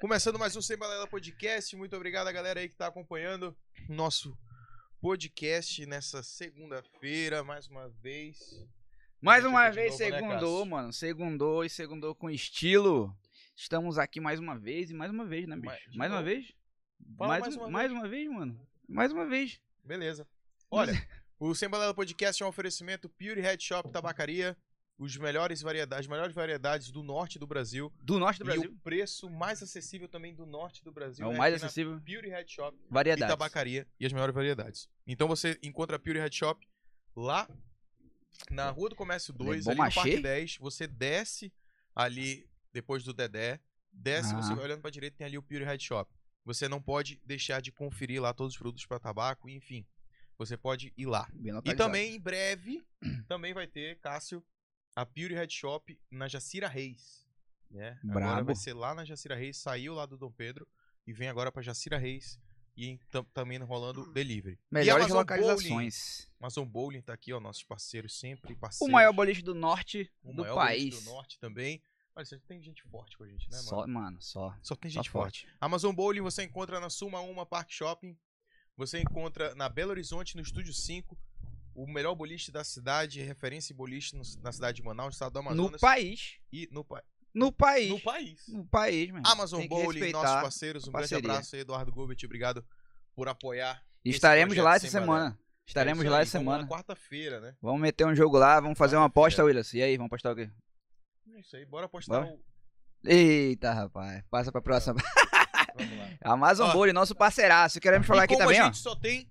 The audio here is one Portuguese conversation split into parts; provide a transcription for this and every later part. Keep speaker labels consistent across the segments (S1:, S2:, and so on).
S1: Começando mais um Sem Balela Podcast. Muito obrigado a galera aí que tá acompanhando nosso podcast nessa segunda-feira, mais uma vez.
S2: Mais
S1: Deixa
S2: uma
S1: eu ver de
S2: vez,
S1: novo, né,
S2: segundou,
S1: Cássio?
S2: mano. Segundou e segundou com estilo. Estamos aqui mais uma vez e mais uma vez, né, bicho?
S1: Mais- de
S2: mais uma
S1: novo?
S2: vez?
S1: Fala
S2: mais,
S1: mais
S2: um-
S1: uma
S2: mais uma vez, mano. Mais uma vez.
S1: Beleza. Olha, o Sem Balela Podcast é um oferecimento Pure Head Shop Tabacaria. Os melhores variedades, as melhores variedades do norte do Brasil.
S2: Do norte do
S1: E
S2: Brasil.
S1: o preço mais acessível também do norte do Brasil.
S2: é o é mais
S1: aqui na
S2: acessível.
S1: Pure Head Shop e
S2: Variedade.
S1: tabacaria e as maiores variedades. Então você encontra a Pure Head Shop lá na Rua do Comércio 2,
S2: Bom
S1: ali no Parque
S2: Machê?
S1: 10. Você desce ali depois do Dedé, desce,
S2: Ah.
S1: você vai olhando pra direita, tem ali o Pure Head Shop. Você não pode deixar de conferir lá todos os produtos para tabaco, enfim. Você pode ir lá. E
S2: Bem localizado.
S1: também, em breve, também vai ter, Cássio, a Pure Head Shop na Jacira Reis. Né? Agora
S2: Brabo.
S1: vai ser lá na Jacira Reis, saiu lá do Dom Pedro e vem agora pra Jacira Reis. E em- tam- também rolando delivery. e
S2: Melhores
S1: Amazon Bowling.
S2: localizações.
S1: Amazon Bowling tá aqui, ó, nossos parceiros sempre.
S2: O
S1: Parceiros,
S2: maior boliche do norte
S1: O
S2: do
S1: maior
S2: país.
S1: do norte também. Olha, só tem gente forte com a gente, né, mano?
S2: Só, mano, só.
S1: Só tem
S2: Só
S1: gente forte.
S2: forte.
S1: Amazon Bowling você encontra na Suma Uma Park Shopping. Você encontra na Belo Horizonte, no Estúdio 5. O melhor boliche da cidade, referência em boliche no- na cidade de Manaus, estado do Amazonas.
S2: No país.
S1: E no, pa-
S2: No país.
S1: no país.
S2: No país, mano.
S1: Amazon
S2: Tem que
S1: Bowling,
S2: respeitar
S1: nossos parceiros. Um
S2: a
S1: grande
S2: parceria.
S1: abraço aí, Eduardo Gobet. Obrigado por apoiar.
S2: E Estaremos
S1: projeto
S2: lá essa
S1: sem balela.
S2: semana. Estaremos
S1: É isso
S2: lá
S1: aí,
S2: essa
S1: vamos lá
S2: semana.
S1: Quarta-feira, né?
S2: Vamos meter um jogo lá, vamos fazer
S1: Tá
S2: uma aposta,
S1: Quarta-feira.
S2: Willis. E aí, vamos apostar o quê?
S1: É isso aí, bora postar
S2: Bora?
S1: o...
S2: Eita, rapaz. Passa pra próxima.
S1: Vamos lá.
S2: Amazon
S1: Ó.
S2: Bowling, nosso parceiraço. Queremos falar
S1: e
S2: aqui
S1: como
S2: também,
S1: a
S2: ó.
S1: gente só tem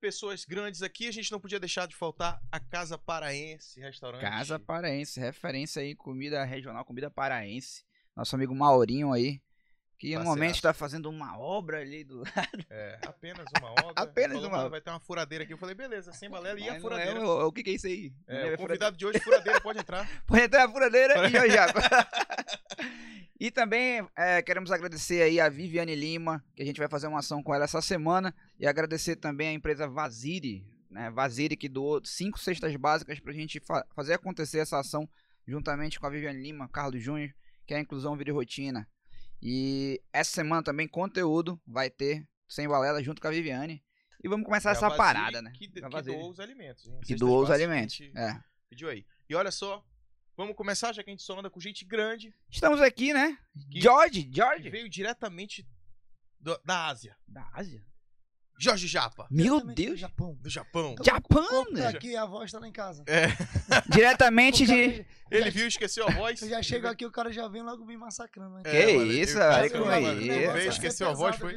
S1: pessoas grandes aqui, a gente não podia deixar de faltar a Casa Paraense Restaurante.
S2: Casa Paraense, referência aí, comida regional, comida paraense. Nosso amigo Maurinho aí, que no
S1: Parceiraço.
S2: momento está fazendo uma obra ali do lado.
S1: É, apenas uma obra.
S2: Apenas
S1: Falou,
S2: uma
S1: "Mano,
S2: obra."
S1: Vai ter uma furadeira aqui. Eu falei, beleza, sem balela. E a
S2: Mas não é
S1: furadeira?
S2: o, o que que é isso aí?
S1: É,
S2: Não
S1: o
S2: é furadeira.
S1: convidado de hoje, furadeira, pode entrar.
S2: Põe até a furadeira e já já. E também é, queremos agradecer aí a Viviane Lima, que a gente vai fazer uma ação com ela essa semana. E agradecer também a empresa Vaziri, né? Vaziri que doou cinco cestas básicas pra gente fa- fazer acontecer essa ação juntamente com a Viviane Lima, Carlos Júnior, que é a Inclusão Vídeo Rotina. E essa semana também conteúdo vai ter sem balela junto com a Viviane. E vamos começar
S1: É a
S2: essa
S1: Vasile
S2: parada, né?
S1: Que, de-
S2: Da
S1: que
S2: Vasile,
S1: doou os alimentos. hein?
S2: que
S1: Cestas
S2: doou os
S1: básicas que a
S2: alimentos.
S1: gente
S2: É.
S1: Pediu aí. E olha só, vamos começar, já que a gente só anda com gente grande,
S2: Estamos aqui, né?
S1: Que-
S2: George,
S1: que
S2: George.
S1: veio diretamente do- da Ásia.
S2: Da Ásia?
S1: Jorge Japa,
S2: Meu
S3: Diretamente do
S2: Deus!
S3: Japão.
S1: do Japão.
S2: Então, Japão!
S3: Como tá aqui, a voz tá lá em casa.
S2: Diretamente
S3: O cara
S2: de.
S1: Ele viu, esqueceu a voz.
S3: Eu já chego aqui, o cara já vem logo me massacrando. Né?
S2: Que
S1: É, mano,
S2: isso,
S1: eu-
S2: cara,
S1: eu-
S2: como
S1: eu-
S2: é
S1: eu- eu-
S2: isso?
S1: eu- Esqueceu a voz, foi.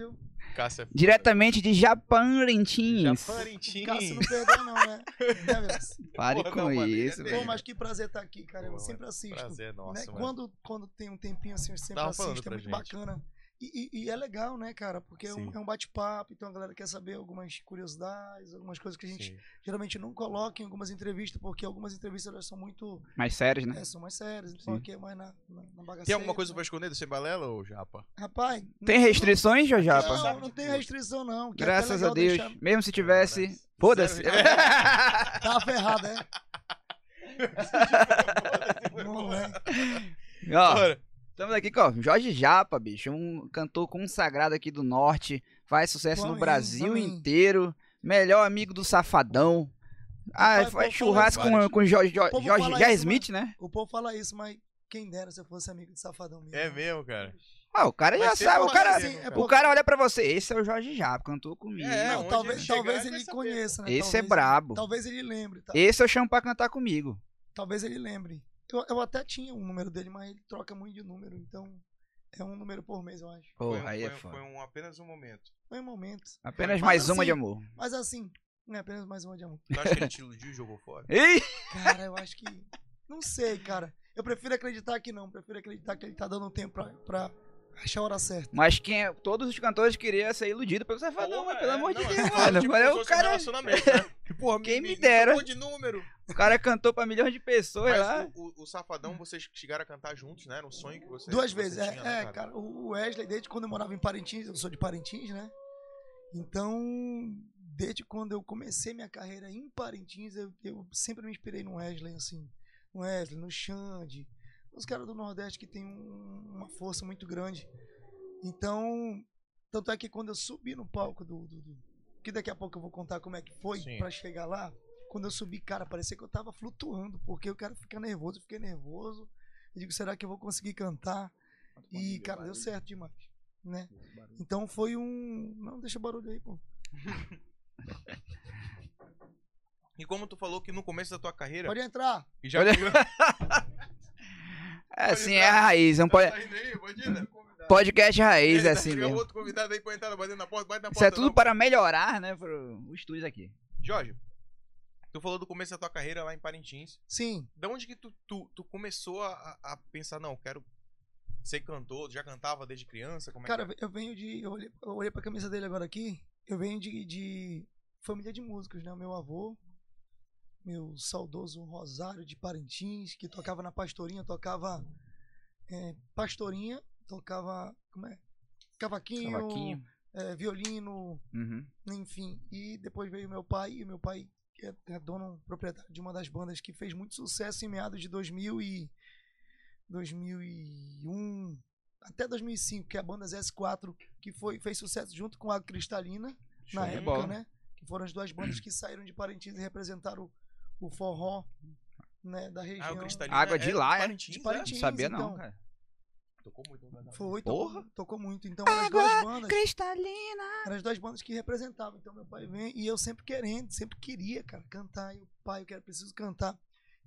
S1: Cássia.
S2: Diretamente de Japão, Lentins.
S1: Japarentim.
S3: O Cássio não perdeu não, né? né Vilas?
S2: Pare
S1: Porra,
S2: com
S1: não, mano,
S2: isso,
S1: ele é
S2: velho.
S3: Pô, mas que prazer estar aqui, cara. Eu
S1: Pô,
S3: sempre assisto.
S1: Prazer,
S3: né?
S1: nossa. mano.
S3: quando, quando tem um tempinho assim, eu sempre
S1: Tava falando
S3: assisto. É
S1: pra
S3: muito
S1: gente.
S3: bacana. E, e- e é legal, né, cara? Porque é
S1: Sim.
S3: um, é um bate-papo, então a galera quer saber algumas curiosidades, algumas coisas que a gente
S1: Sim.
S3: geralmente não coloca em algumas entrevistas, porque algumas entrevistas elas são muito.
S2: Mais sérios, né?
S3: né, são mais sérias, então
S2: Sim.
S3: aqui é mais na, na, na bagaceira.
S1: Tem alguma coisa
S3: né?
S1: pra esconder do Sem Balela ou Japa?
S3: Rapaz.
S2: Tem
S3: não-
S2: restrições, Jô
S1: Não,
S2: Japa?
S3: Não, não tem restrição, não. que é até
S2: Graças a
S3: legal
S2: Deus.
S3: deixar-
S2: Mesmo se tivesse.
S1: Zero
S2: Foda-se.
S3: Tava ferrado, né? Não, né?
S2: Ó,
S1: Bora.
S2: estamos aqui com ó, Jorge Japa, bicho. Um cantor consagrado aqui do norte. Faz sucesso no
S3: Vamos aí,
S2: Brasil
S3: vamos aí.
S2: inteiro. Melhor amigo do Safadão. Ah, faz
S3: Rapaz, o povo fala
S2: churrasco
S1: isso,
S2: com, com Jorge, Jorge,
S3: povo
S2: Jorge
S3: fala
S2: Jair
S3: isso,
S2: Smith, né?
S3: O povo fala isso, mas quem dera se eu fosse amigo de safadão mesmo.
S1: É mesmo, cara.
S2: Ah, o cara já
S1: Mas sempre
S2: sabe. O
S1: uma
S2: cara, assim,
S1: resenha,
S3: é
S1: cara.
S2: O
S3: porque-
S2: cara olha pra você, esse é o Jorge Japa, cantou comigo. tá,
S1: É,
S3: Não,
S1: onde
S3: talvez
S1: ele
S3: talvez
S1: chegar, ele
S3: ele
S1: vai
S3: conheça, né?
S2: Esse é
S3: Talvez-
S2: brabo.
S3: Talvez ele lembre, tá?
S2: Esse eu chamo pra cantar comigo.
S3: Talvez ele lembre. Eu, eu até tinha um número dele, mas ele troca muito de número, então é um número por mês, eu acho.
S2: Pô,
S1: foi um,
S2: aí é
S1: foi um-
S2: foda.
S1: foi um- apenas um momento.
S3: Foi um momento.
S2: Apenas
S3: Mas
S2: mais uma
S3: assim-
S2: de amor.
S3: Mas assim, não é apenas mais uma de amor.
S1: Tu acha que ele te iludiu e jogou fora?
S2: Ih!
S3: Cara, eu acho que. Não sei, cara. Eu prefiro acreditar que não. Prefiro acreditar que ele tá dando um tempo pra, pra achar a hora certa.
S2: Mas quem é- todos os cantores queriam ser iludidos pelo Safadão, mas pelo amor de Deus, mano.
S1: Tipo,
S2: Mas é o,
S1: é, pessoas com
S2: cara,
S1: relacionamento, né? Porra,
S2: Quem me
S1: me
S2: dera.
S1: trocou de número.
S2: o cara cantou pra milhões de pessoas lá.
S1: Mas o, o- o Safadão, vocês chegaram a cantar juntos, né? Era um sonho que vocês
S3: Duas
S1: que você
S3: vezes. É,
S1: tinha, né,
S3: é, cara. O Wesley, desde quando eu morava em Parintins, eu sou de Parintins, né? Então, desde quando eu comecei minha carreira em Parintins, eu, eu sempre me inspirei no Wesley, assim. No Wesley, no Xande. Os caras do Nordeste que tem um- uma força muito grande. Então, tanto é que quando eu subi no palco do. do, do- que daqui a pouco eu vou contar como é que foi
S1: Sim.
S3: pra chegar lá. Quando eu subi, cara, parecia que eu tava flutuando, porque eu quero ficar nervoso, eu fiquei nervoso. Eu digo, será que eu vou conseguir cantar? E, cara, deu certo demais, né? Então foi um. Não, deixa o barulho aí, pô.
S1: E como tu falou que no começo da tua carreira.
S3: Pode entrar!
S1: E já
S2: Olha-
S1: virou-
S2: É, sim, é a raiz. É um po-
S1: Tá indo aí, imagina.
S2: podcast raiz, é
S1: Tá
S2: assim
S1: chegando
S2: mesmo.
S1: outro convidado aí pra entrar batendo na porta, bate na
S2: Isso é
S1: porta.
S2: tudo
S1: não.
S2: para melhorar, né, pro o estúdio aqui.
S1: Jorge, tu falou do começo da tua carreira lá em Parintins.
S3: Sim,
S1: Da onde que tu, tu, tu começou a, a- a pensar, não, eu quero ser cantor? Tu já cantava desde criança? Como é
S3: cara,
S1: que
S3: eu venho de. Eu olhei, eu olhei pra camisa dele agora aqui. Eu venho de, de família de músicos, né? Meu avô, meu saudoso Rosário de Parintins, que tocava na Pastorinha, tocava. é, pastorinha, tocava. Como é? Cavaquinho,
S2: Cavaquinho.
S3: é, violino,
S2: Uhum.
S3: enfim. E depois veio meu pai, e meu pai é, é dono, proprietário de uma das bandas que fez muito sucesso em meados de 2000 e 2001 até 2005, que é a banda S4, que foi, fez sucesso junto com a Cristalina, na
S2: de
S3: época,
S2: bola.
S1: Ah,
S3: né? Que foram as duas bandas que saíram de Parintins e representaram o, o forró né, da
S1: é?
S3: região.
S1: Ah, o Cristalina
S2: Água de
S1: é
S2: lá, é?
S1: Parintins,
S3: De
S2: Não
S3: Parintins.
S2: sabia não,
S3: então.
S2: cara.
S1: Tocou muito. né?
S3: Foi,
S2: Porra!
S3: tocou, tocou muito. Então, eram as duas bandas.
S2: Cristalina.
S3: Eram as duas bandas que representavam. Então meu pai vem e eu sempre querendo, sempre queria, cara, cantar. E o pai, eu quero, preciso cantar.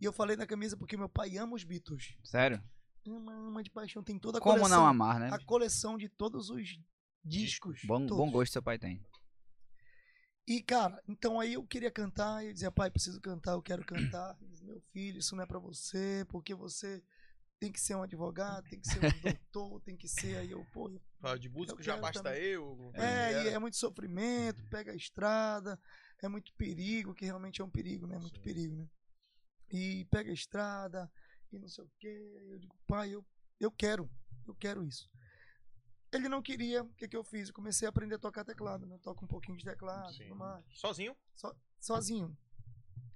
S3: E eu falei na camisa porque meu pai ama os Beatles.
S2: Sério?
S3: Ama, ama de paixão. Tem toda a
S2: Como
S3: coleção.
S2: não amar, né?
S3: A coleção de todos os discos.
S2: Bom,
S3: todos.
S2: bom gosto seu pai tem.
S3: E, cara, então aí eu queria cantar, e eu dizia, pai, preciso cantar, eu quero cantar. Ele dizia, Meu filho, isso não é pra você, porque você tem que ser um advogado, tem que ser um doutor, tem que ser. Aí eu, pô,
S1: Fala de músico,
S3: Eu
S1: já
S3: quero
S1: basta
S3: É também.
S1: eu. né?
S3: É, e é muito sofrimento, pega a estrada, é muito perigo, que realmente é um perigo, né? Muito
S1: Sim.
S3: perigo, né? E pega a estrada, e não sei o quê. Eu digo, pai, eu, eu quero, eu quero isso. Ele não queria, o que, que eu fiz? Eu comecei a aprender a tocar teclado, né? Toco um pouquinho de teclado,
S1: Sim.
S3: tudo mais,
S1: Sozinho?
S3: sozinho.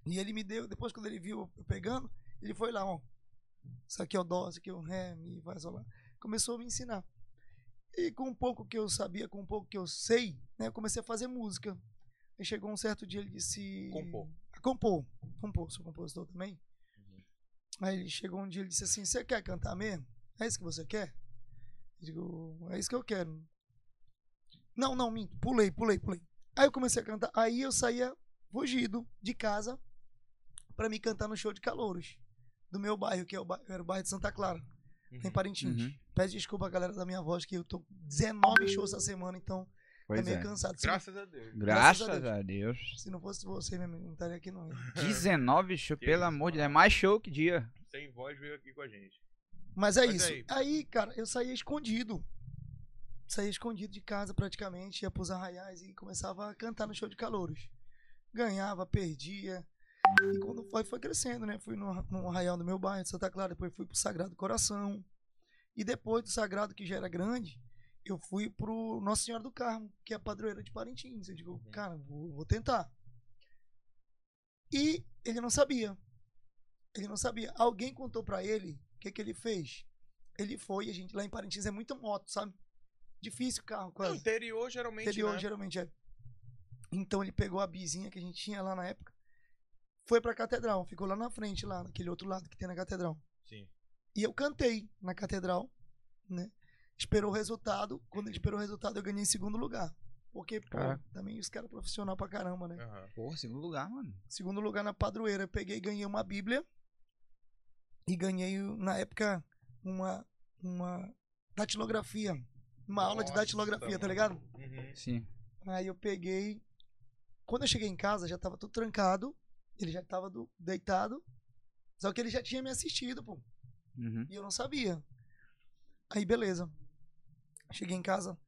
S3: E ele me deu, depois quando ele viu eu pegando, ele foi lá, ó. Isso aqui é o dó, isso aqui é o ré, mi, vai, sol, lá. Começou a me ensinar. E com um pouco que eu sabia, com um pouco que eu sei, né, eu comecei a fazer música. Aí chegou um certo dia, ele disse...
S1: Compor.
S3: Ah, Compor. Compor, sou compositor também. Aí ele chegou um dia, ele disse assim, você quer cantar mesmo? É isso que você quer? Eu digo, é isso que eu quero. Não, não, minto. Pulei, pulei, pulei. Aí eu comecei a cantar. Aí eu saía fugido de casa pra me cantar no show de calouros do meu bairro, que é o bairro, era o bairro de Santa Clara, em Parintins.
S2: Uhum.
S3: Peço desculpa, galera, da minha voz, que eu tô 19 shows essa semana, então tá
S2: Pois
S3: meio
S2: é.
S3: cansado. Se,
S1: Graças a Deus.
S2: Graças,
S3: Graças a Deus.
S2: a Deus.
S3: se não fosse você, meu amigo, não estaria aqui não.
S2: 19 show,
S1: Que
S2: pelo
S1: isso,
S2: amor de
S1: mano.
S2: Deus. É mais show que dia.
S1: Sem voz veio aqui com a gente.
S3: Mas é
S1: Mas
S3: isso.
S1: aí?
S3: Aí. cara, eu saía escondido. Saía escondido de casa praticamente, ia pros arraiais e começava a cantar no show de calouros. Ganhava, perdia. E quando foi, foi crescendo, né? Fui no, no arraial do meu bairro, de Santa Clara, depois fui pro Sagrado Coração. E depois do Sagrado, que já era grande, eu fui pro Nossa Senhora do Carmo, que é a padroeira de Parintins. Eu digo, cara, vou, vou tentar. E ele não sabia. Ele não sabia. Alguém contou pra ele o que, que ele fez. Ele foi, a gente lá em Parintins é muita moto, sabe? Difícil carro,
S1: No
S3: quase.
S1: interior, É, geralmente.
S3: Interior,
S1: né?
S3: geralmente é. Então ele pegou a bizinha que a gente tinha lá na época, foi pra catedral, ficou lá na frente, lá naquele outro lado que tem na catedral.
S1: Sim.
S3: E eu cantei na catedral, né? Esperou o resultado. Quando ele esperou o resultado, eu ganhei em segundo lugar. Porque, pô,
S2: Caraca.
S3: também os caras profissional pra caramba, né?
S1: Aham.
S2: Porra, segundo lugar, mano.
S3: Segundo lugar na padroeira, eu peguei e ganhei uma Bíblia. E ganhei, na época, uma, uma datilografia. Uma aula de
S1: Nossa,
S3: datilografia, tá
S1: mano.
S3: ligado?
S1: Uhum.
S2: Sim.
S3: Aí eu peguei. Quando eu cheguei em casa, já tava tudo trancado. Ele já tava do- deitado. Só que ele já tinha me assistido, pô.
S2: Uhum.
S3: E eu não sabia. Aí, beleza. Cheguei em casa,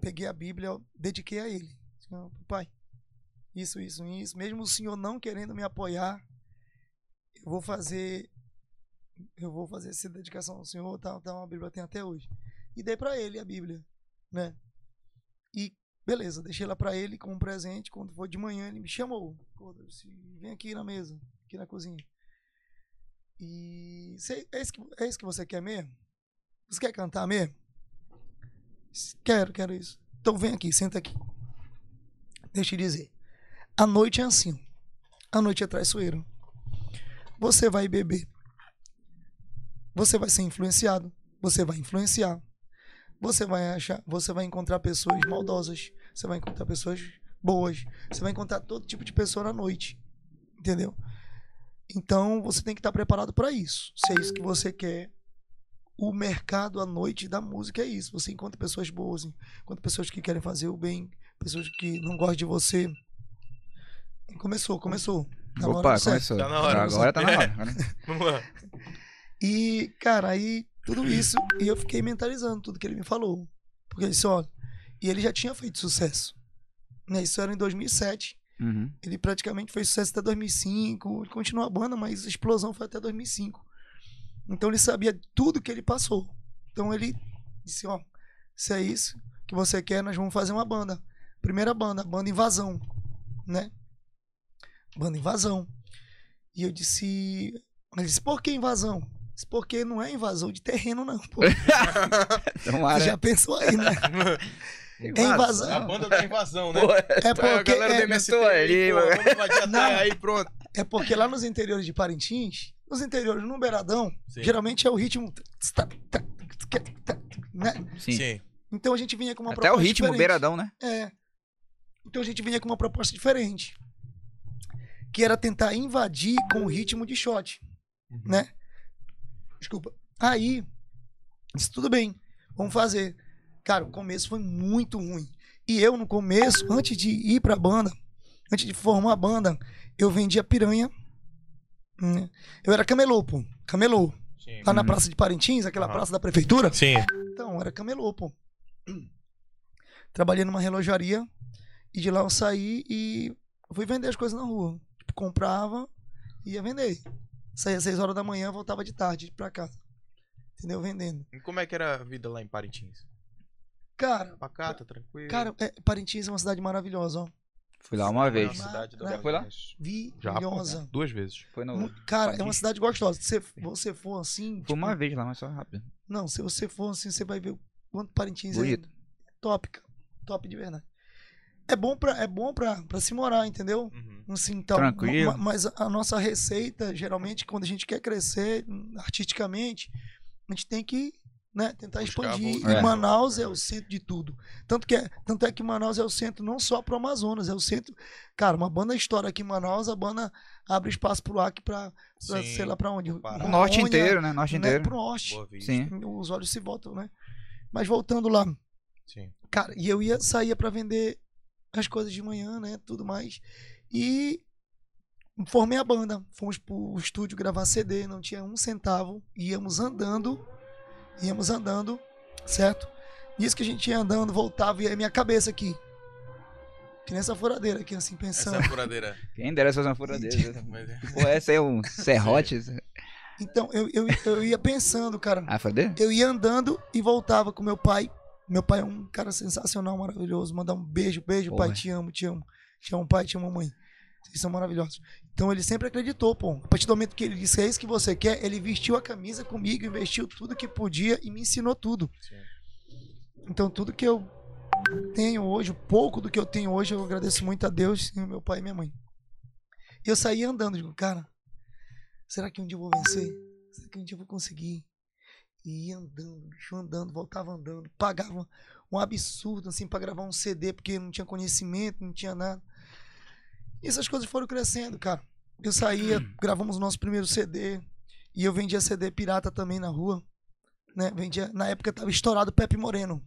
S3: peguei a Bíblia, eu dediquei a ele. Senhor, Pai, isso, isso, isso. Mesmo o senhor não querendo me apoiar, eu vou fazer. Eu vou fazer essa dedicação ao senhor, tal, tal. A Bíblia tem até hoje. E dei pra ele a Bíblia, né? E, beleza, deixei ela pra ele como um presente. Quando foi de manhã, ele me chamou. Acordou, disse, Vem aqui na mesa, aqui na cozinha. E cê- é isso, que, é isso que você quer mesmo? Você quer cantar mesmo? Quero, quero isso. Então vem aqui, senta aqui. Deixa eu te dizer. A noite é assim. ó. A noite é traiçoeira. Você vai beber. Você vai ser influenciado. Você vai influenciar. Você vai achar, você vai encontrar pessoas maldosas. Você vai encontrar pessoas boas. Você vai encontrar todo tipo de pessoa na noite. Entendeu? Então você tem que estar preparado para isso. Se é isso que você quer, o mercado à noite da música é isso. Você encontra pessoas boas, encontra pessoas que querem fazer o bem, pessoas que não gostam de você. Começou, começou. Tá na hora
S2: Opa,
S3: do certo.
S2: começou.
S1: Tá na hora.
S2: Agora tá na hora. Agora-
S1: Vamos lá.
S3: E, cara, aí tudo isso, e eu fiquei mentalizando tudo que ele me falou. Porque ele disse, olha, e ele já tinha feito sucesso. Né? Isso era em 2007.
S2: Uhum.
S3: Ele praticamente fez sucesso até 2005. Ele continuou a banda, mas a explosão foi até 2005. Então ele sabia tudo que ele passou. Então ele disse: Ó, se é isso que você quer, nós vamos fazer uma banda. Primeira banda, banda Invasão, né? Banda Invasão. E eu disse: Ele disse, por que invasão? Eu Disse, Porque não é invasão de terreno, não. Pô.
S2: Tomara.
S3: Já pensou aí, né?
S1: A
S3: invasão.
S1: banda da invasão, né?
S2: Pô,
S3: É
S2: Então, a
S3: porque,
S2: galera
S3: é-
S2: do MST ali,
S1: pô,
S2: mano.
S1: vamos invadir a
S3: Não.
S1: terra tá aí, pronto.
S3: É porque lá nos interiores de Parintins, nos interiores, no Beiradão,
S1: Sim.
S3: geralmente é o ritmo. né?
S2: Sim.
S1: Sim.
S3: Então a gente vinha com uma
S2: Até o ritmo,
S3: diferente.
S2: beiradão, né?
S3: É. Então a gente vinha com uma proposta diferente. Que era tentar invadir com o ritmo de shot, né? Desculpa. Aí, disse, tudo bem, vamos fazer. Cara, o começo foi muito ruim. E eu, no começo, antes de ir pra banda, antes de formar a banda, eu vendia piranha. né? Eu era camelô, pô. Camelô.
S1: Sim.
S3: Lá na
S2: Uhum.
S3: Praça de Parintins, aquela
S1: Aham.
S3: praça da prefeitura.
S1: Sim.
S3: Então, era camelô, pô. Trabalhei numa relojaria e de lá eu saí e fui vender as coisas na rua. Tipo, comprava e ia vender. Saía às 6 horas da manhã, voltava de tarde pra casa. Entendeu? Vendendo.
S1: E como é que era a vida lá em Parintins?
S3: Cara,
S1: Pacata, tranquilo.
S3: cara, é, Parintins é uma cidade maravilhosa, ó.
S2: Fui lá uma
S1: Foi na
S2: vez.
S1: cidade do
S3: Já
S1: Brasil.
S2: foi lá? né?
S1: Já, pô.
S3: Vilhosa.
S1: Duas vezes.
S2: Foi, no...
S3: Mu- Cara, é uma cidade gostosa. Se você- você for assim.
S2: Fui
S3: tipo,
S2: uma vez lá, mas só rápido.
S3: Não, se você for assim, você vai ver o quanto Parintins é
S2: Bonito.
S3: top, cara. Top de verdade. É bom pra, é bom pra, pra se morar, entendeu?
S1: Uhum.
S3: Assim, então,
S2: Tranquilo.
S3: ma- Mas a nossa receita, geralmente, quando a gente quer crescer hum, artisticamente, a gente tem que né, tentar
S1: Buscar
S3: expandir.
S1: voltar.
S3: E
S2: É.
S3: Manaus é o centro de tudo. Tanto, que é, tanto é que Manaus é o centro não só para o Amazonas, é o centro. Cara, uma banda estoura aqui em Manaus, a banda abre espaço pro Acre para
S1: Sim.
S3: sei lá para onde.
S1: Pará.
S2: O norte
S3: Rondônia,
S2: inteiro, né? Norte
S3: né,
S2: inteiro.
S3: Pro norte.
S1: Boa vista.
S2: Sim.
S3: Os olhos se voltam, né? Mas voltando lá.
S1: Sim.
S3: Cara, e eu ia saía para vender as coisas de manhã, né, tudo mais. E formei a banda, fomos pro estúdio gravar CD, não tinha um centavo, íamos andando, íamos andando, certo? Nisso que a gente ia andando, voltava e aí minha cabeça aqui. Que nessa furadeira aqui, assim, pensando.
S1: Essa é a furadeira.
S2: Quem dera essas furadeira.
S1: Mas-
S2: Pô, essa aí é um serrote.
S3: Então, eu, eu, eu ia pensando, cara.
S2: Ah, furadeira?
S3: Eu ia andando e voltava com meu pai. Meu pai é um cara sensacional, maravilhoso. Mandar um beijo, beijo,
S2: Porra.
S3: pai, te amo, te amo. Te amo, pai, te amo, mãe. Vocês são maravilhosos. Então ele sempre acreditou, pô. A partir do momento que ele disse, é isso que você quer, ele vestiu a camisa comigo, investiu tudo que podia e me ensinou tudo.
S1: Sim.
S3: Então tudo que eu tenho hoje, o pouco do que eu tenho hoje, eu agradeço muito a Deus, e meu pai e minha mãe. E eu saí andando, digo, cara, será que um dia eu vou vencer? Será que um dia eu vou conseguir? E ia andando, bicho, andando, voltava andando, pagava um absurdo assim pra gravar um CD, porque não tinha conhecimento, não tinha nada. E essas coisas foram crescendo, cara. Eu saía, gravamos o nosso primeiro CD, e eu vendia CD pirata também na rua. Né? Vendia, na época tava estourado Pepe Moreno.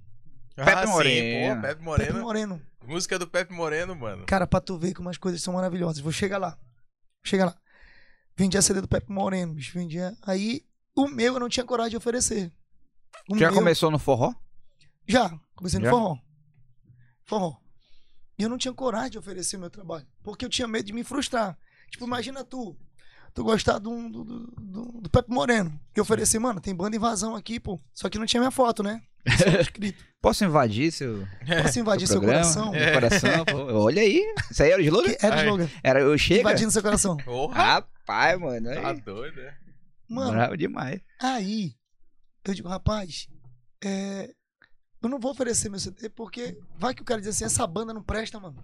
S2: Pepe
S1: Ah, sim,
S2: Moreno.
S1: pô, Pepe
S3: Pepe
S1: Moreno.
S3: Moreno.
S1: Música do Pepe Moreno, mano.
S3: Cara, pra tu ver como as coisas são maravilhosas. Vou chegar lá. Chega lá. Vendia CD do Pepe Moreno, bicho. Vendia. Aí, o meu eu não tinha coragem de oferecer. O
S2: Já
S3: meu-
S2: começou no forró?
S3: Já. Comecei no
S2: Já?
S3: forró. Forró. E eu não tinha coragem de oferecer o meu trabalho. Porque eu tinha medo de me frustrar. Tipo, imagina tu. Tu gostar de um- do, do, do- do Pepe Moreno. Que eu ofereci, mano, tem banda invasão aqui, pô. Só que não tinha minha foto, né? Só escrito.
S2: Posso invadir seu,
S3: Posso invadir
S2: seu
S3: seu
S2: programa?
S3: coração?
S2: Meu
S1: É.
S2: coração, pô. Olha aí. Isso É. aí era o slogan?
S3: Que é era o
S1: Ai.
S3: slogan.
S2: Era eu chega?
S3: Invadindo seu coração.
S2: Ah,
S1: Porra,
S2: Rapaz, mano. Aí,
S1: tá doido, né?
S3: Mano,
S2: Bravo demais.
S3: Aí eu digo, rapaz, é, Eu não vou oferecer meu CD porque vai que o cara diz assim, essa banda não presta, mano.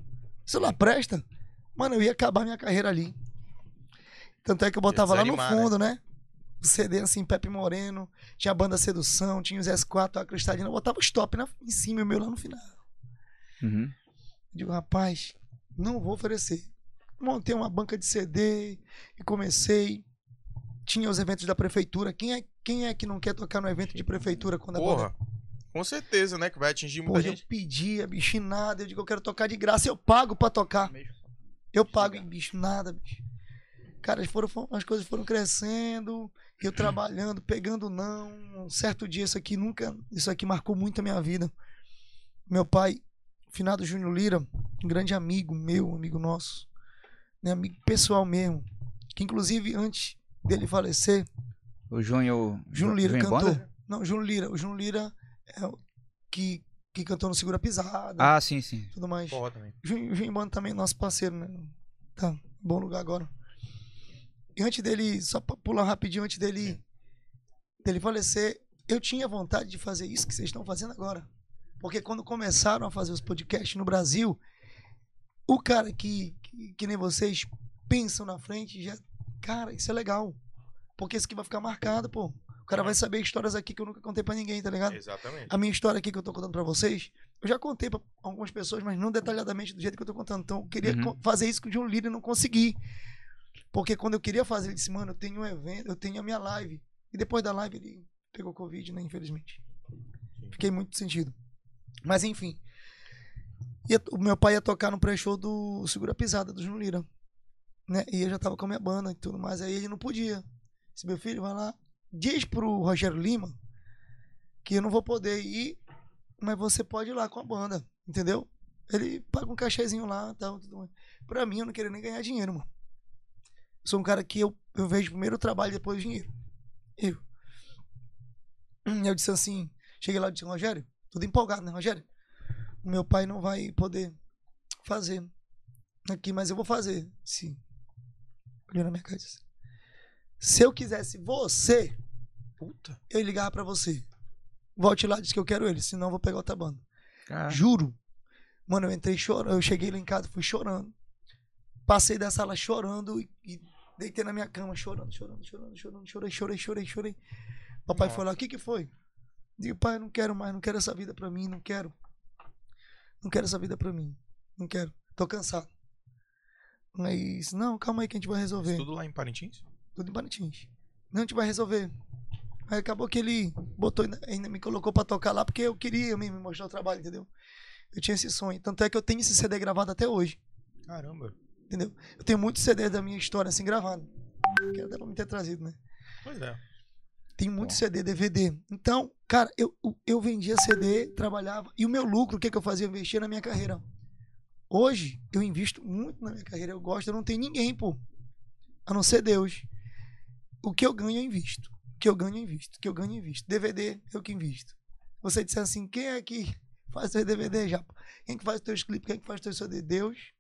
S3: Se lá presta, mano, eu ia acabar minha carreira ali. Tanto é que eu botava lá no
S1: desanimar, né?
S3: fundo, né? O CD assim, Pepe Moreno, tinha a banda Sedução, tinha os S4, a Cristalina, eu botava o stop na, em cima e o meu lá no final.
S2: Uhum.
S3: Digo, rapaz, não vou oferecer. Montei uma banca de CD e comecei. Tinha os eventos da prefeitura. Quem é, quem é que não quer tocar no evento de prefeitura quando é a banda
S1: Porra. Com certeza, né? Que vai atingir muita
S3: Pô, eu
S1: gente.
S3: pedia, bicho, nada. Eu digo, eu quero tocar de graça. Eu pago pra tocar. Eu pago, hein, bicho, nada, bicho. Cara, eles foram, foram- as coisas foram crescendo, eu trabalhando, pegando não. Um certo dia, isso aqui nunca. Isso aqui marcou muito a minha vida. Meu pai, finado Júnior Lira, um grande amigo meu, amigo nosso, né, amigo pessoal mesmo, que inclusive antes dele falecer,
S2: O Júnior.
S3: Júnior Lira
S2: Júnior
S3: cantou.
S2: Banda?
S3: Não, Júnior Lira. O Júnior Lira é o que, que cantou no Segura Pisada
S2: Ah, sim, sim.
S3: tudo mais.
S1: Porra também.
S3: Juninho Juninho Bando também é nosso parceiro, né? Tá em bom lugar agora. E antes dele, só pra pular rapidinho, antes dele, dele falecer, eu tinha vontade de fazer isso que vocês estão fazendo agora. Porque quando começaram a fazer os podcasts no Brasil, o cara que, que, que nem vocês pensam na frente já. Cara, isso é legal. Porque isso aqui vai ficar marcado, pô. O cara vai saber histórias aqui que eu nunca contei pra ninguém, tá
S1: É.
S3: ligado?
S1: Exatamente.
S3: a minha história aqui que eu tô contando pra vocês, eu já contei pra algumas pessoas, mas não detalhadamente do jeito que eu tô contando. Então, eu queria
S2: Uhum.
S3: co- fazer isso com o John Lira e não consegui. Porque quando eu queria fazer, ele disse, mano, eu tenho um evento, eu tenho a minha live. E depois da live ele pegou Covid, né? Infelizmente. Fiquei muito sentido. Mas enfim. Ia- o meu pai ia tocar no pré-show do Segura Pisada do Júnior Lira. Né? E eu já tava com a minha banda e tudo mais. Aí ele não podia. Disse, meu filho, vai lá. Diz pro Rogério Lima que eu não vou poder ir, mas você pode ir lá com a banda, entendeu? Ele paga um cachezinho lá tal, tudo mais. Pra mim, eu não queria nem ganhar dinheiro, mano. Sou um cara que eu, eu vejo primeiro o trabalho, depois o dinheiro. Eu. Hum, Eu disse assim, cheguei lá e disse, Rogério, tudo empolgado, né, Rogério? O meu pai não vai poder fazer aqui, mas eu vou fazer. Sim. Olhou na minha cara e disse, assim, se eu quisesse você,
S1: Puta.
S3: eu ligava pra você. Volte lá, diz que eu quero ele, senão eu vou pegar outra banda.
S2: Cara,
S3: Juro. Mano, eu entrei chorando. Eu cheguei lá em casa, fui chorando. Passei da sala chorando e, e deitei na minha cama, chorando, chorando, chorando, chorando, chorei, chorei, chorei, chorei. Papai
S1: Nossa.
S3: foi lá, o que que foi? Digo, pai, eu não quero mais, não quero essa vida pra mim, não quero. Não quero essa vida pra mim, não quero. Tô cansado. Mas, não, calma aí que a gente vai resolver.
S1: Tudo lá em Parintins?
S3: Tudo em Parintins. Não, a gente vai resolver. Aí acabou que ele botou, ainda- ainda me colocou pra tocar lá, porque eu queria mesmo me mostrar o trabalho, entendeu? Eu tinha esse sonho. Tanto é que eu tenho esse CD gravado até hoje,
S1: Caramba.
S3: entendeu? Eu tenho muitos CDs da minha história assim gravado. Que era pra me ter trazido, né?
S1: Pois é.
S3: Tem muito
S2: Bom.
S3: CD, DVD. Então, cara, eu, eu- eu vendia CD, trabalhava. E o meu lucro, o que, que eu fazia? Eu investia na minha carreira. Hoje, eu invisto muito na minha carreira. Eu gosto, eu não tenho ninguém, pô. A não ser Deus. O que eu ganho, eu invisto. O que eu ganho, eu invisto. O que eu ganho, eu invisto. DVD, eu que invisto. Você disser assim, quem é que faz teu DVD, Japa? Quem é que faz teus clipes? Quem que faz teu CD? Deus.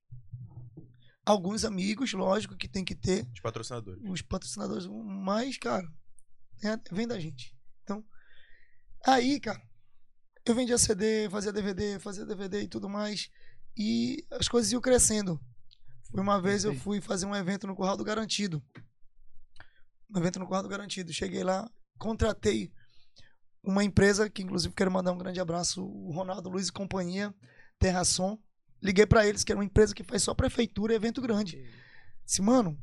S3: Alguns amigos, lógico, que tem que ter
S1: Os patrocinadores.
S3: os patrocinadores mais, cara, é- vem da gente. Então, aí, cara, eu vendia CD, fazia DVD, fazia DVD e tudo mais, e as coisas iam crescendo. Foi uma vez eu
S2: Perfeito.
S3: fui fazer um evento no Curral do Garantido. Um evento no Curral do Garantido. Cheguei lá, contratei uma empresa que inclusive quero mandar um grande abraço, o Ronaldo Luiz e companhia, Terrasom. Liguei pra eles, que era uma empresa que faz só prefeitura e evento grande. Disse, mano,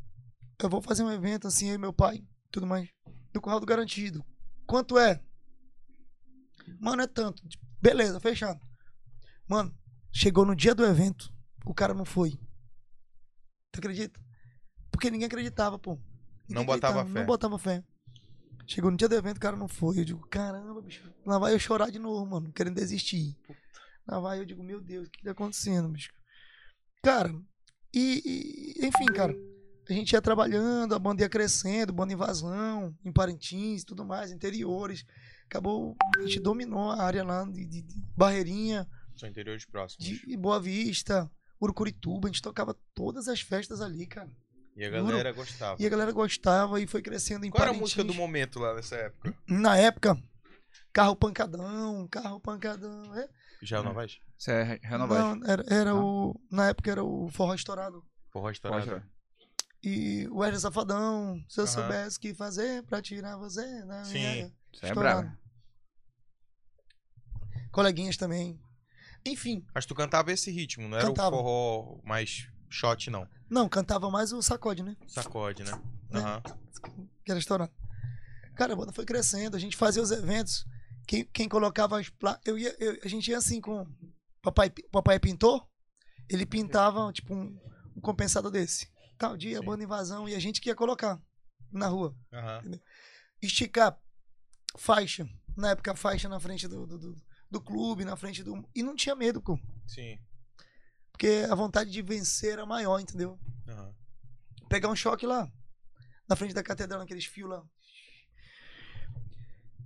S3: eu vou fazer um evento assim, eu e meu pai, tudo mais, do Curral do Garantido. Quanto é? Mano, é tanto. Beleza, fechado. Mano, chegou no dia do evento, o cara não foi. Tu acredita? Porque ninguém acreditava, pô. Ninguém
S1: Não botava
S3: acreditava,
S1: fé.
S3: Não botava fé. Chegou no dia do evento, o cara não foi. Eu digo, caramba, bicho, lá vai eu chorar de novo, mano, querendo desistir. Lá vai eu digo, meu Deus, o que tá acontecendo, bicho? Cara, e, e- enfim, cara, a gente ia trabalhando, a banda ia crescendo, banda invasão, em Parintins, tudo mais, interiores. Acabou, a gente dominou a área lá de, de- de Barreirinha,
S1: São interiores próximos.
S3: de Boa Vista, Urucurituba, a gente tocava todas as festas ali, cara.
S1: E a
S3: Juro.
S1: galera gostava.
S3: E a galera gostava e foi crescendo em
S1: Qual era a
S3: Parintins.
S1: música do momento lá nessa época?
S3: Na época, Carro pancadão, carro pancadão. É?
S1: Já é o Novais?
S2: Isso é re- renovar.
S3: Não, era, era
S1: Ah.
S2: Não?
S3: o. Na época era o forró estourado.
S1: Forró
S2: Pode
S1: estourado.
S2: tirar.
S3: E o Wesley Safadão, se eu
S1: Aham.
S3: soubesse o que fazer pra tirar você né? da
S1: Sim.
S3: minha...
S2: Isso é
S3: Estourado.
S2: brabo.
S3: Coleguinhas também. Enfim,
S1: Mas tu cantava esse ritmo, não era
S3: Cantava.
S1: o forró mais shot, não.
S3: não, cantava mais o sacode, né?
S1: Sacode, né?
S3: É.
S1: Aham.
S3: Que era estourado. Cara, a banda foi crescendo, a gente fazia os eventos. Quem, quem colocava as pla... eu ia, eu- A gente ia assim com. Papai, papai é pintor, ele pintava tipo um, um compensador desse. Tal dia,
S1: Sim.
S3: banda invasão, e a gente que ia colocar na rua.
S1: Aham.
S3: esticar faixa. Na época, faixa na frente do, do, do- do clube, na frente do. E não tinha medo, pô.
S1: Sim.
S3: Porque a vontade de vencer era maior, entendeu?
S1: Aham.
S3: Pegar um choque lá, na frente da catedral, naqueles fios lá.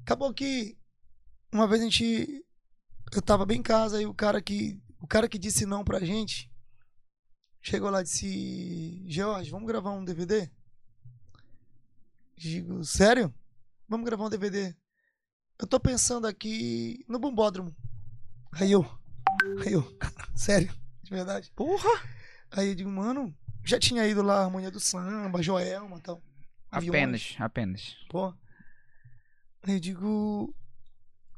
S3: Acabou que uma vez a gente. Eu tava bem em casa e o cara que. O cara que disse não pra gente chegou lá e disse: George, vamos gravar um DVD? Digo, sério? Vamos gravar um DVD. Eu tô pensando aqui no bombódromo. Aí eu. Aí eu. Sério, de verdade.
S2: Porra!
S3: Aí eu digo, mano, já tinha ido lá Harmonia do Samba, Joelma e tal. Aviões,
S2: Apenas, apenas.
S3: Pô. Aí eu digo,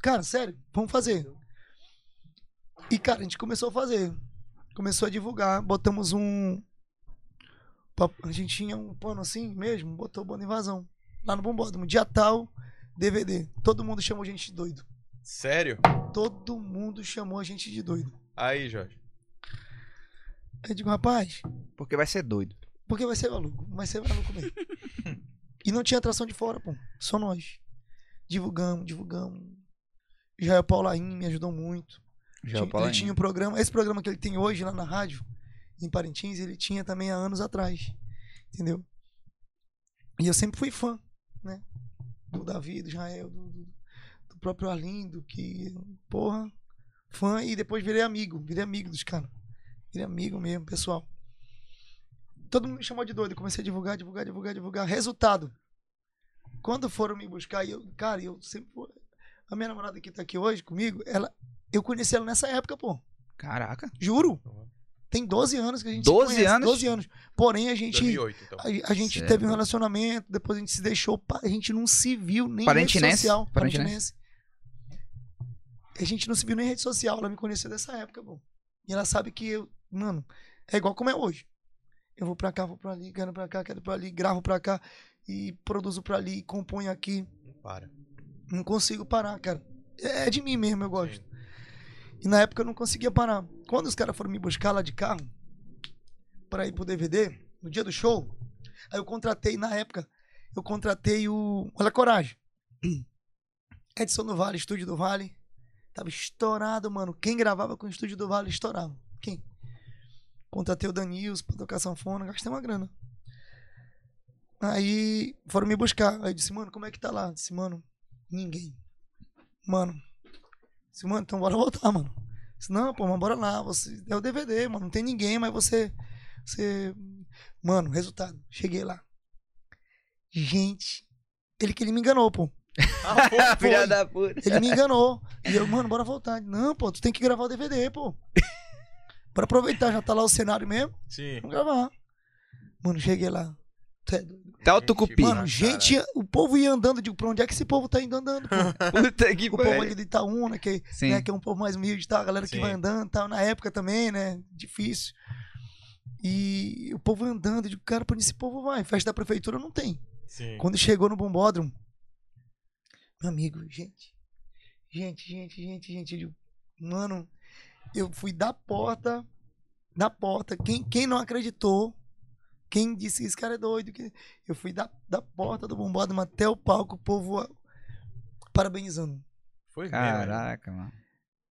S3: cara, sério, vamos fazer. E, cara, a gente começou a fazer. Começou a divulgar, botamos um. pa- A gente tinha um pano assim mesmo, botou o bando invasão. Lá no Bombódromo, dia tal, DVD. Todo mundo chamou a gente de doido.
S1: Sério?
S3: Todo mundo chamou a gente de doido.
S1: Aí, Jorge.
S3: Aí eu digo, rapaz,
S2: Porque vai ser doido.
S3: Porque vai ser maluco, vai ser maluco mesmo. e não tinha atração de fora, pô. Só nós. Divulgamos, divulgamos. Jair Paulaim me ajudou muito.
S2: Já
S3: Tinha- ele tinha um programa. Esse programa que ele tem hoje lá na rádio, em Parintins, ele tinha também há anos atrás. Entendeu? E eu sempre fui fã, né? Do Davi, do Israel, do, do- do próprio Arlindo, que, porra, fã. E depois virei amigo, virei amigo dos caras. Virei amigo mesmo, pessoal. Todo mundo me chamou de doido. Comecei a divulgar, divulgar, divulgar, divulgar. Resultado. Quando foram me buscar, e eu, cara, eu sempre. fui- A minha namorada que tá aqui hoje comigo, ela, eu conheci ela nessa época, pô.
S2: Caraca.
S3: Juro. Tem 12 anos que a gente
S2: 12
S3: se conhece,
S2: anos?
S3: 12 anos. Porém, a gente.
S1: 2008, então.
S3: A, a gente
S2: Certo.
S3: teve um relacionamento, depois a gente se deixou, pa- a gente não se viu nem em rede
S2: Parentinense?
S3: social.
S2: Parentinense.
S3: Parentinense. A gente não se viu nem em rede social, ela me conheceu dessa época, pô. E ela sabe que eu, mano, é igual como é hoje. Eu vou pra cá, vou pra ali, quero pra cá, quero pra ali, gravo pra cá e produzo pra ali, componho aqui.
S1: Não para.
S3: Não consigo parar, cara. É é de mim mesmo, eu gosto. E na época eu não conseguia parar. Quando os caras foram me buscar lá de carro pra ir pro DVD, no dia do show, aí eu contratei, na época, eu contratei o. Olha a coragem. Edson do Vale, Estúdio do Vale. Tava estourado, mano. Quem gravava com o Estúdio do Vale estourava. Quem? Contratei o Danils pra tocar sanfona, gastei uma grana. Aí foram me buscar. Aí eu disse, mano, como é que tá lá? Eu disse, mano, ninguém. Mano, Disse, mano, então bora voltar, mano. Disse, não, pô, mas bora lá. Você... É o DVD, mano. Não tem ninguém, mas você. Você. Mano, resultado. Cheguei lá. Gente. Ele que ele me enganou, pô.
S1: Ah, pô,
S2: Filha da puta.
S3: Ele me enganou. E eu, mano, bora voltar. Ele, Não, pô, tu tem que gravar o DVD, pô. Pra aproveitar, já tá lá o cenário mesmo.
S1: Sim.
S3: Vamos gravar. Mano, cheguei lá. Tu é doido.
S2: Tá o
S1: Gente,
S2: tucupi.
S3: Mano,
S1: Cara.
S3: gente, o povo ia andando. Eu digo, pra onde é que esse povo tá indo andando, pô?
S2: Puta que
S3: O povo
S2: pariu.
S3: ali de Itaúna, que
S2: Sim.
S3: né, que é um povo mais humilde, tá? A galera
S1: Sim.
S3: que vai andando, tá? Na época também, né? Difícil. E o povo andando, eu digo, cara, pra onde esse povo vai? Festa da prefeitura não tem.
S1: Sim.
S3: Quando chegou no bombódromo, meu amigo, gente, gente, gente, gente, gente, eu digo, mano, eu fui da porta, da porta, quem, quem não acreditou, quem disse esse cara é doido, que- eu fui da, da porta do bombódromo até o palco, o povo ah, parabenizando.
S1: Foi mesmo. né?
S2: Caraca, mano.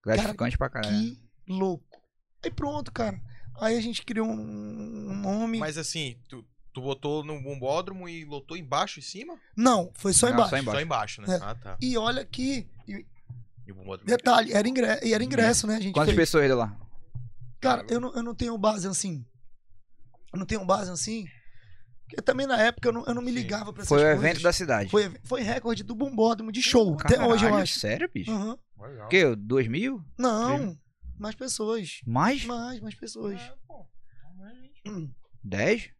S2: Gratificante pra caralho.
S3: Que louco. Aí pronto, cara. Aí a gente criou um, um nome.
S1: Mas assim, tu, tu botou no bombódromo e lotou embaixo e cima?
S3: Não, foi só
S2: Não,
S3: embaixo.
S2: só embaixo.
S1: Só embaixo, né?
S3: É.
S1: Ah, tá.
S3: E olha que. e-
S1: E o bombódromo.
S3: Detalhe, era ingresso, era ingresso né, a gente?
S2: Quantas
S3: fez.
S2: pessoas deu lá?
S3: Cara, eu não, eu não tenho base assim. Eu não tenho base assim. Porque também na época eu não, eu não me ligava pra essas
S2: Foi o
S3: coisas.
S2: evento da cidade.
S3: Foi, ev- foi recorde do bombódromo de show. até
S2: Caralho,
S3: hoje eu acho. Hum.
S2: Sério, bicho?
S3: Aham.
S1: Legal. É,
S2: O quê? 2 mil?
S3: Não, mais pessoas.
S2: Mais?
S3: Mais, mais pessoas.
S1: É, pô. Mas, gente,
S2: 10?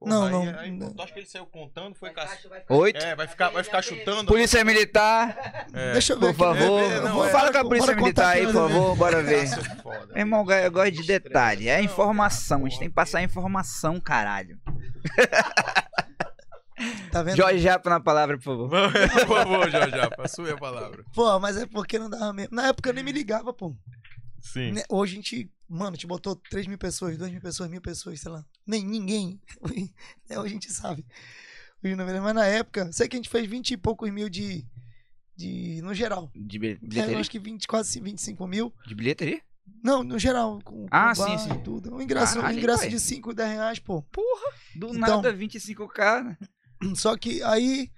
S1: pô,
S3: Não,
S1: aí-
S3: não,
S1: aí,
S3: não.
S1: pô, Tu acha que ele saiu contando? Foi caçando.
S2: 8?
S1: É, vai ficar, vai ficar chutando.
S2: Polícia Militar,
S1: É.
S3: Deixa eu ver
S2: por
S3: aqui.
S2: favor.
S1: É, não,
S2: Vou-
S1: é.
S2: Fala com a
S3: Bora
S2: Polícia
S3: contar
S2: Militar aí,
S3: aqui,
S2: por
S3: né?
S2: favor. Bora ver.
S1: Isso é foda,
S2: Meu irmão, eu gosto de detalhe. É
S1: Não,
S2: informação.
S1: cara,
S2: A gente tem que passar informação, caralho.
S3: Tá vendo?
S2: Jorge Japo na palavra, por favor.
S1: Vamos- Por favor, já, já. Passou a palavra.
S3: Pô, mas é porque não dava mesmo. Na época eu nem me ligava, pô.
S1: Sim.
S3: Né, Hoje a gente, mano, te botou 3 mil pessoas, 2 mil pessoas, mil pessoas, sei lá. Nem ninguém. Né, Hoje a gente sabe os números. Mas na época, sei que a gente fez 20 e poucos mil de. de no geral.
S2: De bi-
S3: Né, Eu
S2: bilheteria?
S3: acho que 20, quase 25 mil.
S2: De bilheteria?
S3: Não, no geral. Com, com
S2: Ah,
S3: bar
S2: sim, sim.
S3: e tudo. Um ingresso, um
S2: Caralho,
S3: ingresso
S2: ué.
S3: de 5, 10 reais, pô.
S2: Do
S3: Então-
S2: nada, 25k. né?
S3: Só que aí,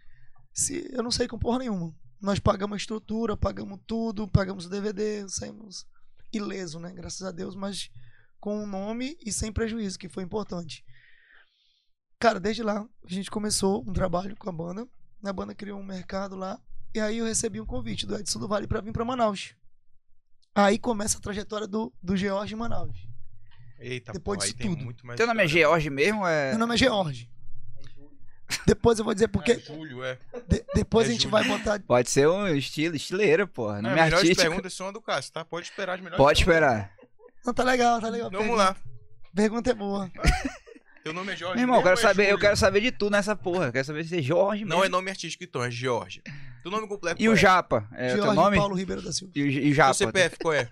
S3: se, eu não sei com porra nenhuma. Nós pagamos a estrutura, pagamos tudo, pagamos o DVD, saímos ileso, né? Graças a Deus, mas com o nome e sem prejuízo, que foi importante. Cara, desde lá, a gente começou um trabalho com a banda. A banda criou um mercado lá. E aí eu recebi um convite do Edson do Vale pra vir pra Manaus. Aí começa a trajetória do, do George em Manaus.
S1: Eita,
S3: Depois
S1: pô, aí
S3: disso
S1: tem
S3: tudo.
S1: muito mais.
S2: Teu nome é
S1: história.
S2: George mesmo? É...
S3: Meu nome é George. Depois eu vou dizer
S1: É,
S3: porque.
S1: Júlio, é.
S3: de- depois
S1: É
S3: a gente
S1: Júlio.
S3: vai botar
S2: Pode ser um estilo, estileira, porra.
S1: Não,
S2: Nome
S1: é melhores
S2: artístico.
S1: perguntas são a do Cássio, tá? Pode esperar as melhores
S2: Pode
S1: perguntas.
S2: esperar.
S3: Não, tá legal, tá legal.
S1: Vamos
S3: Pergunta-
S1: lá.
S3: Pergunta é boa.
S1: Teu nome é Jorge.
S2: Meu irmão, eu
S1: mesmo ou
S2: quero
S1: é
S2: saber, eu
S1: Júlio?
S2: quero saber de tudo nessa porra. Eu quero saber se é Jorge mesmo.
S1: Não é nome artístico, então, é Jorge. Teu nome completo
S2: E o
S1: qual é?
S2: Japa? É o teu
S3: Jorge
S2: nome?
S3: Paulo Ribeiro da Silva.
S2: E o, e o
S1: Teu
S2: Japa?
S1: CPF, qual é?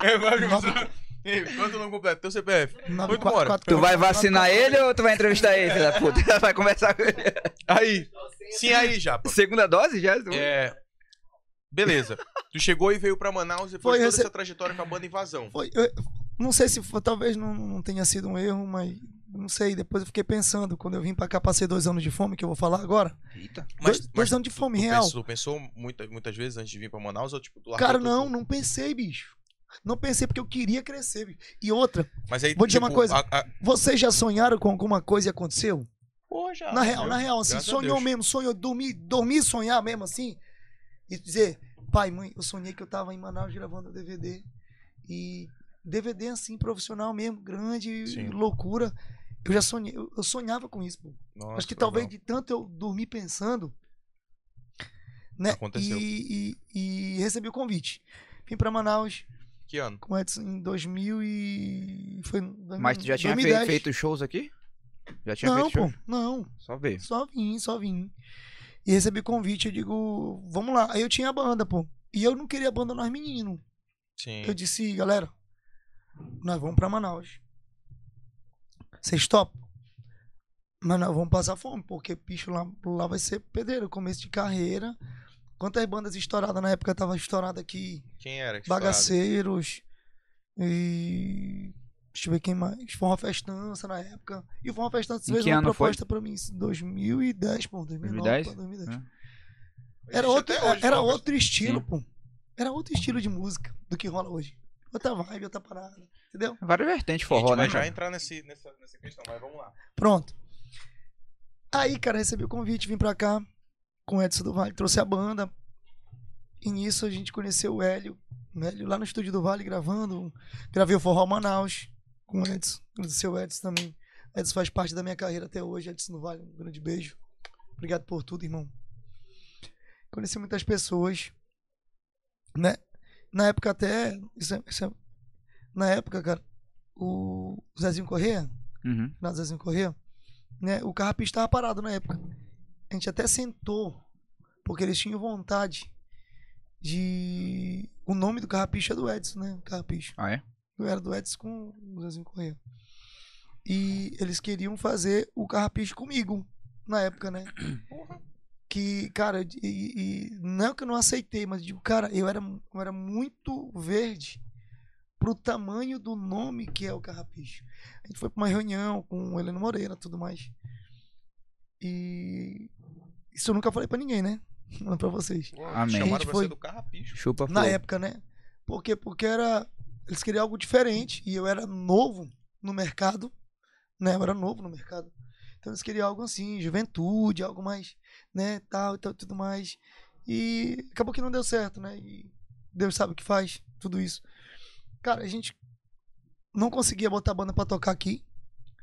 S1: é vai, Ei, Qual é o teu nome completo? Teu CPF. Oito bora.
S3: 944.
S2: Tu vai vacinar ele ou tu vai entrevistar ele, filho da puta? Vai conversar com ele.
S1: Aí. Sim, aí, Japa.
S2: Segunda dose já?
S1: É. Beleza. Tu chegou e veio pra Manaus e
S3: Foi,
S1: foi toda
S3: rece-
S1: essa trajetória com a banda Invasão.
S3: Foi, eu- não sei se foi, talvez não, não tenha sido um erro, mas não sei. Depois eu fiquei pensando. Quando eu vim pra cá, passei dois anos de fome, que eu vou falar agora.
S2: Eita.
S3: Dois- dois anos de fome
S1: tu
S3: real.
S1: Pensou, pensou muita- muitas vezes antes de vir pra Manaus ou tipo, tu largou
S3: Cara,
S1: teu-
S3: não, não pensei, bicho. Não pensei porque eu queria crescer, bicho. E outra,
S1: Mas aí, tipo,
S3: Vou dizer uma coisa.
S1: a- a-
S3: vocês já sonharam com alguma coisa e aconteceu?
S1: Pô, já.
S3: na real, na real, assim,
S1: Ah, Graças a
S3: sonhou
S1: Deus.
S3: mesmo, sonhou, dormir, dormir, e sonhar mesmo assim. E dizer, pai, mãe, eu sonhei que eu tava em Manaus gravando DVD. E DVD assim, profissional mesmo, grande,
S1: Sim.
S3: loucura. Eu já sonhei, eu eu sonhava com isso, pô.
S1: Nossa,
S3: Acho que talvez
S1: legal.
S3: de tanto eu dormir pensando, né?
S1: Aconteceu.
S3: E, e- e recebi o convite. Vim pra Manaus
S1: Que ano?
S3: com o Edson em 2000 e... Foi em
S2: Mas tu já tinha fe-
S3: 2010.
S2: feito shows aqui? Já tinha
S3: Não,
S2: feito shows?
S3: pô, não.
S2: Só veio.
S3: Só vim, só vim. E recebi convite, eu digo, vamos lá. Aí eu tinha a banda, pô. E eu não queria abandonar os meninos.
S1: Sim.
S3: Eu disse, galera, nós vamos pra Manaus. Vocês topam? Mas nós vamos passar fome, porque bicho lá, lá vai ser pedreiro, começo de carreira. Quantas bandas estouradas na época tava estourada aqui?
S1: Quem era? que
S3: Bagaceiros. E. Deixa eu ver quem mais. Foi uma festança na época. E foi uma festança
S2: Em
S3: fez
S2: que
S3: uma
S2: ano foi?
S3: proposta pra mim. em 2010, pô. 2009
S2: 2010?
S3: pra 2010.
S2: É.
S1: estourava?
S3: Era,
S1: Existe
S3: outro,
S1: até hoje,
S3: era
S1: talvez.
S3: outro estilo,
S2: Sim.
S3: pô. Era outro estilo de música do que rola hoje. Outra vibe, outra parada. Entendeu?
S2: Várias vertentes
S1: A gente
S2: forró, né?
S1: vai já
S2: cara?
S1: entrar nesse, nessa, nessa questão, mas vamos lá.
S3: Pronto. Aí, cara, recebi o convite, vim pra cá com o Edson do Vale, trouxe a banda. E nisso a gente conheceu o Hélio, o Hélio lá no estúdio do Vale gravando. Gravei o Forró Manaus com o Edson, agradecer o Edson também. O Edson faz parte da minha carreira até hoje, Edson do Vale, um grande beijo. Obrigado por tudo, irmão. Conheci muitas pessoas, né? Na época até, isso é- isso é- na época, cara, o Zezinho Corrêa,
S2: Uhum.
S3: final do Zezinho Corrêa, assim, né? O Carrapicho estava parado na época. A gente até sentou, porque eles tinham vontade de. O nome do Carrapicho é do Edson, né? Carrapicho.
S2: Ah, é?
S3: Eu era do Edson com o Zezinho Corrêa. E eles queriam fazer o Carrapicho comigo, na época, né? Que, cara, e, e- e não é que eu não aceitei, mas digo, cara, eu era, eu era muito verde pro tamanho do nome que é o Carrapicho. A gente foi pra uma reunião com o Heleno Moreira e tudo mais. E. Isso eu nunca falei pra ninguém, né? Não pra vocês.
S1: Pô,
S2: Amém.
S3: A
S1: Chamaram
S3: gente
S1: você
S3: foi-
S1: do carrapicho.
S2: Chupa
S3: Na
S2: fogo.
S3: época, né? Por quê? Porque era. Eles queriam algo diferente. E eu era novo no mercado. Né? Eu era novo no mercado. Então eles queriam algo assim, juventude, algo mais, né, tal e tal, tudo mais. E acabou que não deu certo, né? E Deus sabe o que faz, tudo isso. Cara, a gente não conseguia botar a banda pra tocar aqui,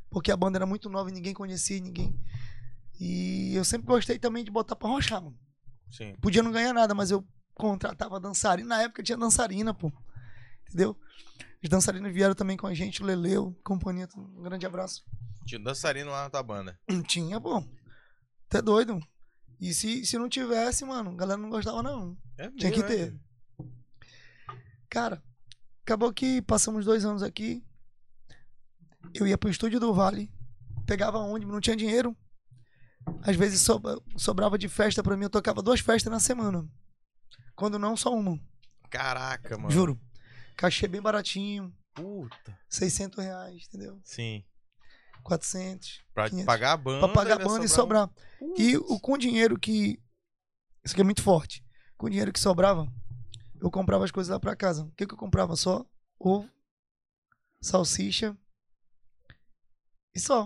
S3: porque a banda era muito nova e ninguém conhecia ninguém. E eu sempre gostei também de botar pra rochar, mano.
S1: Sim.
S3: Podia não ganhar nada, mas eu contratava dançarina. Na época tinha dançarina, pô. Entendeu? Os dançarinos vieram também com a gente, o Leleu, companhia, tudo. um grande abraço.
S1: Tinha um dançarino lá na tua banda.
S3: Tinha, pô. Até doido. E se, se não tivesse, mano, a galera não gostava, não.
S1: É
S3: Tinha que ter. Cara, acabou que passamos dois anos aqui. Eu ia pro estúdio do Vale, pegava ônibus, não tinha dinheiro. Às vezes sobra- sobrava de festa pra mim, eu tocava duas festas na semana. Quando não, só uma.
S1: Caraca, mano.
S3: Juro. Cachê bem baratinho,
S1: Puta.
S3: 600 reais, entendeu?
S1: Sim.
S3: 400.
S1: Pra
S3: 500.
S1: pagar a banda. um
S3: Pra pagar a
S1: ainda
S3: banda e
S1: sobrava
S3: sobrar. E o, com o dinheiro que. Isso aqui é muito forte. Com o dinheiro que sobrava, eu comprava as coisas lá pra casa. O que, que eu comprava? Só ovo, salsicha e só.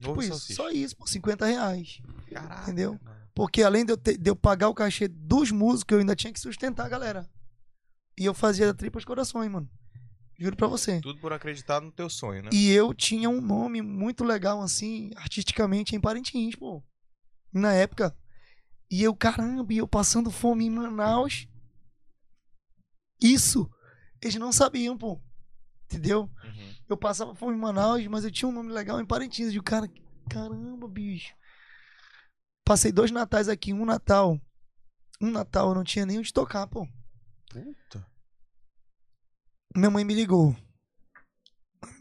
S1: um ovo
S3: Tipo
S1: e
S3: isso.
S1: salsicha.
S3: Só isso, por 50 reais.
S1: Caraca, né?
S3: entendeu?
S1: mano.
S3: Porque além de eu, ter- de eu pagar o cachê dos músicos, eu ainda tinha que sustentar a galera. E eu fazia tripas corações, mano. Juro pra você.
S1: Tudo por acreditar no teu sonho, né?
S3: E eu tinha um nome muito legal, assim, artisticamente, em Parintins, pô. Na época. E eu, caramba, e eu passando fome em Manaus. Isso. Eles não sabiam, pô. Entendeu?
S1: Uhum.
S3: Eu passava fome em Manaus, mas eu tinha um nome legal em Parintins. E o cara, caramba, bicho. Passei dois natais aqui, um Natal. Um Natal eu não tinha nem onde tocar, pô.
S1: Puta.
S3: Minha mãe me ligou.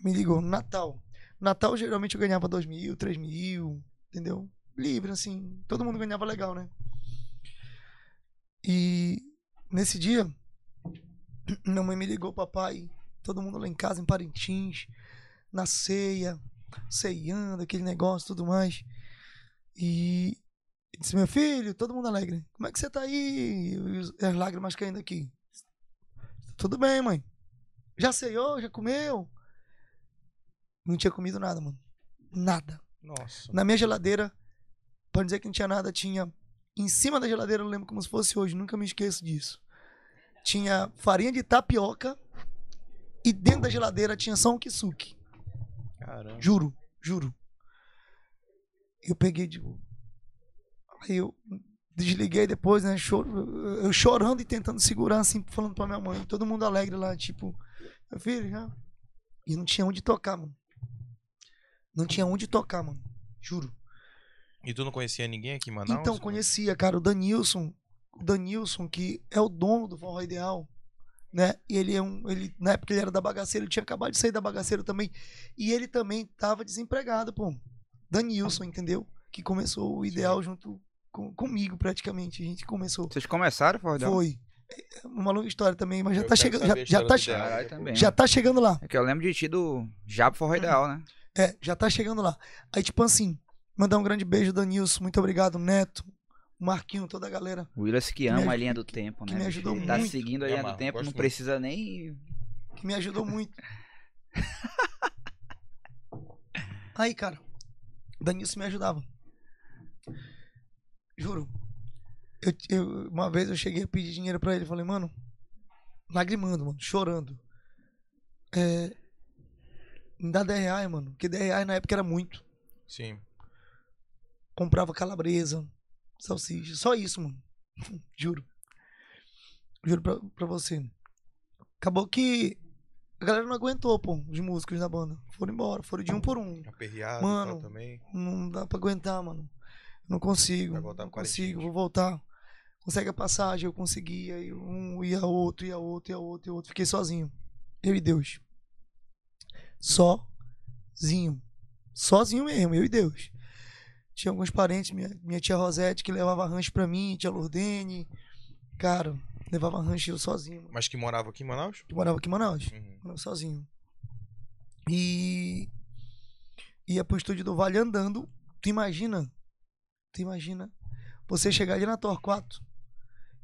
S3: Me ligou no Natal. Natal geralmente eu ganhava 2 mil, 3 mil, entendeu? Livre, assim. Todo mundo ganhava legal, né? E nesse dia, minha mãe me ligou, papai, todo mundo lá em casa, em Parintins, na ceia, ceiando, aquele negócio tudo mais. E disse: Meu filho, todo mundo alegre. Como é que você tá aí? E as lágrimas caindo aqui. Tudo bem, mãe. Já ceiou? Já comeu? Não tinha comido nada, mano. Nada.
S1: Nossa.
S3: Na minha geladeira, pra não dizer que não tinha nada, tinha. Em cima da geladeira, eu lembro como se fosse hoje, nunca me esqueço disso. Tinha farinha de tapioca e dentro da geladeira tinha só um kisuki.
S1: Caramba.
S3: Juro, juro. Eu peguei de. Aí eu desliguei depois, né? Choro, eu chorando e tentando segurar, assim, falando pra minha mãe. Todo mundo alegre lá, tipo, meu filho, já. E não tinha onde tocar, mano. Não tinha onde tocar, mano. Juro.
S1: E tu não conhecia ninguém aqui em Manaus?
S3: então, conhecia, cara, o Danilson. O Danilson, que é o dono do Forró Ideal, né? E ele é um. Ele, na época ele era da bagaceira, ele tinha acabado de sair da bagaceira também. E ele também tava desempregado, pô. Danilson, entendeu? Que começou o ideal junto com- comigo, praticamente. A gente começou.
S2: Vocês começaram, Fordão?
S3: Foi. É uma longa história também, mas já
S1: Eu
S3: tá
S1: quero
S3: chegando. Já,
S1: saber a
S3: já
S1: história
S3: tá,
S1: do
S3: che-
S1: Ideal
S2: Caralho,
S1: depois.
S2: também.
S3: já Hum. tá chegando lá.
S2: É que eu lembro de ti do Jabo Forró Ideal, né?
S3: É, já tá chegando lá. Aí, tipo assim, mandar um grande beijo, Danilson. Muito obrigado, Neto, Marquinho, toda a galera.
S2: O Willis que
S3: me
S2: ama a
S3: aj-
S2: linha do tempo,
S3: que
S2: né?
S3: me
S2: bicho?
S3: ajudou
S2: Ele tá
S3: muito.
S2: seguindo a
S1: Me
S2: linha do
S1: amarro,
S2: tempo,
S1: gosto
S2: não
S1: muito.
S2: precisa nem.
S3: que me ajudou muito. Aí, cara, o Danilson me ajudava. Juro. Eu- eu- uma vez eu cheguei a pedir dinheiro pra ele. Falei, mano, lagrimando, mano, chorando. É, me dá 10 reais, mano. Porque 10 reais na época era muito.
S1: Sim.
S3: Comprava calabresa, salsicha, só isso, mano. Juro. Juro pra, pra você. Acabou que a galera não aguentou, pô, os músicos da banda. Foram embora, foram de um por um.
S1: Aperreado
S3: Mano.
S1: e tal também.
S3: Não dá pra aguentar, mano. Não consigo.
S1: Vai voltar
S3: Não
S1: pro Parintins.
S3: consigo, vou voltar. Consegue a passagem, eu conseguia. E um ia outro, ia outro, ia outro, ia outro. Fiquei sozinho. Eu e Deus. Sozinho. Sozinho mesmo, eu e Deus. Tinha alguns parentes, minha, minha tia Rosete, que levava rancho pra mim, tia Lurdene. Cara, levava rancho eu sozinho, mano.
S1: Mas que morava aqui em Manaus?
S3: Que morava aqui em Manaus
S1: Uhum.
S3: morava sozinho. E ia pro estúdio do Vale andando. Tu imagina? Tu imagina? Você chegar ali na Torquato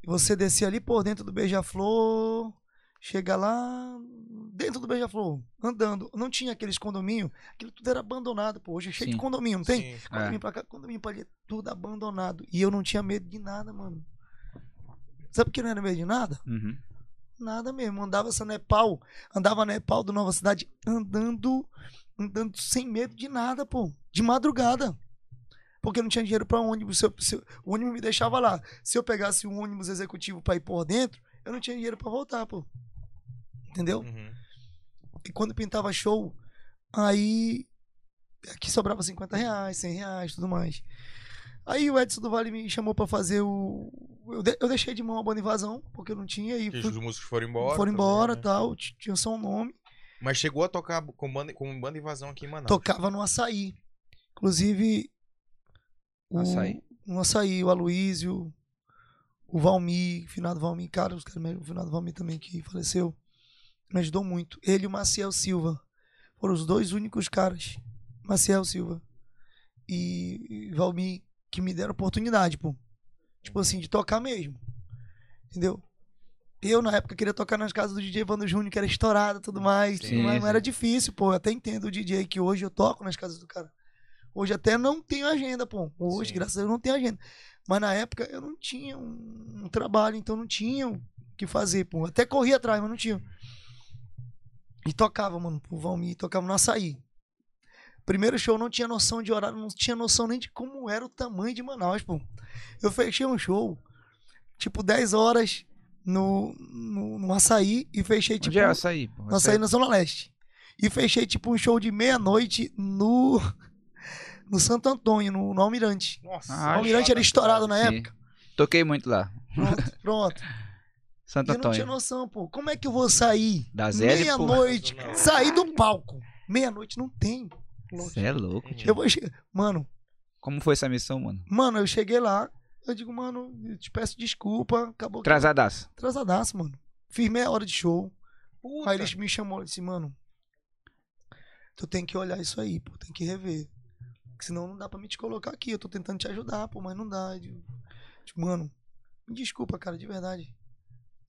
S3: e você descer ali por dentro do Beija-Flor, chegar lá, de- dentro do Beija-Flor, andando. Não tinha aqueles condomínios, aquilo tudo era abandonado, pô. Hoje é cheio
S2: Sim.
S3: de condomínio, não tem?
S1: Sim.
S3: Condomínio pra cá, condomínio pra ali, é tudo abandonado. E eu não tinha medo de nada, mano. Sabe por que não era medo de nada?
S2: Uhum.
S3: Nada mesmo. Andava essa Nepal, andava Nepal do Nova Cidade andando, andando sem medo de nada, pô. De madrugada. Porque eu não tinha dinheiro pra ônibus. Se eu- se eu- o ônibus me deixava lá. Se eu pegasse um ônibus executivo pra ir por dentro, eu não tinha dinheiro pra voltar, pô. Entendeu?
S1: Uhum.
S3: E quando pintava show, aí aqui sobrava 50 reais, 100 reais, tudo mais. Aí o Edson do Vale me chamou pra fazer o. Eu, de- eu deixei de mão a banda invasão, porque eu não tinha, e
S1: Que
S3: fui-
S1: Os músicos foram embora.
S3: foram
S1: também,
S3: embora
S1: né?
S3: tal, t- tinha só um nome.
S1: Mas chegou a tocar com banda, com banda invasão aqui em Manaus.
S3: Tocava no açaí. Inclusive. O,
S2: Açaí?
S3: No açaí, o Aloísio, o Valmir, o finado Valmir, cara, os caras me- o finado Valmir também que faleceu. Me ajudou muito. Ele e o Maciel Silva. Foram os dois únicos caras. Maciel Silva e, e Valmir, que me deram oportunidade, pô.
S2: Uhum.
S3: Tipo assim, de tocar mesmo. Entendeu? Eu, na época, queria tocar nas casas do DJ Evandro Júnior, que era estourado e tudo mais.
S2: Sim,
S3: tudo mais mas
S2: sim.
S3: era difícil, pô. Eu até entendo o DJ que hoje eu toco nas casas do cara. Hoje até não tenho agenda, pô. Hoje,
S1: Sim.
S3: graças a Deus, não tenho agenda. Mas na época eu não tinha um, um trabalho, então não tinha o que fazer, pô. Até corri atrás, mas não tinha. E tocava, mano, pro Valmir, tocava no açaí. Primeiro show não tinha noção de horário, não tinha noção nem de como era o tamanho de Manaus, pô. Eu fechei um show, tipo 10 horas no, no, no açaí e fechei tipo.
S2: Onde é açaí? Pô?
S3: Nós saí na Zona Leste. E fechei tipo um show de meia-noite no. No Santo Antônio, no, no Almirante.
S1: Nossa,
S2: Ah,
S3: O Almirante
S1: chato,
S3: era estourado né?
S1: cara.
S3: na
S2: Sim.
S3: época.
S2: Toquei muito lá.
S3: Pronto, pronto. E
S2: Santo
S3: eu não tinha
S2: Antônio. é
S3: noção, pô. Como é que eu vou sair?
S2: Da Zé pô.
S3: Meia-noite.
S1: Não.
S3: Sair do palco. Meia-noite não tem.
S2: Você é louco.
S1: Uhum.
S3: Eu vou chegar. Mano,
S2: Como foi essa missão, mano?
S3: mano, eu cheguei lá. Eu digo, mano, eu te peço desculpa. Acabou que.
S2: Atrasadaço.
S3: Atrasadaço, mano. Fiz meia hora de show.
S1: Puta.
S3: Aí eles me chamou e disse, mano, tu tem que olhar isso aí, pô, tem que rever. Porque senão não dá pra me te colocar aqui. Eu tô tentando te ajudar, pô, mas não dá. Eu digo, tipo, mano, me desculpa, cara, de verdade.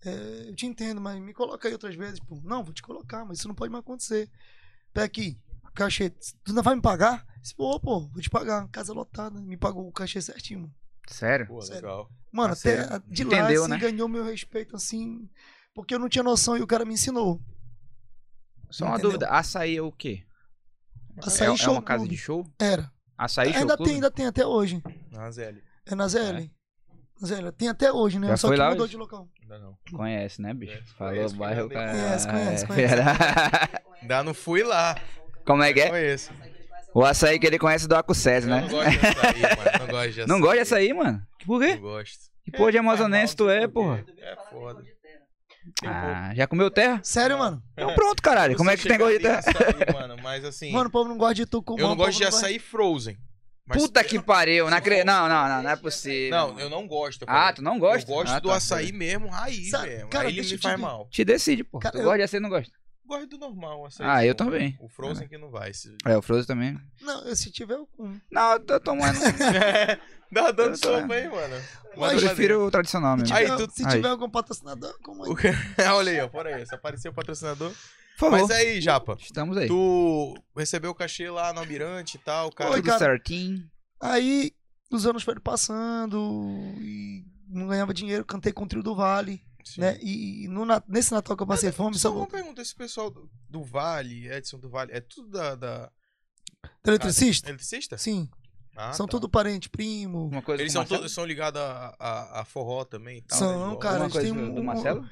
S3: É, eu te entendo, mas me coloca aí outras vezes, pô. Não, vou te colocar, mas isso não pode mais acontecer. Pega aqui, cachê, tu não vai me pagar? Eu disse, Pô, pô, vou te pagar. Casa lotada, me pagou o cachê certinho, mano.
S2: Sério?
S1: Pô,
S3: Sério.
S1: legal.
S3: Mano,
S2: Assim,
S3: até de lá,
S2: entendeu,
S3: assim,
S2: né?
S3: ganhou meu respeito, assim, porque eu não tinha noção e o cara me ensinou.
S2: Só uma
S3: Entendeu?
S2: dúvida. Açaí é o quê?
S3: Açaí
S2: é, é
S3: Show
S2: uma casa
S3: Clube.
S2: de show?
S3: Era.
S2: Açaí show
S3: ainda
S2: clube?
S3: tem, ainda tem até hoje.
S1: Na ZL.
S3: É na ZL. Na ZL. Tem até hoje, né?
S2: Já
S3: Só
S2: foi
S3: que
S2: lá
S3: mudou
S2: hoje?
S3: de local.
S1: Ainda não.
S2: Conhece, né, bicho?
S1: É,
S2: Falou
S1: conheço,
S2: o bairro,
S1: Fernando
S2: cara.
S3: Conhece, conhece,
S2: É.
S1: Ainda não fui lá. Né?
S2: Como é que é?
S1: Conheço.
S2: O açaí que ele conhece do Acucés,
S1: Eu
S2: né?
S1: não gosto de açaí, mano. Não gosto de açaí.
S2: Não gosta de açaí, mano? Por quê?
S1: Não gosto.
S2: Que porra de
S1: Ah,
S2: amazonense tu é, porra?
S1: É foda.
S2: Ah, já comeu terra?
S3: Sério, mano?
S2: Então pronto, caralho. Como é que tem gosto de terra?
S1: açaí, mano, mas assim...
S3: Mano, o povo não gosta de Tucumã.
S1: eu não
S3: o povo
S1: gosto de açaí frozen. Mas-
S2: Puta que pariu. Não, acre- não, não, não, não é possível.
S1: Não,
S2: mano.
S1: eu não gosto. eu
S2: Ah,
S1: falei.
S2: tu não gosta?
S1: Eu gosto
S2: Ah,
S1: do
S2: tá.
S1: açaí mesmo, raiz
S3: Sabe,
S1: mesmo.
S3: cara,
S1: Aí ele
S3: deixa
S1: me
S3: eu te
S1: faz
S3: dizer.
S1: mal.
S2: Te decide, pô.
S3: Cara,
S2: Tu
S3: eu-
S2: gosta de açaí ou não gosta?
S1: Gosto do normal, o açaí.
S2: Ah, eu
S1: pô.
S2: também.
S1: O frozen que não vai. se-
S2: É, o Frozen também.
S3: Não, se tiver eu como.
S2: Não, eu tô tomando.
S1: Dá
S2: Eu
S1: dando sopa
S2: também.
S1: aí, mano.
S2: Mas
S1: Manda
S2: eu
S1: pra
S2: prefiro o tradicional
S3: Se
S2: mesmo.
S1: Aí,
S3: tiver,
S1: tu-
S3: se
S2: É. aí.
S3: tiver algum patrocinador, como aí.
S1: O cara- Olha aí, ó, fora aí. Se apareceu o patrocinador.
S2: Por favor.
S1: Mas é aí, Japa,
S2: Estamos aí.
S1: tu recebeu o cachê lá no Almirante e tal, cara.
S3: Oi,
S2: Tudo
S3: cara.
S2: certinho.
S3: Aí, os anos foram passando e não ganhava dinheiro, cantei com o trio do Vale,
S1: Sim.
S3: né? E, e no na- nesse Natal que eu passei fome,
S1: Só
S3: só
S1: uma pergunta, esse pessoal do, do Vale, Edson do Vale, é tudo da... da...
S3: eletricista?
S1: Eletricista?
S3: Sim,
S1: tá. Ah,
S3: são
S1: tá.
S3: tudo parente, primo.
S2: Uma coisa
S1: Eles
S2: com
S1: são,
S2: o Marcelo?
S1: todos, são ligados a, a, a forró também e tal.
S3: São,
S1: né, igual-
S3: cara,
S2: Alguma
S3: eles
S2: coisa
S3: têm um-
S2: do
S3: um-
S2: Marcelo?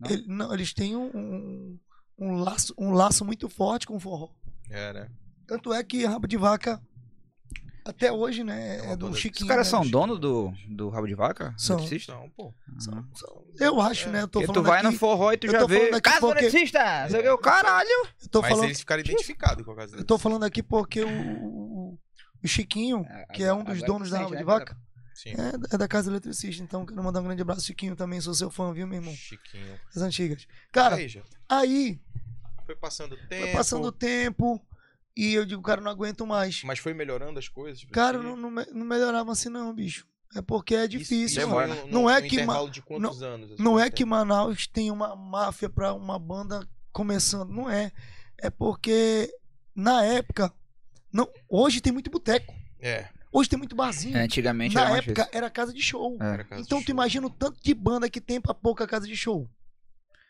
S2: Não?
S3: Ele- não, eles têm um, um, um laço, um laço muito forte com o forró.
S1: É, né?
S3: Tanto é que rabo de vaca, até hoje, né?
S1: uma
S3: É do
S1: banda-
S3: Chiquinho.
S2: Os caras
S3: né,
S2: são
S3: do
S2: dono do, do rabo de vaca?
S3: São.
S2: Eletricista?
S1: São, pô.
S3: Chiquinho. São- são- Eu acho, né? Eu tô
S2: Porque
S3: falando
S2: tu vai
S3: aqui,
S2: no forró Uhum. É. e tu
S3: eu
S2: já
S3: tô
S2: vê.
S3: falando aqui
S2: Casa
S3: porque- É,
S2: eletricista! Você vê o caralho!
S3: eu tô
S1: Mas
S3: falando,
S1: eles ficaram identificados com a casa
S3: eu
S1: deles.
S3: tô falando aqui porque o, o- o Chiquinho, que é um dos donos da rabo de
S2: tá-
S3: vaca,
S1: Sim.
S3: é, é da Casa Eletricista. Então, quero mandar um grande abraço, Chiquinho, também sou seu fã, viu, meu irmão?
S1: Chiquinho.
S3: As antigas. Cara,
S1: Aí, já.
S3: aí,
S1: Foi passando o
S2: É,
S1: tempo.
S3: foi passando o tempo e eu digo, cara, não aguento mais.
S1: Mas foi melhorando as coisas? pra
S3: Cara,
S1: ti?
S3: não, não, me- não melhorava assim, não, bicho. É porque é difícil,
S1: Isso- isso
S3: mano.
S2: demora,
S1: foi
S3: Não é
S1: num
S3: que ma-
S1: intervalo de quantos anos? assim,
S3: Não é
S1: quanto
S3: que
S1: tempo?
S3: Manaus tem uma máfia pra uma banda começando. Não é. É porque, na época. Não, hoje tem muito boteco.
S1: É.
S3: Hoje tem muito barzinho.
S2: É, antigamente era
S3: na
S2: mais
S3: época
S2: difícil.
S3: era casa de show.
S2: É.
S1: era casa de
S3: Então tu
S1: show.
S3: imagina o tanto de banda que tem pra pouca casa de show.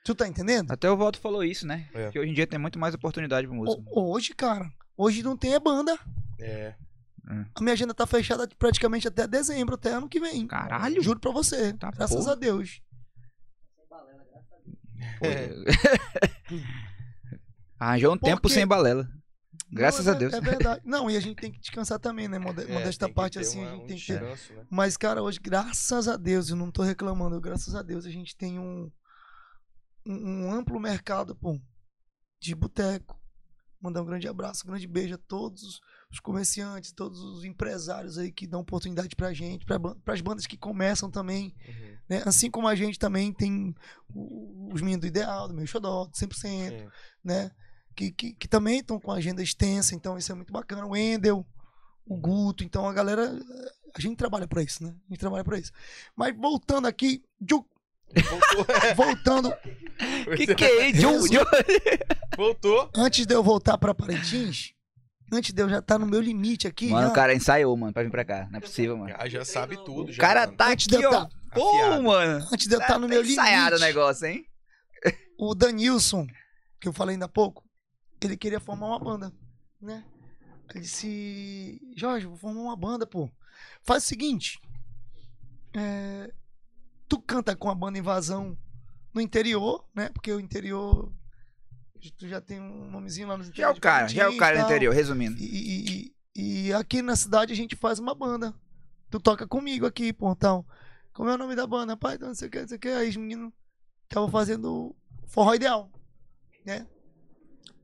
S3: Tu tá entendendo?
S2: Até o Walter falou isso, né?
S1: É.
S2: Que hoje em dia tem é muito mais oportunidade pro músico.
S3: Ho- hoje, cara, hoje não tem é banda.
S1: É.
S3: A minha agenda tá fechada praticamente até dezembro, até ano que vem.
S2: Caralho!
S3: Juro pra você.
S2: Tá
S3: graças
S2: porra.
S3: a Deus.
S2: Pô,
S1: É,
S3: é.
S2: Arranjou um
S3: Por
S2: tempo
S3: quê?
S2: sem balela. Graças
S3: Não,
S2: a
S3: é-
S2: Deus.
S3: É verdade. Não, e a gente tem que descansar também, né? Mode-
S1: É,
S3: Modesta
S1: tem que
S3: parte,
S1: ter
S3: assim,
S1: uma-
S3: a gente
S1: um
S3: tem que ter.
S1: descanso, né?
S3: Mas, cara, hoje, graças a Deus, eu não tô reclamando, graças a Deus, a gente tem um, um, um amplo mercado, pô, de boteco. Mandar um grande abraço, um grande beijo a todos os comerciantes, todos os empresários aí que dão oportunidade pra gente, pra, ban- pras bandas que começam também,
S1: Uhum,
S3: né? Assim como a gente também tem o- os meninos do Ideal, do Meu Xodó, do 100%,
S1: sim.
S3: né? Que, que, que também estão com a agenda extensa, então isso é muito bacana. O Endel, o Guto, então a galera. A gente trabalha pra isso, né? A gente trabalha pra isso. Mas voltando aqui, Ju,
S1: É. Voltou.
S3: voltando,
S2: Que que é isso?
S3: Resu- é?
S1: Voltou.
S3: antes de eu voltar pra Parintins, antes de eu já estar no meu limite aqui,
S2: Mano, o
S3: já,
S2: cara ensaiou, mano, pra vir pra cá. Não é possível, mano.
S1: Ah, já sabe tudo.
S2: O
S1: já,
S2: cara
S1: mano.
S2: tá
S3: Antes de
S2: aqui,
S3: eu
S2: ó.
S3: tá-
S2: Pô,
S1: Afiado.
S2: mano. Tá
S3: antes de eu estar no meu
S2: ensaiado o
S3: limite,
S2: negócio, hein?
S3: o Danilson, que eu falei ainda há pouco, ele queria formar uma banda, né? Ele disse, Jorge, vou formar uma banda, pô. Faz o seguinte, é, tu canta com a banda Invasão no interior, né? Porque o interior, tu já tem um nomezinho lá no interior.
S2: Já é o
S3: de
S2: cara, já é
S3: Parintins
S2: o
S3: e
S2: cara do
S3: tal.
S2: interior, resumindo.
S3: E, e- e aqui na cidade a gente faz uma banda. Tu toca comigo aqui, pô, tal. Como é o nome da banda? Pai, não sei o que, não sei o que. Aí os meninos estavam fazendo forró ideal. tá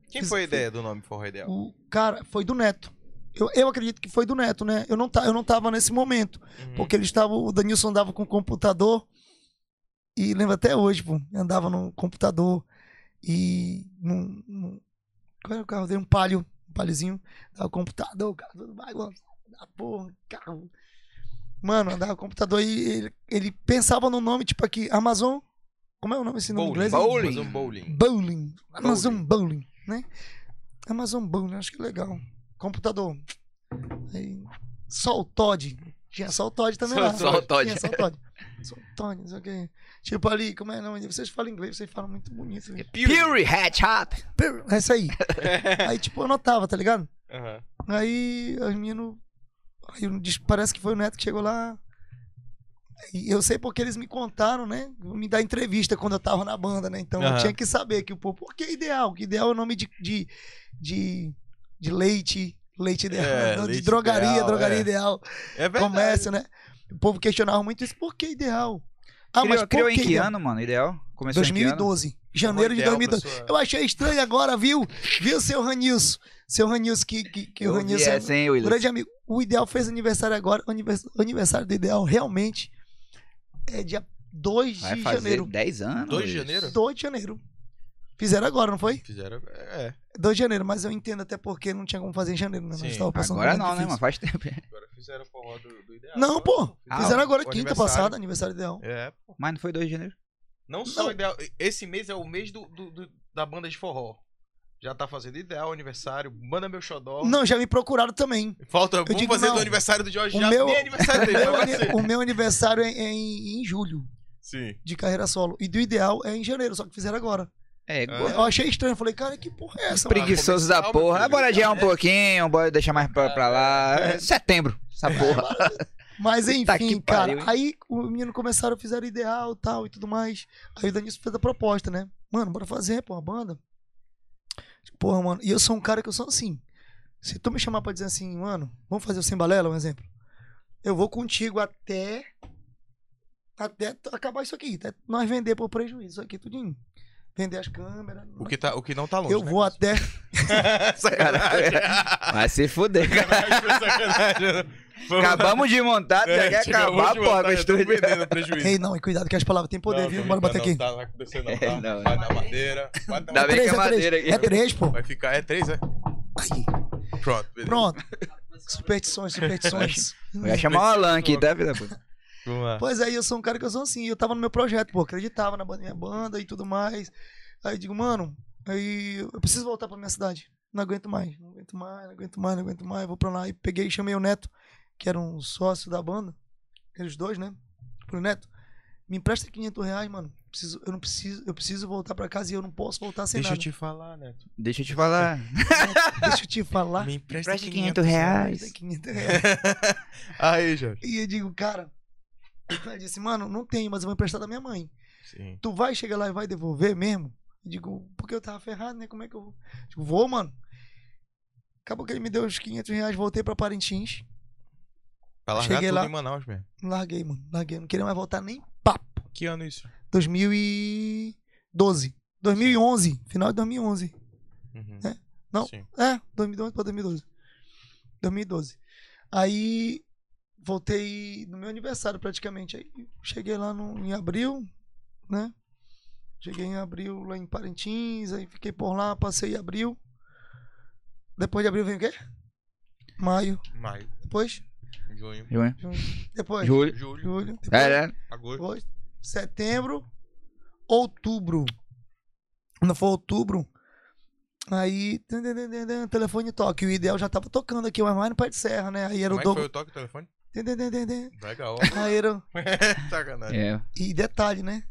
S1: Quem foi a ideia do nome Forró Ideal?
S3: O cara foi do Neto. Eu, eu acredito que foi do Neto, né? Eu não, ta, eu não tava nesse momento.
S1: Uhum.
S3: Porque eles estavam. O Danilson andava com o computador. E lembro até hoje, pô. Andava no computador. E. Num, num- qual era o carro dele? Um palio. Um paliozinho. Tava o computador, o carro todo bagulho. Da porra, um carro. Mano, andava o computador e ele, ele pensava no nome, tipo aqui, Amazon. Como é o nome esse nome
S1: Bowling.
S3: em inglês?
S2: Bowling.
S1: Fazer um bowling.
S3: Bowling. Amazon Bowling, né? Amazon Bowling, acho que é legal. Computador. Aí, só o Todd. Tinha só o Todd também
S1: Só o
S3: lá.
S2: Todd.
S3: Tinha só o Todd. Só o Todd, não sei o quê. Tipo ali, como é? Não, vocês falam inglês, vocês falam muito bonito. né?
S2: Fury Hatch Up.
S3: É isso aí. Aí, tipo, eu notava, tá ligado?
S1: Aham.
S3: Aí as meninas. Aí eu disse- parece que foi o Neto que chegou lá. E eu sei porque eles me contaram, né? Me dar entrevista quando eu tava na banda, né? Então eu
S1: Aham.
S3: tinha que saber que o povo. Porque é ideal, que ideal é o nome de. de, de, de leite. Leite ideal,
S1: É,
S3: não,
S1: leite
S3: de drogaria,
S1: ideal,
S3: drogaria
S1: é.
S3: ideal,
S1: É verdade.
S3: comércio, né? O povo questionava muito isso, por que ideal? Ah,
S2: criou, criou
S3: por
S2: em que
S3: ideal?
S2: ano, mano? Ideal? Começou em que ano?
S3: 2012, janeiro de
S1: Ideal
S3: 2012.
S1: pra sua-
S3: Eu achei estranho agora, viu? Viu, seu Ranilson? Seu Ranilson, que, que, que o
S2: Eu vi
S3: Ranilson é
S2: essa, hein,
S3: um
S2: Willis?
S3: grande amigo. O Ideal fez aniversário agora. O anivers- o aniversário do Ideal realmente é dia 2
S2: Vai
S3: de
S2: fazer
S3: janeiro.
S2: 10 anos.
S1: 2 de
S2: Willis.
S1: janeiro?
S3: 2 de janeiro. Fizeram agora, não foi?
S1: Fizeram. É.
S3: 2 de janeiro, mas eu entendo até porque não tinha como fazer em janeiro, né? Nós
S1: Sim.
S3: estava passando
S2: Agora
S3: um
S2: não,
S3: momento
S2: né, mano?
S3: difícil.
S2: Faz tempo.
S1: Agora fizeram forró do, do ideal.
S3: Não, pô.
S2: Ah,
S3: Fizeram agora,
S1: o
S3: quinta
S1: aniversário.
S3: passada, aniversário do Ideal.
S1: É.
S2: Mas não foi 2 de janeiro?
S1: Não só
S3: Não.
S1: o ideal. Esse mês é o mês do, do- do- da banda de forró. Já tá fazendo ideal, aniversário. Manda meu xodó.
S3: Não, já me procuraram também.
S1: Falta. vamos
S3: digo
S1: fazer
S3: não.
S1: do aniversário do Jorge
S3: O
S1: Jato.
S3: meu-
S1: Nem é aniversário dele. né,
S3: Meu
S1: vai
S3: ani-
S1: ser.
S3: o meu aniversário é é em, em julho,
S1: Sim.
S3: de carreira solo. E do Ideal é em janeiro, só que fizeram agora.
S2: É,
S1: Ah.
S2: boa.
S3: Eu achei estranho, falei, cara, que porra é essa? mano?
S2: preguiçoso
S1: começar,
S2: da
S1: meu
S2: porra.
S1: filho,
S2: Ah, bora adiar um
S1: né?
S2: pouquinho, bora deixar mais pra, pra lá. É Setembro, essa porra.
S3: Mas enfim,
S2: Puta que
S3: cara,
S2: pariu, hein?
S3: aí o menino começaram, fizeram ideal tal e tudo mais. Aí o Danilson fez a proposta, né? Mano, bora fazer, pô, uma banda. Porra, mano, e eu sou um cara que eu sou assim. Se tu me chamar pra dizer assim, mano, vamos fazer o Sem Balela, um exemplo. Eu vou contigo até. Até tu acabar isso aqui, até nós vender por prejuízo, isso aqui tudinho. Vender as câmeras.
S1: O que, tá, o que não tá longe.
S3: eu
S1: né?
S3: vou até.
S1: Sacanagem.
S2: Vai se fuder, cara.
S1: Sacanagem. Vamos-
S2: Acabamos de montar, já
S1: É,
S2: quer
S1: acabamos
S2: acabar,
S1: de
S2: porra,
S1: montar,
S2: com o
S1: já tamo
S2: estúdio.
S1: vendendo prejuízo.
S3: Ei, não, e cuidado que as palavras têm poder,
S1: Não,
S3: viu?
S1: tô
S3: Bora bater
S1: brincando,
S3: aqui.
S1: Não, tá, não vai acontecer não, tá?
S2: É, não.
S1: Vai dar madeira. Vai dar
S2: Ainda bem
S1: madeira.
S2: que é
S3: Três, é três.
S2: madeira aqui.
S3: É três, pô.
S1: Vai ficar, é três, é?
S3: Aí.
S1: Pronto, beleza.
S3: Pronto. Superstições, superstições.
S2: Vai chamar o Alan aqui, tá, filha? da puta?
S1: Vamos lá.
S3: Pois é, e eu sou um cara que eu sou assim. Eu tava no meu projeto, pô, acreditava na banda- minha banda e tudo mais. Aí eu digo, mano, Aí eu preciso voltar pra minha cidade. Não aguento mais, não aguento mais, não aguento mais, não aguento mais. Vou pra lá e peguei e chamei o Neto, que era um sócio da banda. Eles dois, né? Pro Neto. Me empresta 500 reais, mano. Preciso, eu não preciso, eu preciso voltar pra casa e eu não posso voltar sem
S1: Deixa eu
S3: nada.
S1: te falar, Neto.
S2: Deixa eu te falar.
S3: Deixa eu te falar.
S1: Me empresta,
S2: Empresta 500 reais.
S3: Me dá 500 reais.
S1: Aí, Jorge.
S3: E eu digo, cara. Eu disse, mano, não tenho, mas eu vou emprestar da minha mãe.
S1: Sim.
S3: tu vai chegar lá e vai devolver mesmo? Eu digo, porque eu tava ferrado, né? Como é que eu vou? Eu digo, vou, mano. Acabou que ele me deu os 500 reais, voltei pra Parintins.
S1: Pra largar
S3: Cheguei
S1: Tá tudo
S3: lá.
S1: em Manaus mesmo.
S3: Larguei, mano. Larguei. Eu Não queria mais voltar nem papo.
S1: Que ano isso?
S3: 2012. 2011. Final de 2011.
S1: Uhum.
S3: É? Não.
S1: Sim.
S3: É, 2011 pra 2012. 2012. Aí voltei no meu aniversário praticamente. Aí cheguei lá no, em abril, né? Cheguei em abril lá em Parintins, aí fiquei por lá, passei abril. Depois de abril vem o quê? Maio.
S1: Maio,
S3: Depois?
S1: junho,
S2: Junho.
S3: Depois.
S2: Julho.
S1: julho,
S3: Julho. Depois,
S2: É, né?
S1: agosto.
S3: agosto, setembro, outubro. Quando for outubro, aí tan, tan, tan, tan, tan, telefone toque. O ideal já tava tocando aqui, mas mais no Pai de Serra, né? Aí era
S1: Como é
S3: o
S1: que foi
S3: dobro.
S1: o toque do telefone? Legal.
S3: Aí era.
S1: Sacanagem.
S2: É.
S3: E detalhe, né?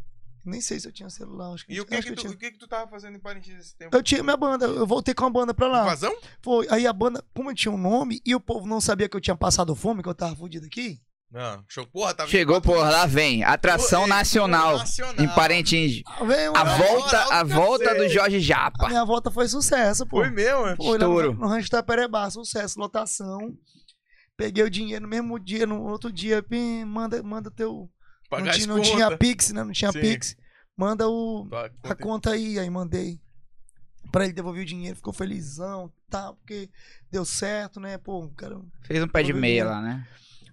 S3: Nem sei se eu tinha celular, acho É. que,
S1: E o que
S3: acho
S1: que,
S3: eu
S1: tu,
S3: tinha.
S1: o que que tu tava fazendo em Parintins esse tempo?
S3: Eu tinha minha banda, eu voltei com a banda pra lá.
S1: Invasão?
S3: Foi, aí a banda, como eu tinha um nome e o povo não sabia que eu tinha passado fome, que eu tava fudido aqui,
S1: Não, Ah, show. Porra, tava
S2: Chegou, por lá vem. Atração
S1: Ei,
S2: nacional.
S1: nacional.
S2: Em Parintins.
S3: veio um
S2: A
S1: Não,
S3: é
S2: volta,
S1: não,
S2: a volta do
S1: cacete.
S2: Jorge
S3: a
S2: Japa.
S3: minha volta foi sucesso, pô.
S1: Foi mesmo, é?
S3: Foi lá no,
S2: Estouro.
S3: no Rancho da Perebá, sucesso, lotação. Peguei o dinheiro no mesmo dia, no outro dia, pim, manda, manda teu. Não
S1: Pagar
S3: tinha,
S1: as
S3: não
S1: contas.
S3: tinha Pix, né? Não tinha
S1: Sim.
S3: Pix. Manda o,
S1: Tua
S3: a
S1: conta-
S3: conta aí, aí mandei. Pra ele devolver o dinheiro, ficou felizão, tá? Porque deu certo, né? Pô, cara.
S2: Fez um pé de
S3: Todo
S2: meia
S3: dia.
S2: lá, né?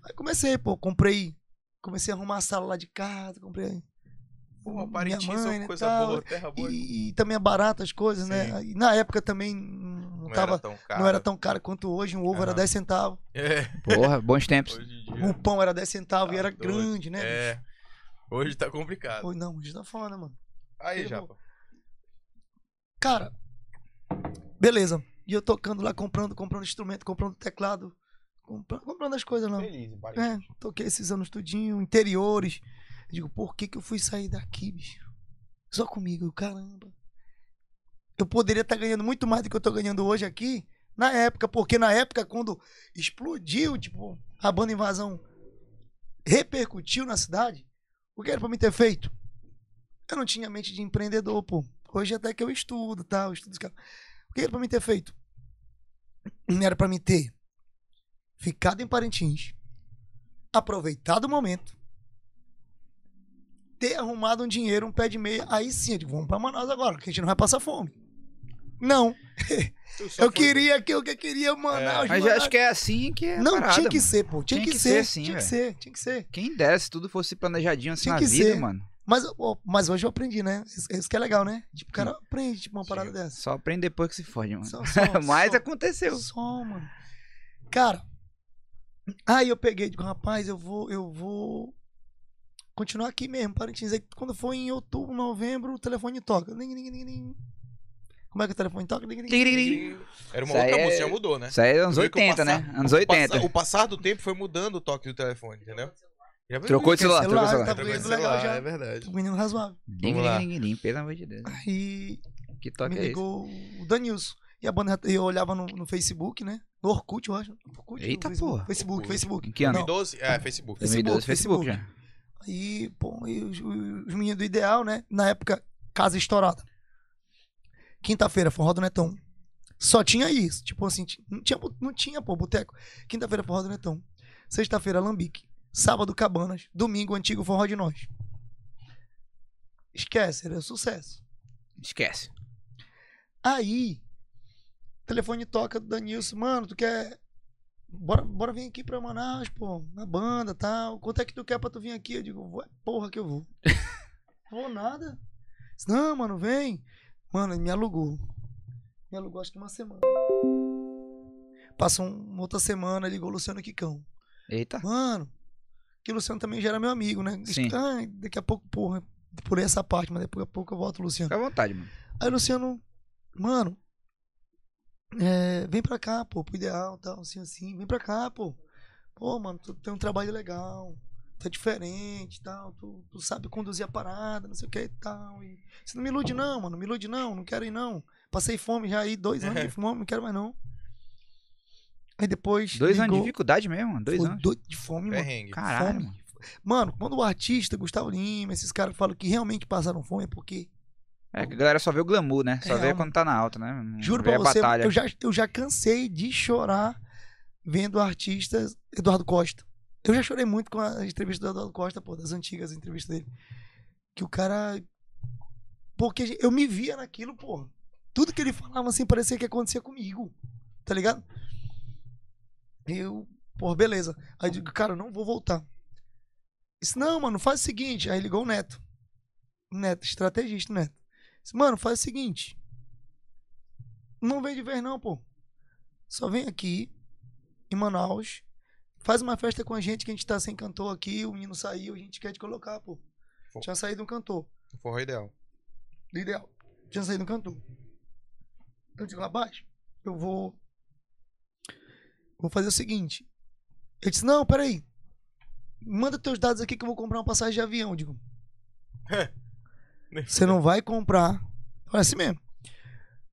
S3: Aí comecei, pô, comprei. Comecei a arrumar a sala lá de casa, comprei.
S1: Porra,
S3: minha
S1: Parintins
S3: mãe,
S1: é
S3: né,
S1: coisa
S3: tal,
S1: boa, terra boa.
S3: E, e também é barato as coisas, né? E na época também não,
S1: Não
S3: tava.
S1: era tão caro.
S3: Não era tão caro quanto hoje, um ovo era
S1: Aham.
S3: 10 centavos.
S1: É,
S2: Porra, bons tempos.
S1: hoje em dia.
S3: Um pão era 10 centavos e
S1: Tá
S3: era
S1: doido.
S3: grande, né?
S1: É. Hoje tá complicado.
S3: Pô, não, hoje é tá foda, mano.
S1: Aí,
S3: eu
S1: Japa.
S3: Cara, beleza. E eu tocando lá, comprando, comprando instrumento, comprando teclado, compra- comprando as coisas lá.
S1: Feliz, em Parintins.
S3: É, toquei esses anos tudinho, interiores. Eu digo, por que que eu fui sair daqui, bicho? Só comigo, eu, caramba. Eu poderia estar ganhando muito mais do que eu tô ganhando hoje aqui, na época, porque na época, quando explodiu, tipo, a banda invasão repercutiu na cidade, o que era pra mim ter feito? Eu não tinha mente de empreendedor, pô. Hoje até que eu estudo, tá? Eu estudo os caras. O que era pra mim ter feito? Era pra mim ter ficado em Parintins, aproveitado o momento, ter arrumado um dinheiro, um pé de meia, aí sim, eu digo, vamos pra Manaus agora, que a gente não vai passar fome. Não,
S1: Tu só
S3: eu
S1: foi-
S3: queria que eu que eu queria Manaus.
S2: Mas eu
S3: Manaus.
S2: acho que é assim que é. a
S3: não
S2: parada,
S3: tinha que
S2: mano.
S3: ser, pô, tinha, que, ser,
S2: sim,
S3: tinha que
S2: velho.
S3: ser, tinha que ser.
S2: Quem dera se tudo fosse planejadinho assim
S3: Tinha
S2: na
S3: que
S2: vida,
S3: ser.
S2: mano.
S3: Mas, ó, mas hoje eu aprendi, né? Isso, isso que é legal, né? Tipo, o cara aprende tipo, uma
S1: Sim.
S3: parada dessa.
S2: Só aprende depois que se fode, mano.
S3: Só, só,
S2: Mas é
S3: só.
S2: aconteceu.
S3: Só, mano. Cara, aí eu peguei, digo, rapaz, eu vou, eu vou continuar aqui mesmo, Parintins. Aí quando foi em outubro, novembro, o telefone toca. Ling, ling, ling, ling. Como é que o telefone toca? Ling, ling, ling.
S1: Era uma
S2: Isso aí
S1: outra
S2: é-
S1: música, já mudou, né?
S2: Isso aí é anos
S1: Tu vê que o
S2: 80, né?
S1: passar-
S2: Anos
S1: O passa-
S2: 80.
S1: O passar do tempo foi mudando o toque do telefone, entendeu? Já viu?
S2: Trocou de celular,
S3: celular,
S2: trocou de celular.
S3: tá
S1: Trocou de
S3: Tá legal
S1: celular,
S3: já.
S1: É verdade.
S3: Um menino razoável.
S2: Ling,
S1: Vamos lá.
S2: ling, ling, ling, pelo amor de Deus.
S3: Aí
S2: Que toque
S3: me
S2: é esse?
S3: ligou o Danilson. E a banda, eu olhava no, no Facebook, né? No Orkut, eu acho. Orkut, no
S2: Eita,
S3: Facebook,
S2: porra.
S3: Facebook,
S1: Orkut.
S3: Facebook.
S2: Em que ano?
S3: Não.
S1: 2012? É, Facebook.
S3: Esse-
S2: 2012,
S3: Facebook,
S2: Facebook já.
S3: Aí, pô, e os, os meninos do Ideal, né? Na época, casa estourada. Quinta-feira, forró do Netão. Só tinha isso. Tipo assim, ti- não tinha, bu- não tinha pô, boteco. Quinta-feira, forró do Netão. Sexta-feira, Alambique. Sábado, Cabanas. Domingo, antigo forró de nós. Esquece, era sucesso.
S2: Esquece.
S3: Aí, telefone toca do Danilson. Mano, tu quer... Bora, bora vir aqui pra Manaus, pô. Na banda, tal. Quanto é que tu quer pra tu vir aqui? Eu digo, vou, é porra que eu vou. vou nada. Disse, Não, mano, vem. Mano, ele me alugou. Me alugou acho que uma semana. Passou um- uma outra semana, ligou o Luciano Quicão.
S2: Eita.
S3: Mano, que o Luciano também já era meu amigo, né? Disse,
S2: Sim.
S3: "Ah, daqui a pouco, porra, por essa parte, mas daqui a pouco eu volto, Luciano.
S2: Fica à vontade, mano.
S3: Aí o Luciano, mano, é, vem pra cá, pô, pro ideal, tal, assim, assim, vem pra cá, pô. Pô, mano, tu tem um trabalho legal, tu é diferente, tal, tu, tu sabe conduzir a parada, não sei o que e tal. E... Você não me ilude não, mano, me ilude não, não quero ir não. Passei fome já aí, dois anos de fome, não quero mais não. Aí depois.
S2: Dois anos de
S3: ligou,
S2: dificuldade mesmo, mano. Dois
S3: foi
S2: anos. É.
S3: doido de fome, mano.
S1: Perrengue.
S2: Caralho,
S3: fome.
S2: mano.
S3: Mano, quando o artista, Gustavo Lima, esses caras falam que realmente passaram fome, é porque.
S2: É que a galera só vê o glamour, né? Só
S3: Real,
S2: vê
S3: mano.
S2: quando tá na alta, né? Não
S3: É, Juro
S2: vê
S3: pra
S2: a
S3: você,
S2: batalha.
S3: eu já, eu já cansei de chorar vendo o artista Eduardo Costa. Eu já chorei muito com a entrevista do Eduardo Costa, pô, das antigas entrevistas dele. Que o cara. Porque eu me via naquilo, pô. Tudo que ele falava assim parecia que acontecia comigo. Tá ligado? Eu, pô, beleza. Aí eu digo, cara, eu não vou voltar. Disse, não, mano, faz o seguinte. Aí ligou o Neto. Neto, estrategista, Neto. Disse, mano, faz o seguinte. Não vem de vez não, pô. Só vem aqui, em Manaus, faz uma festa com a gente que a gente tá sem cantor aqui, o menino saiu, a gente quer te colocar, pô.
S1: Pô.
S3: Tinha saído um cantor,
S1: Forró ideal.
S3: do ideal. Tinha saído um cantor. Então, Eu digo, rapaz, eu vou... Vou fazer o seguinte. Ele disse, não, peraí. Manda teus dados aqui que eu vou comprar uma passagem de avião. Eu digo, você não vai comprar. Fala assim mesmo.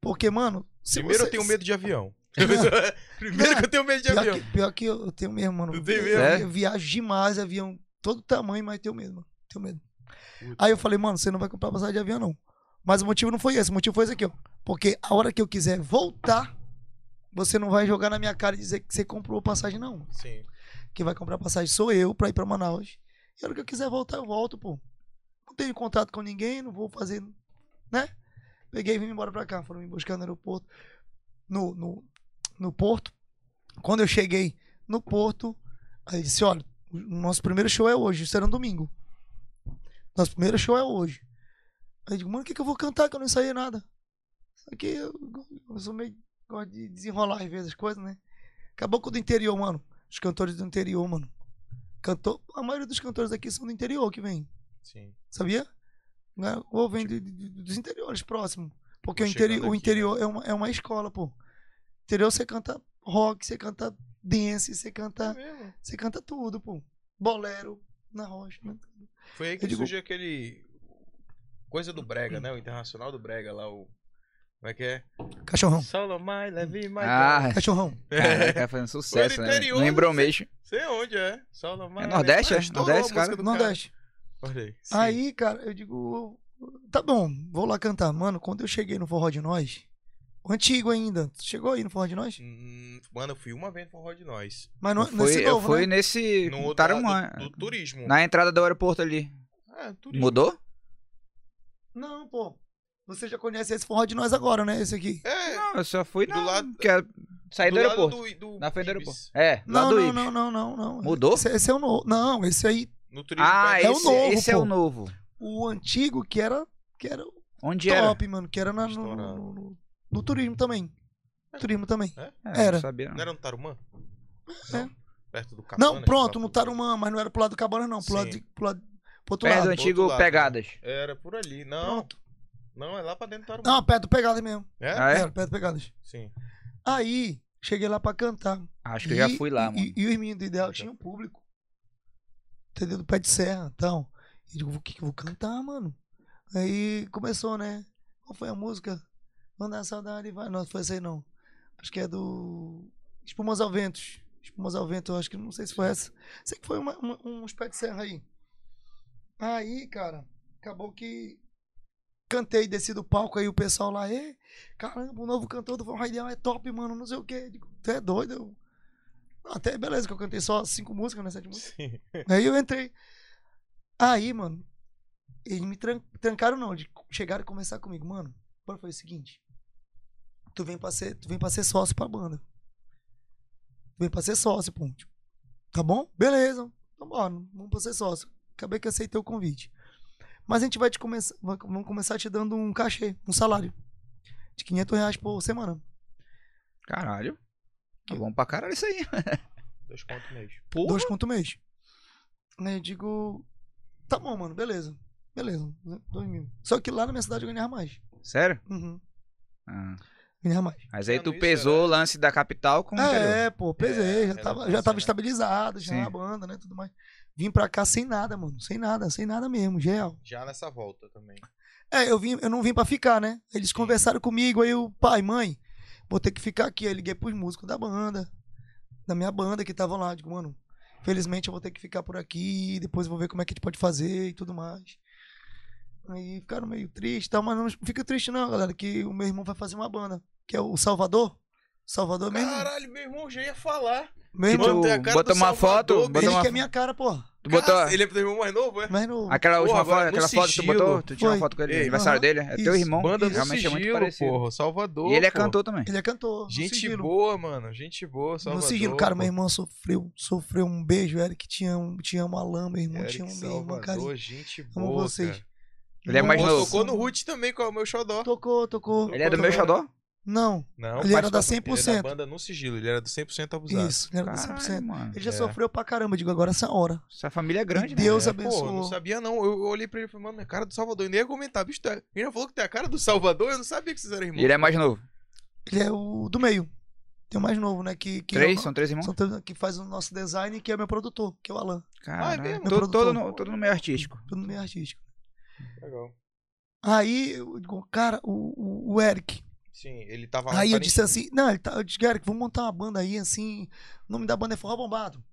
S3: Porque, mano... Se
S1: Primeiro
S3: você...
S1: eu tenho medo de avião.
S3: Não.
S1: Primeiro que eu tenho medo de
S3: Pior
S1: avião.
S3: que, pior que eu eu tenho mesmo, mano.
S1: Tu tem
S3: Eu-
S1: mesmo?
S3: Eu,
S2: É?
S3: eu viajo demais, avião todo tamanho, mas tenho medo, mano. Tenho medo.
S1: Putz.
S3: Aí eu falei, mano, você não vai comprar passagem de avião, não. Mas o motivo não foi esse, o motivo foi esse aqui, ó. Porque a hora que eu quiser voltar, você não vai jogar na minha cara e dizer que você comprou passagem, não.
S1: Sim.
S3: Quem vai comprar passagem sou eu pra ir pra Manaus. E a hora que eu quiser voltar, eu volto, pô. Não tenho contato com ninguém, não vou fazer, né? Peguei e vim embora pra cá. Foram me buscar no aeroporto. No, no, no porto. Quando eu cheguei no porto, aí disse, olha, o nosso primeiro show é hoje, será no domingo. Nosso primeiro show é hoje. Aí eu digo, mano, o que, que eu vou cantar que eu não ensaiei nada? Só que eu, eu sou meio... Gosto de desenrolar às vezes as coisas, né? Acabou com o do interior, mano. Os cantores do interior, mano. Cantor, a maioria dos cantores aqui são do interior que vem,
S1: Sim.
S3: sabia? Né? Ou vem de- de- de- dos interiores próximos. Porque
S1: Tô
S3: o interior,
S1: chegando
S3: o
S1: aqui, né?
S3: interior é, uma, é uma escola, pô. Interior você canta rock, você canta dance, você
S2: É
S3: canta,
S1: mesmo?
S3: você canta tudo, pô. Bolero na rocha. Né?
S1: Foi aí
S3: Eu
S1: que
S3: digo-
S1: surgiu aquele. Coisa do Brega, né? O Internacional do Brega lá, o. Como é que é?
S3: Cachorrão.
S1: Solo My Levi My
S2: Ah,
S3: Cachorrão.
S2: cara, o cara foi um sucesso,
S1: Foi no
S2: né? velho?
S1: interior,
S2: No
S1: né?
S2: Embromation.
S1: Sei onde é. Solo My
S2: É Nordeste,
S1: Levi-
S2: é?
S1: Ah, estourou
S2: Nordeste,
S1: a música
S2: cara?
S1: do
S3: Nordeste.
S1: Olha aí. Sim.
S3: Aí, cara, eu digo, tá bom, vou lá cantar. Mano, quando eu cheguei no Forró de Nós, o antigo ainda, tu chegou aí no Forró de Nós?
S1: Hum, Mano, eu fui uma vez no Forró de Nós.
S3: Mas não,
S2: Foi,
S3: nesse
S2: eu
S3: novo,
S2: fui
S3: né?
S2: nesse
S1: No outro
S2: Tarumã.
S1: lado do, do turismo.
S2: Na entrada do aeroporto ali.
S1: Ah, turismo.
S2: Mudou?
S3: Não, pô. Você já conhece esse Forró de Nós agora, né? Esse aqui.
S1: É,
S2: Não, eu só fui
S1: Do
S2: na...
S1: lado-
S2: que era- Saí do,
S1: do lado
S2: aeroporto.
S1: do, do
S2: Na frente do
S1: Ibis.
S2: aeroporto. É, lá
S3: Não,
S2: do
S3: não,
S2: Ibis.
S3: não, não, não, não.
S2: Mudou?
S3: Esse, esse é o novo. Não, esse aí,
S1: No turismo.
S2: Ah,
S1: Brasil.
S2: esse,
S3: É o novo,
S2: esse é
S3: pô.
S2: o novo.
S3: o antigo que era, que era o
S2: Onde era?
S3: top, mano. Que era na- no,
S1: Estourado.
S3: no- no- no turismo também. Turismo também.
S2: É, eu
S3: Era.
S2: Não sabia, não.
S1: Não era no Tarumã?
S3: É.
S1: Não. Perto do Capana?
S3: Não, pronto,
S1: no
S3: não Tarumã, mas não era pro lado do Cabana, não. Pro lado,
S1: Sim.
S3: de, pro lado pro outro
S2: Perto do
S3: lado.
S2: antigo
S1: lado, né?
S2: Pegadas.
S1: Era por ali. Não,
S3: Pronto.
S1: não, é lá pra dentro do Tarumã.
S3: Não, perto do Pegadas mesmo.
S1: É?
S2: Ah, é?
S3: Era perto do Pegadas.
S1: Sim.
S3: Aí, cheguei lá pra cantar.
S2: Acho que eu já
S3: E-
S2: fui lá, mano.
S3: E, e os meninos do ideal
S1: Eu já
S3: tinham público. Entendeu? Do pé de serra, então. Eu digo, o que que eu vou cantar, mano? Aí começou, né? Qual foi a música? Mandar a saudade vai. Não, não foi essa aí não. Acho que é do. Espumas ao Ventos. Espumas ao Vento, eu acho que não sei se foi essa. Sei que foi uma, uma, uns pé de serra aí. Aí, cara, acabou que cantei, desci do palco, aí o pessoal lá, "Ê, caramba, o novo cantor do Forró Ideal é top, mano, não sei o quê. Eu Digo, tu é doido? Eu- Até beleza que eu cantei só cinco músicas, né? Sete músicas.
S1: Sim.
S3: Aí eu entrei. Aí, mano, eles me tran- trancaram não, de chegaram e conversar comigo, mano. Bora foi o seguinte. Tu vem pra ser, tu vem pra ser sócio pra banda. Tu vem pra ser sócio, pô. Tipo, Tá bom? Beleza. Então bora, vamos pra ser sócio. Acabei que aceitei o convite. Mas a gente vai te começar, vai- vamos começar te dando um cachê, um salário. De 500 reais por semana.
S2: Caralho. Tá bom pra caralho isso aí.
S1: Dois contos mesmo.
S2: Porra.
S3: Dois conto mês. Aí eu digo, tá bom, mano, beleza. Beleza, né, dois mil. Só que lá na minha cidade eu ganhava mais.
S2: Sério?
S3: Uhum.
S2: Ah,
S3: Ganhava mais.
S2: Mas aí
S1: Tirando
S2: tu
S1: isso,
S2: pesou o lance da capital com o interior.
S3: É, pô, pesei, já
S1: era
S3: tava,
S1: difícil,
S3: já tava
S1: né?
S3: estabilizado, já
S2: Sim.
S3: na banda, né, tudo mais. Vim pra cá sem nada, mano, sem nada, sem nada mesmo, real.
S1: Já nessa volta também.
S3: É, eu, vim, eu não vim pra ficar, né? Eles conversaram comigo, aí o pai, mãe, vou ter que ficar aqui. Aí liguei pros músicos da banda, da minha banda que estavam lá. Digo, mano, felizmente eu vou ter que ficar por aqui, depois eu vou ver como é que a gente pode fazer e tudo mais. Aí ficaram meio tristes, e tal, mas não fica triste não, galera, que o meu irmão vai fazer uma banda, que é o Salvador. Salvador mesmo.
S1: Caralho, meu irmão já ia falar.
S3: meu
S2: E
S3: irmão,
S1: Mano,
S2: tu
S1: tem a cara
S2: bota
S1: do
S2: uma
S1: Salvador,
S2: foto, bota
S3: ele
S2: uma...
S3: que é minha cara, pô.
S2: tu botou
S1: Cara, Ele é teu irmão mais novo, é?
S3: Mas no...
S2: aquela última
S1: Porra, agora
S2: foto, aquela
S1: no
S2: foto que tu
S1: sigilo.
S2: botou? Tu tirou uma
S3: Foi.
S2: foto com ele,
S1: Ei,
S2: no aniversário
S3: aham,
S2: dele? É teu
S3: isso.
S2: irmão,
S1: Banda do
S2: realmente é
S1: sigilo,
S2: muito parecido.
S1: porra. Salvador,
S2: E ele é
S1: porra.
S2: cantor também.
S3: Ele é cantor. no
S1: Gente
S3: sigilo.
S1: boa, mano. Gente boa,
S3: No
S1: Salvador.
S3: sigilo, cara, meu
S1: irmão.
S3: irmão sofreu, sofreu um beijo, Eric, um, te amo, te amo, Alain, meu irmão, um te
S1: Eric
S3: amo, meu irmão,
S1: Salvador,
S3: cara.
S1: gente boa,
S3: Amo vocês.
S1: cara.
S2: Ele é mais
S1: Pô,
S3: Nossa.
S2: novo.
S1: Tocou no Root também, com o meu xodó.
S3: Tocou, tocou.
S2: Ele é do
S1: Tocou
S2: meu
S1: no-
S2: xodó?
S3: Não,
S1: Não,
S3: Ele era
S1: mas
S3: da
S1: tocou- Ele era
S3: 100%.
S1: da banda no sigilo, ele era do 100% abusado.
S3: isso, ele é era do 100%.
S2: Caralho, mano.
S3: Ele já
S1: É.
S3: sofreu pra caramba, digo, agora essa hora.
S2: Essa família é grande,
S3: E
S2: né?
S3: Deus
S1: É,
S3: abençoou.
S1: Pô, não sabia não. Eu, eu olhei pra ele e falei, mano, é cara do Salvador. Eu nem ia comentar, bicho. tu é- Ele já falou que tem a cara do Salvador, eu não sabia que vocês eram irmãos.
S2: E ele é mais novo.
S3: Ele é o do meio. Tem o mais novo, né? Que, que é o-
S2: Três? São três irmãos?
S3: são três, que faz o nosso design, que é meu produtor, que é o Alain,
S1: Ah, é
S2: Cara,
S1: mesmo?
S2: todo, todo,
S3: Produtor.
S2: no, todo no meio artístico.
S3: do meio artístico.
S1: Legal.
S3: Aí, eu digo, cara, o, o- o Eric,
S1: Sim, ele tava lá
S3: Aí
S1: em
S3: eu disse
S1: Parintins.
S3: assim, não, ele tá, eu disse, Eric, vamos montar uma banda aí, assim, o nome da banda é Forró Bombado.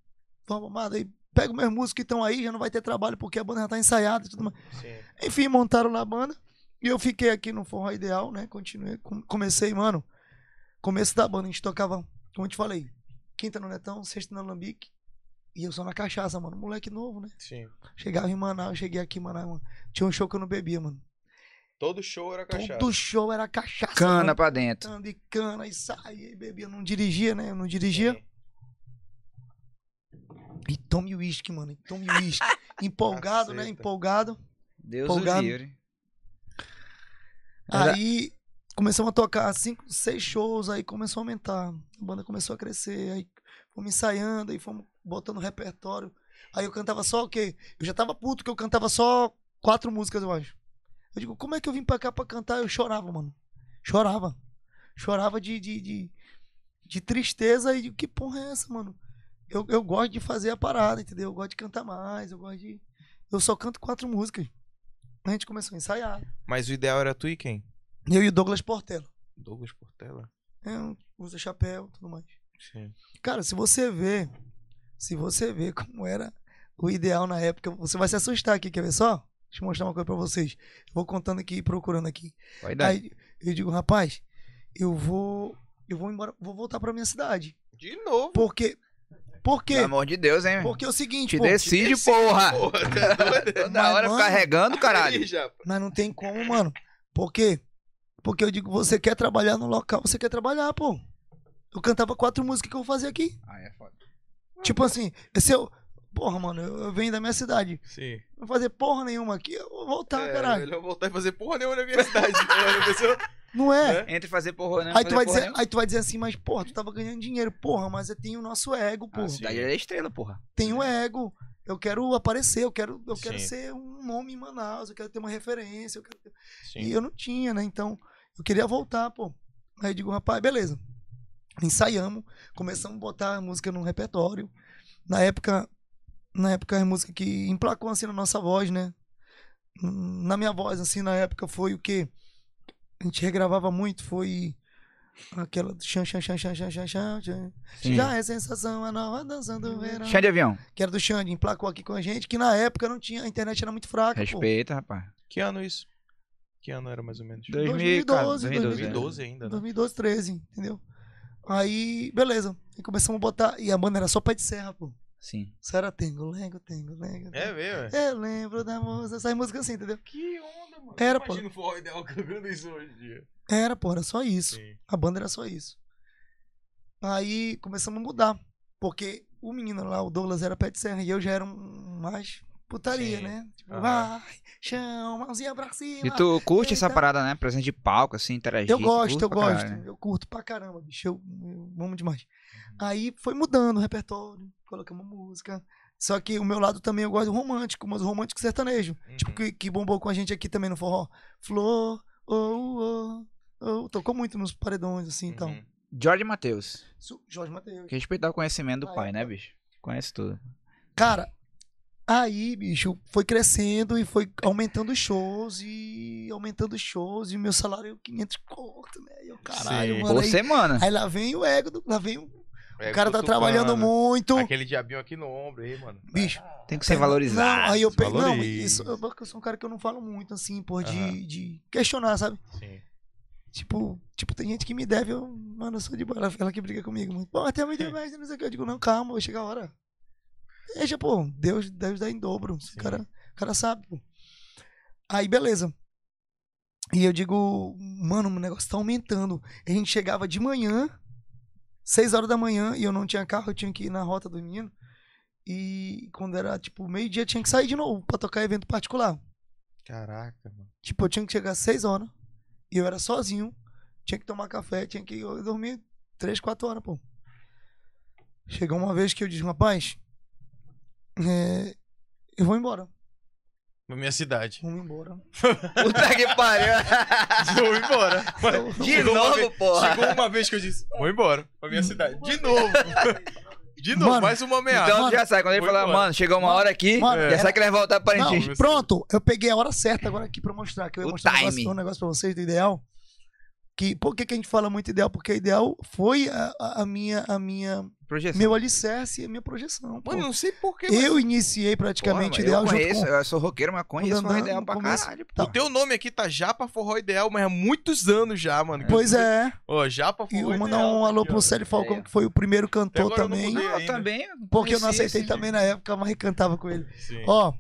S3: Forró Bombado, aí pega os meus músicos que estão aí, já não vai ter trabalho porque a banda já tá ensaiada e tudo mais.
S1: Sim.
S3: Enfim, montaram lá a banda e eu fiquei aqui no Forró Ideal, né, continuei, com- comecei, mano, começo da banda, a gente tocava, como eu te falei, quinta no Netão, sexta no Alambique e eu só na cachaça, mano, moleque novo, né.
S1: Sim.
S3: Chegava em Manaus, cheguei aqui em Manaus, mano, tinha um show que eu não bebia, mano.
S1: Todo show era cachaça.
S3: Todo show era cachaça. mano
S2: Cana pra dentro.
S3: cantando e cana e saía e bebia. Não dirigia, né? Eu não dirigia.
S1: Sim.
S3: E tome uísque, mano. E tome uísque. Empolgado, né?
S1: Caceta.
S3: Empolgado.
S2: Deus o
S3: Empolgado.
S2: livre. Era-
S3: Aí começamos a tocar cinco, seis shows. Aí começou a aumentar. A banda começou a crescer. Aí fomos ensaiando. Aí fomos botando repertório. Aí eu cantava só o quê? Eu já tava puto que eu cantava só quatro músicas, eu acho. Eu digo, como é que eu vim pra cá pra cantar? Eu chorava, mano. Chorava. Chorava de, de, de, de tristeza e de que porra é essa, mano? Eu, eu gosto de fazer a parada, entendeu? Eu gosto de cantar mais, eu gosto de. Eu só canto quatro músicas. A gente começou a ensaiar.
S1: Mas o ideal era tu e quem?
S3: Eu e o Douglas Portela.
S1: Douglas Portela?
S3: É, usa chapéu e tudo mais.
S1: Sim.
S3: Cara, se você vê, se você vê como era o ideal na época, você vai se assustar aqui, quer ver só? Deixa eu mostrar uma coisa pra vocês. Eu vou contando aqui, procurando aqui.
S2: Vai dar.
S3: Aí eu digo, rapaz, eu vou, eu vou embora, vou voltar pra minha cidade.
S1: De novo.
S3: Porque,
S2: Pelo
S3: por quê?
S2: amor de Deus, hein?
S3: Porque é o seguinte,
S2: Te
S3: pô,
S2: decide,
S1: Esse-
S2: porra.
S1: Porra, tá doido?
S2: Toda
S3: Mas,
S2: hora
S3: mano,
S2: carregando, Ah. caralho.
S1: Aí, japa.
S3: mas não tem como, mano. Por quê? Porque eu digo, você quer trabalhar no local, você quer trabalhar, pô. Eu cantava quatro músicas que eu vou fazer aqui.
S2: Ah, é foda.
S3: Tipo assim, se eu. Porra, mano, eu, eu venho da minha cidade.
S1: Sim.
S3: Não vou fazer porra nenhuma aqui, eu vou voltar,
S1: é,
S3: Ah, caralho.
S1: Melhor voltar e fazer porra nenhuma na minha cidade. É, Olha, pessoa-
S3: Não é?
S1: É.
S2: Entre fazer porra, né?
S3: Aí tu,
S2: fazer
S3: vai
S2: porra
S3: dizer, aí tu vai dizer assim, mas porra, tu tava ganhando dinheiro. Porra, mas eu tenho o nosso ego,
S2: nenhuma.
S3: porra.
S2: A cidade é estrela, porra.
S3: Tenho um ego. Eu quero aparecer, eu quero, eu quero
S1: Sim.
S3: ser um nome em Manaus, eu quero ter uma referência. eu quero ter- E
S1: Sim.
S3: eu não tinha, né? Então, eu queria voltar, pô. Aí eu digo, rapaz, beleza. Ensaiamos, começamos a botar a música no repertório. Na época, na época a música que emplacou assim na nossa voz, né? Hum, Na minha voz, assim, na época foi o quê? A gente regravava muito, foi aquela do chan, chan, chan, chan, chan, chan, chan, chan. Já é sensação, a nova dança do verão.
S2: Chá de avião.
S3: Que era do Xande, emplacou aqui com a gente, que na época não tinha, a internet era muito fraca. pô.
S2: Respeita, rapaz.
S1: Que ano isso? Que ano era mais ou menos?
S3: 2012,
S2: 2012.
S1: 2012 ainda, né?
S3: 2012, 13, entendeu? Aí, beleza. Aí começamos a botar. E a banda era só pé de serra, pô.
S2: Sim.
S3: Só era tengo, lengo, tengo, lengo.
S1: É mesmo?
S3: Eu lembro da moça. Essas músicas assim, entendeu?
S1: Que onda, mano.
S3: Era,
S1: Imagina o forró ideal cantando isso hoje em dia.
S3: Era, pô, era só isso.
S1: Sim.
S3: A banda era só isso. Aí começamos a mudar. Porque o menino lá, o Douglas, era pé de serra e eu já era um mais putaria,
S1: Sim.
S3: né? Tipo,
S1: Aham.
S3: vai, chão, mãozinha pra cima.
S2: E tu curte essa
S3: Eita.
S2: parada, né? Presente de palco, assim, interagir.
S3: Eu
S2: tu
S3: gosto,
S2: curte
S3: eu
S2: pra
S3: gosto.
S2: caralho, né? Uhum.
S3: Eu curto pra caramba, bicho. Eu, eu amo demais. Aí foi mudando o repertório, colocamos música. Só que o meu lado também eu gosto do romântico, mas o romântico sertanejo.
S1: Uhum.
S3: Tipo, que, que bombou com a gente aqui também no forró. Flor, oh, oh, Eu tocou muito nos paredões, assim, então.
S1: Uhum.
S2: Jorge Matheus.
S3: Su- Jorge Mateus.
S2: Tem que Respeitar o conhecimento do
S3: Ah,
S2: pai,
S3: é,
S2: né,
S3: tá.
S2: bicho? Conhece tudo.
S3: Cara, aí, bicho, foi crescendo e foi aumentando os shows e aumentando os shows e meu salário 500 conto, né? E eu, caralho,
S1: Sim.
S3: mano.
S2: Por
S3: aí-
S2: semana.
S3: Aí, lá vem o ego, do- lá vem o, o
S1: É,
S3: cara tá
S1: cutucando.
S3: trabalhando muito.
S1: Aquele diabinho aqui é, no ombro aí, mano.
S3: Bicho,
S2: Tem que ser valorizado.
S3: Não, aí eu peguei. Não,
S1: Valorize.
S3: isso, eu, porque eu sou um cara que eu não falo muito, assim, porra,
S1: Aham.
S3: de, de questionar, sabe?
S1: Sim.
S3: Tipo, tipo, tem gente que me deve, eu, mano, eu sou de bola, ela que briga comigo. Mano, pô, até muito mais, não sei o que. Eu digo, não, calma, vai chegar a hora. Deixa, pô, Deus, Deus dá em dobro. O
S1: Sim.
S3: cara, o cara sabe, pô. Aí, beleza. E eu digo, mano, o negócio tá aumentando. A gente chegava de manhã, seis horas da manhã, e eu não tinha carro, eu tinha que ir na rota do menino. E quando era, tipo, meio-dia, tinha que sair de novo pra tocar evento particular.
S1: Caraca, mano.
S3: Tipo, eu tinha que chegar às 6 horas. E eu era sozinho. Tinha que tomar café, tinha que eu dormir 3, 4 horas, pô. Chegou uma vez que eu disse, rapaz, é, eu vou embora.
S1: Na minha cidade.
S3: Vamos embora.
S2: Puta que pariu.
S1: Vou embora.
S2: De
S1: Chegou uma
S2: novo,
S1: vez-
S2: porra.
S1: Chegou uma vez que eu disse, vou embora pra minha cidade. De novo. De novo,
S3: Mano,
S1: mais uma ameaça.
S2: Então tu já sai. Quando ele
S1: Foi
S2: falar,
S1: embora.
S2: mano, chegou uma
S3: Mano,
S2: hora aqui,
S3: mano,
S2: já
S3: era-
S2: sai que ele vai voltar pra
S3: Não,
S2: Parintins.
S3: pronto, eu peguei a hora certa agora aqui pra mostrar. Que eu ia
S2: O
S3: mostrar um
S2: time.
S3: negócio, um negócio pra vocês do ideal. Que, por que, que a gente fala muito ideal? Porque ideal foi a, a- a minha, a minha,
S2: Projeção.
S3: meu alicerce e a minha projeção. pô.
S1: Mano, não sei porquê.
S3: tipo, eu iniciei praticamente
S2: Porra,
S3: ideal
S2: eu
S3: junto
S2: conheço,
S3: com
S2: eu sou roqueiro, mas conheço
S3: Dandan,
S2: o ideal
S3: no
S2: pra
S3: começo.
S2: caralho.
S3: Tá.
S1: O teu nome aqui tá Japa Forró Ideal, mas há muitos anos já, mano.
S3: Pois é.
S1: Ó, Japa
S3: E
S1: Forró
S3: vou mandar
S1: Ideal
S3: um
S1: tá
S3: alô
S1: aqui, ó.
S3: pro Célio
S2: Aí,
S3: Falcão,
S2: ó.
S3: que foi o primeiro cantor
S1: agora eu não
S3: também.
S1: mudei.
S2: Não,
S1: ainda.
S2: também. né?
S3: Porque eu não
S2: conheci
S3: aceitei
S2: esse-
S3: também na época, mas cantava com ele.
S1: Sim.
S3: Ó.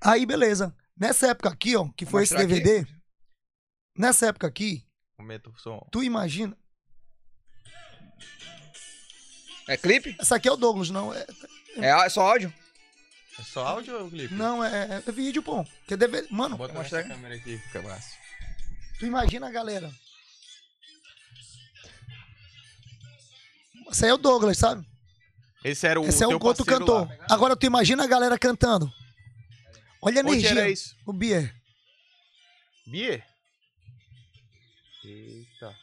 S3: Aí, beleza. Nessa época aqui, ó, que foi esse
S2: Mostrar aqui.
S3: DVD. Nessa época aqui,
S1: Aumenta o som.
S3: tu imagina.
S2: É clipe?
S3: Essa aqui é o Douglas, não. É,
S2: É, é só áudio?
S1: É só áudio ou clipe?
S3: não, é, é vídeo, pô. Que é DVD. Mano,
S1: Bota mostrar
S2: Mostra aí.
S1: câmera aqui. Fica massa.
S3: tu imagina a galera. Esse aí é o Douglas, sabe?
S1: Esse era o
S3: Esse é o
S1: teu
S3: outro
S1: parceiro
S3: cantor.
S1: lá.
S3: Agora tu imagina a galera cantando. Olha a
S1: Onde era
S3: energia.
S1: isso?
S3: O Bier.
S1: Bier? Eita.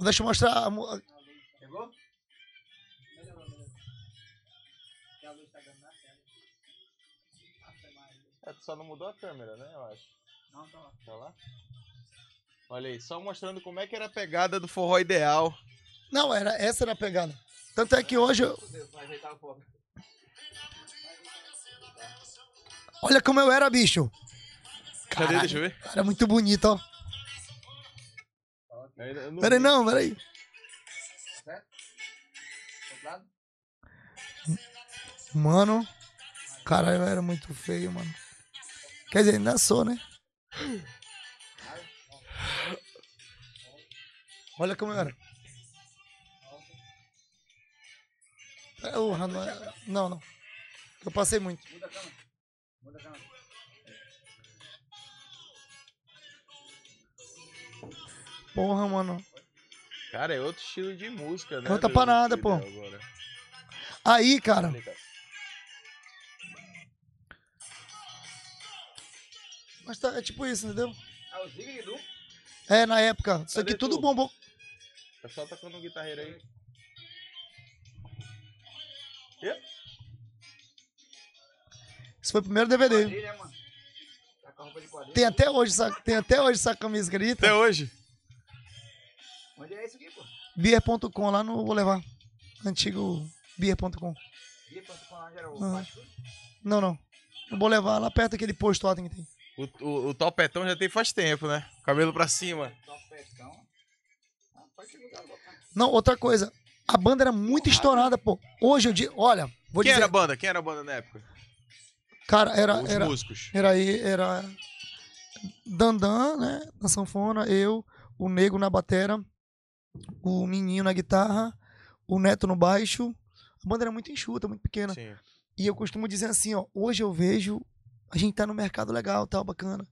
S3: Deixa eu mostrar. a mu-
S1: É, tu só não mudou a câmera, né, eu acho. Não, tá lá. Tá lá? Olha aí, só mostrando como é que era a pegada do forró ideal.
S3: Não, era, essa era a pegada. Tanto é que hoje. eu- Olha como eu era, bicho.
S1: Cadê? Deixa eu ver.
S3: Era muito bonito, ó.
S1: Eu não
S3: Peraí,
S1: vi.
S3: não, peraí. Mano. Cara, eu era muito feio, mano. Quer dizer, ainda sou, né? Olha como eu era. É, urra, não, é- não, não. Eu passei muito. Porra, mano.
S1: Cara, é outro estilo de música, né?
S3: É outra
S1: do-
S3: parada,
S1: do
S3: pô.
S1: ideal agora.
S3: Aí, cara.
S1: Olha aí, cara.
S3: Mas tá, é tipo isso, entendeu? É, na época. Isso
S1: Cadê
S3: aqui tudo
S1: tu?
S3: bombou.
S1: O pessoal tocando um guitarreiro aí.
S3: Tá.
S1: Ê,
S3: Isso foi o primeiro DVD.
S2: Tá
S3: Tem até hoje essa, tem até hoje essa camisa
S1: Até
S3: escrita.
S1: hoje.
S2: Onde é isso aqui, pô?
S3: Beer.com lá no Boulevard. Antigo Beer.com. Aham. Não, não. No Boulevard, lá perto daquele posto lá tem que tem.
S1: O, o, o topetão já tem faz tempo, né? Cabelo pra cima.
S2: Ah,
S3: Não, outra coisa. A banda era muito estourada, pô. Hoje eu digo, olha, vou
S1: Quem
S3: dizer.
S1: era a banda? Quem era a banda na época?
S3: Cara, é. era.
S1: Os
S3: Era,
S1: músicos.
S3: era aí, era. Dandan, né? Na sanfona, eu, o Nego na batera, o Menino na guitarra, o Neto no baixo. A banda era muito enxuta, muito pequena.
S1: Sim.
S3: E eu costumo dizer assim, ó, hoje eu vejo a gente tá no mercado legal, tal, bacana.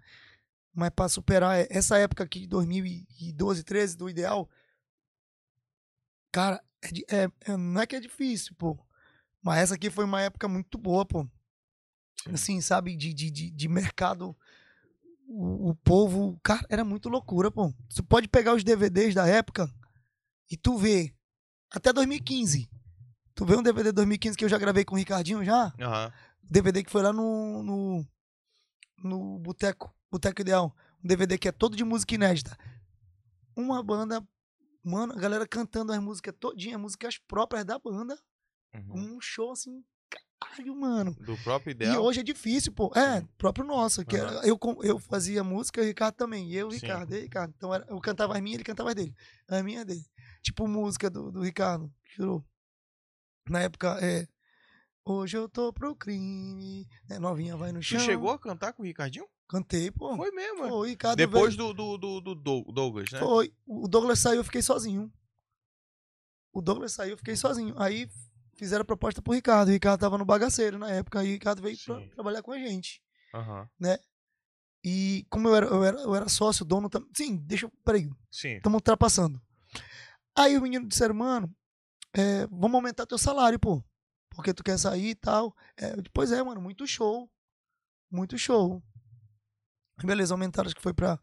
S3: Mas pra superar é- essa época aqui de 2012, 13 do ideal, cara, é di- é- é- não é que é difícil, pô. Mas essa aqui foi uma época muito boa, pô.
S1: Sim.
S3: Assim, sabe, de, de, de, de mercado o, o povo, cara, era muito loucura, pô. Você pode pegar os DVDs da época e tu vê até 2015. Tu vê um DVD de 2015 que eu já gravei com o Ricardinho já?
S1: Aham.
S3: DVD que foi lá no no, no Boteco, Boteco Ideal. Um DVD que é todo de música inédita. Uma banda, mano, a galera cantando as músicas todinha, músicas próprias da banda.
S1: Uhum.
S3: Um show assim, caralho, mano.
S1: Do próprio
S3: E
S1: ideal.
S3: hoje é difícil, pô. É, próprio nosso. Que
S1: Aham.
S3: era- eu, com- eu fazia música, o Ricardo também. E eu, o
S1: Sim.
S3: Ricardo, e o Ricardo. Então era- eu cantava as minhas, ele cantava as dele. A minha e dele. Tipo música do, do Ricardo. Tirou. Na época, é. Hoje eu tô pro crime. né, Novinha vai no
S1: Tu
S3: chão.
S1: chegou a cantar com o Ricardinho?
S3: Cantei, pô.
S1: Foi mesmo.
S3: Foi,
S1: é.
S3: o Ricardo.
S1: Depois do, do, do, do Dou- Douglas, né?
S3: veio- Foi. O Douglas saiu, eu fiquei sozinho. O Douglas saiu, eu fiquei sozinho. Aí fizeram a proposta pro Ricardo. O Ricardo tava no bagaceiro na época. Aí o Ricardo veio pra
S1: Sim.
S3: trabalhar com a gente.
S1: Aham.
S3: E como eu era, eu era, eu era sócio, dono também. Sim, deixa eu. Peraí,
S1: Sim.
S3: estamos ultrapassando. Aí o menino disseram, mano, é, vamos aumentar teu salário, pô. Porque tu quer sair e tal. É, eu disse, pois é, mano, muito show. Muito show. Aí Beleza, aumentaram, acho que foi pra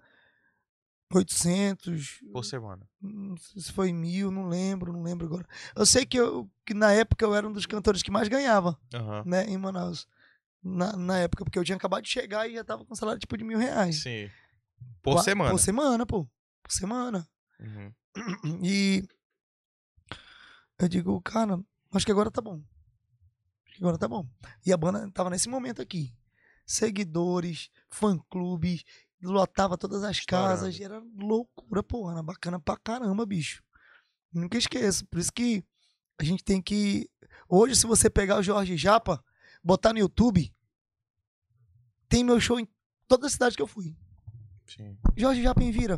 S3: 800,
S1: Por semana.
S3: não sei se foi mil, não lembro, não lembro agora. Eu sei que, eu, que na época eu era um dos cantores que mais ganhava
S1: Aham.
S3: né, em Manaus. Na, na época, porque eu tinha acabado de chegar e já tava com salário tipo de mil reais.
S1: Sim. Por
S3: Qua-
S1: semana.
S3: Por semana, pô. Por semana.
S1: Uhum.
S3: E eu digo, cara, acho que agora tá bom. Acho que agora tá bom. E a banda tava nesse momento aqui. Seguidores, fã clube, lotava todas as casas. Era loucura, porra. Era bacana pra caramba, bicho. Nunca esqueço. Por isso que a gente tem que. Hoje, se você pegar o Jorge Japa, botar no YouTube, tem meu show em toda a cidade que eu fui.
S1: Sim.
S3: Jorge Japa em Vira.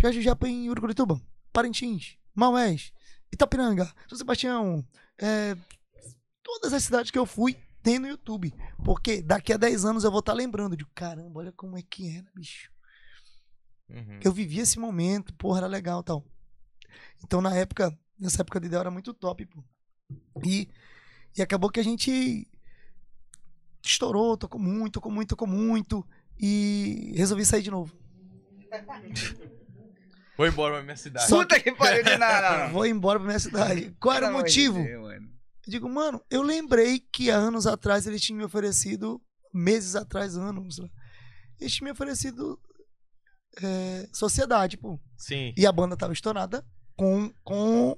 S3: Jorge Japa em Urucurituba. Parintins. Maués. Itapiranga. São Sebastião. é, todas as cidades que eu fui tem no YouTube. Porque daqui a 10 anos eu vou estar lembrando de caramba, olha como é que era, bicho.
S1: Uhum.
S3: Eu vivi esse momento, porra, era legal e tal. Então, na época, nessa época de ideal era muito top, pô. E, e acabou que a gente estourou, tocou muito, tocou muito, tocou muito. E resolvi sair de novo.
S1: Vou embora pra minha cidade.
S3: Só-
S2: Puta que pariu de nada.
S3: Vou embora pra minha cidade. Qual era o motivo?
S2: é.
S3: Eu digo, mano, eu lembrei que há anos atrás eles tinham me oferecido, meses atrás, anos, né? eles tinham me oferecido é, sociedade, pô.
S1: Sim.
S3: E a banda tava estourada com, com,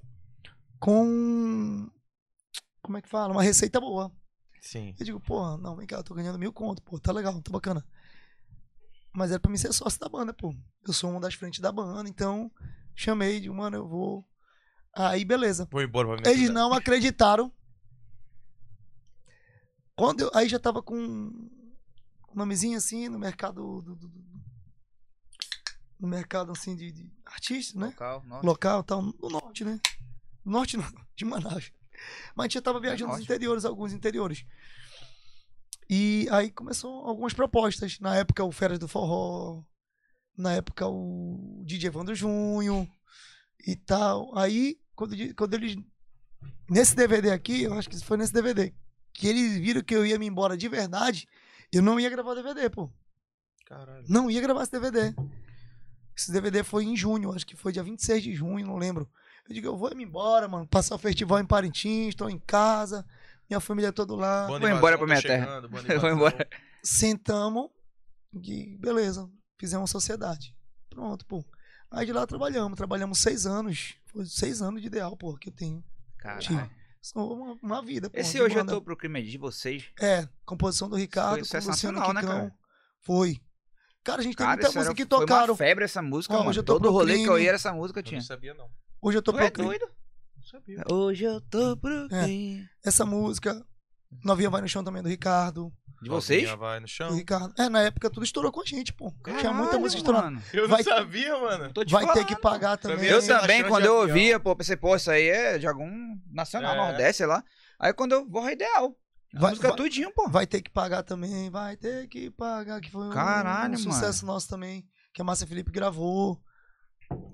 S3: com, como é que fala? Uma receita boa.
S1: Sim.
S3: Eu digo, porra, não, vem cá, eu tô ganhando mil conto, pô, tá legal, tá bacana. Mas era pra mim ser sócio da banda, pô. Eu sou uma das frentes da banda, então chamei, digo, mano, eu vou. Aí, beleza.
S1: Vou embora pra minha
S3: Eles
S1: cidade.
S3: não acreditaram. Quando eu, aí já tava com um nomezinho assim no mercado. do- do- do- no mercado assim de, de artista, né?
S2: Local, nossa.
S3: local tal, no norte, né? No norte não, de Manaus. Mas a gente já tava viajando nos
S2: norte.
S3: interiores, alguns interiores. E aí começou algumas propostas. Na época o Férias do Forró, na época o DJ Evandro Junho e tal. Aí, quando, di- quando eles. Nesse DVD aqui, eu acho que foi nesse DVD, que eles viram que eu ia me embora de verdade, eu não ia gravar o DVD, pô.
S1: Caralho.
S3: Não ia gravar esse DVD. Esse DVD foi em junho, acho que foi dia 26 de junho, não lembro. Eu digo, eu vou me embora, mano. Passar o festival em Parintins, tô em casa, minha família toda
S1: Banda
S3: lá.
S2: Vou
S1: invasão
S2: embora pra
S1: tá
S2: minha terra.
S1: chegando, banda
S2: Eu vou
S1: invasão.
S2: embora.
S3: Sentamos e beleza, fizemos uma sociedade. Pronto, pô. Aí de lá trabalhamos, trabalhamos seis anos. Foi seis anos de ideal, pô, que eu tenho.
S2: Caralho.
S3: Só Uma, uma vida, pô.
S2: Esse
S3: de
S2: hoje eu
S3: banda.
S2: tô pro crime de vocês.
S3: É, composição do
S2: Foi
S3: Ricardo, com o Luciano
S2: sensacional, né,
S3: Quicão.
S2: cara?
S3: Foi. Cara, a gente tem
S2: Cara,
S3: muita
S2: isso era-
S3: música que
S2: foi
S3: tocaram.
S2: Uma febre essa música,
S3: Ó,
S2: mano.
S3: hoje eu tô
S2: Todo
S3: pro
S2: rolê que eu
S3: crime.
S2: ia, essa música
S1: Eu não
S2: tinha.
S1: sabia, não.
S3: Hoje eu tô
S2: Tu é
S3: procurando.
S2: doido?
S1: Não sabia.
S2: Hoje eu tô pro
S3: É.
S2: crime.
S3: essa música. Novinha vai no chão também do Ricardo.
S2: De
S1: Novinha
S2: vocês?
S1: Vai no
S3: Do
S1: chão.
S3: Ricardo. É, na época tudo estourou com a gente, pô. Tinha muita
S2: Então. Caralho,
S3: música estourada.
S2: mano.
S1: Eu
S3: Vai-
S1: não sabia, mano.
S2: Tô te
S3: Vai ter
S2: falando.
S3: que pagar também.
S1: Eu
S2: Eu
S1: também
S2: também,
S1: achando
S2: quando
S1: de
S2: eu
S1: avião.
S2: ouvia, pô, pensei, pô, isso aí é de algum nacional,
S1: É.
S2: nordeste, sei lá. Aí quando eu vou, ideal. A
S3: Vai-
S2: música é
S3: vai-
S2: tudinho, pô.
S3: Vai ter que pagar também, vai ter que pagar, que foi um,
S2: Caralho,
S3: um sucesso nosso também, que a Márcia Felipe gravou,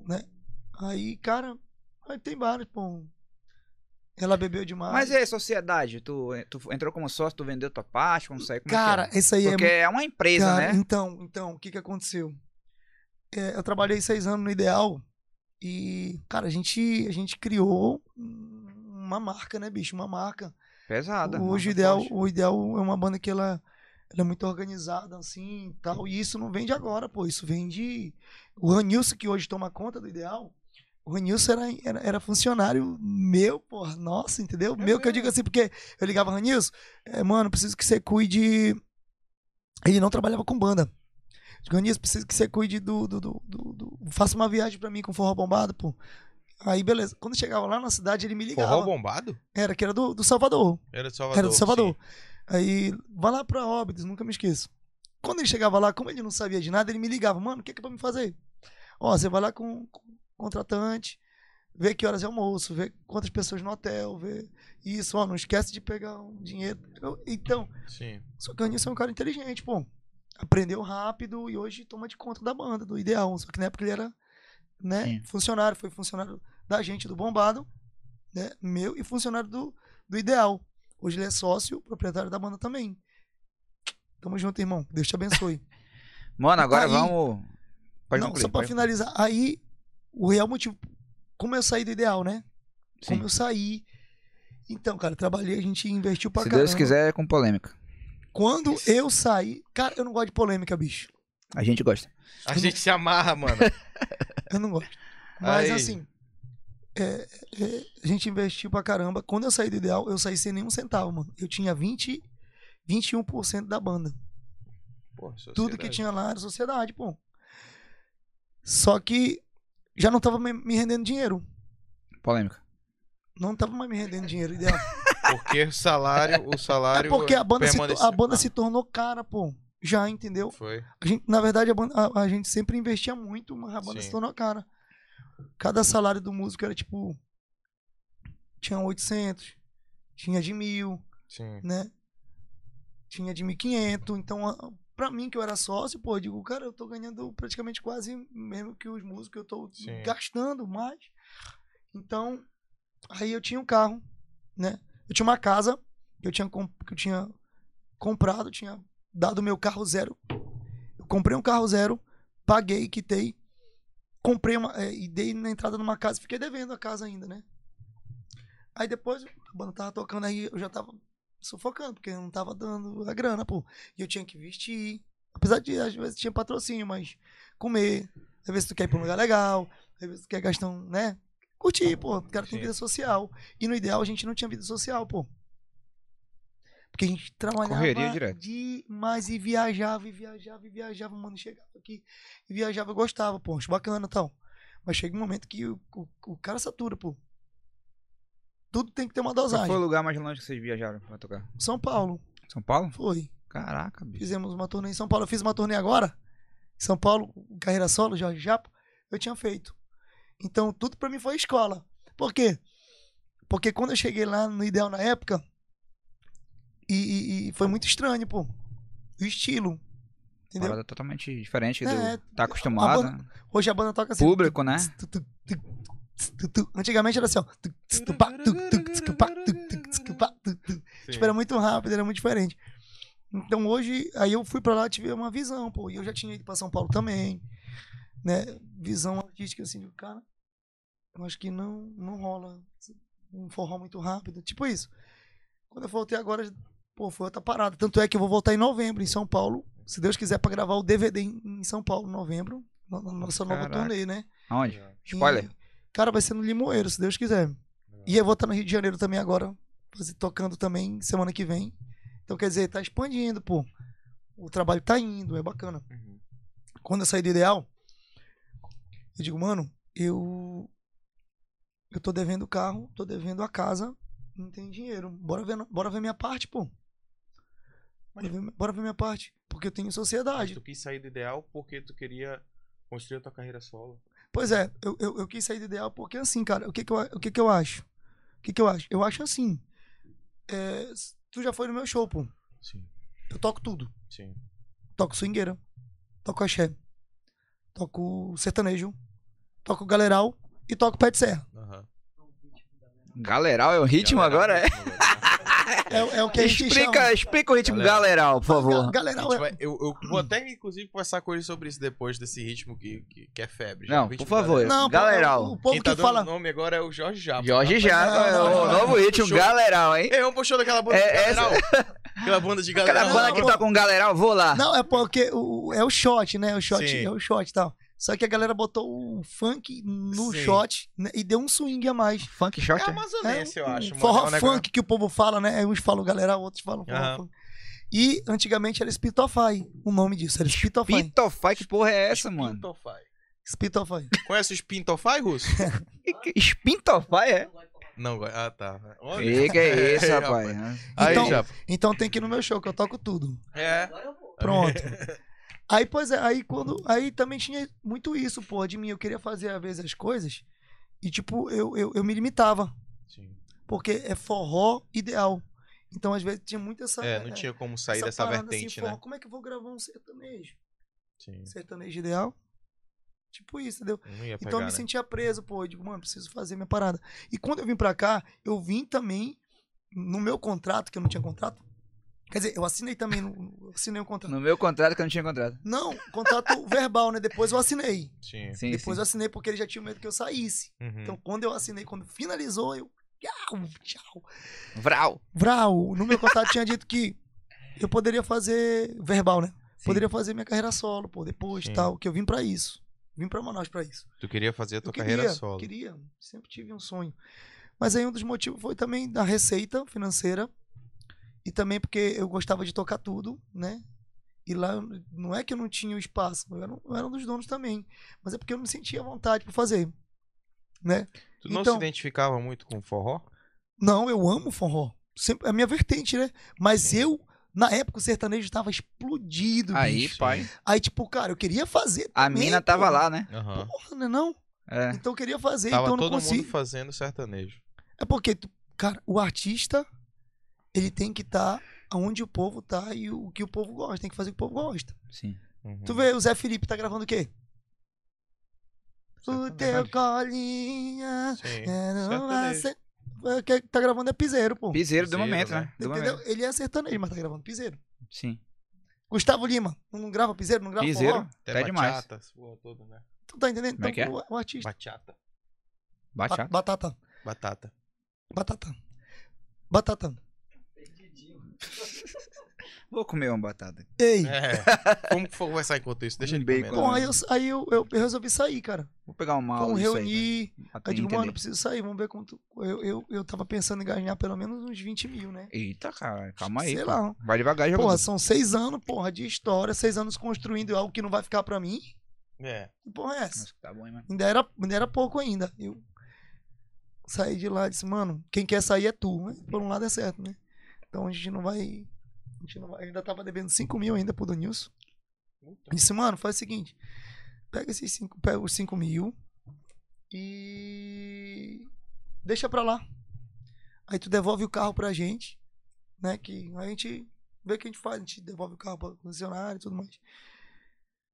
S3: né? Aí, cara, aí tem vários, pô. Ela bebeu demais.
S2: Mas é, e aí, sociedade? Tu, tu entrou como sócio, tu vendeu tua parte, como saiu? Como é que
S3: cara,
S2: é?
S3: isso aí é
S2: Porque é uma empresa,
S3: Cara,
S2: né?
S3: Então, então, o que que aconteceu? É, eu trabalhei seis anos no Ideal e, cara, a gente, a gente criou um, uma marca, né, bicho? Uma marca.
S2: Pesada.
S3: Hoje o
S2: massa,
S3: Ideal,
S2: forte.
S3: o Ideal é uma banda que ela, ela é muito organizada, assim, e tal. E isso não vem de agora, pô. Isso vem de... O Ranilson, que hoje toma conta do Ideal, o Ranilson era, era, era funcionário meu, pô. Nossa, entendeu? meu que eu digo assim, porque eu ligava, Ranilson, é, mano, preciso que você cuide... Ele não trabalhava com banda. Digo, Ranilson, preciso que você cuide do... do, do, do- do- Faça uma viagem pra mim com forró bombado, pô. Aí, beleza. Quando chegava lá na cidade, ele me ligava.
S1: Forró bombado?
S3: Era, que era do, do Salvador.
S1: Era de Salvador.
S3: Era do Salvador.
S1: sim.
S3: Aí, vai lá pra Óbidos, nunca me esqueço. Quando ele chegava lá, como ele não sabia de nada, ele me ligava, mano, o que é, que é pra me fazer? Ó, você vai lá com, com o contratante, vê que horas é almoço, vê quantas pessoas no hotel, vê isso, ó, não esquece de pegar um dinheiro. Eu- então,
S1: Sim.
S3: só que o Anísio é um cara inteligente, pô. Aprendeu rápido e hoje toma de conta da banda, do ideal. Só que na época ele era né,
S2: Sim.
S3: funcionário, foi funcionário da gente, do Bombado, né, meu, e funcionário do, do ideal. Hoje ele é sócio, proprietário da banda também. Tamo junto, irmão. Deus te abençoe.
S2: Mano, agora
S3: Tá Aí-
S2: vamos. Pode
S3: não,
S2: concluir,
S3: só pra
S2: pode-
S3: finalizar. Aí, o real motivo, como eu saí do ideal, né?
S2: Sim.
S3: Como eu saí. Então, cara, trabalhei, a gente investiu pra
S2: Se
S3: caramba.
S2: Deus quiser, é com polêmica.
S3: Quando eu saí. Cara, eu não gosto de polêmica, bicho.
S2: A gente gosta.
S1: A gente se amarra, mano.
S3: Eu não gosto. Mas
S1: Aí.
S3: assim, é, é, a gente investiu pra caramba. Quando eu saí do ideal, eu saí sem nenhum centavo, mano. Eu tinha 20, 21% da banda.
S1: Pô, sociedade.
S3: Tudo que tinha lá era sociedade, pô. Só que já não tava me- me rendendo dinheiro.
S2: Polêmica.
S3: Não tava mais me rendendo dinheiro, ideal.
S1: Porque o salário, o
S3: É
S1: salário.
S3: porque a banda, se, to-
S1: permaneceu-
S3: a banda
S1: Ah,
S3: se tornou cara, pô. Já, entendeu?
S1: Foi.
S3: A gente- na verdade, a, banda- a- a gente sempre investia muito, mas a banda
S1: Sim.
S3: se tornou cara. Cada salário do músico era tipo. Tinha 800, tinha de mil,
S1: Sim.
S3: né? Tinha de 1.500. Então, a- pra mim, que eu era sócio, pô, eu digo, cara, eu tô ganhando praticamente quase mesmo que os músicos, eu tô
S1: Sim.
S3: gastando mais. Então, aí eu tinha um carro, né? Eu tinha uma casa que eu tinha, com- que eu tinha comprado, tinha dado meu carro zero. Eu comprei um carro zero, paguei, quitei, comprei uma, eh, e dei na entrada numa casa, fiquei devendo a casa ainda, né? Aí depois, a banda tava tocando aí, eu já tava sufocando, porque eu não tava dando a grana, pô. E eu tinha que vestir. Apesar de, às vezes, tinha patrocínio, mas comer. Às vezes tu quer ir pra um lugar legal, às vezes tu quer gastar um, né? Curtir, pô. O cara tem
S1: Sim.
S3: vida social. E no ideal a gente não tinha vida social, pô. Porque a gente trabalhava
S2: Correria direto.
S3: demais e viajava, e viajava, e viajava, mano. Chegava aqui e viajava, eu gostava, pô. Acho bacana e tal. Mas chega um momento que o, o, o cara satura, pô. Tudo tem que ter uma
S2: Qual
S3: dosagem.
S2: foi o lugar mais longe que vocês viajaram pra tocar?
S3: São Paulo,
S2: São Paulo?
S3: foi.
S2: Caraca, bicho.
S3: Fizemos uma turnê em São Paulo. Eu fiz uma turnê agora. Em São Paulo, carreira solo, Jorge Japo. Eu tinha feito. Então, tudo pra mim foi escola. Por quê? Porque quando eu cheguei lá no Ideal na época, e, e- e foi muito estranho, pô. O estilo. Entendeu?
S2: Parada totalmente diferente do.
S3: É,
S2: tá acostumado.
S3: a
S2: né?
S3: Hoje a banda toca assim.
S2: Público, né?
S3: Tu, tu, tu, tu, tu, tu. Antigamente era assim, ó. Tu, tu, tu, pá, tu, tu, tu, pá, tu, tu, tu, pá, tu, tu.
S1: Sim.
S3: Tipo, era muito rápido, era muito diferente. Então hoje, aí eu fui pra lá, tive uma visão, pô. E eu já tinha ido pra São Paulo também, né? Visão artística, assim, de cara, eu acho que não, não rola um forró muito rápido. Tipo isso. Quando eu voltei agora, pô, foi outra parada. Tanto é que eu vou voltar em novembro em São Paulo, se Deus quiser, pra gravar o DVD em em São Paulo, em novembro. Na na nossa nova
S2: Caraca.
S3: turnê, né?
S2: Aonde?
S1: É.
S3: E,
S2: Spoiler.
S3: cara, vai ser no Limoeiro, se Deus quiser. E eu vou estar no Rio de Janeiro também agora, fazer- tocando também semana que vem. Então, quer dizer, tá expandindo, pô. O trabalho tá indo, é bacana.
S1: Uhum.
S3: Quando eu saí do ideal, eu digo, mano, eu. Eu tô devendo o carro, tô devendo a casa, não tem dinheiro. Bora ver, bora ver minha parte, pô. Bora ver, bora ver minha parte. Porque eu tenho
S1: Mas
S3: sociedade.
S1: tu quis sair do ideal porque tu queria construir a tua carreira solo.
S3: Pois é, eu, eu, eu quis sair do ideal porque assim, cara, o que que eu, o que que eu acho? O que que eu acho? Eu acho assim. é, tu já foi no meu show, pô.
S1: Sim.
S3: Eu toco tudo.
S1: Sim.
S3: Toco swingueira, toco axé, toco sertanejo, toco galeral e toco pé de serra.
S1: Aham.
S2: Galeral é o ritmo agora, é?
S3: É, é o que a gente
S2: Explica,
S3: chama. é
S2: explica o ritmo galeral, por favor.
S3: Galera,
S1: A gente vai- Tipo, eu, eu vou até, inclusive, conversar com ele sobre isso depois, desse ritmo que, que, que é febre. já.
S2: Não,
S1: O ritmo
S2: por favor.
S1: galera.
S3: não, pô,
S2: Galeral.
S3: O, o povo
S1: Quem tá
S3: que
S1: dando
S3: fala.
S1: o nome agora é o Jorge Japa.
S2: Jorge
S1: rapaz.
S2: já, é
S3: Não, não,
S2: o
S3: não,
S2: novo ritmo
S1: Show.
S2: galeral, hein?
S1: Ei, vamos pro show daquela banda
S2: É,
S1: de
S2: essa-
S1: Galeral. Aquela banda de Galeral.
S2: Aquela banda que
S3: não,
S2: tá com galeral, vou lá.
S3: Não, é porque o, é o shot, né? O shot
S1: Sim.
S3: é o shot e tal. Só que a galera botou o funk no
S1: Sim.
S3: shot né? e deu um swing a mais.
S2: Funk shot?
S1: É
S2: é?
S1: amazonense, eu
S3: um
S1: acho. mano.
S3: Forró
S1: É um negócio-
S3: funk que o povo fala, né? Aí Uns falam galera, outros falam forró
S1: Aham.
S3: funk. E antigamente era Spitofy, o nome disso, era Spitofy.
S2: Pitofai, que porra é essa, mano?
S1: Pintofai.
S3: Spitofy.
S1: Conhece os Pintofai, Russo?
S2: Que- que- Spintofai é?
S1: Não, vai- ah, tá. Olha.
S2: Que que é isso,
S1: Ei,
S2: rapaz?
S1: Aí,
S3: Então-
S1: Japa.
S3: Então tem que ir no meu show, que eu toco tudo.
S1: É.
S3: Pronto. Aí, pois é, aí quando. Aí também tinha muito isso, porra, de mim. Eu queria fazer, às vezes, as coisas. E, tipo, eu, eu, eu me limitava.
S1: Sim.
S3: Porque é forró ideal. Então, às vezes, tinha muito essa.
S1: É, não tinha como sair
S3: essa
S1: dessa
S3: parada
S1: vertente,
S3: assim, forró.
S1: né?
S3: Como é que eu vou gravar um sertanejo?
S1: Sim.
S3: Sertanejo ideal? Tipo isso, entendeu?
S1: Não ia pegar,
S3: Então eu me
S1: né?
S3: sentia preso, pô. Eu digo, mano, preciso fazer minha parada. E quando eu vim pra cá, eu vim também no meu contrato, que eu não tinha contrato. Quer dizer, eu assinei também, no, eu assinei um contrato.
S2: No meu contrato que eu não tinha contrato.
S3: Não, contrato verbal, né? Depois eu assinei.
S1: Sim.
S2: Sim,
S3: Depois
S2: sim.
S3: eu assinei porque ele já tinha medo que eu saísse.
S1: Uhum.
S3: Então quando eu assinei, quando finalizou, eu. Tchau, tchau.
S2: Vral.
S3: Vral, no meu contrato tinha dito que eu poderia fazer verbal, né?
S2: Sim.
S3: Poderia fazer minha carreira solo, pô, depois
S1: Sim.
S3: e tal, que eu vim pra isso. Vim pra Manaus pra isso.
S1: Tu queria fazer a tua
S3: Eu
S1: carreira
S3: queria,
S1: solo.
S3: Queria, sempre tive um sonho. Mas aí um dos motivos foi também da receita financeira e também porque eu gostava de tocar tudo, né? E lá eu- não é que eu não tinha o espaço, eu era, um- eu era um dos donos também, mas é porque eu não me sentia à vontade para fazer, né?
S1: Tu não
S3: Então-
S1: se identificava muito com forró?
S3: Não, eu amo forró, sempre é a minha vertente, né? Mas
S1: Sim.
S3: eu na época o sertanejo estava explodido,
S2: Aí,
S3: bicho.
S2: pai.
S3: Aí tipo, cara, eu queria fazer.
S2: A
S3: também,
S2: mina tava
S3: porra.
S2: lá, né?
S1: Aham.
S3: Porra, né, não?
S2: É.
S3: Então eu queria fazer,
S1: Tava
S3: então eu não
S1: todo
S3: consigo.
S1: mundo fazendo sertanejo.
S3: É porque, tu- cara, o artista, ele tem que estar onde o povo tá e o que o povo gosta. Tem que fazer o que o povo gosta.
S2: Sim.
S1: Uhum.
S2: Hum.
S3: Tu vê, o Zé Felipe tá gravando o quê? O
S1: Sertanejo.
S3: teu colinha.
S1: Sim.
S3: é, não vai
S1: sertanejo.
S3: ser- O que tá gravando é piseiro, pô.
S2: Piseiro do
S1: Piseiro,
S2: momento,
S1: né?
S2: né? Do
S3: Entendeu?
S2: momento.
S3: Ele é sertanejo, mas tá gravando piseiro.
S2: Sim.
S3: Gustavo Lima, não grava piseiro, não grava
S2: Piseiro.
S3: forró?
S1: Até
S2: Até demais.
S1: bachata, essa porra toda, né?
S3: Tu tá entendendo?
S2: Como é que é?
S3: o- o artista.
S1: Bachata.
S3: Ba-
S2: Bachata.
S3: Batata.
S1: Batata.
S3: Batata. Batata.
S2: Vou comer uma batata.
S3: Ei.
S1: É. Como que for- vai sair enquanto isso? Deixa
S2: Um
S1: ele
S2: bacon.
S1: comer.
S3: Bom, aí eu, aí eu, eu resolvi sair, cara.
S2: Vou pegar uma aula.
S3: Vamos
S2: disso aí,
S3: reunir.
S2: pra- pra
S3: Eu digo,
S2: entender.
S3: mano, eu preciso sair, vamos ver quanto. Eu, eu, eu tava pensando em ganhar pelo menos uns 20 mil, né?
S2: Eita, cara. Calma aí.
S3: Sei
S2: pô.
S3: lá.
S2: Vai devagar,
S3: Porra,
S2: jogador.
S3: são seis anos, porra, de história, seis anos construindo algo que não vai ficar pra mim.
S1: É.
S3: Que porra é essa?
S2: Nossa, tá bom, hein, mano.
S3: Ainda era, ainda era pouco ainda. Eu saí de lá e disse, mano, quem quer sair é tu. Mas, por um lado é certo, né? Então a gente não vai. A gente não vai. eu Ainda tava devendo 5 mil ainda pro Donilson.
S1: É.
S3: Eu Disse, mano, faz o seguinte. Pega esses cinco, pega os 5 mil e deixa pra lá. Aí tu devolve o carro pra gente, né? Que a gente vê o que a gente faz, a gente devolve o carro pra concessionária e tudo mais.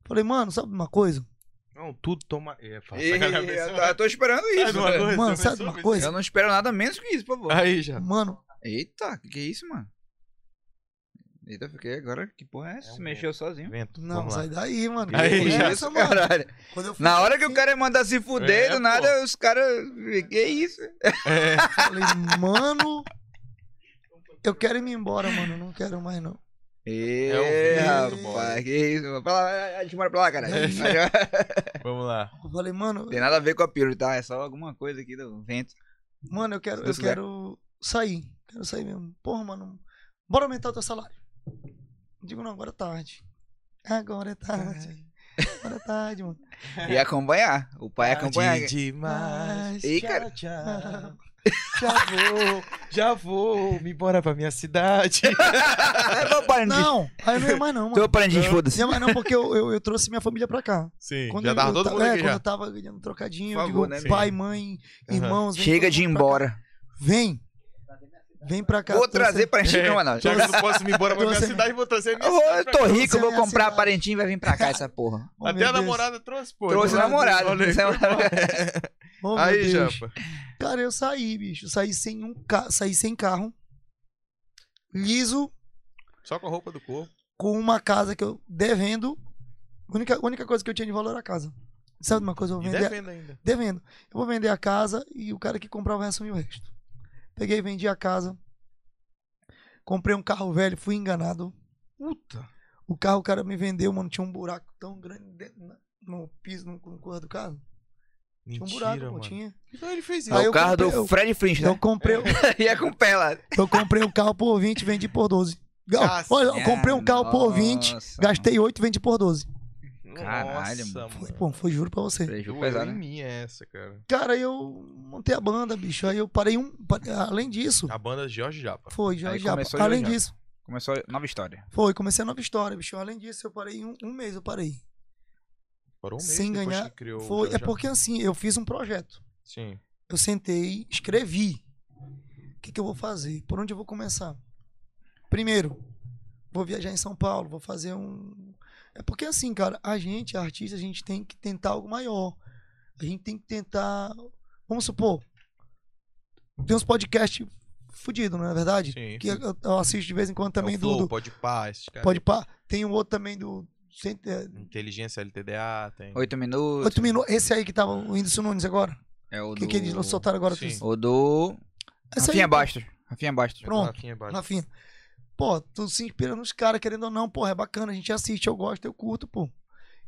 S3: Falei, mano, sabe de uma coisa?
S1: Não, tudo toma. É, fala,
S2: Ih,
S1: sacanagem.
S2: eu tô- eu tô esperando
S1: Sabe
S2: isso,
S1: de É uma
S2: velho.
S1: coisa? Ah.
S3: Mano,
S1: Pensou
S3: sabe de uma
S1: nisso?
S3: coisa?
S2: Eu não espero nada menos que isso, por favor.
S1: Aí já.
S3: Mano,
S2: Eita, que que é isso, mano? Eita, fiquei agora. Que porra é essa?
S1: É um
S2: Se mexeu sozinho.
S1: Vento.
S3: não,
S1: Vamos lá.
S3: sai daí, mano. Que
S1: Aí,
S3: porra
S1: já.
S3: é essa, mano?
S2: Caralho.
S3: Quando eu fui
S2: Na hora que
S3: assim,
S2: o cara mandar se fuder,
S1: É,
S2: do nada os caras. Que isso?
S1: É.
S3: eu Falei, mano. Eu quero ir me embora, mano. eu Não quero mais, não.
S2: Ê,
S1: É o
S2: rapaz,
S1: vento, boy.
S2: que isso? Pra lá, a gente mora pra lá, cara.
S1: É.
S2: Não
S1: Vamos lá.
S3: Eu falei, mano,
S2: tem nada a ver com a pílula, tá? É só alguma coisa aqui do vento.
S3: Mano, eu quero,
S2: Se
S3: eu
S2: Deus quiser.
S3: quero sair. Quero sair mesmo. Porra, mano. Bora aumentar o teu salário. Eu Digo, não, agora é tarde. Agora é tarde. Agora é tarde, mano.
S2: E acompanhar. O
S1: É
S2: pai
S1: Ah,
S2: acompanhar.
S1: Tarde demais.
S2: Ei,
S1: tchau,
S2: cara.
S1: tchau. Já vou, já vou me embora pra minha cidade.
S2: Tô parando
S3: Não, aí não ia mais não,
S2: de.
S3: mano.
S2: Tô parando de
S3: Não
S2: Então, foda-se.
S3: ia mais não, porque eu, eu, eu trouxe minha família pra cá.
S1: Sim,
S3: Quando
S1: já
S3: eu-
S1: tava
S3: eu
S1: todo
S3: ta-
S1: mundo
S3: é,
S1: aqui
S3: quando
S1: já.
S3: eu tava ganhando trocadinho,
S2: Por
S3: eu
S2: favor,
S3: digo,
S2: né,
S3: pai,
S1: Sim.
S3: mãe,
S1: Aham.
S3: irmãos. vem
S2: Chega
S3: todo
S2: de ir
S3: mundo um pra cá.
S2: embora.
S3: Vem. Vem pra cá.
S2: Vou
S3: trouxe-
S2: trazer pra gente, não, mano.
S1: É, Já que eu não posso me embora pra minha
S3: Trouxe-
S1: cidade, vou trazer minha
S2: Eu, vou- eu
S1: cidade pra
S2: tô
S1: cá.
S2: rico, eu vou
S3: Minha
S2: comprar a
S3: cidade.
S2: parentinho e vai vir pra cá essa porra.
S3: Oh,
S1: Até
S3: meu
S1: a
S3: Deus.
S1: namorada trouxe, pô.
S2: Trouxe
S1: Olha aí,
S2: namorada.
S1: olha aí.
S2: Essa-
S3: Oh, meu
S1: Aí,
S3: Deus.
S1: Japa.
S3: Cara, eu saí, bicho. Saí sem um ca... saí sem carro. Liso,
S1: Só com a roupa do corpo.
S3: com uma casa que eu devendo. A única, única coisa que eu tinha de valor era a casa. Sabe de uma coisa? Eu
S1: E
S3: vender,
S1: devendo ainda.
S3: devendo. Eu vou vender a casa e o cara que comprava vai assumir o resto. Peguei, vendi a casa. Comprei um carro velho, fui enganado.
S1: Puta.
S3: O carro o cara me vendeu, mano, tinha um buraco tão grande dentro na- no piso, no, no corpo do carro. Tinha um
S1: Mentira,
S3: buraco, pô,
S1: mano.
S3: tinha.
S1: Então ele fez isso.
S3: Aí
S2: É
S3: eu
S2: o carro
S3: comprei-
S2: do Fred Fringe,
S3: Eu
S2: né?
S3: comprei,
S2: E é com o pé lá.
S3: eu comprei um carro por 20, vendi por 12. Ga-
S1: Cacete.
S3: Olha, eu comprei um carro por 20,
S2: Ah, Nossa.
S3: gastei 8, vendi por 12.
S2: Caralho, mano.
S3: Foi, pô, foi juro pra você.
S2: Prejuízo
S1: Doeu
S2: pesado,
S1: em
S2: né?
S1: mim essa, cara.
S3: Cara, eu montei a banda, bicho. Aí eu parei um. pa- Além disso,
S1: A banda Jorge Japa.
S3: foi, já,
S2: Aí
S3: já.
S2: começou
S3: Além
S2: já, já.
S3: disso,
S2: Começou nova história.
S3: foi, comecei a nova história, bicho. Além disso, eu parei um, um mês, eu parei.
S1: Parou um mês
S3: Sem
S1: depois
S3: ganhar,
S1: que criou o
S3: Foi, é
S1: Jorge Japa.
S3: porque assim, eu fiz um projeto.
S1: Sim.
S3: Eu sentei, escrevi. O que, que eu vou fazer? Por onde eu vou começar? Primeiro, vou viajar em São Paulo, vou fazer um. É porque assim, cara, a gente, artista, a gente tem que tentar algo maior. A gente tem que tentar. Vamos supor. Tem uns podcasts fudidos, não é verdade?
S1: Sim.
S3: Que eu, eu assisto de vez em quando também
S1: é o
S3: do,
S1: Flow,
S3: do-
S1: Pode Pá, esses caras.
S3: Pode pá. Tem um outro também do. cent- é,
S1: Inteligência LTDA, tem.
S2: Oito minutos.
S3: Oito minutos. Esse aí que tava o Whindersson Nunes agora.
S2: É o
S3: O
S2: do...
S3: que, que eles soltaram agora?
S1: Sim.
S2: O do...
S3: Esse
S2: Rafinha Bastos. Rafinha Bastos.
S1: Tem
S3: pronto.
S1: Rafinha Bastos.
S3: Rafinha. Pô, tu se inspira nos caras, querendo ou não, porra, é bacana, a gente assiste, eu gosto, eu curto, pô.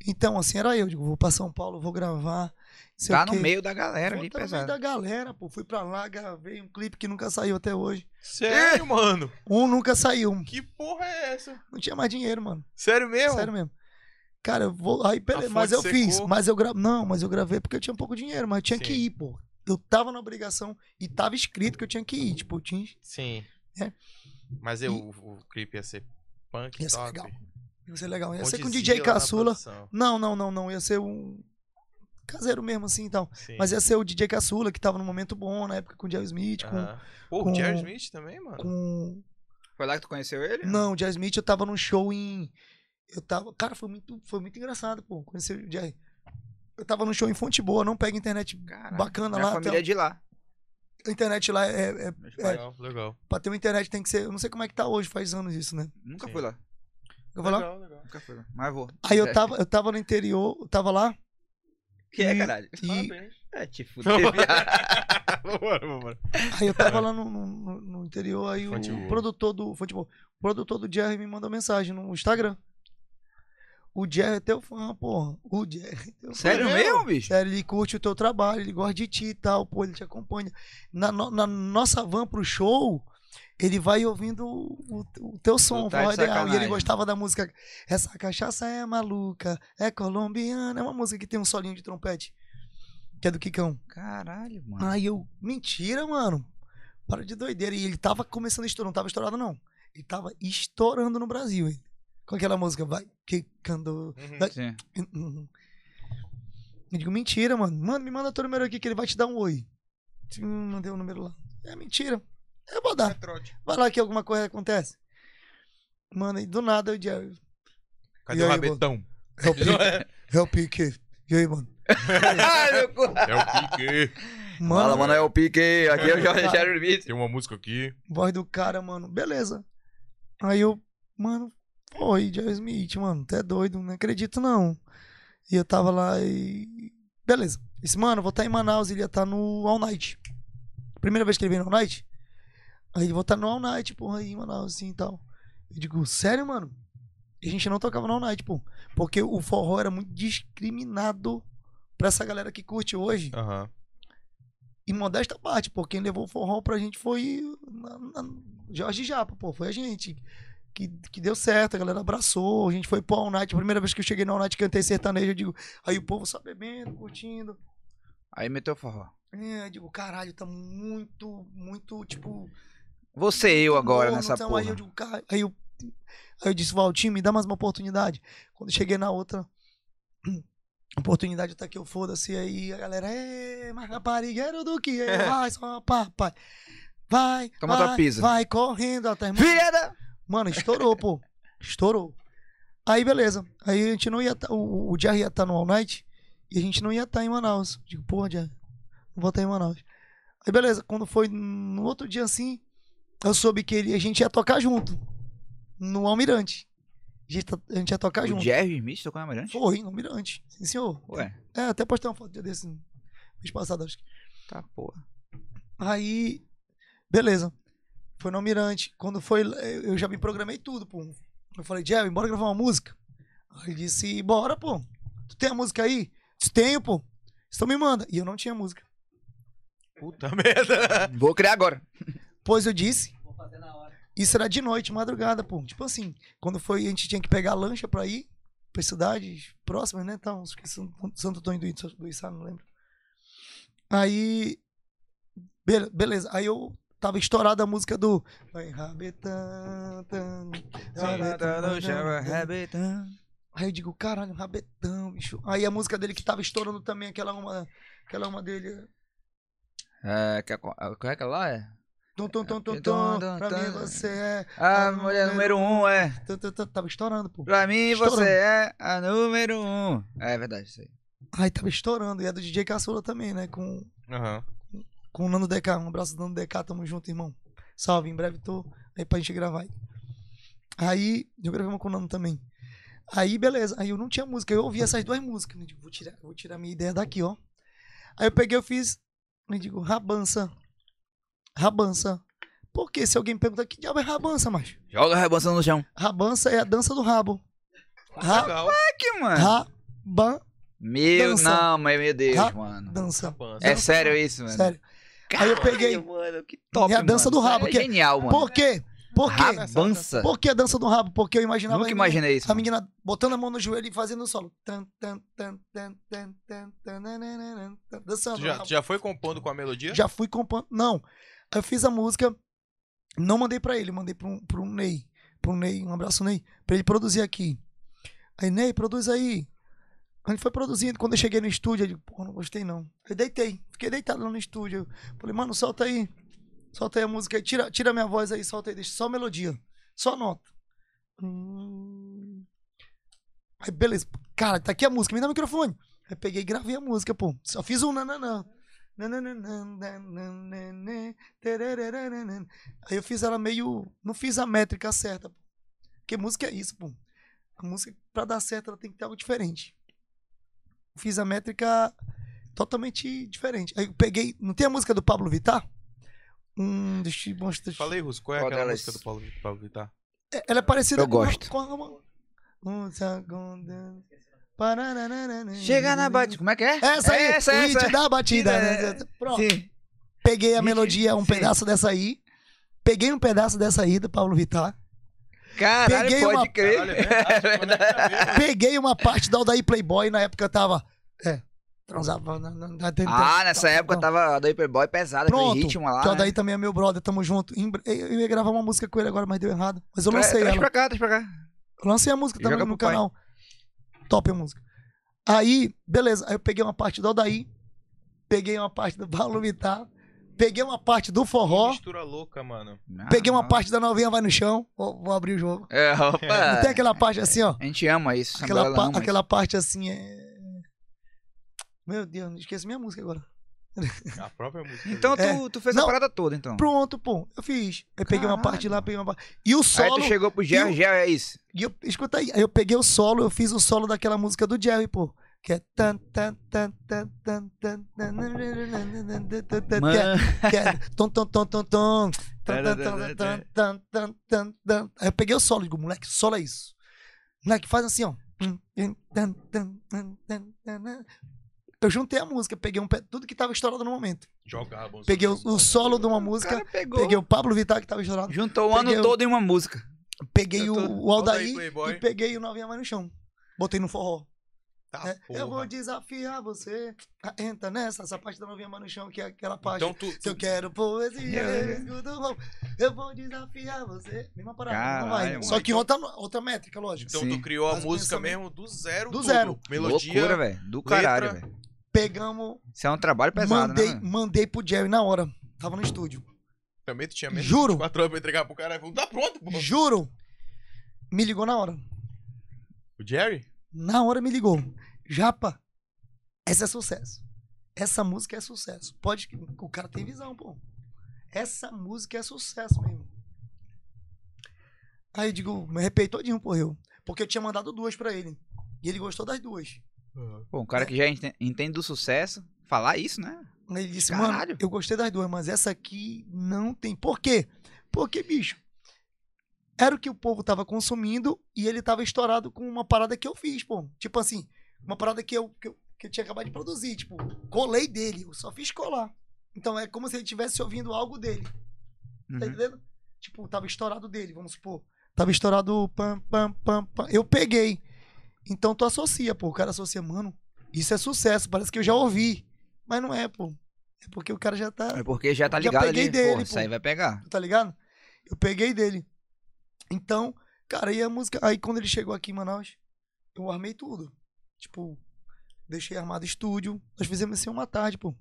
S3: Então, assim, era eu, digo, vou pra São Paulo, vou gravar. não sei
S2: Tá
S3: o
S2: no
S3: quê.
S2: meio da galera
S3: Pô,
S2: ali,
S3: tá no
S2: pesado.
S3: meio da galera, pô. Fui pra lá, gravei um clipe que nunca saiu até hoje.
S1: Sério, mano?
S3: Um nunca saiu.
S1: Que porra é essa?
S3: Não tinha mais dinheiro, mano.
S1: Sério mesmo?
S3: Sério mesmo. Cara, eu vou. Aí,
S1: A
S3: peraí, mas eu
S1: fonte
S3: fiz.
S1: secou.
S3: Mas eu gravei. Não, mas eu gravei porque eu tinha pouco dinheiro, mas eu tinha que
S1: Sim.
S3: ir, pô. Eu tava na obrigação e tava escrito que eu tinha que ir. Tipo, eu tinha.
S1: Sim.
S3: É.
S1: Mas eu,
S3: E-
S1: o, o clipe ia ser punk
S3: Ia ser
S1: top.
S3: legal. Ia ser legal. Ia ser com o
S1: Condizia
S3: DJ
S1: lá na
S3: Caçula.
S1: produção.
S3: Não, não, não, não. Ia ser um. Caseiro mesmo, assim e tal.
S1: Sim.
S3: Mas ia ser o DJ Caçula, que tava num momento bom, na época com o Jerry Smith, com.
S1: Aham. Pô, o
S3: com-
S1: Jerry Smith também, mano?
S3: com...
S2: Foi lá que tu conheceu ele?
S3: Não, o Jerry Smith eu tava num show em. Eu tava. Cara, foi muito, foi muito engraçado, pô. Conhecer o Jerry. Eu tava num show em Fonte Boa, não pega internet
S2: Caralho.
S3: bacana
S2: Minha
S3: lá.
S2: família é de lá.
S3: tem- A internet lá é, é.
S2: Meus pais.
S1: Legal, legal.
S3: Pra ter uma internet tem que ser. Eu não sei como é que tá hoje, faz anos isso, né?
S2: Nunca
S1: Sim.
S2: fui lá.
S3: Eu vou lá.
S1: Legal, legal.
S2: Nunca fui lá. Mas vou. É,
S3: Aí eu tava, eu tava no interior, eu tava lá
S2: Que é,
S3: e-
S2: caralho?
S3: e.
S1: Parabéns.
S2: É, te fudeu, viado.
S1: Vambora, vambora.
S3: Aí eu
S2: É.
S3: tava lá no, no- no- no interior, aí
S1: Fonte Boa.
S3: o produtor do futebol, o produtor do Jerry me mandou mensagem no Instagram. O Jerry é teu fã, porra. O Jerry é teu fã.
S2: Sério mesmo, bicho?
S3: Sério, ele curte o teu trabalho, ele gosta de ti e tal, pô, ele te acompanha. Na, no- na nossa van pro show, ele vai ouvindo o, o- o teu som,
S2: Tu tá de
S3: voz ideal. E ele
S2: sacanagem.
S3: gostava da música. Essa cachaça é maluca, é colombiana. É uma música que tem um solinho de trompete, que é do Kikão.
S2: Caralho, mano.
S3: Aí eu, mentira, mano. Para de doideira. E ele tava começando a estourar, não tava estourado, não. Ele tava estourando no Brasil, ele. Com aquela música, vai quicando.
S1: Uhum.
S3: Vai-
S2: Sim.
S3: Eu digo, mentira, mano. Mano, me manda teu número aqui que ele vai te dar um oi. Sim, mandei o número lá. É mentira. Eu vou dar.
S1: É trote.
S3: Vai lá que alguma coisa acontece. Mano, e do nada eu digo,
S1: Cadê
S3: E
S1: o
S3: aí,
S1: rabetão?
S3: é o pique, é o pique. E aí, mano?
S2: Ai, meu cu.
S1: É o Piquet.
S2: Fala,
S3: Mano,
S2: mano, é o Pique. Aqui é o Jorge Jairo Smith.
S1: Tem uma música aqui.
S3: voz do cara, mano, beleza. Aí eu, mano, foi, Jerry Smith, mano, tu é doido, não acredito não. E eu tava lá e. Beleza. Esse mano, eu vou estar em Manaus, ele ia estar no All Night. Primeira vez que ele veio no All Night. Aí ele vou estar no All Night, porra, aí em Manaus, assim e tal. Eu digo, sério, mano? E a gente não tocava no All Night, pô. Porque o forró era muito discriminado pra essa galera que curte hoje.
S1: Aham.
S3: E modesta parte, pô, quem levou o forró pra gente foi na- na- Jorge Japa, pô, foi a gente. Que, que deu certo, a galera abraçou, a gente foi pro All Night, a primeira vez que eu cheguei no All Night, cantei sertanejo, eu digo, aí o povo só bebendo, curtindo.
S2: Aí meteu forró.
S3: É, eu digo, caralho, tá muito, muito, tipo...
S2: Você eu agora
S3: morno,
S2: nessa
S3: tá?"
S2: porra.
S3: Aí eu digo, cara, aí eu, aí eu disse, Valtinho, me dá mais uma oportunidade. Quando eu cheguei na outra oportunidade, tá aqui, eu foda-se, aí a galera, é, mas raparigueiro do que? é? Vai, só papai. Vai,
S2: Toma
S3: vai,
S2: tua pisa."
S3: vai, correndo até...
S2: Filha da...
S3: Mano, estourou, pô. Estourou. Aí, beleza. Aí a gente não ia. Tá, o, o Jerry ia tá estar no All Night e a gente não ia estar tá em Manaus. Digo, porra, Jerry, não vou estar em Manaus. Aí beleza, quando foi no outro dia assim, eu soube que ele- a gente ia tocar junto. No Almirante. A gente, tá- a gente ia tocar
S2: O
S3: junto.
S2: Jerry Smith tocou na Amarante?
S3: Foi, no Almirante. Sim, senhor.
S2: Ué,
S3: É, até postei uma foto dia desse. Mês passado, acho que.
S2: tá porra.
S3: Aí, beleza. Foi no Almirante. Quando foi, lá, eu eu já me programei tudo, pô. Eu falei, Jerry, bora gravar uma música? Aí ele disse, bora, pô. Tu tem a música aí? Eu Disse, tenho, pô. Então me manda. E eu não tinha música.
S1: Puta merda.
S2: É. Vou criar agora.
S3: Pois eu disse. Isso era de noite, madrugada, pô. Tipo assim, quando foi, a gente tinha que pegar a lancha pra ir pra cidades próximas, né? Então, acho que São- Santo Antônio do Itza- do Içá, não lembro. Aí, be- beleza. Aí eu tava estourada a música do... Vai, rabetã, tan, rabetã, tan. Aí eu digo, caralho, rabetão, bicho. Aí a música dele que tava estourando também, aquela uma, aquela uma dele...
S2: É, que, a- qual é que lá é?
S3: Tum, tum, tum, tum,
S2: Tum,
S3: tum,
S2: tum,
S3: pra mim
S2: tum.
S3: você é...
S2: A mulher número um é.
S3: Tum, tum, tum, Tava estourando, pô.
S2: Pra mim,
S3: Estourando.
S2: você é a número um. É verdade, isso aí.
S3: Ai, tava estourando. E é do DJ Caçula também, né? Com,
S1: Aham.
S3: com o Nando DK. Um abraço, Nando DK. Tamo junto, irmão. Salve, em breve tô aí pra gente gravar. aí. Aí, eu gravei uma com o Nando também. Aí, beleza. Aí eu não tinha música. Eu ouvi essas duas músicas. Né? Digo, vou tirar, vou tirar minha ideia daqui, ó. Aí eu peguei, eu fiz. Eu digo, rabança. Rabança. Por quê? Se alguém me perguntar, que diabo é rabança, macho?
S2: Joga a rebança no chão.
S3: Rabança é a dança do rabo. Ra,
S1: Legal.
S2: Que, mano?
S3: raban,
S2: Meu,
S3: Dança.
S2: não, mas meu Deus,
S3: Ra-
S2: mano.
S3: dança.
S2: É sério isso, mano.
S3: Sério. Aí eu peguei.
S2: Caralho, mano, que top,
S3: É a dança
S2: mano.
S3: do rabo,
S2: Isso
S3: que
S2: É
S3: é-
S2: genial, mano.
S3: Por quê? Por quê?
S2: Rabança.
S3: Por que a é dança do rabo? Porque eu imaginava
S2: Nunca
S3: a menina,
S2: imaginei isso.
S3: a
S2: mano.
S3: menina botando a mão no joelho e fazendo o solo. Tan, tan, tan, tan, tan, tan, tan, nan, nan, nan, nan, tan, Dançando.
S1: Tu já,
S3: rabo.
S1: tu já foi compondo com a melodia?
S3: Já fui compondo. Não. Eu fiz a música, não mandei pra ele, mandei pra um, pra um Ney. Pra um Ney, um abraço, Ney. Pra ele produzir aqui. Aí, Ney, produz aí. Aí Ele foi produzindo. Quando eu cheguei no estúdio, eu digo, pô, não gostei não. Aí deitei. Fiquei deitado lá no estúdio. Eu falei, mano, solta aí. Solta aí a música aí. Tira, tira minha voz aí, solta aí. Deixa só a melodia. Só a nota. Hum. Aí, beleza. Cara, tá aqui a música. Me dá o microfone. Aí peguei e gravei a música, pô. Só fiz um nananã. Nanananananananã, tarararananan. Aí eu fiz ela meio. Não fiz a métrica certa. pô. Porque música é isso, pô. A música, pra dar certo, ela tem que ter algo diferente. Fiz a métrica totalmente diferente. Aí eu peguei. Não tem a música do Pablo Vittar? Hum, deixa eu te mostrar.
S1: Falei, Russo, qual é
S2: Qual
S1: aquela
S2: delas?
S1: música do Paulo, Paulo Vittar?
S3: É- Ela é parecida
S2: Eu
S3: com a-
S2: gosto.
S3: com a- uma- Um segundo. Pararararana.
S2: Chega na batida. Como é que é?
S3: Essa aí,
S2: É Essa,
S3: o
S2: essa.
S3: hit da batida.
S2: É.
S3: né? Pronto.
S2: Sim.
S3: Peguei a
S2: Hit,
S3: melodia, um
S2: sim.
S3: pedaço dessa aí. Peguei um pedaço dessa aí do Paulo Vittar.
S2: Caralho,
S3: Peguei
S2: pode
S3: uma-
S2: crer.
S1: Caralho, é verdade, mano, é verdade.
S3: Peguei uma parte da Aldair Playboy, na época eu tava. É, transava. na- na- na-
S2: Ah, nessa
S3: tá-
S2: época
S3: tá-
S2: tava a do Hyperboy pesada,
S3: Pronto.
S2: aquele ritmo lá.
S3: Que
S2: né?
S3: o Aldair também é meu brother, tamo junto. Em bre- Eu eu ia gravar uma música com ele agora, mas deu errado. Mas eu
S2: Tra-
S3: lancei
S2: traz
S3: ela.
S2: pra cá, traz pra cá.
S3: Eu lancei a música
S2: Joga
S3: também
S2: pro
S3: no
S2: pai.
S3: canal. Top a música. Aí, beleza. Aí eu peguei uma parte do Aldair, peguei uma parte do Paulo Vittar, peguei uma parte do
S1: Que
S3: forró,
S1: mistura louca, mano.
S2: Não,
S3: peguei uma
S2: não.
S3: parte da novinha vai no chão. Vou, vou abrir o jogo.
S2: É, opa.
S3: Não tem aquela parte assim, ó.
S2: A gente ama isso.
S3: Aquela,
S2: Aquela,
S3: pa-
S2: ama
S3: aquela parte assim é. Meu Deus, não esqueço minha música agora.
S1: A própria música.
S2: isso. Então tu,
S3: É.
S2: tu fez a
S3: Não.
S2: parada toda, então.
S3: Pronto, pô, eu fiz. Eu peguei uma
S2: Caralho.
S3: parte lá, peguei uma parte. E o
S2: Aí
S3: solo.
S2: tu chegou pro Jerry,
S3: e o-
S2: Jerry, é isso.
S3: E eu, escuta aí, aí eu peguei o solo, eu fiz o solo daquela música do Jerry, pô. Que é. tan, tan, tan, tan, tan, tan, tan, que é-
S2: Mano,
S3: que é tom, tom, tom, tom, tom, tan, tan, tan, tan, tan, tan, tan, tan. Aí eu peguei o solo, digo, moleque, solo é isso. Moleque, faz assim, ó. Eu juntei a música, peguei um pé, tudo que tava estourado no momento.
S1: Jogavam.
S3: Peguei o, o solo de uma
S2: o
S3: música,
S2: cara pegou.
S3: peguei o Pablo Vittar que tava estourado,
S2: Juntou o ano
S3: peguei um o-
S2: todo em uma música.
S3: peguei
S2: Eu
S3: o,
S2: tô-
S3: o
S1: Aldair
S3: Aldair
S1: Playboy.
S3: e peguei o Novinha Mais no Chão. Botei no forró.
S1: Tá,
S2: Ah,
S3: né? eu vou
S1: porra.
S3: desafiar você. Ah, Entra nessa, essa parte da Novinha Mais no Chão, que é aquela parte.
S1: Então tu,
S3: Se eu
S1: tu,
S3: quero poesia,
S2: Yeah.
S3: eu escuto o rom- eu vou desafiar você. Mesma parada,
S2: Caralho,
S3: mesma vibe.
S2: mano.
S3: Só que outra, outra métrica, lógico.
S1: então
S2: Sim.
S1: tu criou a
S3: Mas
S1: música
S3: pensamento-
S1: mesmo do zero.
S3: Do
S1: tudo.
S3: zero.
S1: Melodia.
S2: Loucura, velho. Do caralho,
S1: letra.
S2: velho.
S3: Pegamos,
S2: Isso é um trabalho pesado,
S3: mandei,
S2: né? mano?
S3: mandei pro Jerry na hora. Tava no estúdio.
S1: Também tu
S2: É
S1: tinha menos de
S3: Juro.
S1: 24 horas pra entregar pro cara. Não tá pronto, pô.
S3: Juro. Me ligou na hora.
S1: O Jerry?
S3: Na hora me ligou. Japa, esse é sucesso. Essa música é sucesso. Pode, o cara tem visão, pô. Essa música é sucesso mesmo. Aí eu digo, me arrepiei todinho, porra, eu. Porque eu tinha mandado duas pra ele. E ele gostou das duas.
S2: Pô, um cara que já ente- entende do sucesso, falar isso, né?
S3: Aí ele disse,
S2: Caralho.
S3: mano, eu gostei das duas, mas essa aqui não tem. Por quê? Porque, bicho, era o que o povo tava consumindo e ele tava estourado com uma parada que eu fiz, pô. Tipo assim, uma parada que eu, que eu, que eu tinha acabado de produzir, tipo, colei dele, eu só fiz colar. Então é como se ele estivesse ouvindo algo dele, tá
S2: Uhum.
S3: entendendo? Tipo, tava estourado dele, vamos supor. Tava estourado pam, pam, pam, pam. Eu peguei. Então tu associa, pô. O cara associa, mano, isso é sucesso, parece que eu já ouvi. Mas não é, pô. É porque o cara já tá.
S2: É porque já tá
S3: Já
S2: ligado
S3: peguei
S2: ali,
S3: dele,
S2: pô,
S3: pô.
S2: isso aí vai pegar.
S3: tá ligado? Eu peguei dele. Então, cara, aí a música. Aí quando ele chegou aqui em Manaus, eu armei tudo. Tipo, deixei armado estúdio. Nós fizemos assim uma tarde, pô.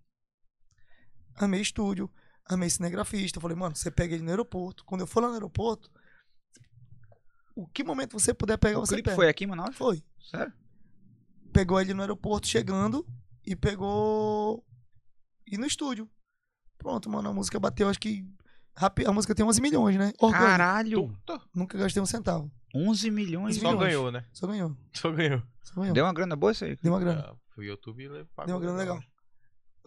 S3: Armei estúdio, armei cinegrafista. Falei, mano, você pega ele no aeroporto. Quando eu for lá no aeroporto, o que momento você puder pegar,
S2: O
S3: você
S2: clipe
S3: pega.
S2: foi aqui, em Manaus?
S3: foi.
S2: Sério?
S3: Pegou ele no aeroporto chegando e pegou. E no estúdio. Pronto, mano, a música bateu, acho que. rapi- A música tem 11 milhões, né? Orgânico.
S2: Caralho!
S3: Nunca gastei um centavo.
S2: 11 milhões de
S1: Só
S3: milhões.
S1: ganhou, né?
S3: Só ganhou.
S1: Só ganhou.
S3: Só ganhou. Deu,
S2: Deu uma grana boa isso aí?
S3: uma grana.
S1: Ah, o YouTube le- pagou. né?
S3: Deu uma grana legal. Deu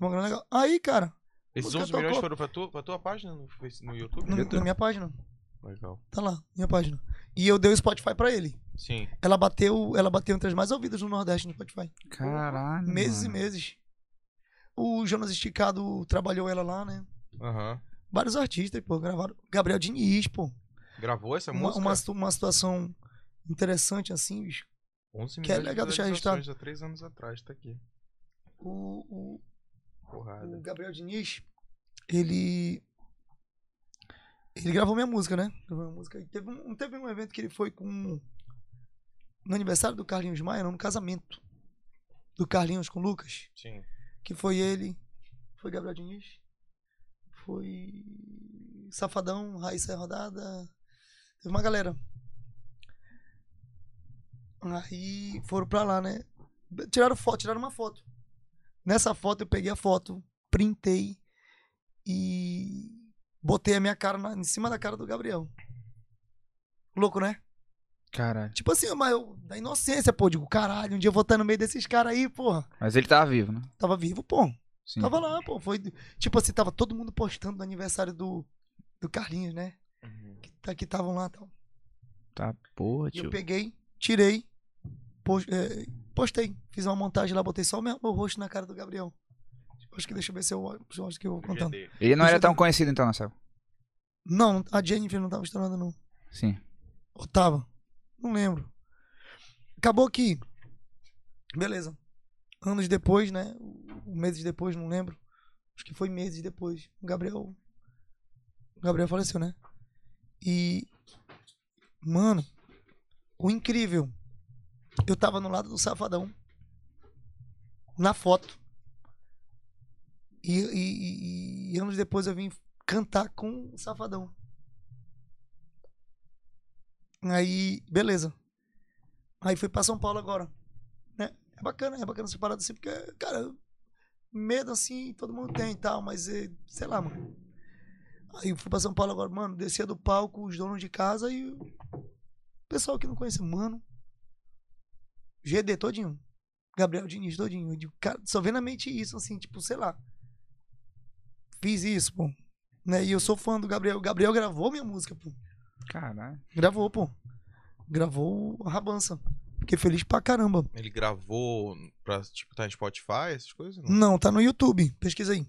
S3: uma grana legal. Aí, cara,
S1: Esses
S3: Música
S1: 11 milhões
S3: tocou.
S1: foram pra tua, pra tua página no, Face- no YouTube?
S3: no-
S2: YouTube.
S3: na minha página.
S1: Legal.
S3: Tá lá, minha página. E eu dei o Spotify pra ele.
S1: Sim.
S3: Ela bateu, ela bateu entre as mais ouvidas no Nordeste no Spotify.
S2: Caralho.
S3: Meses e
S2: mano.
S3: meses. O Jonas Esticado trabalhou ela lá, né?
S1: Aham.
S3: Vários artistas, pô, gravaram. Gabriel Diniz, pô.
S1: Gravou essa
S3: Uma,
S1: música?
S3: uma, situ- uma situação interessante, assim, bicho.
S1: 11
S3: que é
S1: milhões
S3: legal
S1: de
S3: deixar
S1: visualizações há três anos atrás, tá aqui.
S3: O- o, o
S1: Porrada.
S3: Gabriel Diniz, ele. Ele gravou minha música, né? Gravou minha música. E teve um, teve um evento que ele foi com. No aniversário do Carlinhos Maia, não, no casamento. Do Carlinhos com o Lucas.
S1: Sim.
S3: Que foi ele. Foi Gabriel Diniz. Foi. Safadão, Raíssa é Rodada. Teve uma galera. Aí foram pra lá, né? Tiraram foto, tiraram uma foto. Nessa foto eu peguei a foto, printei e botei a minha cara na- em cima da cara do Gabriel. Louco, né?
S2: Caralho.
S3: Tipo assim, mas eu, da inocência, pô, digo, caralho, um dia eu vou estar no meio desses caras aí, porra.
S2: Mas ele tava vivo, né?
S3: Tava vivo, pô.
S2: Sim.
S3: Tava lá, pô. Foi. Tipo assim, tava todo mundo postando no aniversário do, do Carlinhos, né? Que tá- Que estavam lá tal.
S2: Tá, porra,
S3: E eu
S2: tio.
S3: peguei, tirei, pos- eh, postei. Fiz uma montagem lá, botei só o meu, meu rosto na cara do Gabriel. Acho que deixa eu ver se eu, se eu acho que eu vou contando.
S2: Ele não
S3: Deixa
S2: era
S3: eu
S2: tão
S3: ver.
S2: conhecido então, Marcelo.
S3: Não, a Jennifer não tava estourando, não.
S2: Sim.
S3: Ou tava? Não lembro. Acabou que. Beleza. Anos depois, né? o- Meses depois, não lembro. Acho que foi meses depois. O Gabriel. O Gabriel faleceu, né? E. Mano. O incrível. Eu tava no lado do Safadão. Na foto. E, e- e- e anos depois eu vim cantar com o Safadão. Aí, beleza. Aí fui pra São Paulo agora. Né? É bacana, é bacana essa parada assim, porque, cara, medo assim, todo mundo tem e tal, mas eh, sei lá, mano. Aí eu fui pra São Paulo agora, mano, descia do palco, os donos de casa e o pessoal que não conhece, mano. GD todinho. Gabriel Diniz todinho. Eu digo, cara, só vendo a mente isso, assim, tipo, sei lá. Fiz isso, pô. Né? E eu sou fã do Gabriel. O Gabriel gravou minha música, pô.
S2: Caralho.
S3: Gravou, pô. Gravou a Rabansa. Fiquei feliz pra caramba.
S1: Ele gravou pra, tipo, tá em Spotify, essas coisas? Não.
S3: Não, tá no YouTube. Pesquisa aí.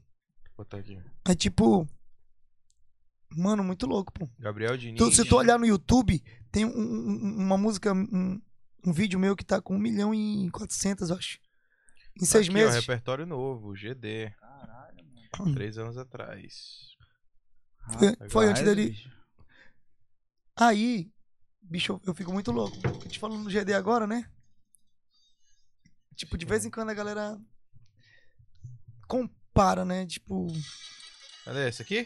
S1: Vou botar aqui.
S3: É tipo. Mano, muito louco, pô.
S1: Gabriel Diniz.
S3: Tu- se tu olhar no YouTube, tem um- um- uma música, um, um vídeo meu que tá com 1 milhão e 400, eu acho.
S1: Tá
S3: Em seis
S1: aqui, ó,
S3: meses. Hum.
S1: repertório novo, GD.
S2: Caralho, mano.
S1: Três anos atrás.
S3: Foi- foi antes
S2: Caralho,
S3: dele-
S2: bicho.
S3: Aí, bicho, eu fico muito louco. Eu te falando no GD agora, né? Tipo, de vez em quando a galera compara, né? Tipo,
S1: Cadê esse aqui?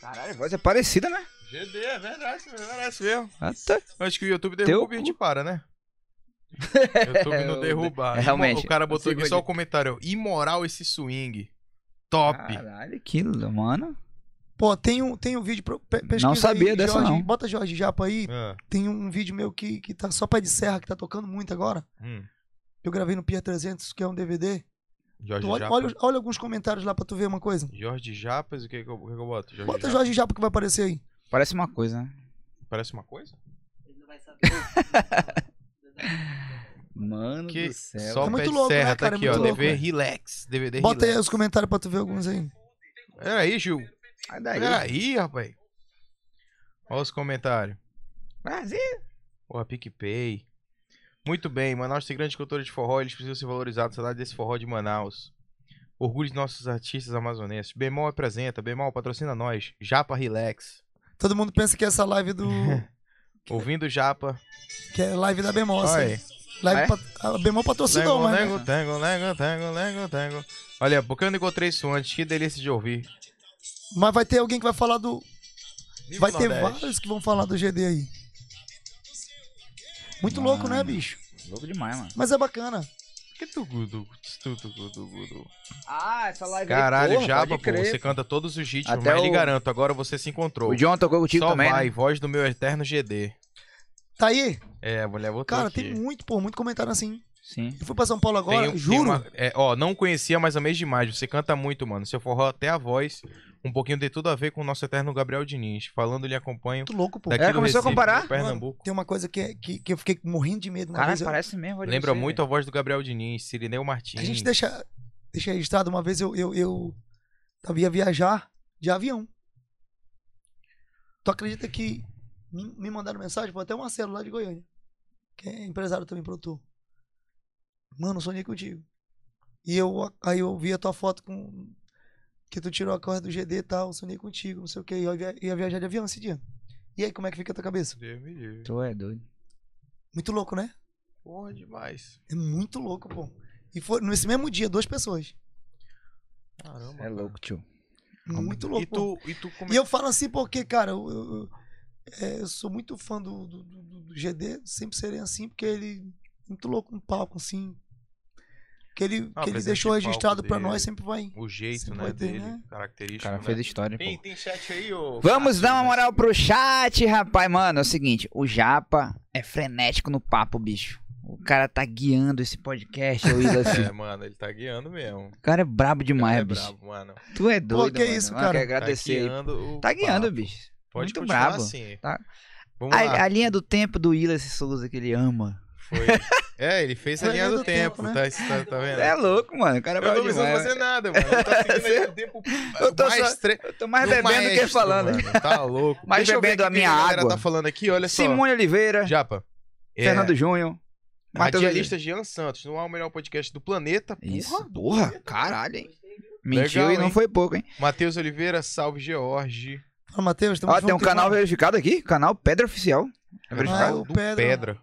S2: Caralho, a voz é parecida, né?
S1: GD, é verdade, é verdade mesmo.
S2: Ah, tá.
S1: Acho que o YouTube
S2: Teu
S1: derruba e a gente para, né? YouTube
S2: O-
S1: não derruba.
S2: é, realmente.
S1: O cara botou
S2: Consigo
S1: aqui só
S2: ele.
S1: o comentário. Imoral esse swing. Top.
S2: Caralho, que mano.
S3: Pô, tem um, tem um vídeo. Pro, pe- pesquisa
S2: Não sabia
S3: aí,
S2: dessa,
S3: Jorge,
S2: não.
S3: Bota Jorge Japa aí.
S1: Ah,
S3: Tem um vídeo meu que, que tá só pé de serra, que tá tocando muito agora.
S1: hum.
S3: Eu gravei no Pier 300, que é um DVD.
S1: Jorge
S3: Tu olha,
S1: Japa.
S3: olha, olha alguns comentários lá pra tu ver uma coisa.
S1: Jorge Japas, o que, que, eu, o que que eu boto? Jorge
S3: Bota
S1: Japas.
S3: Jorge Japa que vai aparecer aí.
S2: Parece uma coisa, né?
S1: Parece uma coisa?
S4: Ele não vai saber.
S2: Mano
S1: Que
S2: do céu.
S1: só
S3: É
S1: o
S3: muito
S1: pé de
S3: louco,
S1: serra
S3: né,
S1: tá
S3: cara? É
S1: aqui, ó.
S3: muito louco,
S1: DVD
S3: né?
S1: Relax. DVD
S3: Bota aí
S1: Relax.
S3: os comentários pra tu ver alguns aí.
S1: Peraí, Gil.
S2: Sai daí.
S1: Peraí, rapaz. Olha os comentários.
S2: Brasil.
S1: Porra, PicPay. Muito bem, Manaus tem grande cultura de forró, eles precisam ser valorizados. Saudade desse forró de Manaus. Orgulho de nossos artistas amazonenses. Bemol apresenta, Bemol patrocina nós. Japa Relax.
S3: Todo mundo pensa que essa live do.
S1: Ouvindo Japa.
S3: que é live da Bemol.
S1: Olha aí.
S3: assim. Live
S2: É?
S3: pat- a Bemol patrocinou,
S1: Lengo,
S3: mas.
S1: lengo, tengo, lengo, tengo, lengo, tengo. Olha, porque eu não encontrei isso antes, que delícia de ouvir.
S3: Mas vai ter alguém que vai falar do.
S1: Viva
S3: Vai ter
S1: Nordeste.
S3: vários que vão falar do GD aí. Muito louco, né, bicho?
S2: Louco demais, mano.
S3: Mas é bacana.
S1: Que tugu, tugu, tu, tugu, tugu, tugu.
S2: Ah, essa live
S1: Caralho,
S2: aí, porra,
S1: Japa,
S2: pode
S1: pô,
S2: crer.
S1: você canta todos os ritmos,
S2: Até
S1: mas lhe
S2: o-
S1: garanto, agora você se encontrou.
S2: O John tocou contigo
S1: Só
S2: também,
S1: vai,
S2: né?
S1: voz do meu eterno GD.
S3: Tá aí?
S1: É, a mulher voltou
S3: Cara,
S1: aqui.
S3: tem muito, pô, muito comentário assim.
S2: Sim.
S3: Eu fui pra São Paulo
S1: Tem
S3: agora,
S1: um- tem
S3: juro.
S1: uma- é, ó, não conhecia, mas amei demais. Você canta muito, mano. Seu forró até a voz. Um pouquinho de tudo a ver com o nosso eterno Gabriel Diniz. Falando, lhe acompanho.
S3: Muito louco, pô.
S1: Daqui
S2: É,
S1: do
S2: começou a
S1: Recife,
S2: comparar?
S1: do Pernambuco.
S3: Tem uma coisa que, é- que, que eu fiquei morrendo de medo. Uma vez
S2: Caralho,
S3: eu-
S2: parece mesmo. olha
S1: Lembra
S2: você,
S1: muito
S2: velho.
S1: a voz do Gabriel Diniz, Sirineu Martins.
S3: A gente deixa, deixa registrado. Uma vez eu, eu, eu tava- ia viajar de avião. Tu acredita que me, me mandaram mensagem? Foi até uma celular de Goiânia. Que é empresário também, produtor. Mano, sonhei contigo. E eu, aí eu vi a tua foto com. Que tu tirou a corda do GD e tal, sonhei contigo, não sei o que. Eu ia, ia viajar de avião esse dia. E aí, como é que fica a tua cabeça?
S1: Deus me livre.
S2: Tu é doido.
S3: Muito louco, né?
S1: Porra demais.
S3: É muito louco, pô. E foi nesse mesmo dia, duas pessoas.
S1: Caramba.
S2: É louco, tio.
S3: Muito
S1: cara.
S3: louco.
S1: E tu, e tu é come...
S3: E eu falo assim porque, cara, eu, eu- é, eu sou muito fã do, do, do- do GD, sempre serei assim, porque ele é muito louco no palco, assim. Que ele,
S1: Ah,
S3: que ele
S1: presente
S3: deixou
S1: de palco
S3: registrado pra
S1: dele.
S3: nós, sempre vai.
S1: O jeito,
S3: Você
S1: né,
S3: pode ter,
S1: dele.
S3: né?
S2: O
S1: Característico,
S2: cara
S1: né?
S2: fez história, pô.
S1: Tem, tem chat aí, ô...
S2: Vamos
S1: Cássio,
S2: dar uma
S1: né?
S2: moral pro chat, rapaz. Mano, é o seguinte, o Japa é frenético no papo, bicho. O cara tá guiando esse podcast, eu ia assim.
S1: É, mano, ele tá guiando mesmo.
S2: O cara é brabo demais,
S1: Ele é
S2: bicho.
S1: brabo, mano. Tá
S2: Tu é doido,
S3: que
S2: mano.
S3: isso,
S2: Mano, eu
S3: cara?
S2: quero agradecer. aí.
S1: guiando o
S2: Tá guiando,
S1: papo.
S2: bicho.
S1: Pode
S2: Muito
S1: continuar
S2: brabo.
S1: assim.
S2: Tá.
S1: Vamos lá.
S2: A, a linha do tempo do Willis Souza que ele ama.
S1: Foi. É, ele fez a
S3: Foi
S1: linha do tempo,
S3: né?
S1: tá, isso tá, tá vendo?
S2: É louco, mano. O cara
S1: Eu
S2: é
S1: não
S2: brabo
S1: tô precisando
S2: demais.
S1: fazer nada, mano. Eu tô seguindo a linha do tempo
S2: Eu tô
S1: mais
S2: só-
S1: tre...
S2: Eu tô mais
S1: do
S2: bebendo do que
S1: maestro,
S2: falando.
S1: mano. Tá louco.
S2: Mais
S1: Deixa eu ver
S2: bebendo
S1: aqui o
S2: a
S1: que
S2: minha
S1: galera
S2: água.
S1: tá falando aqui, olha só.
S2: Simone Oliveira,
S1: Japa. É,
S2: Fernando Júnior, Matheus
S1: Radialista Jean Santos. Não há o melhor podcast do planeta.
S2: Oliveira. Isso,
S1: Porra.
S2: porra. Caralho, hein.
S1: Legal,
S2: Mentiu e não
S1: hein?
S2: foi pouco, hein.
S1: Matheus Oliveira, salve George.
S3: Fala, Matheus, tamo
S2: Ó,
S3: junto,
S2: tem um canal
S3: irmão.
S2: verificado aqui. Canal Pedra Oficial. É
S3: Ah,
S2: verificado?
S3: o
S1: do
S3: Pedra.
S1: Pedra.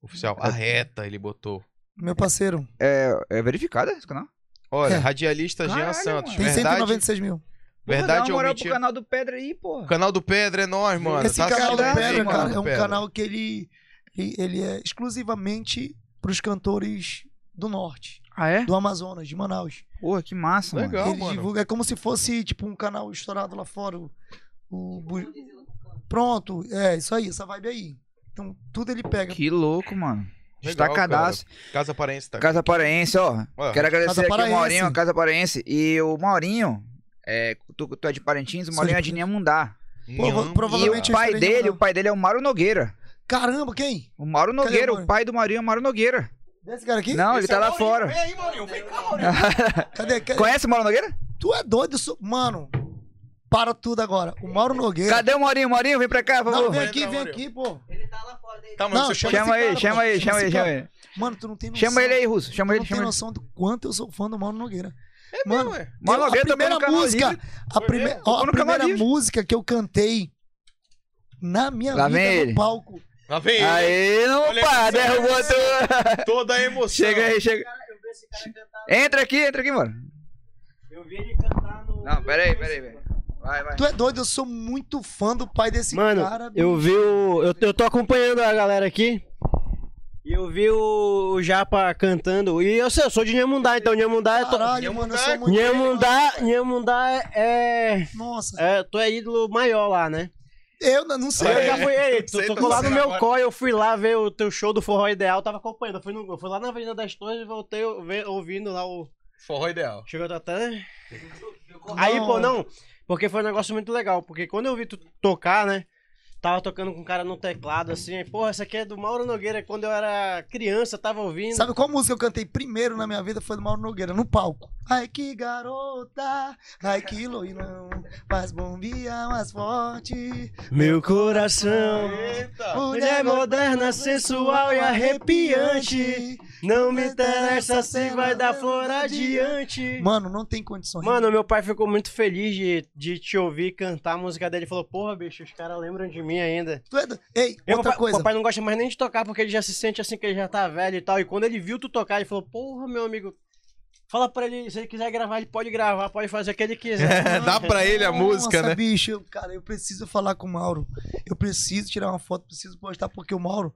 S1: Oficial. A reta ele botou.
S3: Meu parceiro.
S2: É, é verificado esse canal?
S1: Olha,
S3: É.
S1: radialista Jean
S2: Caralho,
S1: Santos.
S2: mano.
S3: Tem
S1: É Verdade,
S3: 196 mil.
S2: Porra, dá
S1: verdade
S2: uma
S1: ou
S2: moral pro
S1: mentira?
S2: canal do Pedra aí,
S1: O
S2: porra.
S1: canal do Pedra é nós, mano.
S3: Esse
S1: tá
S3: canal do
S1: assistindo aí,
S3: Pedra,
S1: mano,
S3: cara, é um
S1: Pedra.
S3: canal que ele, ele, ele é exclusivamente pros cantores do norte,
S2: Ah, é?
S3: do Amazonas, de Manaus.
S2: Porra, que massa, Então, mano.
S1: Legal,
S3: ele
S1: mano.
S3: divulga, é como se fosse tipo um canal estourado lá fora. O, o bu- Pronto, é isso aí, essa vibe aí. Então tudo ele pega.
S2: Que louco, mano.
S1: Legal,
S2: Destacadaço.
S1: Casa Paraense tá aqui.
S2: Casa Paraense, ó.
S1: Ó,
S2: Quero agradecer aqui o
S3: Paraense.
S2: Maurinho, a Casa Paraense. E o Maurinho, é, tu, tu é de Parintins, o
S3: Sou
S2: Maurinho
S3: de
S2: é de Niamundá.
S3: Prova-
S1: Nham-
S2: E
S3: provavelmente-
S1: Nham-
S2: o
S3: eu
S2: pai
S3: estarei em
S2: dele,
S3: Niamundá.
S2: o pai dele é o Mauro Nogueira.
S3: Caramba, quem?
S2: O Mauro
S3: Cadê
S2: Nogueira,
S3: o
S2: o
S3: Mauro?
S2: pai do Maurinho é o Mauro Nogueira.
S3: Desse cara aqui?
S2: Não, ele
S1: Esse
S2: tá
S1: é o
S2: lá
S1: Maurinho.
S2: fora.
S1: Vem aí, Maurinho. Vem cá, Maurinho.
S3: Cadê? Cadê?
S2: Conhece o Mauro Nogueira?
S3: Tu é doido, isso? mano. Para tudo agora. O Mauro Nogueira.
S2: Cadê o Maurinho? Maurinho, vem pra cá, por
S3: Não,
S2: favor.
S3: vem aqui, vem
S1: Maurinho.
S3: aqui, pô.
S4: Ele tá lá fora dele.
S1: Tá, mas
S3: Não,
S1: você
S3: chama-
S2: Chama
S3: esse
S2: ele,
S3: cara,
S2: chama
S3: mano.
S2: ele, chama
S3: Chama
S2: ele,
S3: esse
S2: chama
S3: cara.
S2: ele.
S3: Mano, tu não tem noção.
S2: Chama ele aí, Russo. Chama
S3: Tu
S2: ele,
S3: não tem
S2: chama ele.
S3: noção do quanto eu sou fã do Mauro Nogueira.
S1: É
S3: Mano,
S1: mesmo, é.
S2: Mauro
S3: Eu-
S2: Nogueira também
S3: a primeira
S2: no canal
S3: música,
S2: Livre.
S3: a,
S1: Foi
S3: prime-
S1: mesmo?
S3: ó,
S2: Tocou
S3: a
S2: no canal
S3: primeira
S2: Livre.
S3: música que eu cantei na minha
S2: Lá vem
S3: vida
S2: ele.
S3: no palco.
S1: Lá vem ele.
S2: Aí, não,
S1: Olha
S2: pá,
S1: aí,
S2: derrubou
S1: você-
S2: tudo.
S1: Toda a emoção.
S2: Chega aí, chega.
S4: Cara, eu vi esse cara cantar.
S2: Entra aqui, entra aqui, mano.
S4: Eu vi ele cantar no.
S2: Não, peraí, peraí, peraí. Vai, vai.
S3: Tu é doido, eu sou muito fã do pai desse
S5: Mano,
S3: cara.
S5: eu vi o. Eu, eu tô acompanhando a galera aqui.
S4: E
S5: Eu vi o o Japa cantando. E eu, sei, eu sou de Nhemundá, então Nhemundá é. To...
S3: Caralho, mano, eu
S1: Inhamundá-
S3: sou muito.
S5: Nhemundá, Nhemundá é,
S3: Nossa,
S5: é. Tu é ídolo maior lá, né?
S3: eu não sei.
S5: Eu já
S1: É.
S5: fui, ei, tu
S1: Sei,
S5: tocou
S1: tô
S5: lá no
S1: sabendo
S5: meu
S1: agora.
S5: COI, eu fui lá ver o teu show do Forró Ideal, tava acompanhando. Eu fui, no- eu fui lá na Avenida das Torres e voltei eu- ve- ouvindo lá o.
S1: Forró ideal.
S5: Chegou até. né?
S4: Ficou
S5: Aí,
S3: Não.
S5: pô, não. Porque foi um negócio muito legal. Porque quando eu vi tu tocar, né? Tava tocando com um cara no teclado assim. aí, Porra, essa aqui é do Mauro Nogueira. Quando eu era criança, tava ouvindo.
S3: Sabe qual música eu cantei primeiro na minha vida? Foi do Mauro Nogueira, no palco. Ai que garota, ai que loirão, faz bombinha mais forte.
S5: Meu coração.
S1: Eita!
S5: Mulher moderna, sensual e arrepiante. Não me interessa se vai dar flor adiante.
S3: Mano, não tem condições.
S5: Mano, meu pai ficou muito feliz de, de te ouvir cantar a música dele. Ele falou, porra, bicho, os caras lembram de mim ainda.
S3: Tu é do- Ei,
S5: E
S3: outra
S5: papai,
S3: coisa.
S5: papai não gosta mais nem de tocar, porque ele já se sente assim que ele já tá velho e tal. E quando ele viu tu tocar, ele falou, porra, meu amigo, fala pra ele, se ele quiser gravar, ele pode gravar, pode fazer o que ele quiser.
S1: Dá pra ele a música,
S3: Nossa,
S1: né?
S3: bicho, eu- cara, eu preciso falar com o Mauro. Eu preciso tirar uma foto, preciso postar, porque o Mauro,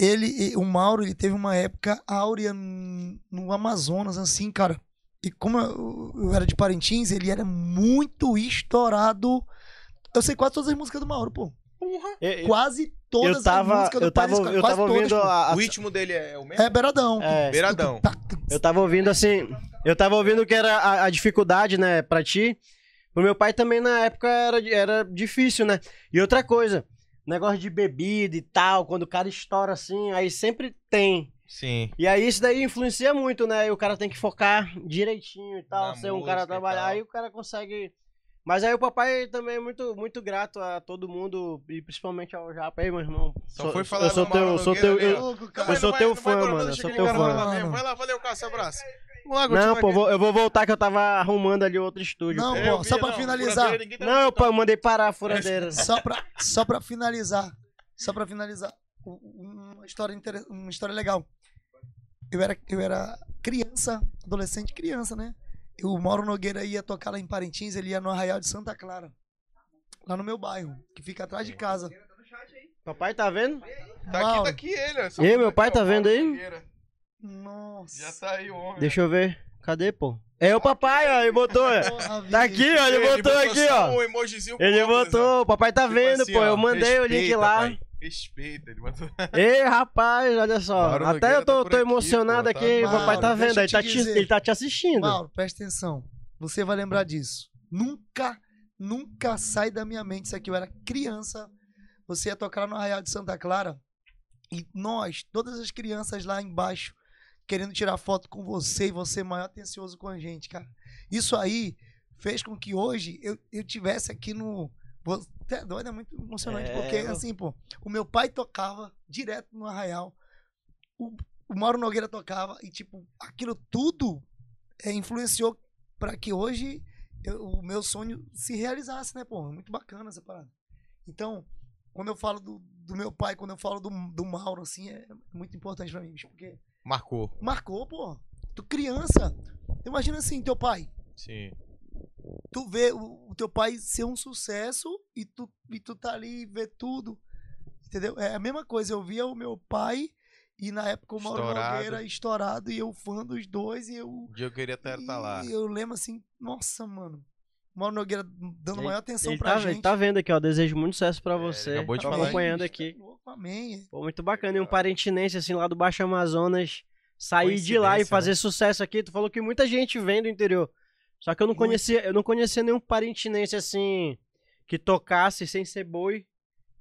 S3: ele, e- o Mauro, ele teve uma época áurea n- no Amazonas, assim, cara. E como eu, eu era de Parintins, ele era muito estourado. Eu sei quase todas as músicas do Mauro, pô.
S5: Eu- eu-
S3: Quase todas
S5: eu tava,
S3: as músicas do
S5: eu tava,
S3: país, cara,
S5: eu
S3: quase
S5: tava ouvindo
S3: todas, pô.
S5: a, a-
S1: O ritmo dele é o mesmo?
S3: É Beradão.
S5: é,
S1: Beiradão.
S3: Tá, tá,
S5: Eu tava ouvindo assim. Eu tava ouvindo que era a, a dificuldade, né, pra ti. Pro meu pai também na época era, di- era difícil, né? E outra coisa, negócio de bebida e tal, quando o cara estoura assim, aí sempre tem.
S1: Sim.
S5: E aí isso daí influencia muito, né? E o cara tem que focar direitinho e tal,
S1: Na
S5: ser um
S1: música
S5: cara
S1: e
S5: trabalhar,
S1: tal.
S5: aí o cara consegue. Mas aí o papai também é muito, muito grato a todo mundo, e principalmente ao Japa aí, meu irmão.
S1: Só
S5: Sou-
S1: foi falar
S5: eu sou
S1: do
S5: teu,
S1: Mauro
S5: sou teu,
S1: Nogueira
S5: eu-
S1: ali,
S3: louco,
S5: Eu sou teu fã, mano, eu sou teu fã.
S1: Vai lá, valeu, Cássio, abraço. Vamos lá,
S5: Não,
S1: continua
S5: pô,
S1: aqui.
S5: vou- eu vou voltar que eu tava arrumando ali outro estúdio.
S3: Não,
S5: pô.
S1: Eu
S3: Bom, só
S1: vi,
S3: pra
S1: não,
S3: finalizar.
S1: furadeira, ninguém tá
S5: Não, eu pa- mandei parar a furadeira.
S3: só pra, só pra finalizar. Só pra finalizar. u- Uma história, intere- uma história legal. Eu era, eu era criança, adolescente criança, né? Eu, o Mauro Nogueira ia tocar lá em Parintins, ele ia no Arraial de Santa Clara. Lá no meu bairro, que fica atrás de casa.
S5: Papai tá vendo?
S1: Tá aqui, tá aqui ele. ó. Essa
S5: E aí,
S1: foto
S5: meu
S1: aqui,
S5: pai
S1: ó,
S5: tá
S1: Mauro
S5: vendo aí?
S1: Nogueira. Já
S3: Nossa.
S1: tá aí o homem.
S5: Deixa eu ver. Cadê, pô? É o papai, ó, ele botou. Tá aqui, ó, ele botou aqui,
S1: só
S5: ó.
S1: Um emojizinho com
S5: Ele
S1: óculos, ó.
S5: botou, o papai tá
S1: Tipo
S5: vendo,
S1: assim,
S5: pô.
S1: ó,
S5: Eu mandei o link
S1: respeita,
S5: lá.
S1: pai, Respeita, ele botou.
S5: Ei, rapaz, olha só.
S1: Mauro
S5: Até
S1: Nogueira
S5: eu tô,
S1: tá por
S5: tô
S1: aqui,
S5: emocionado
S1: pô, tá?
S5: aqui, o
S3: Mauro,
S5: papai tá vendo,
S3: deixa eu
S5: ele tá,
S3: te
S5: te,
S3: dizer.
S5: ele tá te assistindo.
S3: Mauro, presta atenção. Você vai lembrar disso. Nunca, nunca sai da minha mente isso aqui. Eu era criança. Você ia tocar lá no Arraial de Santa Clara. E nós, todas as crianças lá embaixo, querendo tirar foto com você e você é maior atencioso com a gente, cara. Isso aí fez com que hoje eu, eu tivesse aqui no. Vo- Tá doido, é muito emocionante,
S5: É,
S3: porque
S5: eu-
S3: assim, pô, o meu pai tocava direto no Arraial, o, o Mauro Nogueira tocava, e tipo, aquilo tudo é, influenciou para que hoje eu- o meu sonho se realizasse, né, pô? É muito bacana essa parada. Então, quando eu falo do, do meu pai, quando eu falo do, do Mauro, assim, é muito importante pra mim, bicho, porque
S1: Marcou.
S3: marcou, pô. Tu criança, imagina assim, teu pai,
S1: Sim.
S3: tu vê o, o teu pai ser um sucesso e tu, e tu tá ali e vê tudo. Entendeu? É a mesma coisa, eu via o meu pai e na época o Mauro
S1: Estourado.
S3: Nogueira estourado e eu fã dos dois e eu
S1: Um dia eu queria estar tá lá.
S3: e eu lembro assim, nossa, mano. Mauro Nogueira dando
S5: Ele-
S3: maior atenção
S5: Ele
S3: pra
S5: tá, ele
S3: gente.
S5: tá vendo aqui, ó. Desejo muito sucesso pra
S1: É, ele
S5: você.
S1: acabou de
S5: Tô
S1: falar, né? Tá. hein?
S5: acompanhando
S3: Bicho,
S5: aqui.
S3: tá louco, amém.
S5: Pô, muito bacana. E um parentinense, assim, lá do Baixo Amazonas, sair de
S1: Coincidência,
S5: lá e
S1: né?
S5: fazer sucesso aqui. Tu falou que muita gente vem do interior. Só que eu não
S3: Muito.
S5: conhecia, eu não conhecia nenhum parentinense, assim, que tocasse sem ser boi,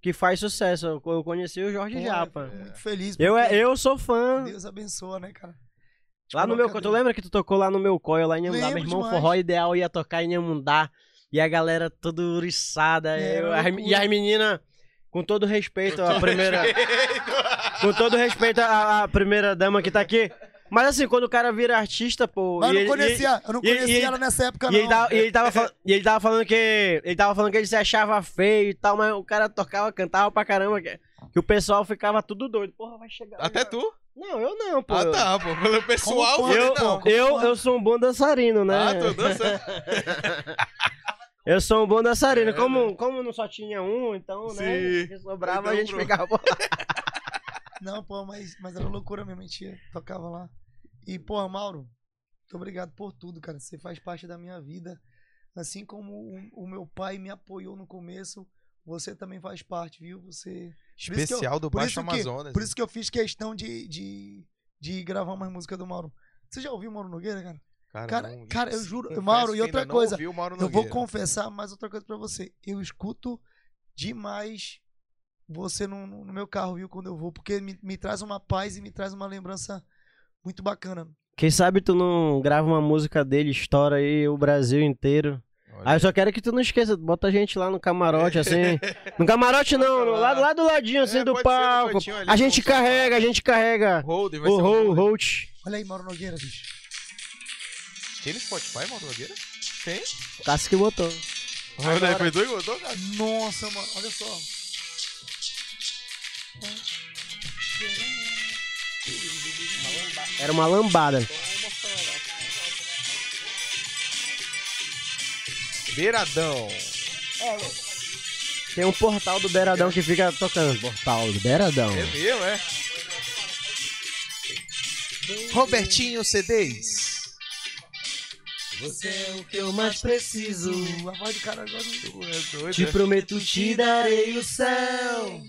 S5: que faz sucesso. Eu, eu conheci o Jorge
S3: Pô,
S1: é,
S3: eu
S5: Japa.
S3: fico Muito feliz.
S5: Eu,
S3: porque
S5: é- eu sou fã.
S3: Deus abençoa, né, cara?
S5: Lá no meu,
S3: coloca
S5: tu
S3: Deus.
S5: lembra que tu tocou lá no meu coio, lá em Inhamundá? Meu
S3: Tipo, Lembro
S5: irmão,
S3: demais.
S5: forró ideal ia tocar em Inhamundá. E a galera toda uriçada.
S3: É,
S5: eu-
S3: era
S5: as-
S3: loucura.
S5: e as meninas, com todo respeito, a primeira. Com todo respeito à, à primeira dama que tá aqui. Mas assim, quando o cara vira artista, pô.
S3: Mas
S5: e
S3: eu não
S5: ele-
S3: conhecia, eu não
S5: e ele-
S3: conhecia
S5: e ele-
S3: ela nessa época,
S5: E,
S3: não.
S5: e ele tava, e ele tava fal- e ele tava falando que. Ele tava falando que ele se achava feio e tal, mas o cara tocava, cantava pra caramba. Que, que o pessoal ficava tudo doido. Porra, vai chegar.
S3: Ah
S1: Até tu?
S5: Não, eu não, pô.
S1: Ah, tá, pô. Pelo pessoal,
S3: Como
S1: falei,
S5: Eu,
S1: não.
S5: eu, eu sou um bom dançarino, né?
S1: Ah,
S3: tá.
S1: tô dançando.
S5: Eu sou um bom dançarino.
S1: É,
S5: como, como não só tinha um, então, né?
S1: Sim.
S5: Se sobrava,
S1: Então,
S5: a gente
S1: pronto.
S5: ficava.
S3: Não, pô, mas, mas era loucura mesmo, a gente ia, tocava lá. E, porra, Mauro, muito obrigado por tudo, cara. Você faz parte da minha vida. Assim como o, o meu pai me apoiou no começo, você também faz parte, viu? Você. Por isso que eu-
S1: Especial né, do
S3: por
S1: Baixo
S3: isso que-
S1: Amazonas.
S3: Por isso que eu fiz questão de, de, de gravar mais música do Mauro. Você já ouviu o Mauro Nogueira, cara? cara-
S1: não-
S3: cara, eu juro,
S1: confesso
S3: Mauro, e
S1: que
S3: outra
S1: ainda
S3: coisa,
S1: Não ouvi o Mauro
S3: Eu vou
S1: Nogueira.
S3: confessar mais outra coisa pra você. Eu escuto demais você no, no no meu carro, viu, quando eu vou, porque me, me traz uma paz e me traz uma lembrança muito bacana.
S5: Quem sabe tu não grava uma música dele, estoura aí o Brasil inteiro.
S1: Olha,
S5: Ah, eu só quero que tu não esqueça, bota a gente lá no camarote, assim. No camarote não, no, lá, lá do ladinho, assim,
S1: É,
S5: do
S1: pode ser no
S5: palco.
S1: cantinho ali,
S5: A gente
S1: com o sofá.
S5: carrega, a gente carrega.
S1: Holden, vai
S5: O
S1: ser um o
S5: Ho,
S1: Holden.
S5: Holt.
S3: Olha aí, Mauro Nogueira, bicho.
S1: Tem no Spotify, Mauro Nogueira? Tem?
S5: Cássio que botou.
S1: Agora... Foi dois botou, cara?
S3: Ah, Nossa, mano, olha só.
S5: Era uma lambada.
S1: Beiradão.
S5: Tem um portal do Beiradão que fica tocando. Portal do Beiradão.
S1: É mesmo, é?
S3: Robertinho CDs.
S5: Você é o que eu mais preciso.
S3: A voz do cara agora.
S1: Tu é doido,
S5: Te
S1: é?
S5: prometo, te darei o céu.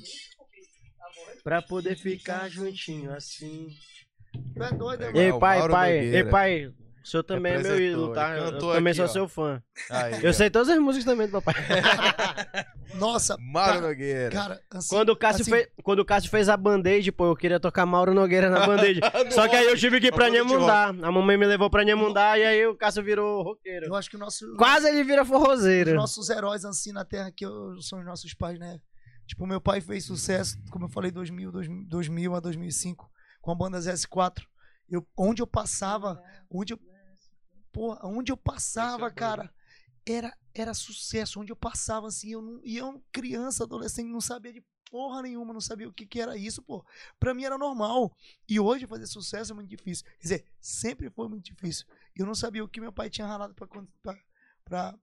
S5: Pra poder ficar juntinho assim.
S3: Tu é doido, é,
S1: Legal.
S3: mano?
S5: Ei, pai,
S1: Mauro
S5: pai,
S1: Nogueira.
S5: ei, pai. O senhor também é meu
S1: Representou,
S5: ídolo, tá?
S1: ele
S5: Eu
S1: cantou
S5: também
S1: aqui,
S5: sou
S1: ó.
S5: seu fã.
S1: Aí, ó.
S5: Eu sei todas as músicas também do papai.
S3: Nossa,
S1: Mauro
S3: cara,
S1: Nogueira.
S3: cara, assim,
S5: Quando o Cássio,
S3: assim,
S5: fez, quando o Cássio fez a band-aid, pô, eu queria tocar Mauro Nogueira na band-aid. Só que aí eu tive que ir pra
S1: A banda de
S5: Nhamundá. A mamãe me levou pra Nhamundá e aí o Cássio virou roqueiro.
S3: Eu acho que o nosso.
S5: Quase ele vira
S3: os
S5: forrozeiro.
S3: nossos heróis assim na terra que eu- são os nossos pais, né? Tipo, meu pai fez sucesso, como eu falei, 2000, 2000, 2000 a 2005, com a banda S4. Eu, onde eu passava, onde eu, porra, onde eu passava, cara, era, era sucesso. Onde eu passava, assim, eu não, e eu, criança, adolescente, não sabia de porra nenhuma, não sabia o que, que era isso, pô. Pra mim era normal. E hoje fazer sucesso é muito difícil. Quer dizer, sempre foi muito difícil. Eu não sabia o que meu pai tinha ralado pra, con- pra, pra,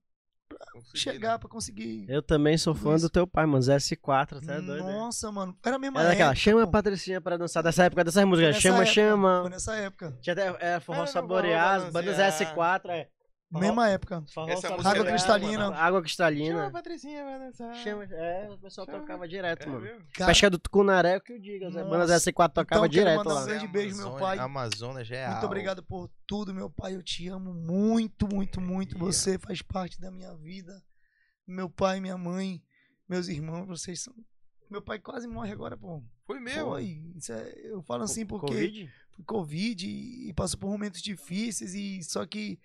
S1: Consegui,
S3: chegar pra conseguir.
S5: Eu também sou fã do teu pai, mano. S4, É, você é doido. né?
S3: Nossa, mano. Era a mesma
S5: Era aquela,
S3: época.
S5: chama a
S3: pô.
S5: Patricinha pra dançar dessa época dessas
S3: Foi
S5: músicas.
S3: nessa
S5: Chama,
S3: época, Foi
S5: chama.
S3: nessa época.
S5: Tinha até é, forró
S1: Era no
S5: saborear,
S1: Forró
S5: bandas
S1: Balancear.
S5: S4, é. Forró-
S3: Mesma época.
S5: forró
S1: Essa música é
S5: saborear,
S3: era cristalina.
S5: mano. Água
S1: né? Chama a
S5: cristalina.
S1: Patricinha, vai dançar.
S5: Chama, é, o pessoal
S1: Chama.
S5: tocava direto,
S1: É
S5: mano.
S1: mesmo?
S3: Cara,
S5: Pesca do Tucunaré, o que eu digo, as
S3: Nossa.
S5: bandas S4 tocava
S3: Então, quero
S5: direto
S3: mandar
S5: lá.
S3: um grande beijo, meu pai.
S1: Amazonas já é
S3: muito
S1: algo.
S3: obrigado por tudo, meu pai. Eu te amo muito, muito, muito.
S1: yeah.
S3: Você faz parte da minha vida. Meu pai, minha mãe, meus irmãos, vocês são. Meu pai quase morre agora, pô.
S1: Foi mesmo.
S3: Foi. Isso é- Eu falo assim porque.
S5: Covid?
S3: por Covid e e passou por momentos difíceis e só que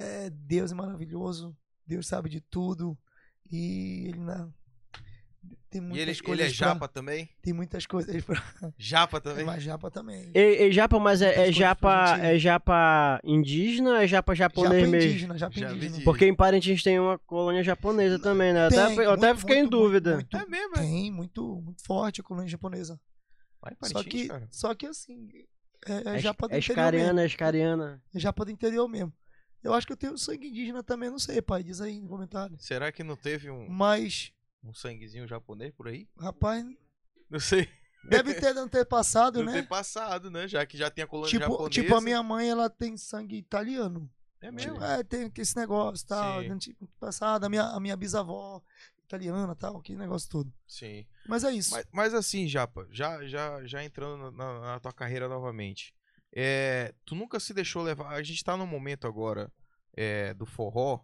S3: é, Deus é maravilhoso, Deus sabe de tudo e ele na tem
S1: E
S3: muitas
S1: ele, ele
S3: coisas
S1: é
S3: pra-
S1: japa também?
S3: tem muitas coisas pra
S1: Japa também?
S3: mas japa também.
S5: Ei, ei, japa, mas
S3: Muitas
S5: é, é
S3: coisas
S5: japa,
S3: pra gente-
S5: é japa indígena ou é japa
S3: Japa
S5: japonês mesmo?
S3: indígena, japa é
S1: Já vi
S3: indígena.
S1: de-
S5: Porque em Parintins tem uma colônia japonesa também, né? Eu até,
S3: Tem,
S5: eu até
S3: muito,
S5: fiquei em
S3: muito, muito,
S5: dúvida.
S3: muito,
S1: É mesmo, é.
S3: tem muito muito forte a colônia japonesa.
S1: Vai,
S3: Só
S1: Parintins,
S3: que
S1: cara.
S3: só que assim, é, é
S5: É,
S3: japa do interior mesmo.
S5: é escariana, é escariana.
S3: É japa do interior mesmo. Eu acho que eu tenho sangue indígena também, não sei, pai, diz aí no comentário.
S1: Será que não teve um,
S3: Mas,
S1: um sanguezinho japonês por aí?
S3: rapaz,
S1: Não sei.
S3: Deve ter de antepassado,
S1: Deve
S3: né?
S1: ter passado, né? Já que já tem a colônia
S3: Tipo,
S1: japonesa.
S3: tipo, a minha mãe, ela tem sangue italiano.
S1: É mesmo.
S3: Tipo, é, tem tem esse negócio e tal.
S1: Sim.
S3: Tipo, passado, a minha, a minha bisavó italiana tal, aquele negócio todo.
S1: Sim.
S3: Mas é isso.
S1: Mas, mas assim, Japa, já, já, já entrando na, na- na tua carreira novamente, é, tu nunca se deixou levar. A gente tá num momento agora é, do forró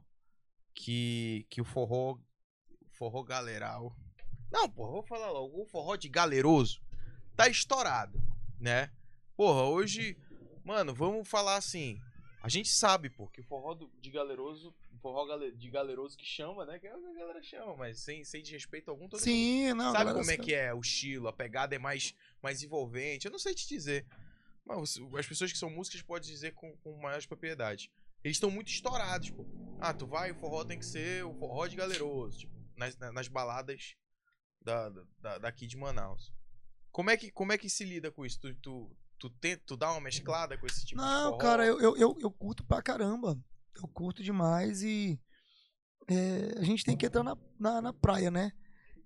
S1: que, que o forró. o forró galeral. Não, porra, vou falar logo. O forró de galeroso tá estourado, né? Porra, hoje. Mano, vamos falar assim. A gente sabe, pô, que o forró do- de galeroso. O forró gale- de galeroso que chama, né? Que é o que a galera chama, mas sem, sem desrespeito algum, todo mundo
S3: Sim, não.
S1: Sabe
S3: galera,
S1: como é
S3: sabe.
S1: que é o estilo, a pegada é mais, mais envolvente. Eu não sei te dizer. Mas os- as pessoas que são músicas podem dizer com, com maiores propriedade. Eles estão muito estourados, pô. Ah, tu vai, o forró tem que ser o forró de galeroso, tipo, nas, na- nas baladas da, da- daqui de Manaus. Como é que, como é que se lida com isso? Tu, tu, tu, ten- tu dá uma mesclada com esse tipo de
S3: Não,
S1: forró?
S3: cara, eu, eu, eu, eu curto pra caramba. Eu curto demais e é, a gente tem que entrar na, na, na praia, né?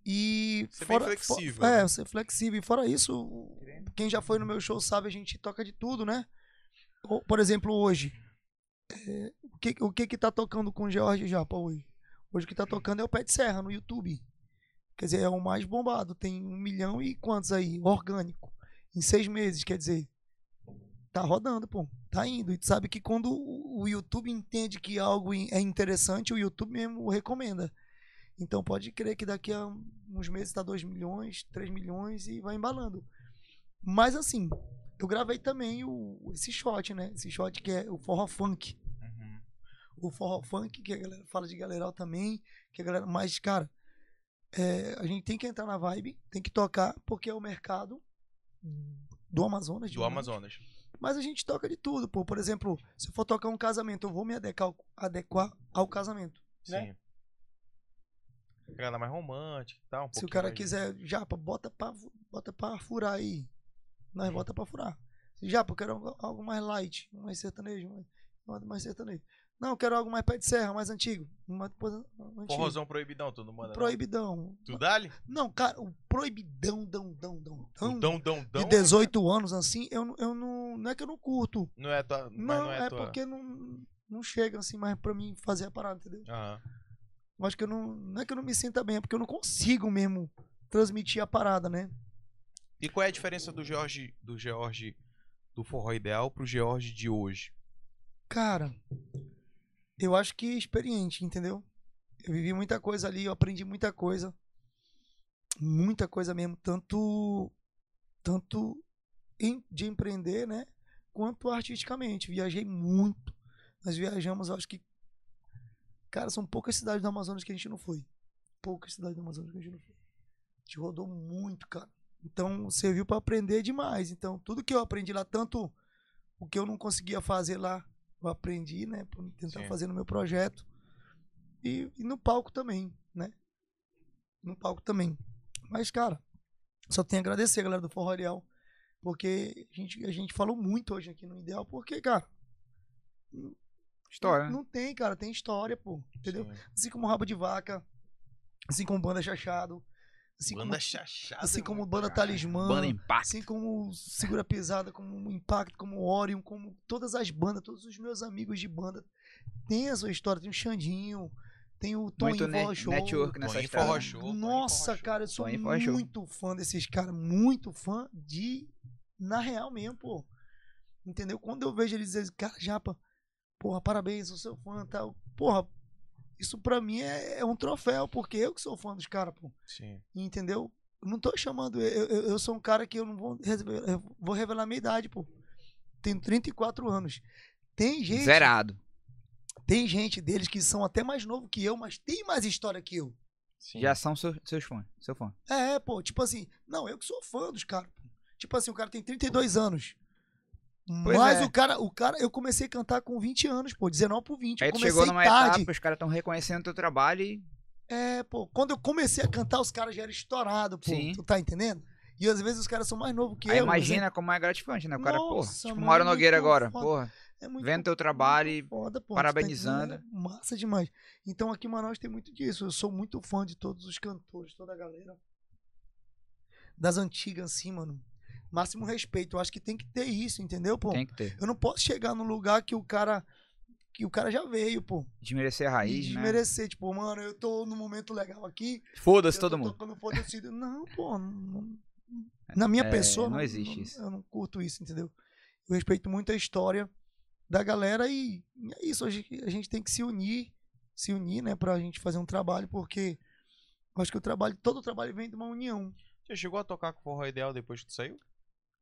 S3: E
S6: Ser bem
S3: fora,
S6: flexível,
S3: fo-
S6: né?
S3: é, ser flexível. E fora isso, o- quem já foi no meu show sabe, a gente toca de tudo, né? Ou, Por exemplo, hoje. é, o, que, o que que tá tocando com o George Japa hoje? Hoje o que tá tocando é o Pé de Serra no YouTube. Quer dizer, é o mais bombado. Tem um milhão e quantos aí? Orgânico. Em seis meses, quer dizer. Tá rodando, pô. Tá indo. E tu sabe que quando o o YouTube entende que algo in- é interessante, o YouTube mesmo recomenda. Então pode crer que daqui a uns meses tá 2 milhões, 3 milhões e vai embalando. Mas assim, eu gravei também o, esse shot, né? Esse shot que é o forró funk. O forró funk, que a galera fala de galeral também, que a galera. Mas, cara, é, a gente tem que entrar na vibe, tem que tocar, porque é o mercado do Amazonas.
S1: Do
S3: digamos.
S1: Amazonas.
S3: Mas a gente toca de tudo, pô. Por exemplo, se eu for tocar um casamento, eu vou me adequar, adequar ao casamento. Né?
S1: Sim. Pegada mais romântica e tal. um
S3: Se o
S1: pouquinho
S3: cara
S1: mais-
S3: quiser, japa, bota pra, fu- bota pra furar aí. Nós bota pra furar. Se, Japa, eu quero algo- algo mais light, mais sertanejo, mais, bota mais sertanejo. Não, eu quero algo mais pé de serra, mais antigo. Mais coisa antigo.
S1: Forrozão proibidão, tu não
S3: né?
S1: manda. não?
S3: Proibidão.
S1: Tu dá-lhe?
S3: Não, cara, o proibidão, dão, dão, dão,
S1: Dão,
S3: dão. é
S1: dão, dão.
S3: De 18 anos, assim, eu, não- eu não. Não é que eu não curto.
S1: Não é tua. mas
S3: Não, é,
S1: tua...
S3: porque não, não chega, assim, mais pra mim fazer a parada, entendeu?
S1: Aham.
S3: Eu acho que eu não. Não é que eu não me sinta bem, é porque eu não consigo mesmo transmitir a parada, né?
S1: E qual é a diferença do George do George do forró ideal pro George de hoje?
S3: Cara, eu acho que experiente, entendeu? Eu vivi muita coisa ali, eu aprendi muita coisa. Muita coisa mesmo, tanto tanto em- de empreender, né, quanto artisticamente. Viajei muito. Nós viajamos, eu acho que cara, são poucas cidades do Amazonas que a gente não foi. Poucas cidades do Amazonas que a gente não foi. A gente rodou muito, cara. Então, serviu pra aprender demais. Então, tudo que eu aprendi lá, tanto o que eu não conseguia fazer lá, eu aprendi, né? Por tentar
S1: Sim.
S3: fazer no meu projeto. E, e no palco também, né? No palco também. Mas, cara, só tenho a agradecer a galera do Forró Ideal. Porque a gente, a gente falou muito hoje aqui no Ideal, porque, cara,
S2: História, né?
S3: não tem, cara, tem história, pô. Entendeu?
S1: Sim.
S3: Assim como Rabo de Vaca, assim como Banda Chachado, assim
S1: Banda
S3: como,
S1: chachada.
S2: é
S3: assim como
S1: mano.
S3: Banda Talismã,
S2: Banda Impacto.
S3: assim como Segura Pesada, como Impacto, como Orion, como todas as bandas, todos os meus amigos de banda tem a sua história, tem o Xandinho, tem o Tom
S2: Muito
S3: Forró
S2: net,
S3: Show.
S2: network nessa
S1: Põe em
S2: história.
S1: forró
S2: né?
S1: show, põe em
S3: Nossa,
S1: forró show.
S3: cara, eu sou
S2: Põe em forró show.
S3: muito fã desses caras, muito fã de na real mesmo, pô. Entendeu? Quando eu vejo eles dizendo, cara, Japa, porra, parabéns, sou seu fã, tal. Porra, isso pra mim é, é um troféu, porque eu que sou fã dos caras, pô.
S1: Sim.
S3: Entendeu? Eu Não tô chamando. Eu, eu, eu sou um cara que eu não vou, revelar- eu vou revelar minha idade, pô. Tenho 34 anos. Tem gente.
S2: Zerado.
S3: Tem gente deles que são até mais novo que eu, mas tem mais história que eu.
S1: Sim.
S2: Já são seus, seus fãs. Seu fã.
S3: É, pô, tipo assim, não, eu que sou fã dos caras. pô. Tipo assim, o cara tem 32 anos.
S2: Pois
S3: mas
S2: é.
S3: o cara, o cara, eu comecei a cantar com 20 anos, pô, 19 por 20.
S2: Aí
S3: eu
S2: tu
S3: comecei
S2: chegou numa
S3: tarde.
S2: etapa, os caras estão reconhecendo o teu trabalho e.
S3: É, pô, quando eu comecei a cantar, os caras já eram estourados, pô.
S2: Sim.
S3: Tu tá entendendo? E às vezes os caras são mais novos que
S2: Aí
S3: eu. mas
S2: imagina como é gratificante, né? O cara, porra.
S3: Nossa,
S2: Tipo,
S3: mano,
S2: Mauro Nogueira
S3: muito
S2: agora,
S3: foda.
S2: porra.
S3: é- é muito
S2: Vendo teu trabalho e
S3: Foda, pô,
S2: parabenizando.
S3: tu tá entendendo? É massa demais. Então aqui em Manaus tem muito disso. Eu sou muito fã de todos os cantores, toda a galera. Das antigas, assim, mano. Máximo respeito. Eu acho que tem que ter isso, entendeu, pô?
S2: tem que ter.
S3: Eu não posso chegar num lugar que o cara. Que o cara já veio, pô.
S2: Desmerecer a
S3: e
S2: raiz, né?
S3: desmerecer. Tipo, mano, eu tô num momento legal aqui.
S2: Foda-se
S3: eu
S2: todo
S3: tô
S2: mundo.
S3: Tocando foda se Não, pô. não- na minha
S2: É,
S3: pessoa.
S2: não existe isso.
S3: Eu não curto isso, entendeu? Eu respeito muito a história da galera e é isso. A gente, a gente tem que se unir, se unir, né, pra gente fazer um trabalho, porque eu acho que o trabalho, todo o trabalho vem de uma união.
S1: Você chegou a tocar com o forró ideal depois que tu saiu?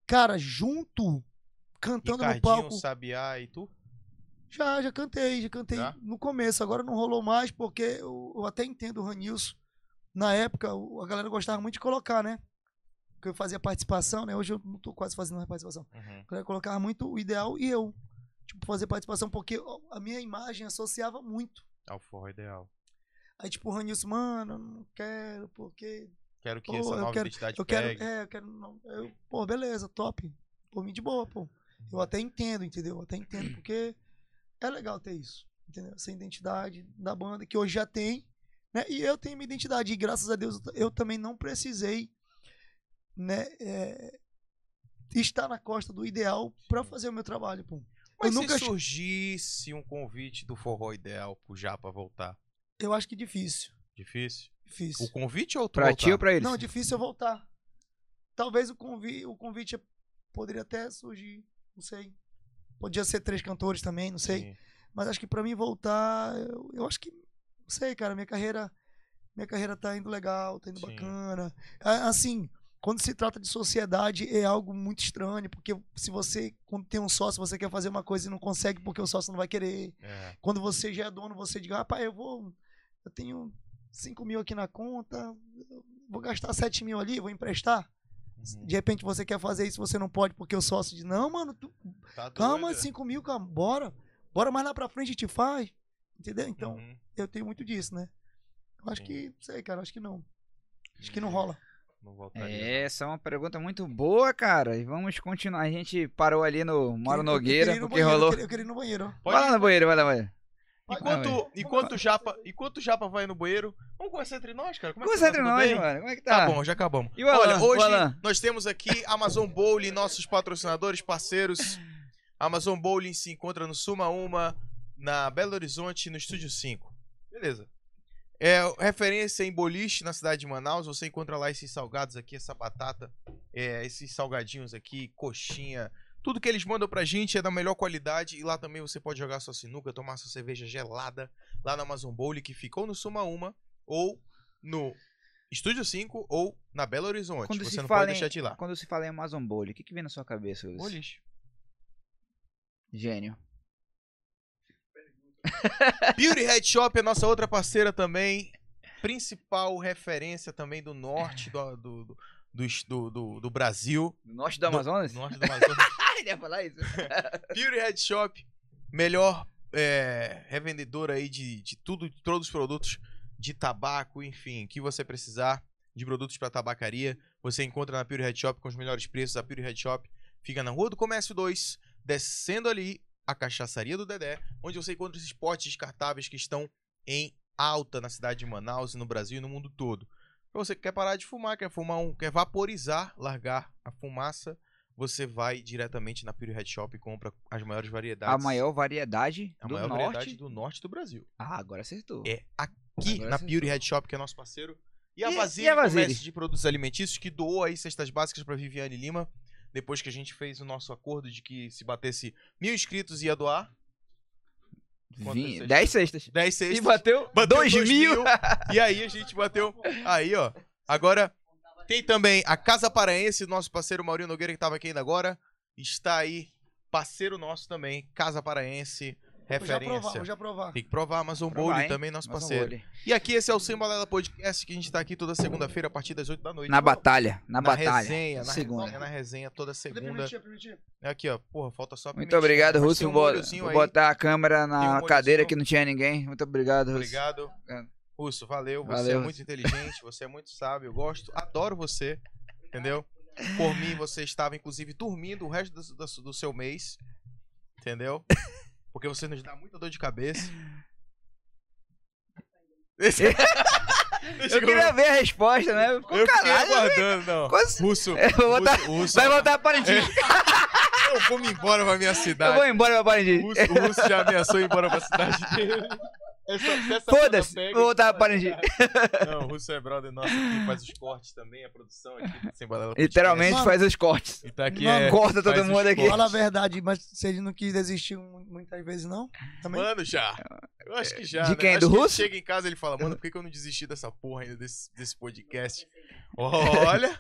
S3: Cara, junto, cantando no
S1: Ricardinho,
S3: palco.
S1: Sabiá e tu?
S3: Já, já cantei, já cantei
S1: Já?
S3: no começo. Agora não rolou mais, porque eu, eu até entendo o Ranilson. Na época, o- a galera gostava muito de colocar, né? Porque eu fazia participação, né? Hoje eu não tô quase fazendo mais participação.
S1: Uhum.
S3: A galera colocava muito o ideal e eu. Tipo, fazer participação, porque a minha imagem associava muito.
S1: Ao É forró ideal.
S3: Aí, tipo, o Ranilson, mano, eu não quero, porque.
S1: Quero que
S3: Pô,
S1: essa
S3: eu
S1: nova
S3: quero-
S1: identidade
S3: Eu
S1: pegue.
S3: quero. É, eu quero. Não, eu, pô, beleza, top. Por mim de boa, pô. Eu até entendo, entendeu? Eu até entendo, porque é legal ter isso. Entendeu? Essa identidade da banda, que hoje já tem, né? E eu tenho minha identidade, e graças a Deus eu também não precisei né, é, estar na costa do ideal para fazer o meu trabalho. Pô.
S1: Mas
S3: eu
S1: se
S3: nunca
S1: surgisse um convite do forró ideal pro Japa voltar,
S3: Eu acho que é difícil.
S1: difícil?
S3: Difícil.
S1: O convite ou tu
S2: Pra
S1: voltar?
S2: ti ou pra eles?
S3: Não, é difícil eu voltar. Talvez o, convi o convite poderia até surgir, não sei. Podia ser três cantores também, não sei.
S1: Sim.
S3: Mas acho que pra mim voltar, eu, eu acho que. Não sei, cara. Minha carreira. Minha carreira tá indo legal, tá indo
S1: Sim.
S3: bacana. A- Assim, quando se trata de sociedade, é algo muito estranho, porque se você, quando tem um sócio, você quer fazer uma coisa e não consegue porque o sócio não vai querer.
S1: É.
S3: Quando você já é dono, você diz, rapaz, eu vou. Eu tenho 5 mil aqui na conta, eu vou gastar 7 mil ali, vou emprestar.
S1: Uhum.
S3: De repente você quer fazer isso, você não pode, porque o sócio diz, não, mano, tu,
S1: Tá
S3: Calma,
S1: doida?
S3: 5 mil, calma, bora. Bora mais lá pra frente a gente faz. Entendeu? Então,
S1: Uhum.
S3: eu tenho muito disso, né? Eu
S1: Sim.
S3: acho
S1: É.
S3: que, não sei, cara, acho que não. Acho que não rola.
S1: Não voltaria.
S2: É, Essa é uma pergunta muito boa, cara. E vamos continuar. A gente parou ali no Mauro
S3: Eu queria- eu queria
S2: Nogueira,
S3: ir no
S2: porque
S3: banheiro,
S2: rolou.
S3: Eu queria, eu queria ir no banheiro.
S1: Pode-
S2: Vai lá no banheiro, vai lá, vai. lá.
S1: Enquanto,
S2: é.
S1: enquanto, o Japa, enquanto o Japa vai no banheiro, vamos conversar entre nós, cara? Como é que
S2: Concentre
S1: você tá? Tudo
S2: nós,
S1: bem?
S2: mano. Como é que
S1: Tá
S2: tá?
S1: bom, já acabamos.
S2: E o Alan?
S1: Olha, hoje
S2: O Alan?
S1: nós temos aqui Amazon Bowling, nossos patrocinadores, parceiros. Amazon Bowling se encontra no Suma Uma, na Belo Horizonte, no Estúdio 5. Beleza. É referência em boliche na cidade de Manaus. Você encontra lá esses salgados aqui, essa batata, é, esses salgadinhos aqui, coxinha. Tudo que eles mandam pra gente é da melhor qualidade. E lá também você pode jogar sua sinuca, tomar sua cerveja gelada lá na Amazon Bowling, que ficou no Suma Uma ou no Estúdio 5 ou na Belo Horizonte.
S2: Quando
S1: você
S2: se
S1: não
S2: fala
S1: pode
S2: em-
S1: deixar de ir lá.
S2: Quando se fala em Amazon Bowl, o que, que vem na sua cabeça, Luiz?
S1: Boliche.
S2: Gênio.
S1: Beauty Head Shop é nossa outra parceira também. Principal referência também do norte do, do, do, do es- do- do- do Brasil.
S2: Do norte do
S1: Do-
S2: Amazonas?
S1: Norte do Amazonas.
S2: Ah, ele ia falar isso.
S1: Beauty Head Shop, melhor é, revendedora aí de, de tudo, de todos os produtos de tabaco, enfim, que você precisar de produtos para tabacaria, você encontra na Beauty Head Shop com os melhores preços. A Beauty Head Shop fica na Rua do Comércio 2, descendo ali a cachaçaria do Dedé, onde você encontra esses potes descartáveis que estão em alta na cidade de Manaus, no Brasil e no mundo todo. Pra você que quer parar de fumar, quer fumar um, quer vaporizar, largar a fumaça, você vai diretamente na Pure Head Shop e compra as maiores variedades.
S2: A maior variedade
S1: É a
S2: do
S1: maior
S2: norte.
S1: variedade do norte do Brasil.
S2: Ah, agora acertou.
S1: É aqui
S2: Agora
S1: na
S2: sim.
S1: Pure Head Shop, que é nosso parceiro. E a
S2: E- e
S1: Vaziri,
S2: a Vaziri?
S1: comércio de produtos alimentícios, que doou aí cestas básicas para Viviane Lima, depois que a gente fez o nosso acordo de que se batesse mil inscritos ia doar Quantas
S2: Vim-
S1: cestas?
S2: 10 cestas.
S1: 10
S2: E
S1: cestas.
S2: bateu
S1: Bateu
S2: 2
S1: dois
S2: mil.
S1: E aí a gente bateu. Aí, ó. Agora tem também a Casa Paraense, nosso parceiro Maurinho Nogueira, que tava aqui ainda agora. Está aí, parceiro nosso também, Casa Paraense,
S3: Vou já provar,
S1: referência.
S3: vou já provar.
S1: Tem que provar, é Amazon
S2: Provar,
S1: Bowling
S2: hein? um
S1: também, nosso
S2: Amazon
S1: parceiro.
S2: Bowling.
S1: E aqui esse é o Sem Balela Podcast, que a gente tá aqui toda segunda-feira, a partir das 8 da noite.
S2: Na batalha,
S1: Na
S2: na, batalha.
S1: resenha, na
S2: Segunda.
S1: resenha, na resenha, toda
S3: Cadê
S1: segunda. É
S3: pimentinha, pimentinha?
S1: Aqui, ó, porra, falta só
S2: Muito
S1: pimentinha,
S2: obrigado,
S1: mas
S2: Russo.
S1: tem um
S2: Vou, bo-
S1: molhozinho
S2: vou
S1: aí.
S2: botar a câmera
S1: Tem um
S2: na
S1: molhozinho.
S2: cadeira que não tinha ninguém. Muito obrigado, Russo.
S1: Obrigado.
S2: É.
S1: Russo, valeu. Você
S2: Valeu,
S1: é muito
S2: Russo.
S1: inteligente, você é muito sábio. Eu gosto, adoro você. Entendeu? Por mim, você estava, inclusive, dormindo o resto do, do- do seu mês. Entendeu? Porque você nos dá muita dor de cabeça. Esse...
S2: Eu queria ver a resposta, né? Ficou
S1: Eu fiquei
S2: calado.
S1: aguardando, não.
S2: Quase-
S1: Russo,
S2: É, Eu vou botar-
S1: Russo, Russo,
S2: Vai voltar para
S1: É
S2: Parintins.
S1: eu vou me embora pra minha
S2: Eu vou
S1: cidade.
S2: embora pra Parintins.
S1: Russo, Russo já ameaçou ir embora pra cidade dele. Essa- É se essa
S2: Foda-se.
S1: banda pega,
S2: Vou voltar pra Parintins.
S1: Não, o Russo é brother nosso aqui, faz os cortes também, a produção aqui do Sem Balela Podcast.
S2: Literalmente
S3: Mano,
S2: faz os cortes.
S1: E tá aqui
S3: mano,
S1: é...
S2: Corta todo
S1: faz os
S2: mundo aqui.
S1: cortes.
S3: Fala a verdade, mas se ele não quis desistir mu- muitas vezes, não? Também?
S1: Mano, já. Eu acho que já.
S2: De
S1: né?
S2: quem?
S1: Acho
S2: Do
S1: que ele
S2: Russo?
S1: chega em casa e ele fala, mano, por que, que eu não desisti dessa porra ainda desse, desse podcast? Olha.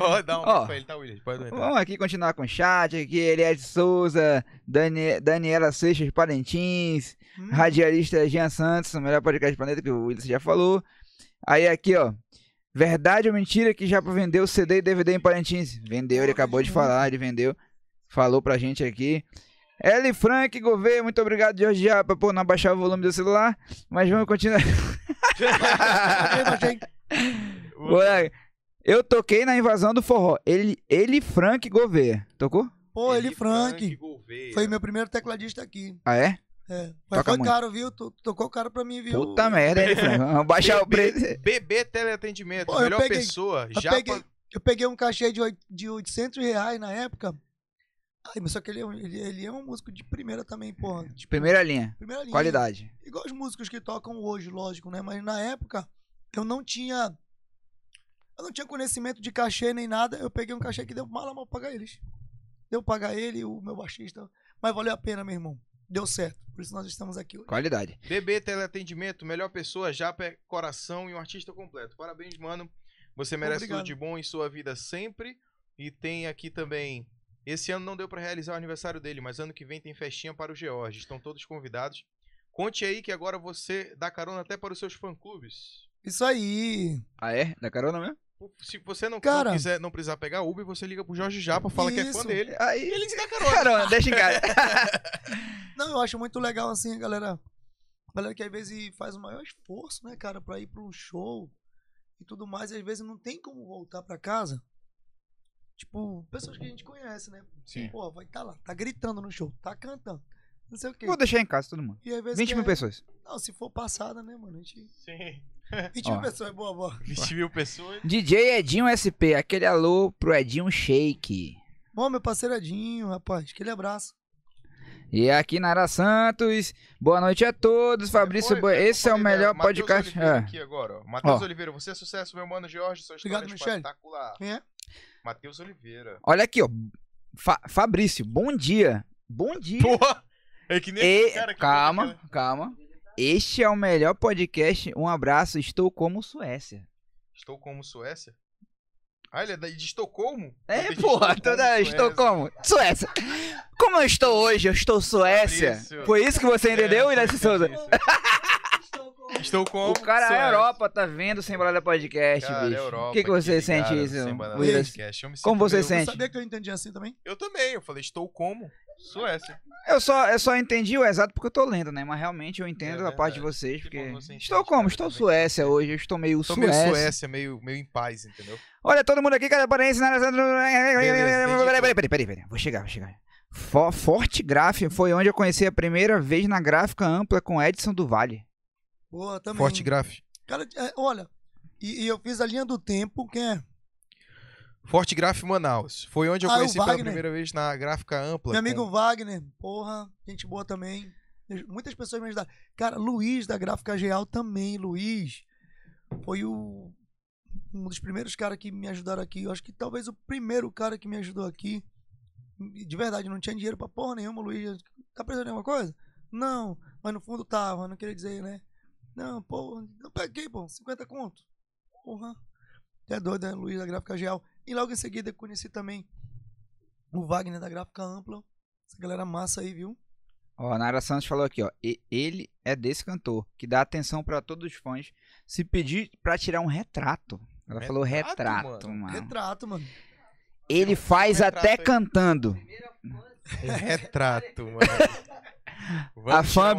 S1: Ó, dá um
S2: Ó.
S1: pra ele, tá, William? Pode entrar.
S2: Vamos aqui continuar com o chat. Aqui, Eliade Souza, Dani- Daniela Seixas Parentins,
S3: Hum,
S2: radialista Jean Santos, o melhor podcast do planeta que o Willis já falou. Aí aqui, ó. Verdade ou mentira que Japa vendeu CD e DVD em Parentins? Vendeu, ele acabou de falar, ele vendeu. Falou pra gente aqui. L. Frank Gouveia, muito obrigado, Jorge Japa, por não abaixar o volume do celular. Mas vamos continuar.
S3: achei, achei.
S2: Olha, eu toquei na invasão do forró. Ele, ele Frank Gouveia. Tocou?
S3: Pô, ele Frank.
S1: Gouveia.
S3: Foi meu primeiro tecladista aqui.
S2: Ah, é?
S3: É. Mas
S2: Toca
S3: foi
S2: muito.
S3: caro, viu? Tu, tocou caro pra mim, viu?
S2: Puta merda, hein, Franco? Vamos baixar o preço.
S1: BB Teleatendimento,
S3: Pô, eu
S1: melhor
S3: peguei-
S1: pessoa.
S3: eu,
S1: já
S3: peguei, eu peguei um cachê de, oit- de 800 reais na época. Ai, mas só que ele, é um- ele, ele é um músico de primeira também, porra.
S2: De primeira linha.
S3: Primeira linha.
S2: Qualidade.
S3: Igual os músicos que tocam hoje, lógico, né? Mas na época, eu não tinha. Eu não tinha conhecimento de cachê nem nada. Eu peguei um cachê que deu mal mal pagar eles. Deu pagar ele, o meu baixista. Mas valeu a pena, meu irmão. Deu certo. Por isso nós estamos aqui hoje.
S2: Qualidade.
S1: BB Teleatendimento, melhor pessoa, japa é coração e um artista completo. Parabéns, mano. Você merece
S3: Obrigado.
S1: tudo de bom em sua vida sempre. E tem aqui também. Esse ano não deu pra realizar o aniversário dele, mas ano que vem tem festinha para o George. Estão todos convidados. Conte aí que agora você dá carona até para os seus fã-clubes.
S3: Isso aí.
S2: Ah, é? Da carona mesmo?
S1: Se você não,
S3: Cara.
S1: não quiser, não precisar pegar Uber, você liga pro Jorge Japa, fala que é fã
S3: Isso.
S1: dele.
S2: Aí.
S1: E ele te dá carona.
S2: Carona, deixa em casa.
S3: Não, eu acho muito legal assim, a galera. A galera que às vezes faz o maior esforço, né, cara, pra ir pra um show e tudo mais, e às vezes não tem como voltar pra casa. Tipo, pessoas que a gente conhece, né?
S1: Sim.
S3: Pô, vai estar tá lá, tá gritando no show, tá cantando, não sei o quê.
S2: Vou deixar em casa todo mundo.
S3: E às vezes
S2: 20
S1: é?
S2: mil
S3: quer-
S2: pessoas.
S3: Não, se for passada, né, mano? A gente...
S1: Sim.
S3: 20 mil
S2: Ó.
S3: pessoas, é boa, boa.
S1: 20 mil pessoas.
S2: DJ Edinho SP, aquele alô pro Edinho Shake.
S3: Bom, meu parceiradinho, rapaz, aquele abraço.
S2: E aqui Nara Santos, boa noite a todos. Fabrício,
S1: Depois,
S2: Bo-
S1: depois
S2: esse é o
S1: falei dela,
S2: melhor
S1: Matheus
S2: podcast.
S1: Oliveira
S2: É.
S1: aqui agora, ó. Matheus
S2: Ó.
S1: Oliveira, você é sucesso, meu mano Jorge, sua história
S3: Obrigado,
S1: é
S3: Michele.
S1: espetacular.
S3: Quem é?
S1: Matheus Oliveira.
S2: Olha aqui, ó. Fa- Fabrício, bom dia. Bom dia.
S1: Porra! É que nem
S2: E-
S1: esse cara que
S2: calma, calma. Este é o melhor podcast. Um abraço, estou como Suécia.
S1: Estou como Suécia? Ah, ele é da- de Estocolmo? Eu
S2: É,
S1: entendi
S2: porra,
S1: Estocolmo,
S2: toda
S1: tá Suécia.
S2: estou como Suécia. Como eu estou hoje, eu estou Suécia.
S1: Fabrício.
S2: Foi isso que você entendeu,
S1: É,
S2: Inés
S1: eu
S2: Souza?
S1: entendi isso. Estou como
S2: O cara
S1: Suécia.
S2: da Europa tá vendo sem Sembrada Podcast,
S1: Cara, é
S2: bicho.
S1: Europa, tá
S2: o que, que você
S1: ligado,
S2: sente isso?
S1: sem banana
S2: Willis?
S1: podcast. Eu me
S2: Como
S1: sinto
S2: você
S1: meio-
S2: sente?
S3: Eu sabia que eu entendi assim também?
S1: Eu também, eu falei, estou como Suécia.
S2: Eu só, eu só entendi o exato porque eu tô lendo, né? Mas realmente eu entendo
S1: É
S2: a parte de
S1: verdade.
S2: vocês,
S1: Que
S2: porque.
S1: bom que você entende,
S2: estou
S1: cara,
S2: como? Estou
S1: também.
S2: Suécia hoje, eu estou meio
S1: Estou
S2: Suécia.
S1: meio Suécia, meio, meio em paz, entendeu?
S2: Olha, todo mundo aqui, cara, parece. né,
S1: entendi.
S2: Peraí, peraí, peraí, peraí, peraí. Vou chegar, vou chegar. Fo- Forte Graf foi onde eu conheci a primeira vez na gráfica ampla com Edson do Vale.
S3: Boa, também.
S1: Forte Graf.
S3: Cara, é, olha, e, e eu fiz a linha do tempo, quem é?
S1: Forte Graf Manaus. Foi onde eu
S3: Ah, o
S1: conheci pela
S3: Wagner.
S1: primeira vez na gráfica ampla.
S3: Meu amigo
S1: com-
S3: Wagner, porra, gente boa também. Muitas pessoas me ajudaram. Cara, Luiz da Gráfica Geal também, Luiz. Foi o um dos primeiros caras que me ajudaram aqui. Eu acho que talvez o primeiro cara que me ajudou aqui. De verdade, não tinha dinheiro pra porra nenhuma, Luiz. Tá precisando de alguma coisa? Não, mas no fundo tava, não queria dizer, né? Não, porra, não peguei, pô, 50 conto. Porra. Tu É doido, né? Luiz da Gráfica Geal. E logo em seguida eu conheci também o Wagner da Gráfica Ampla. Essa galera massa aí, viu?
S2: Ó, Nara Santos falou aqui, ó. "E- ele é desse cantor, que dá atenção pra todos os fãs. Se pedir pra tirar um retrato. Ela
S1: Retrato,
S2: falou
S1: mano?
S2: retrato,
S1: um
S2: mano.
S3: Retrato, mano.
S2: Ele faz
S1: Retrato
S2: até
S1: aí.
S2: cantando.
S3: é.
S1: Um retrato, mano. Vamos
S2: A fã
S1: tirar um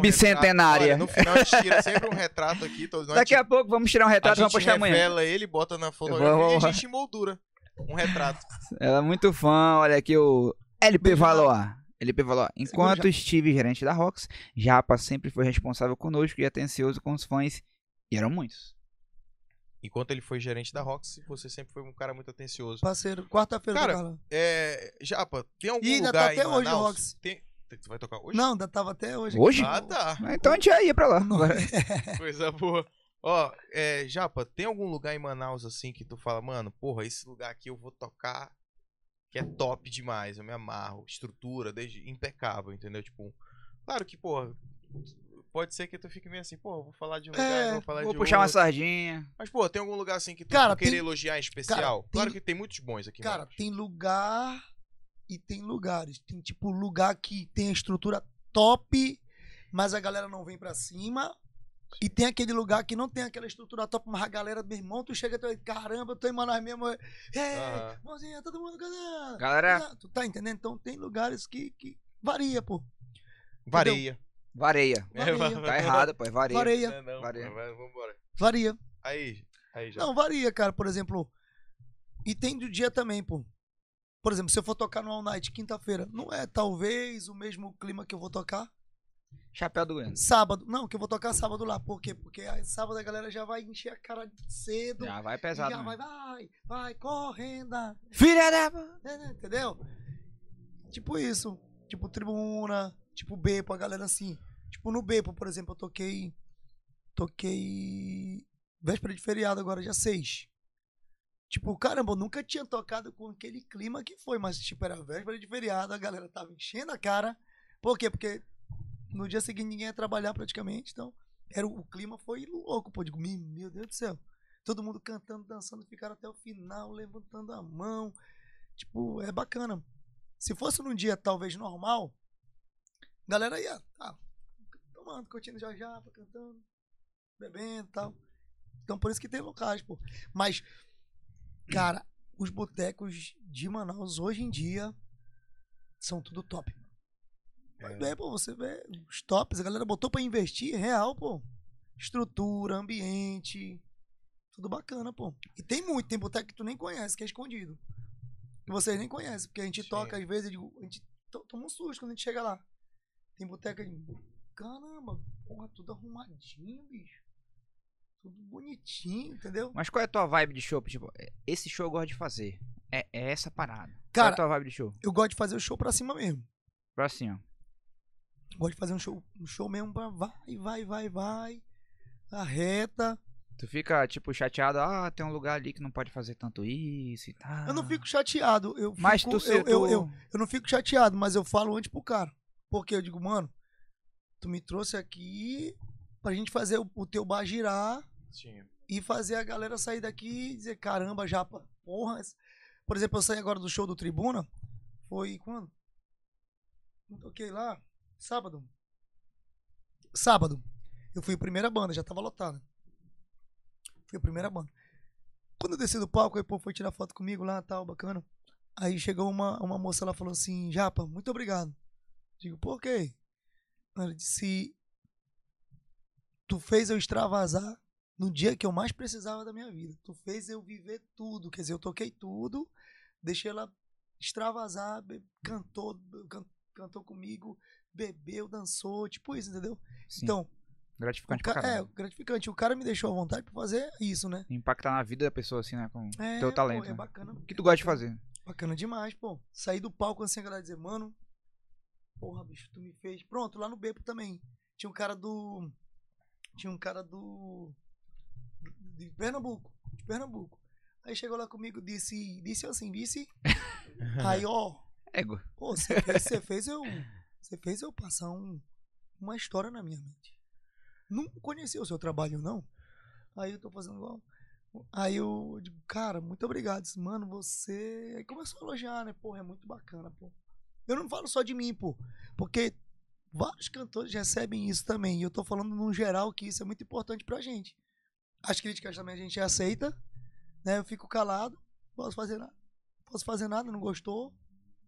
S1: retrato. Olha,
S2: bicentenária.
S1: no final a gente tira sempre um retrato aqui. Todos nós
S2: Daqui a pouco vamos tirar um retrato e
S1: a
S2: vamos
S1: gente
S2: postar amanhã.
S1: revela ele, bota na
S2: Eu vou-
S1: fotografia e a gente moldura. Um retrato.
S2: Ela é muito fã, olha aqui o LP Valoar. LP Valoar. Enquanto estive gerente da Rox, Japa sempre foi responsável conosco e atencioso com os fãs. E eram muitos.
S1: Enquanto ele foi gerente da Roxy, você sempre foi um cara muito atencioso.
S3: Parceiro, quarta-feira,
S1: Cara,
S3: tá, Carlão?
S1: É, Japa, tem algum
S3: Ih, ainda
S1: lugar
S3: tá até
S1: em
S3: hoje,
S1: Manaus?
S3: Roxy.
S1: Tem... Tu vai tocar hoje?
S3: Não, ainda tava até hoje.
S2: Hoje?
S1: Ah, tá.
S2: Mas Então a gente já ia pra lá. Agora,
S1: Coisa boa. Ó, é, Japa, tem algum lugar em Manaus assim que tu fala, mano, porra, esse lugar aqui eu vou tocar que é top demais, eu me amarro. Estrutura, desde impecável, entendeu? Tipo, claro que, porra, pode ser que tu fique meio assim, porra, eu vou falar de um lugar,
S3: É,
S1: eu vou falar
S2: vou
S1: de
S2: puxar uma
S1: outro.
S2: sardinha.
S1: Mas, porra, tem algum lugar assim que tu
S3: Cara,
S1: querer
S3: tem-
S1: elogiar em especial? claro
S3: tem-
S1: que tem muitos bons aqui, em
S3: Cara,
S1: Manaus.
S3: tem lugar e tem lugares. Tem, tipo, lugar que tem a estrutura top, mas a galera não vem pra cima. E tem aquele lugar que não tem aquela estrutura top, mas a galera, meu irmão, tu chega e tu, é, caramba, eu tô em Manaus mesmo. É,
S1: Aham.
S3: mãozinha, todo mundo cantando.
S2: Galera,
S3: Tu tá entendendo? Então tem lugares que, que varia, pô.
S1: Vareia.
S2: vareia.
S3: Vareia.
S1: va-
S2: Tá errado, pô, é vareia.
S3: Varia,
S1: Não, não,
S2: Vareia.
S1: vai- vambora.
S3: varia.
S1: Aí, aí já.
S3: Não, varia, cara. Por exemplo. E tem do dia também, pô. Por exemplo, se eu for tocar no All Night quinta-feira, não é talvez o mesmo clima que eu vou tocar?
S2: Chapéu doendo.
S3: Sábado. Não, que eu vou tocar sábado lá. Por quê? Porque aí sábado a galera já vai encher a cara cedo.
S2: Já vai
S3: e
S2: pesado.
S3: já
S2: mesmo.
S3: vai, vai, vai, correndo.
S2: Filha da...
S3: né, né, Entendeu? Tipo isso. Tipo tribuna, tipo Bepo, a galera assim. Tipo no Bepo, por exemplo, eu toquei. Toquei. Véspera de feriado agora, dia 6. Tipo, caramba, eu nunca tinha tocado com aquele clima que foi, mas tipo, era véspera de feriado, a galera tava enchendo a cara. Por quê? Porque no dia seguinte ninguém ia trabalhar praticamente, então era, o clima foi louco, pô. Digo, "Mi- meu Deus do céu. Todo mundo cantando, dançando, ficaram até o final, levantando a mão. Tipo, é bacana. Se fosse num dia talvez normal, a galera ia, tá, tomando, curtindo já já, cantando, bebendo e tal. Então por isso que tem locais, pô. Mas, cara, os botecos de Manaus hoje em dia são tudo top. Mas
S1: É.
S3: bem, pô, você vê os tops, a galera botou pra investir real, pô. Estrutura, ambiente, tudo bacana, pô. E tem muito, tem boteco que tu nem conhece, que é escondido. Que vocês nem conhecem, porque a gente
S1: Sim.
S3: toca às vezes, eu digo, a gente to- toma um susto quando a gente chega lá. Tem boteca de. Caramba, porra, tudo arrumadinho, bicho. Tudo bonitinho, entendeu?
S2: Mas qual é a tua vibe de show? Tipo, é- esse show eu gosto de fazer. É, é essa parada. qual é a
S3: Cara,
S2: tua vibe de show?
S3: eu gosto de fazer o show pra cima mesmo.
S2: Pra assim, ó.
S3: Gosto de fazer um show, um show mesmo pra vai, vai, vai, vai. Arreta.
S2: Tu fica, tipo, chateado. Ah, tem um lugar ali que não pode fazer tanto isso e tal.
S3: Eu não fico chateado. Eu
S2: Ah. Mas
S3: fico,
S2: tu, se-
S3: eu, eu,
S2: tu-
S3: eu, eu não fico chateado, mas eu falo antes pro cara. Porque eu digo, mano, tu me trouxe aqui pra gente fazer o, o teu bar girar.
S1: Sim.
S3: e fazer a galera sair daqui e dizer, caramba, japa, porra. esse- Por exemplo, eu saí agora do show do Tribuna, foi quando? Eu Toquei lá, sábado. Sábado. Eu fui a primeira banda, já tava lotada. Fui a primeira banda. Quando eu desci do palco, aí pô, foi tirar foto comigo lá, tal, bacana. Aí chegou uma, uma moça lá falou assim, Japa, muito obrigado. Digo, por quê? Ela disse, tu fez eu extravasar no dia que eu mais precisava da minha vida. Tu fez eu viver tudo, quer dizer, eu toquei tudo, deixei ela extravasar, be- cantou, be- can- cantou comigo, bebeu, dançou, tipo isso, entendeu?
S2: Sim,
S3: Então, o
S2: gratificante
S3: ca-
S2: pra caralho.
S3: é gratificante. O cara me deixou à vontade pra fazer isso, né?
S2: Impactar na vida da pessoa, assim, né? Com
S3: É,
S2: teu
S3: pô,
S2: talento.
S3: é
S2: né?
S3: bacana.
S2: O que tu gosta de fazer?
S3: Bacana demais, pô. Sair do palco assim, a galera dizer, mano, porra, bicho, tu me fez. Pronto, lá no Bepo também. Tinha um cara do. Tinha um cara do. De Pernambuco. De Pernambuco. Aí chegou lá comigo, disse, disse assim, disse. Aí, ó,
S2: Ego.
S3: pô, você fez, você fez eu. Você fez eu passar um, uma história na minha mente. Não conhecia o seu trabalho, não. Aí eu tô fazendo igual. Aí eu digo, cara, muito obrigado. Disse, Mano, você. Aí começou a elogiar, né? Porra, é muito bacana, pô. Eu não falo só de mim, pô. Porque vários cantores recebem isso também. E eu tô falando no geral que isso é muito importante pra gente. As críticas também a gente aceita, né? Eu fico calado, não posso fazer nada. Não Posso fazer nada, não gostou.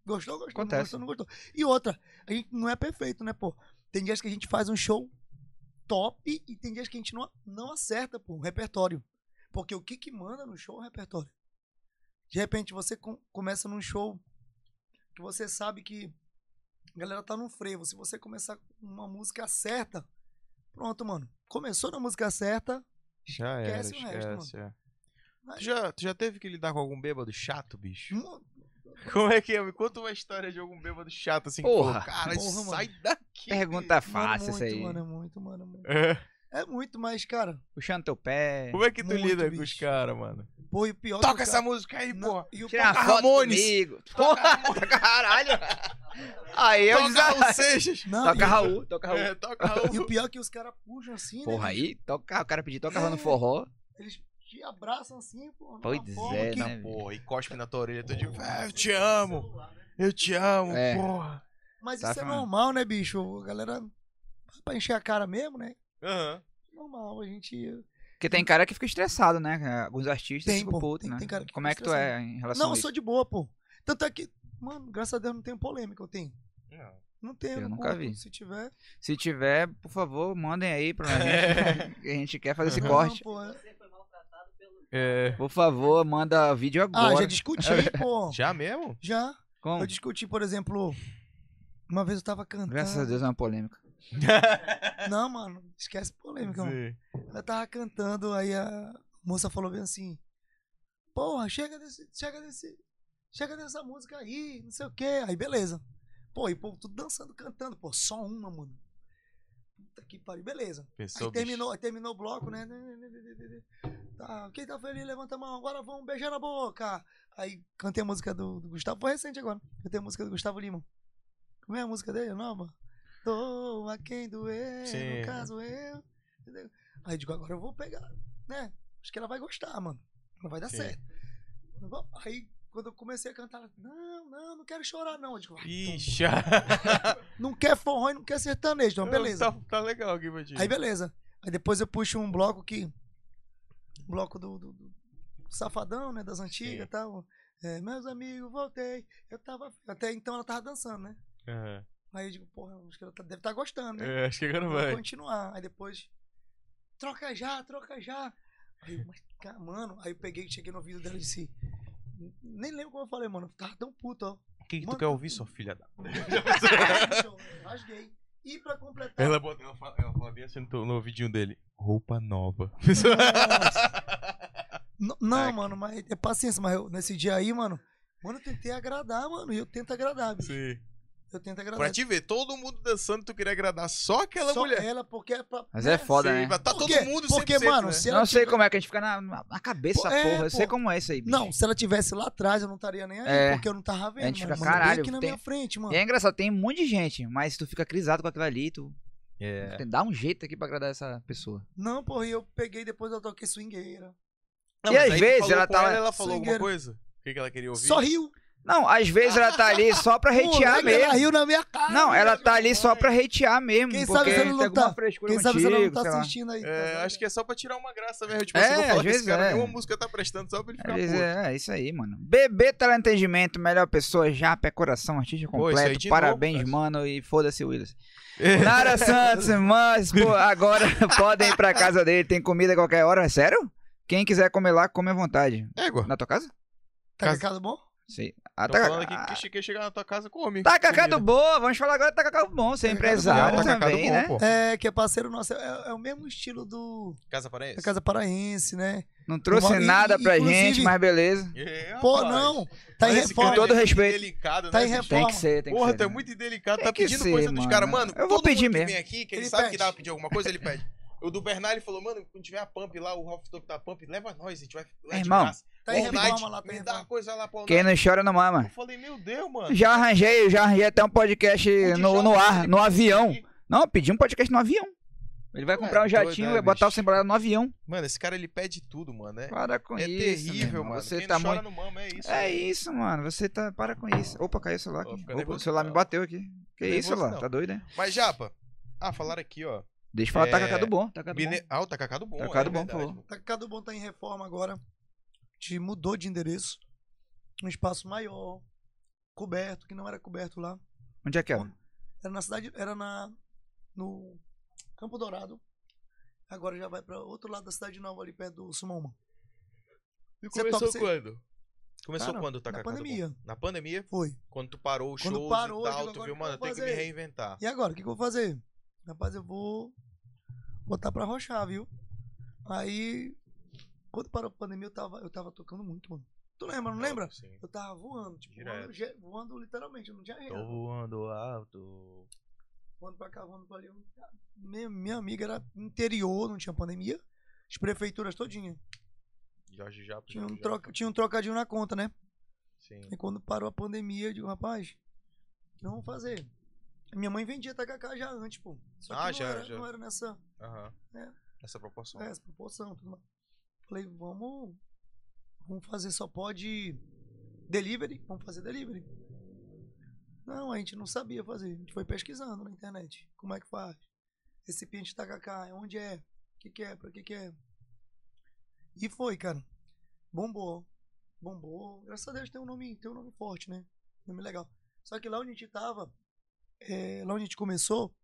S3: Gostou, gostou.
S2: Acontece.
S3: Não gostou, não gostou. E outra, a gente não é perfeito, né, pô? Tem dias que a gente faz um show top e tem dias que a gente não, não acerta, pô, o repertório. Porque o que que manda no show é o repertório. De repente você com- começa num show que você sabe que a galera tá num frevo. Se você começar com uma música certa, pronto, mano. Começou na música certa,
S1: Já era,
S3: Esquece o resto,
S1: esquece, é.
S3: Mas-
S1: Tu já, tu já teve que lidar com algum bêbado chato, bicho?
S3: mu-
S1: Como é que é? Me conta uma história de algum bêbado chato assim. que
S2: Porra.
S1: falou, cara,
S3: Porra, mano.
S1: sai daqui.
S2: Pergunta
S3: mano,
S2: fácil
S3: muito,
S2: essa aí.
S3: Mano, é muito, mano, é muito.
S1: bicho." É.
S3: É muito, mas, cara,
S2: Puxando teu pé.
S1: Como é que tu
S3: Muito,
S1: lida com
S3: bicho.
S1: os caras, mano?
S3: pô, e o pior
S1: Toca
S3: que o
S1: essa
S3: cara-
S1: música aí,
S3: Não,
S1: porra.
S3: E o
S2: Tirar
S3: pior-
S2: uma foto
S1: Ramones.
S2: comigo. Porra, caralho. Aí eu
S1: Toca
S2: desarrei.
S1: Raul Seixas.
S3: Não, e
S2: Toca
S3: o-
S2: Raul, toca Raul.
S1: É, toca Raul.
S3: E o pior que os caras puxam assim,
S2: Porra,
S3: né? bicho?
S2: aí toca, o cara pediu toca
S3: É.
S2: Raul no forró.
S3: Eles te abraçam assim, pô. numa
S2: Pois
S3: forma
S2: é,
S3: que-
S2: né?
S1: Porra, e cospe na tua orelha. Tu diz, "Ah, eu te amo. Eu te amo,
S2: É.
S1: porra.
S3: Mas
S2: Tá
S3: isso é
S2: falando.
S3: normal, né, bicho? A galera. Pra encher a cara mesmo, né?
S1: Aham.
S3: Normal, a gente.
S2: Porque tem cara que fica estressado, né? Alguns artistas
S3: Tem,
S2: ficam
S3: pô,
S2: putos,
S3: tem-
S2: né?
S3: tem cara que
S2: Como é que
S3: fica
S2: tu é em relação
S3: não,
S2: a
S3: eu
S2: isso?
S3: sou de boa, pô. Tanto é que, mano, graças a Deus não tem polêmica, eu tenho.
S1: Não.
S3: Não tem,
S2: Eu
S3: não
S2: nunca
S3: curto.
S2: vi.
S3: Se tiver.
S2: Se tiver, por favor, mandem aí pra gente. né? que a gente quer fazer esse
S1: Não,
S2: corte.
S3: pô, é.
S4: Você foi maltratado pelo.
S1: É.
S2: Por favor, manda vídeo
S3: Ah,
S2: agora.
S3: já discuti, pô.
S1: Já mesmo?
S3: Já.
S2: Como?
S3: Eu discuti, por exemplo, uma vez eu tava cantando.
S2: Graças a Deus é uma polêmica.
S3: Não, mano, esquece polêmica, mano.
S1: Sim.
S3: Ela tava cantando, aí a moça falou bem assim: Porra, chega desse. Chega desse. Chega dessa música aí, não sei o quê. Aí beleza. Pô, e o povo tudo dançando, cantando, pô, só uma, mano. Puta que pariu, beleza.
S1: Pensou,
S3: Aí
S1: bicho?
S3: terminou, aí terminou o bloco, né? Tá, quem tá feliz, levanta a mão, agora vamos beijar na boca. Aí cantei a música do, do Gustavo, foi recente agora. Cantei a música do Gustavo Lima. Como é a música dele? Nova? Doa quem doer,
S1: Sim.
S3: no caso eu. Entendeu? Aí eu digo, agora eu vou pegar, né? Acho que ela vai gostar, mano. Não vai dar
S1: Sim.
S3: certo. Aí, quando eu comecei a cantar, ela, não, não, não quero chorar, não. Eu digo, "Ah, então,
S1: Ixi.
S3: não quer forró e não quer sertanejo, então beleza.
S1: Tá, tá legal aqui pra ti.
S3: Aí beleza. Aí depois eu puxo um bloco que. Um bloco do, do- do Safadão, né? Das
S1: Sim.
S3: antigas e tal. É, meus amigos, voltei. Eu tava. Até então ela tava dançando, né?
S1: Aham.
S3: Aí eu digo, porra, acho que ela tá- deve estar gostando, né?
S1: É, acho que agora
S3: Vou
S1: vai.
S3: continuar. Aí depois. Troca já, troca já. Aí eu, mas, cara, mano. Aí eu peguei, cheguei no ouvido dela e disse. Nem lembro como eu falei, mano. Tava tão puto,
S1: O
S3: ó.
S1: que, que tu
S3: Mano,
S1: quer ouvir, sua filha da...
S3: Eu Rasguei. E pra completar.
S1: Ela, bota, ela, fala, ela fala bem assim no, no ouvidinho dele. Roupa nova.
S3: Não, não,
S1: Aqui.
S3: mano, mas é paciência, mas eu- nesse dia aí, mano, mano, eu tentei agradar, mano, e eu tento agradar, bicho.
S1: Sim.
S3: Eu tento agradar.
S1: Pra te ver, todo mundo dançando, tu queria agradar só aquela
S3: Só
S1: mulher.
S3: ela, porque é pra,
S2: Mas é foda,
S1: Sim,
S2: né?
S1: mas Tá
S3: Por
S1: todo
S3: quê?
S1: mundo
S3: Porque,
S1: 100%,
S3: mano,
S1: né?
S3: se ela
S2: Não sei
S3: tiver-
S2: como é que a gente fica na, na- na cabeça,
S3: Pô, é,
S2: porra. Eu sei
S3: pô.
S2: como é isso aí, bicho.
S3: Não, se ela tivesse lá atrás, eu não estaria nem aí,
S2: É.
S3: porque eu não tava vendo.
S2: A gente
S3: mano,
S2: fica,
S3: mas veio
S2: caralho,
S3: aqui na
S2: tem-
S3: minha frente, mano.
S2: E é engraçado, tem um monte de gente, mas tu fica crisado com aquilo ali, tu
S1: É.
S2: tem- dá um jeito aqui pra agradar essa pessoa.
S3: Não, porra, e eu peguei depois eu toquei swingueira.
S1: Não,
S2: E
S1: mas
S2: às
S1: aí tu
S2: vezes
S1: falou
S2: ela
S1: com
S2: tá-
S1: Ela, ela falou alguma
S3: Swingueira.
S1: coisa? O que, que ela queria ouvir?
S3: Sorriu.
S2: Não, às vezes ela tá ali só pra hatear
S3: Moleque, Ela
S2: mesmo.
S3: riu na minha cara. né?
S2: Não, ela
S3: velho.
S2: tá ali só pra hatear mesmo.
S3: Quem
S2: porque
S3: sabe se ela não
S2: tem alguma
S3: tá-
S2: frescura
S3: Quem sabe se ela não
S2: contigo,
S3: tá
S2: sei lá.
S3: assistindo aí.
S1: É, acho que é só pra tirar uma graça mesmo. Tipo
S2: É,
S1: assim, eu vou falar
S2: às
S1: que esse
S2: vezes
S1: cara
S2: é.
S1: nenhuma música tá prestando só pra ele ficar
S2: Às vezes
S1: puto.
S2: é, é isso aí, mano. Bebê Teleentendimento, melhor pessoa, japa, é coração, artista
S1: Pô, isso aí
S2: completo.
S1: de
S2: Parabéns,
S1: novo,
S2: mano, e foda-se, Willis.
S1: É.
S2: Nara Santos, mas, pô, agora podem ir pra casa dele, tem comida a qualquer hora, é sério? Quem quiser comer lá, come à vontade.
S1: Égua.
S2: Na tua casa?
S3: Tá com a casa bom?
S2: Sim. Ah,
S1: É, Tô
S2: é. tá,
S1: falando aqui que che- quem chegar na tua casa come.
S2: tá Cacá
S1: comida. Tá
S2: do Boa, vamos falar agora do Tacacá do Bom, você é
S3: Tacacá do
S2: empresário
S3: Bom,
S1: Tacacá do
S2: também,
S1: Bom,
S2: né?
S1: pô.
S3: É, que é parceiro nosso. É, é o mesmo estilo do
S1: Casa parece?
S3: da Casa Paraense, né?
S2: Não trouxe
S3: Bom, e-
S2: nada
S3: e-
S2: pra
S3: inclusive-
S2: gente, mas beleza.
S1: É,
S3: Pô,
S1: rapaz.
S3: não. Tá em
S1: Mas esse
S3: reforma.
S1: cara é
S2: Com todo
S1: muito
S2: respeito.
S1: Delicado,
S3: Tá
S1: né,
S3: em
S1: bicho?
S3: reforma.
S2: Tem que ser, tem que
S1: Porra,
S2: ser.
S1: tu é
S2: né?
S1: muito delicado.
S2: Tem
S1: tá
S2: que
S1: pedindo
S2: ser,
S1: coisa dos
S2: mano.
S1: caras. Mano,
S2: Eu vou
S1: todo
S2: pedir
S1: mundo
S2: mesmo.
S1: que vem aqui, que ele,
S3: Ele
S1: sabe que
S3: pede.
S1: dá pra pedir alguma coisa, ele pede. O do Bernardo falou, mano, quando tiver a pump lá, o Ralph Top da pump, leva nós, a gente vai lá de
S2: Irmão.
S1: graça.
S3: Tá em
S1: All night,
S3: reforma lá, tá em
S1: Me dá uma
S3: reforma.
S1: coisa lá pra
S2: Quem é, não chora não
S1: Eu
S2: mama.
S1: falei, meu Deus, mano.
S2: Já arranjei, já arranjei até um podcast
S1: O Djalma
S2: no, no ar,
S1: dele
S2: no
S1: pediu
S2: avião.
S1: aqui.
S2: Não, eu pedi um podcast no avião. Ele vai
S1: Ué,
S2: comprar um
S1: doido,
S2: jatinho,
S1: né,
S2: vai botar o
S1: bicho?
S2: sembrado no avião.
S1: Mano, esse cara ele pede tudo, mano. É,
S2: Para com
S1: é
S2: isso. meu
S1: terrível,
S2: irmão.
S1: mano.
S2: Você
S1: Quem
S2: tá
S1: não chora
S2: muito.
S1: no mama, é isso.
S2: É
S1: né?
S2: isso, mano. Você tá. Para com isso. Opa, caiu o celular
S1: Ó,
S2: aqui.
S1: fica
S2: Opa, o
S1: nervoso,
S2: celular me
S1: não.
S2: bateu aqui. Que
S1: Fica
S2: isso,
S1: nervoso,
S2: celular?
S1: não.
S2: Tá doido, né?
S1: Mas, Japa, ah, falaram aqui, ó.
S2: Deixa eu falar,
S1: É,
S2: tá cacado bom. Tá cacado
S1: Mine...
S2: bom.
S1: Ah, o Tacacado Bom.
S2: Tá Cacado
S1: é
S2: Bom,
S1: verdade,
S2: falou.
S1: mano.
S3: Tá- Cada bom tá em reforma agora. A gente mudou de endereço. Um espaço maior. Coberto, que não era coberto lá.
S2: Onde é que é?
S3: Era na cidade. Era na. No Campo Dourado. Agora já vai pra outro lado da cidade nova, ali perto do Sumoma.
S1: E
S3: Você
S1: começou
S3: topa, você-
S1: quando? Começou
S3: Cara,
S1: quando o Tacacado Bom?
S3: pandemia.
S1: Na pandemia?
S3: Foi.
S1: Quando tu parou o
S3: Quando
S1: show
S3: parou,
S1: e
S3: eu
S1: tal,
S3: digo,
S1: tu
S3: agora
S1: viu,
S3: o que
S1: mano,
S3: eu vou
S1: tem que me
S3: fazer?
S1: reinventar.
S3: E agora, o que, que eu vou fazer? Rapaz, eu vou botar pra rochar, viu? Aí, quando parou a pandemia, eu tava, eu tava tocando muito, mano. Tu lembra, não lembra?
S1: Sim.
S3: Eu tava voando, tipo,
S1: Direto.
S3: voando, ge- voando literalmente, eu não tinha
S1: Tô
S3: renda.
S1: voando alto.
S3: Voando pra cá, voando pra ali. eu não tinha- Minha, minha amiga era interior, não tinha pandemia. As prefeituras todinha.
S1: Jorge Japa.
S3: Tinha
S1: Jorge
S3: um,
S1: Japa.
S3: troca, tinha um trocadinho na conta, né?
S1: Sim.
S3: E quando parou a pandemia, eu digo, rapaz, o que nós vamos fazer? Minha mãe vendia tacacá já antes, pô. Só que
S1: Ah,
S3: não,
S1: já,
S3: era,
S1: já.
S3: não era nessa...
S1: Aham.
S3: É.
S1: Essa proporção.
S3: É, essa proporção, tudo mais. Falei, vamos. Vamos fazer, só pode. Delivery? Vamos fazer delivery. Não, a gente não sabia fazer. A gente foi pesquisando na internet. Como é que faz? Recipiente tacacá, onde é? O que, que é? Pra que, que é? E foi, cara. Bombou. Bombou. Graças a Deus tem um nome, tem um nome forte, né? Nome legal. Só que lá onde a gente tava, eh, lá onde a gente começou,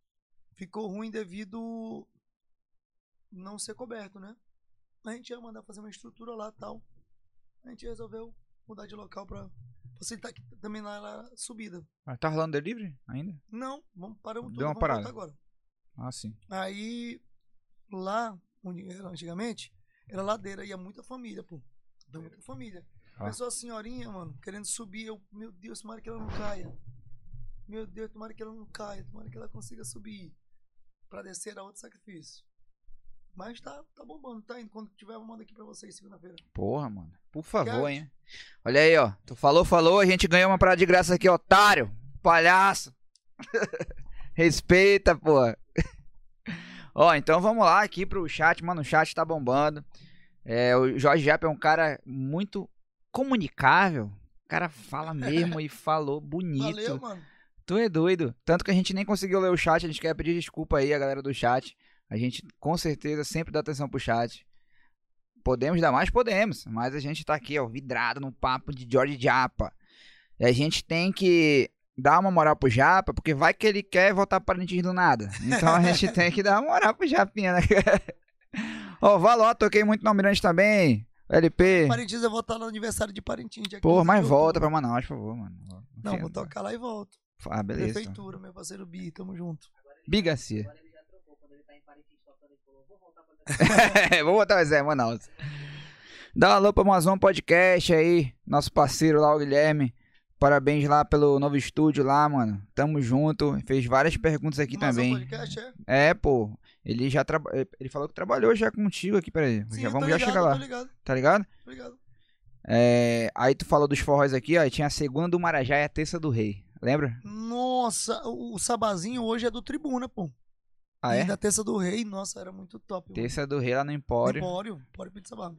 S3: ficou ruim devido não ser coberto, né? A gente ia mandar fazer uma estrutura lá tal. A gente resolveu mudar de local pra facilitar aqui também lá na subida.
S2: Ah, Tá rolando delivery ainda?
S3: Não, vamos parar
S2: Deu
S3: tudo.
S2: uma
S3: vamos
S2: parada.
S3: voltar agora.
S2: Ah, sim.
S3: Aí, lá, onde era antigamente, era ladeira, ia muita família, pô. Ia muita família.
S1: Ah.
S3: Mas só a senhorinha, mano, querendo subir, eu, meu Deus, tomara que ela não caia. Meu Deus, tomara que ela não caia, tomara que ela consiga subir. Pra descer era outro sacrifício. Mas tá, tá bombando, tá indo. Quando tiver, eu mando aqui pra vocês segunda-feira.
S2: Porra, mano. Por favor,
S3: Cara,
S2: hein? Olha aí, ó. Tu falou, falou, a gente ganhou uma parada de graça aqui, otário. Palhaço. Respeita, porra. ó, então vamos lá aqui pro chat. Mano, o chat tá bombando. É, o Jorge Jap é um cara muito comunicável. O cara fala mesmo e falou bonito.
S3: Valeu, mano.
S2: Tu é doido. Tanto que a gente nem conseguiu ler o chat, a gente quer pedir desculpa aí a galera do chat. A gente com certeza sempre dá atenção pro chat. Podemos dar mais? Podemos. Mas a gente tá aqui, ó, vidrado no papo de George Japa. E a gente tem que dar uma moral pro Japa, porque vai que ele quer voltar para Parintins do nada. Então a gente tem que dar uma moral pro Japinha, né? Ó, Való, toquei muito no Almirante também. LP.
S3: Parintins, eu vou estar no aniversário de Parintins. dia
S2: Porra,
S3: 15
S2: É. mas
S3: de
S2: volta pra
S3: outubro.
S2: Manaus, por favor, mano.
S3: Não, vou tocar lá e volto.
S2: Ah, beleza. então.
S3: Prefeitura, meu parceiro Bi, tamo junto.
S2: Bigacia.
S4: Agora ele já trocou. Quando ele tá em Parintins tocando, ele falou: vou voltar pra
S2: É, vou botar o Zé Manaus. Dá um alô pro Amazon Podcast aí, nosso parceiro lá, o Guilherme. Parabéns lá pelo novo estúdio lá, mano. Tamo junto. Fez várias perguntas aqui
S3: Mas o
S2: também.
S3: podcast é?
S2: É, pô. Ele já traba... eh, ele falou que trabalhou já contigo aqui, peraí.
S3: Sim,
S2: já,
S3: eu
S2: vamos já
S3: tô ligado,
S2: chegar
S3: Tô
S2: lá,
S3: ligado,
S2: tá ligado?
S3: tô ligado.
S2: É, aí tu falou dos forróis aqui, ó. e Tinha a segunda do Marajá e a terça do Rei. Lembra?
S3: Nossa, o o Sabazinho hoje é do Tribuna, pô.
S2: Ah,
S3: e
S2: é?
S3: da Terça do Rei, nossa, era muito top. mano.
S2: Terça do Rei lá no
S3: Empório.
S2: Empório.
S3: Empório, Empório Pizza Bar. Era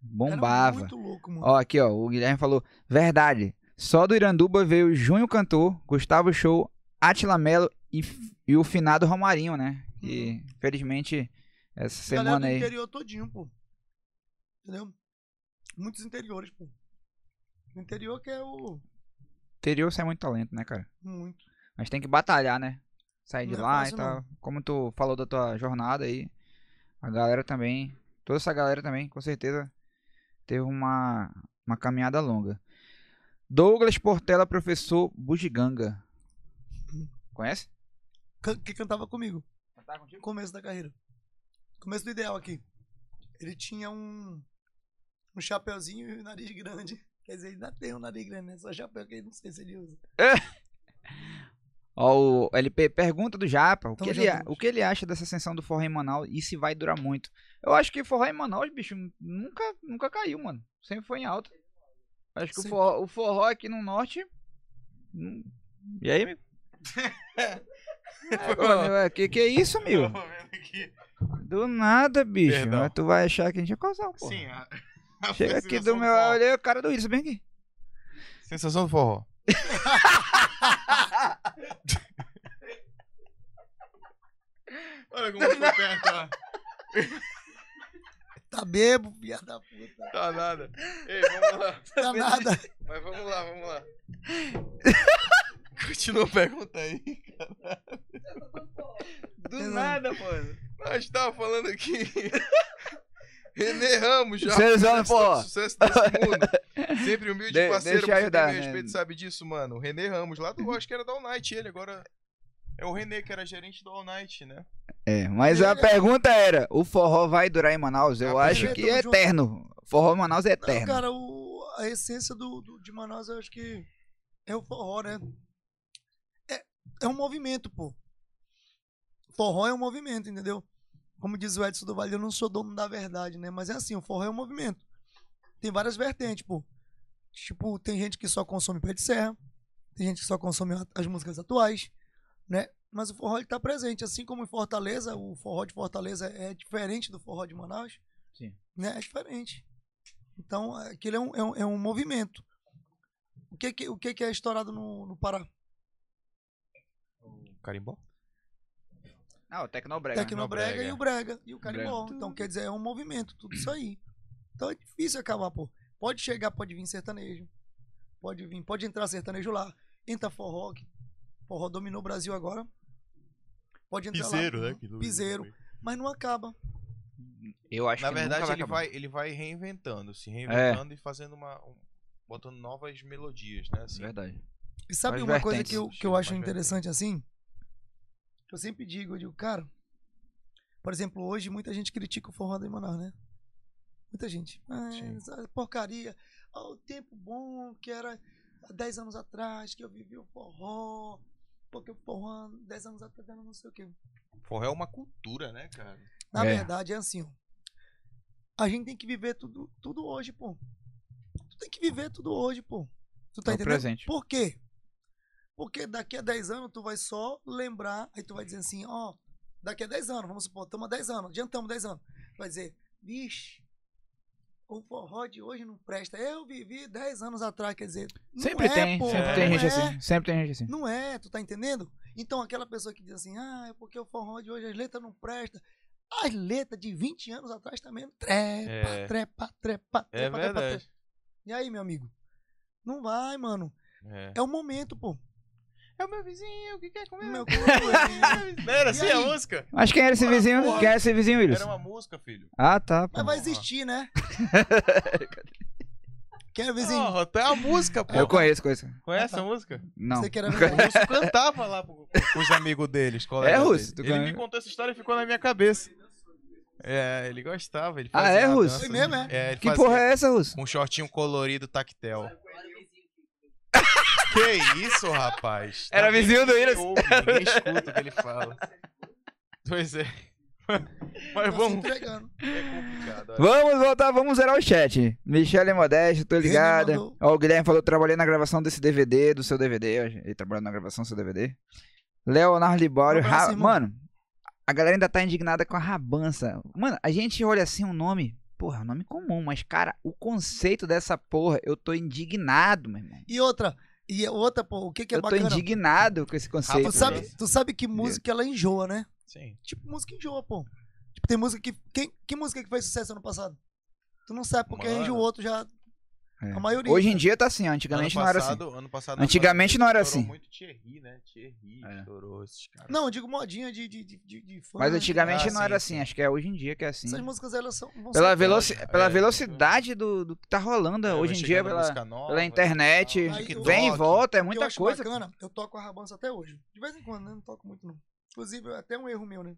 S2: Bombava.
S3: muito louco, mano.
S2: Ó, aqui, ó, o Guilherme falou, verdade, só do Iranduba veio Junho Cantor, Gustavo Show, Atila Melo e, f- e o finado Romarinho, né? Que, felizmente, essa
S3: Uhum. Galera
S2: semana
S3: do
S2: aí...
S3: interior todinho, pô. Entendeu? Muitos interiores, pô. O interior que é o...
S2: Interior sai muito talento, né, cara?
S3: Muito.
S2: Mas tem que batalhar, né? Sair de
S3: Não é
S2: lá e
S3: fácil,
S2: tal. Como tu falou da tua jornada aí, a galera também, toda essa galera também, com certeza, teve uma, uma caminhada longa. Douglas Portela, professor Bugiganga.
S3: Uhum.
S2: Conhece?
S3: Can- Que cantava comigo. no Começo da carreira. Começo do ideal aqui. Ele tinha um... Um chapeuzinho e um nariz grande. Quer dizer, ele ainda tem um nariz grande, né? Só chapéu que ele não sei se ele usa.
S2: Ó, o LP pergunta do Japa, o que,
S3: Tamo
S2: ele,
S3: junto.
S2: o que ele acha dessa ascensão do forró em Manaus e se vai durar muito? Eu acho que forró em Manaus, bicho, nunca, nunca caiu, mano. Sempre foi em alta. Acho que o
S3: Sempre.
S2: forró, o forró aqui no norte. hum, E aí, meu?
S1: Tá
S2: É, mano, é, que, que é isso, meu?
S1: Tava Tá vendo aqui.
S2: Do nada, bicho.
S1: Perdão.
S2: Mas tu vai achar que a gente é casal, pô.
S1: Sim, a- a
S2: Chega aqui do
S1: fascinação
S2: meu. Eu
S1: forró.
S2: olhei o cara do Wilson, bem aqui.
S1: Sensação do forró. Olha como foi perto, ó.
S3: Tá bebo, viado da puta.
S1: Tá nada. Ei, vamos lá.
S3: Tá nada.
S1: Mas vamos lá, vamos lá. Continua a pergunta aí.
S2: Do
S3: Perdão.
S2: nada, mano.
S1: Nós tava falando aqui. René Ramos, já.
S2: Sensação do forró.
S1: Sucesso desse mundo. Sempre humilde
S2: De-
S1: parceiro,
S2: deixa eu
S1: você
S2: ajudar,
S1: tem meu
S2: né?
S1: respeito, sabe disso, mano. O René Ramos, lá do, acho que era da All Night, ele agora... É o René que era gerente do All Night, né?
S2: É, mas a pergunta era: o forró vai durar em Manaus? Eu
S1: Ah,
S2: acho
S3: perfeito,
S2: que é
S3: tamo junto.
S2: eterno. Forró em Manaus é
S3: Não,
S2: eterno.
S3: cara, o- a essência do, do- de Manaus, eu acho que é o forró, né? É, é um movimento, pô. Forró é um movimento, entendeu? Como diz o Edson do Vale, eu não sou dono da verdade, né? Mas é assim, o forró é um movimento. Tem várias vertentes, pô. Tipo, tem gente que só consome pé de serra, tem gente que só consome a- as músicas atuais, né? Mas o forró ele tá presente, assim como em Fortaleza, o forró de Fortaleza é diferente do forró de Manaus.
S2: Sim.
S3: Né? É diferente. Então, aquilo é um, é um, é um movimento. O que, que, o que, que é estourado no, no Pará?
S1: Carimbó?
S2: Ah, o Tecnobrega.
S3: Tecnobrega e o Brega. E o Carimbó.
S1: Brega.
S3: Então, quer dizer, é um movimento, tudo isso aí. Então é difícil acabar, pô. Pode chegar, pode vir sertanejo. Pode vir, pode entrar sertanejo lá. Entra forró, que forró dominou o Brasil agora. Pode entrar
S1: Piseiro,
S3: lá.
S1: né? Que do-
S3: Piseiro. Mas não acaba.
S2: Eu acho
S1: Na
S2: que
S1: verdade,
S2: nunca vai
S1: ele,
S2: acabar.
S1: vai, ele vai reinventando,
S2: É.
S1: se reinventando e fazendo uma. um- botando novas melodias, né? Assim.
S2: Verdade.
S3: E sabe
S2: Faz
S3: uma coisa
S2: vertentes,
S3: que eu, que eu
S1: chega
S3: acho
S1: mais
S3: interessante assim? Eu sempre digo, eu digo, cara, por exemplo, hoje muita gente critica o forró da Manaus, né? Muita gente. Ah,
S1: Sim.
S3: essa porcaria. Ah, o tempo bom que era há 10 anos atrás, que eu vivi o forró. Porque o forró, 10 anos atrás, era não sei o quê.
S1: Forró é uma cultura, né, cara?
S3: Na
S2: É.
S3: verdade, é assim, ó. A gente tem que viver tudo, tudo hoje, pô. Tu tem que viver tudo hoje, pô. Tu tá
S2: É o
S3: entendendo?
S2: presente.
S3: Por quê? Porque daqui a 10 anos tu vai só lembrar, aí tu vai dizer assim, ó, daqui a 10 anos, vamos supor, estamos há 10 anos, adiantamos 10 anos. Tu vai dizer, vixe, o forró de hoje não presta. Eu vivi 10 anos atrás, quer dizer. não
S2: Sempre
S3: é,
S2: tem,
S3: pô,
S2: sempre
S3: não
S2: tem gente
S3: é.
S2: assim. Sempre tem gente assim.
S3: Não é, tu tá entendendo? Então aquela pessoa que diz assim, ah, é porque o forró de hoje as letras não prestam. As letras de 20 anos atrás também trepa,
S1: É.
S3: trepa, trepa, trepa,
S1: É
S3: trepa,
S1: verdade.
S3: trepa. E aí, meu amigo? Não vai, mano.
S1: É.
S3: É o momento, pô.
S1: É o meu vizinho que quer comer.
S3: Meu é corpo,
S1: Não era
S3: E
S1: assim a
S3: aí?
S1: música?
S2: Mas quem era é esse vizinho?
S1: porra.
S2: Quem era esse vizinho, Willis?
S1: Era uma música, filho.
S2: Ah, tá. pô.
S3: mas vai existir, né? Quero vizinho.
S1: Porra, é uma música, pô.
S2: Eu conheço, conheço.
S1: Conhece a música?
S2: Não.
S3: Você quer
S1: O Russo cantava lá pro- com os amigos deles, colegas
S2: É, Russo,
S1: dele.
S2: tu
S1: Ele
S2: ganha.
S1: me contou essa história e ficou na minha cabeça. É, ele gostava. Ele
S2: Ah,
S1: fazia
S2: é,
S1: a
S2: Russo?
S1: dança.
S3: Foi mesmo, é?
S1: É, ele
S2: Que
S1: fazia
S2: porra é essa, Russo?
S1: com um shortinho colorido tactel.
S4: Olha o vizinho aqui.
S1: que isso, rapaz?
S2: Era
S1: Ninguém
S2: vizinho do Willis.
S1: ouve, Ninguém escuta o que ele fala. Pois é. Mas
S3: Vamos.
S1: vamos...
S3: Tá entregando.
S1: É complicado. olha.
S2: Vamos voltar, vamos zerar o chat. Michele é Modesto, tô
S3: Ele
S2: ligada.
S3: mandou.
S2: Ó, o Guilherme falou: trabalhei na gravação desse DVD, do seu DVD. ó, Ele trabalhou na gravação do seu DVD. Leonardo Libório.
S3: Um abraço,
S2: Ra-
S3: irmão.
S2: Mano, a galera ainda tá indignada com a rabança. Mano, a gente olha assim um nome. Porra, é um nome comum, mas, cara, o conceito dessa porra, eu tô indignado, meu irmão.
S3: E outra, e outra, pô, o que que é
S2: eu tô
S3: bacana?
S2: indignado com esse conceito.
S3: Tu sabe, tu sabe que
S2: Meu.
S3: música ela enjoa, né?
S1: Sim.
S3: Tipo, música enjoa, pô. Tipo, tem música que. Quem, que música que fez sucesso ano passado? Tu não sabe, porque
S1: Mano.
S3: enjoou, tu já.
S2: É.
S3: A maioria.
S2: Hoje em dia tá assim, ó, antigamente
S1: ano
S2: não era assim.
S1: passado, ano passado
S2: Antigamente não era
S1: estourou
S2: assim.
S1: muito Thierry, né? Thierry
S2: É.
S1: estourou esses caras.
S3: Não, eu digo modinha de. de, de, de- de funk.
S2: Mas antigamente
S1: Ah,
S2: não
S1: sim,
S2: era
S1: sim.
S2: assim, acho que é hoje em dia que é assim.
S3: Essas músicas, elas são. vão
S2: Pela,
S3: ser-
S2: veloci
S1: cara.
S2: pela
S1: É,
S2: velocidade do, do que tá rolando
S1: É, vai
S2: hoje em dia,
S1: chegando
S2: pela,
S1: música nova,
S2: pela internet,
S1: tal,
S3: Aí o-
S2: vem e
S1: TikTok.
S2: volta, é
S3: O que eu
S2: muita
S3: acho
S2: coisa.
S3: Bacana, eu toco a rabança até hoje. De vez em quando, né? Não toco muito, não. Inclusive, é até um erro meu, né?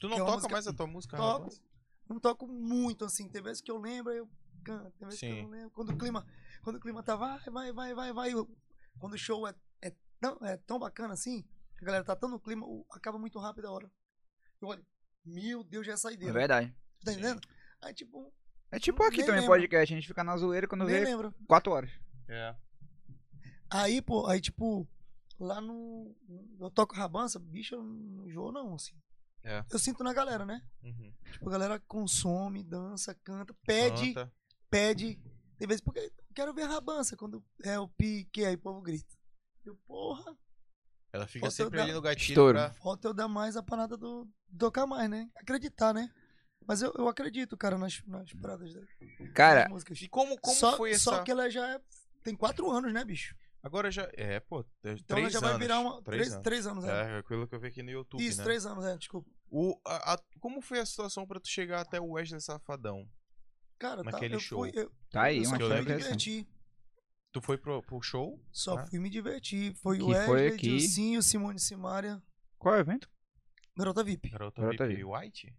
S1: Tu não
S3: que é uma
S1: toca
S3: música-
S1: mais a tua música?
S3: Toco.
S1: rapaz?
S3: Não toco muito, assim. Tem vezes que eu lembro, aí eu canto. Tem vezes que
S1: Sim.
S3: eu não lembro. Quando o clima. Quando o clima tá, vai, vai, vai, vai, vai. eu- Quando o show é, é, tão, é tão bacana assim, que a galera tá tão no clima, o- acaba muito rápido a hora. Eu olho, meu Deus, já é
S2: É
S3: saideira.
S2: verdade.
S3: Tu tá entendendo? Aí, tipo,
S2: É tipo aqui
S3: Nem
S2: também,
S3: lembro.
S2: podcast, a gente fica na zoeira quando
S3: nem
S2: vê
S3: lembro.
S2: 4 horas.
S1: É.
S3: Aí, pô, aí, tipo, lá no. Eu toco rabança, bicho, eu não enjoo, não, assim.
S1: É.
S3: Eu sinto na galera, né?
S1: Uhum.
S3: Tipo, a galera consome, dança, canta, pede,
S1: Canta.
S3: pede. Tem vezes, porque eu quero ver rabança quando é o pique, aí o povo grita. Eu, porra,
S1: Ela fica
S3: Pô,
S1: sempre
S3: toda-
S1: ali no gatilho
S2: Estouro.
S1: pra...
S3: falta eu dar mais a parada do. tocar mais, né? Acreditar, né? Mas eu, eu acredito, cara, nas, nas paradas das
S2: Cara,
S3: músicas.
S1: E como, como
S3: só,
S1: foi
S3: só
S1: essa...
S3: que ela já é- tem quatro anos, né, bicho?
S1: Agora já... É, pô, t-
S3: Então
S1: três
S3: ela já
S1: anos.
S3: vai virar uma.
S1: Três
S3: Três,
S1: anos.
S3: três anos, é.
S1: É, aquilo que eu vi aqui no YouTube,
S3: Isso,
S1: né?
S3: três anos, é, desculpa.
S1: O, a, a- como foi a situação pra tu chegar até o Wesley Safadão?
S3: Cara, tá,
S1: Naquele
S3: eu
S1: show.
S3: fui. Eu,
S2: tá aí,
S3: eu só
S2: uma
S1: que eu
S3: fui
S2: história
S3: me
S1: lembro é
S2: interessante.
S3: divertir.
S1: Tu foi pro, pro show?
S3: Só
S1: Ah.
S3: fui me divertir. Foi
S2: Que
S3: o
S2: foi
S3: Wesley,
S2: aqui.
S3: Dilcinho, Simone Simária,
S2: Qual é o evento?
S3: Garota VIP.
S1: Garota,
S2: Garota
S1: VIP
S2: VIP.
S1: White?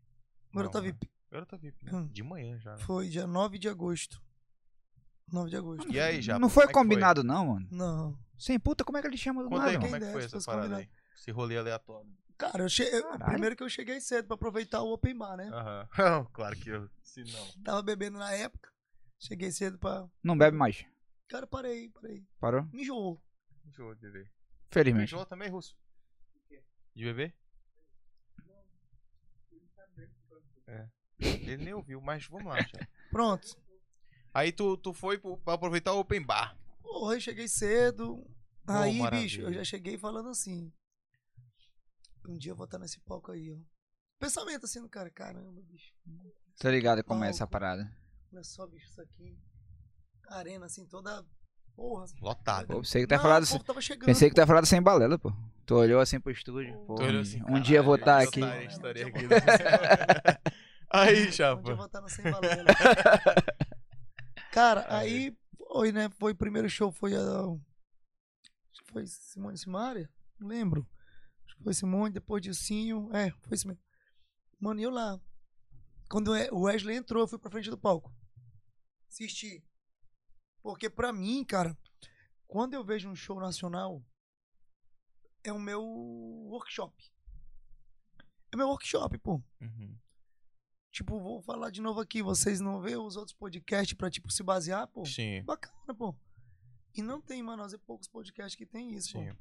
S3: Garota
S1: Não, né?
S3: VIP.
S1: Garota VIP, né?
S3: Hum.
S1: De manhã já, né?
S3: Foi dia 9 de agosto. 9 de agosto.
S1: E aí, já?
S2: não foi combinado, não, mano.
S3: Não.
S2: Sem puta, como é que ele chama do
S1: Conta aí
S2: nada,
S1: como
S2: mano?
S1: é que
S3: Quem
S1: foi
S3: dera,
S1: essa
S3: se fosse
S1: parada aí.
S3: combinado.
S1: Esse rolê aleatório. né?
S3: Cara, eu che... eu-
S2: Caralho. É.
S3: primeiro que eu cheguei cedo pra aproveitar o Open Bar, né?
S1: Aham. claro que eu... Se não...
S3: Tava bebendo na época. Cheguei cedo pra.
S2: Não bebe mais.
S3: Cara, parei, parei.
S2: Parou?
S3: Me enjoou.
S1: Deixa eu beber.
S2: Felizmente.
S1: Beijou também, Russo? De bebê? É. Ele nem ouviu, mas vamos lá, já.
S3: Pronto.
S1: Aí tu, tu foi pro- pra aproveitar o open bar.
S3: Porra, eu cheguei cedo.
S1: Oh,
S3: Aí,
S1: maravilha.
S3: bicho, eu já cheguei falando assim. Um dia eu vou estar nesse palco aí, ó. Pensamento assim no cara, caramba, bicho.
S2: Tá ligado como é
S3: Palco.
S2: essa parada.
S3: Olha só, bicho, isso aqui. Arena, assim, toda. Porra.
S1: Lotado.
S2: Pô, pensei que tá
S3: Não,
S2: falando.
S3: o povo tava chegando.
S2: Pensei que tá falando sem balela, pô. Tu olhou assim pro estúdio. Pô,
S1: Tu olhou assim,
S2: um dia eu vou
S1: "Caralho,
S2: estar aqui.
S3: é
S1: otário, estaria aqui nessa- Aí,
S3: né? Onde eu vou
S1: chapa.
S3: estar no Sem Balela. Cara, aí foi, né? Foi o primeiro show, foi a. Acho que foi Simone Simaria? Não lembro. Acho que Foi Simone, depois Dilcinho. É, foi isso mesmo. Mano, e eu lá. Quando é, o Wesley entrou, eu fui pra frente do palco. Assisti. Porque pra mim, cara, quando eu vejo um show nacional, é o meu workshop. É meu workshop, pô.
S1: Uhum.
S3: Tipo, vou falar de novo aqui. Vocês não vê os outros podcasts pra, tipo, se basear, pô?
S1: Sim.
S3: Bacana, pô. E não tem em Manaus, é poucos podcasts que tem isso, pô.
S1: Sim.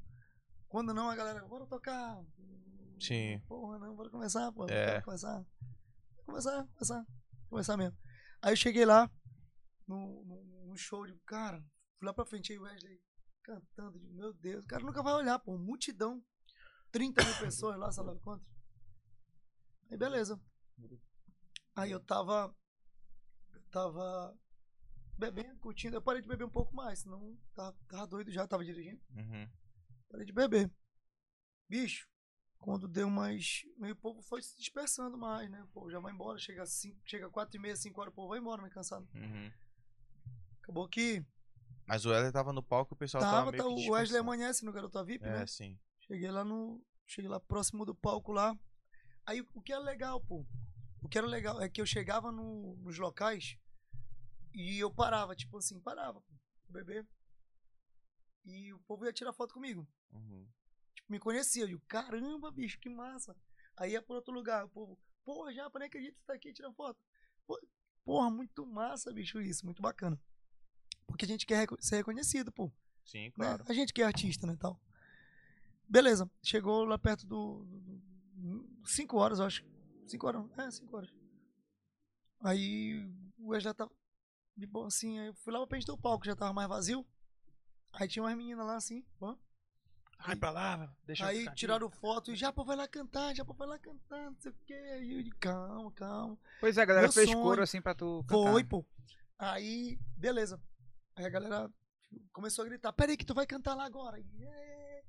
S3: Quando não, a galera, bora tocar.
S1: Sim.
S3: Porra, não, bora começar, pô.
S1: É.
S3: Bora começar. Começar, começar. Começar mesmo. Aí eu cheguei lá, no, no, no show, digo, cara, fui lá pra frente, aí o Wesley cantando, digo, meu Deus, o cara nunca vai olhar, pô, multidão. 30 mil pessoas lá, sei lá quanto. Aí beleza. Aí eu tava. Eu tava bebendo, curtindo. Eu parei de beber um pouco mais, senão tava, tava doido já, tava dirigindo.
S1: Uhum.
S3: Parei de beber. Bicho, quando deu mais. Meu povo foi se dispersando mais, né? O povo já vai embora, chega às cinco, chega 4 e meia, 5 horas, o povo vai embora, meio cansado.
S1: Uhum.
S3: Acabou que.
S1: Mas o Wesley tava no palco e o pessoal tava,
S3: Tava,
S1: Então meio
S3: tá,
S1: que
S3: o Wesley
S1: dispersando.
S3: amanhece no Garota VIP, né?
S1: É, sim.
S3: Cheguei lá no. Cheguei lá próximo do palco lá. Aí o que era legal, pô? O que era legal é que eu chegava no- nos locais e eu parava, tipo assim, parava, pô, bebê. E o povo ia tirar foto comigo.
S1: Uhum.
S3: Tipo, me conhecia. Eu digo, caramba, bicho, que massa. Aí ia pra outro lugar. O povo, porra, Japa, nem acredito que tá aqui tirando foto. Pô, Porra, muito massa, bicho, isso. Muito bacana. Porque a gente quer reco- ser reconhecido, pô
S1: Sim,
S3: né?
S1: claro.
S3: A gente que é artista, né, tal. Beleza, chegou lá perto do... 5 horas, eu acho. 5 horas, é, 5 horas. Aí o Wesley já tava de boa, assim, aí eu fui lá pra frente do palco, já tava mais vazio. Aí tinha umas meninas lá, assim, ó.
S1: Vai pra lá, deixa
S3: aí tiraram foto e já, pô, vai lá cantar, já, pô, vai lá cantar, não sei o quê. Aí eu, calma, calma.
S2: Pois é, a galera
S3: Meu
S2: fez
S3: sonho.
S2: coro assim pra tu. cantar.
S3: Foi, pô. Aí, beleza. Aí a galera começou a gritar: Peraí, que tu vai cantar lá agora. E, é,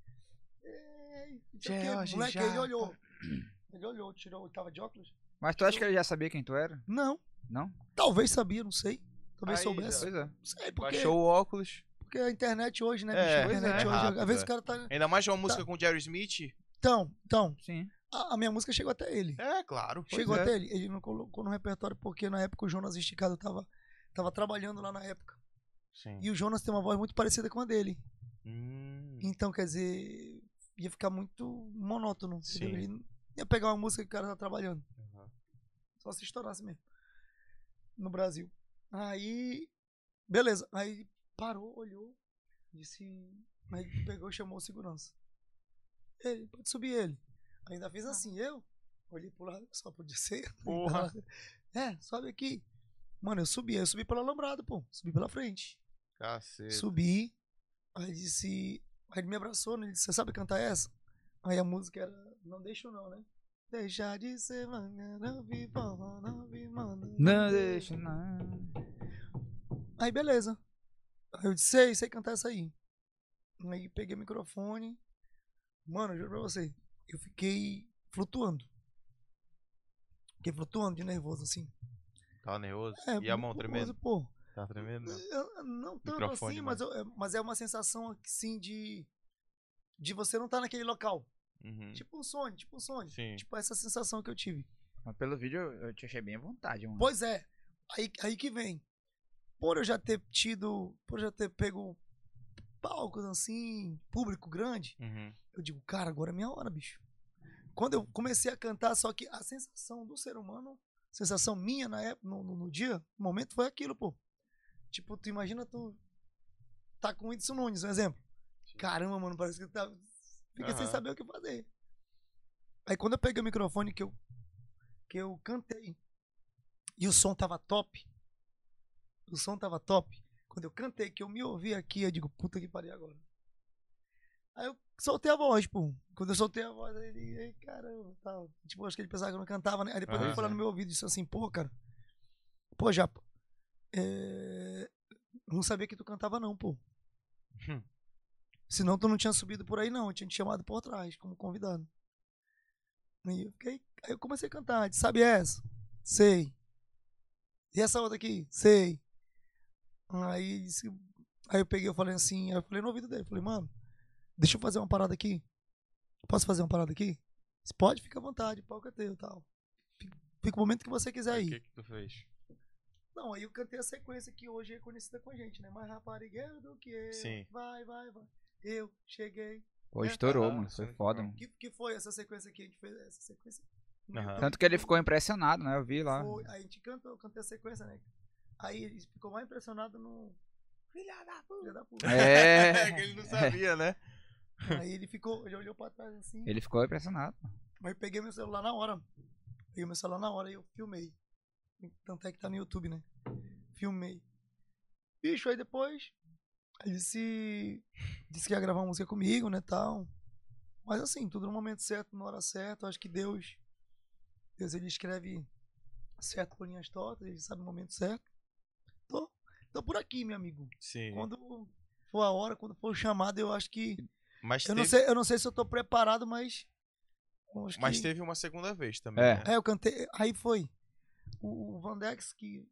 S3: é, e não sei o quê.
S1: George,
S3: moleque,
S1: já, tá.
S3: ele olhou. Ele olhou, tirou, tava de óculos?
S2: Mas tu acha que ele já sabia quem tu era?
S3: Não.
S2: Não?
S3: Talvez sabia, não sei. Talvez
S1: Aí,
S3: soubesse.
S2: Pois é.
S3: Não sei, porque,
S1: Baixou o óculos.
S3: porque a internet hoje, né?
S1: É,
S3: bicho?
S1: pois
S3: a internet
S1: é.
S3: hoje.
S1: Rápido,
S3: às vezes
S1: é.
S3: o cara tá.
S1: Ainda mais de uma música com o Jerry Smith.
S3: Então, então,
S2: Sim.
S3: a, a minha música chegou até ele.
S1: É, claro.
S2: Pois
S3: chegou
S2: é.
S3: até ele. Ele não colocou no repertório porque na época o Jonas Esticado tava, tava trabalhando lá na época.
S1: Sim.
S3: E o Jonas tem uma voz muito parecida com a dele.
S1: Hum,
S3: Então, quer dizer, ia ficar muito monótono. entendeu?
S1: Sim.
S3: Ele ia pegar uma música que o cara tá trabalhando.
S1: Aham.
S3: Só se estourasse mesmo. No Brasil. Aí, beleza. Aí parou, olhou, disse. Aí pegou e chamou o segurança. Ele, pode subir ele. Ainda fiz assim, eu olhei pro lado, só podia ser.
S1: Porra.
S3: É, sobe aqui. Mano, eu subi, eu subi pela alambrada, pô. Subi pela frente.
S1: Cacete.
S3: Subi. Aí ele disse. Aí ele me abraçou, né? Ele disse, você sabe cantar essa? Aí a música era Não Deixa Não, né? Deixa de ser manga, não vi forró, não vi mano.
S2: Não deixa, não.
S3: Aí beleza. Aí eu disse, sei, sei cantar essa aí. Aí peguei o microfone. Mano, eu juro pra você, eu fiquei flutuando. Fiquei flutuando de nervoso, assim.
S1: Tava Tá nervoso.
S3: É,
S1: e a mão
S3: nervoso,
S1: tremendo.
S3: Pô.
S1: Tava tremendo, né?
S3: Eu- Não tanto
S1: Microfone,
S3: assim, mas, eu- é- mas é uma sensação assim de. De você não estar naquele local.
S1: Uhum.
S3: Tipo um sonho, tipo um sonho.
S1: Sim.
S3: Tipo essa sensação que eu tive.
S2: Mas pelo vídeo eu- eu te achei bem à vontade, mano.
S3: Pois é, aí, aí que vem. Por eu já ter tido. Por eu já ter pego palcos assim, público grande,
S1: Uhum.
S3: eu digo, cara, agora é minha hora, bicho. Quando eu comecei a cantar, só que a sensação do ser humano, sensação minha na época, no, no- no dia, no momento, foi aquilo, pô. Tipo, tu imagina tu tá com o Whindersson Nunes, um exemplo. Caramba, mano, parece que tá. Fica sem
S1: Aham.
S3: saber o que fazer. Aí quando eu peguei o microfone que eu, que eu cantei e o som tava top, o som tava top, quando eu cantei, que eu me ouvi aqui, eu digo, puta que pariu agora. Aí eu soltei a voz, pô. Quando eu soltei a voz, aí ele, ei, caramba, tal. Tipo, acho que ele pensava que eu não cantava, né? Aí depois ele
S1: Aham.
S3: foi lá no meu ouvido e disse assim, pô, cara, pô, já, é... não sabia que tu cantava não, pô.
S1: Hum.
S3: Senão tu não tinha subido por aí não, eu tinha te chamado por trás, como convidado. Aí eu, fiquei, aí eu comecei a cantar, ele disse, sabe essa? Sei. E essa outra aqui? Sei. Aí, ele disse- aí eu peguei, eu falei assim, aí eu falei no ouvido dele, falei, mano, deixa eu fazer uma parada aqui. Posso fazer uma parada aqui? Você Pode, fica à vontade, o palco é teu e tal. Fica- Fica o momento que você quiser
S1: O
S3: aí.
S1: que que tu fez?
S3: Não, aí eu cantei a sequência que hoje é conhecida com a gente, né? Mais raparigueiro do que eu.
S1: Sim.
S3: Vai, vai, vai. Eu cheguei.
S2: Pô, estourou,
S1: Aham,
S2: mano. Foi
S1: sim,
S2: foda,
S1: sim.
S2: mano.
S3: Que, que foi essa sequência que a gente fez? Essa sequência?
S1: Aham.
S2: Tanto que ele ficou impressionado, né? Eu vi lá.
S3: Foi, a gente cantou, eu cantei a sequência, né? Aí ele ficou mais impressionado no. Filha da puta! Filha da puta.
S1: É, que
S2: É.
S1: ele não sabia, né?
S3: Aí ele ficou, ele olhou pra trás assim.
S2: Ele ficou impressionado.
S3: Mas eu peguei meu celular na hora. Peguei meu celular na hora e eu filmei. Tanto é que tá no YouTube, né? Filmei. Bicho, aí depois. Ele disse. Disse que ia gravar uma música comigo, né? Tal. Mas assim, tudo no momento certo, na hora certa. Acho que Deus. Deus ele escreve certo por linhas tortas, ele sabe o momento certo. Tô, tô por aqui, meu amigo.
S1: Sim.
S3: Quando for a hora, quando for o chamado, eu acho que.
S1: Mas,
S3: Eu
S1: teve,
S3: não sei, eu não sei se eu tô preparado, mas. eu acho
S1: mas
S3: que-
S1: teve uma segunda vez também.
S2: É.
S1: né?
S3: é, eu cantei. Aí foi. O, o Vandex, que.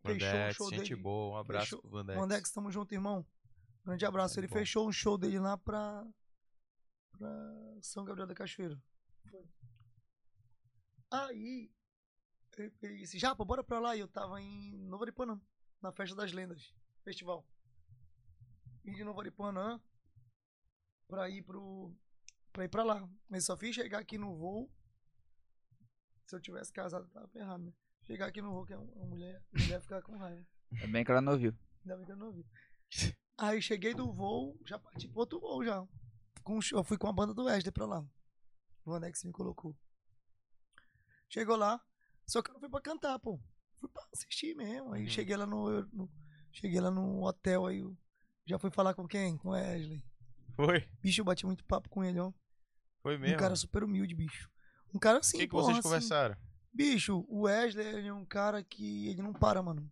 S3: Fechou o
S1: Vandex,
S3: show
S1: gente
S3: dele.
S1: boa, um abraço
S3: Fechou-
S1: pro Vandex.
S3: Vandex, tamo junto, irmão. Grande abraço.
S1: Tá
S3: Ele
S1: bom.
S3: fechou um show dele lá pra. pra São Gabriel da Cachoeira. Aí. Ele ele disse: Japa, bora pra lá. E eu tava em Novo Aripanã, na Festa das Lendas, festival. Vim de Novo Aripanã pra ir pro. pra ir pra lá. Mas só fiz chegar aqui no voo. Se eu tivesse casado, tava ferrado, né? Chegar aqui no voo, que é uma mulher, mulher ficar com raiva.
S2: Ainda É bem que ela não viu.
S3: Ainda bem que eu não ouvi. Aí cheguei do voo, já parti pro outro voo já. Com o show- eu fui com a banda do Wesley pra lá. O Vanex me colocou. Chegou lá, só que eu não fui pra cantar, pô. Fui pra assistir mesmo. Aí
S1: Uhum.
S3: cheguei lá no, eu- no- Cheguei lá no hotel aí. eu Já fui falar com quem? Com o Wesley.
S1: Foi,
S3: Bicho, eu bati muito papo com ele, ó.
S1: foi
S3: Um
S1: mesmo.
S3: cara super humilde, bicho. Um cara
S1: o
S3: assim,
S1: que, que
S3: porra,
S1: vocês
S3: assim,
S1: conversaram?
S3: Bicho, o Wesley ele é um cara que ele não para, mano.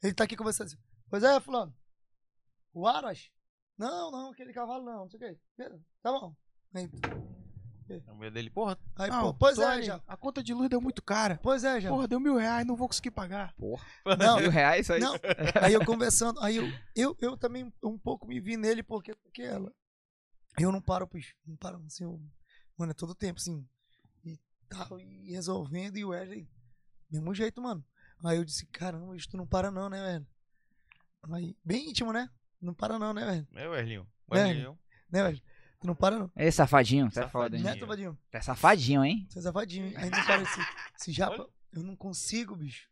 S3: Ele tá aqui conversando assim. Pois é, fulano. O Aras? Não, não, aquele cavalo não, não sei o quê. Beleza, Tá bom. Aí,
S1: A mulher dele, porra,
S3: aí,
S6: Não,
S3: pô, pois é,
S6: Tony,
S3: já.
S6: A conta de luz deu muito cara.
S3: Pois é, já.
S6: Porra, deu mil reais, não vou conseguir pagar.
S3: Não,
S2: Mil reais aí.
S3: não. Aí eu conversando, aí eu, eu, eu também um pouco me vi nele porque, porque ela. Eu não paro, bicho. Não paro, assim, eu, mano, é todo tempo, assim. E tal, e resolvendo, e o Wesley, mesmo jeito, mano. Aí eu disse, caramba, isso tu não para não, né, velho? Aí, bem íntimo, né? Não para não, né, velho?
S1: é o Erlinho. O
S3: É.
S1: Erlinho.
S3: Né, velho? Tu não para não.
S2: Ei, safadinho. Tá foda,
S1: Safadinho.
S2: hein?
S3: Né, Tobadinho?
S2: Tá safadinho, hein?
S3: Você é safadinho, hein? Aí não para esse, esse japa. Eu não consigo, bicho.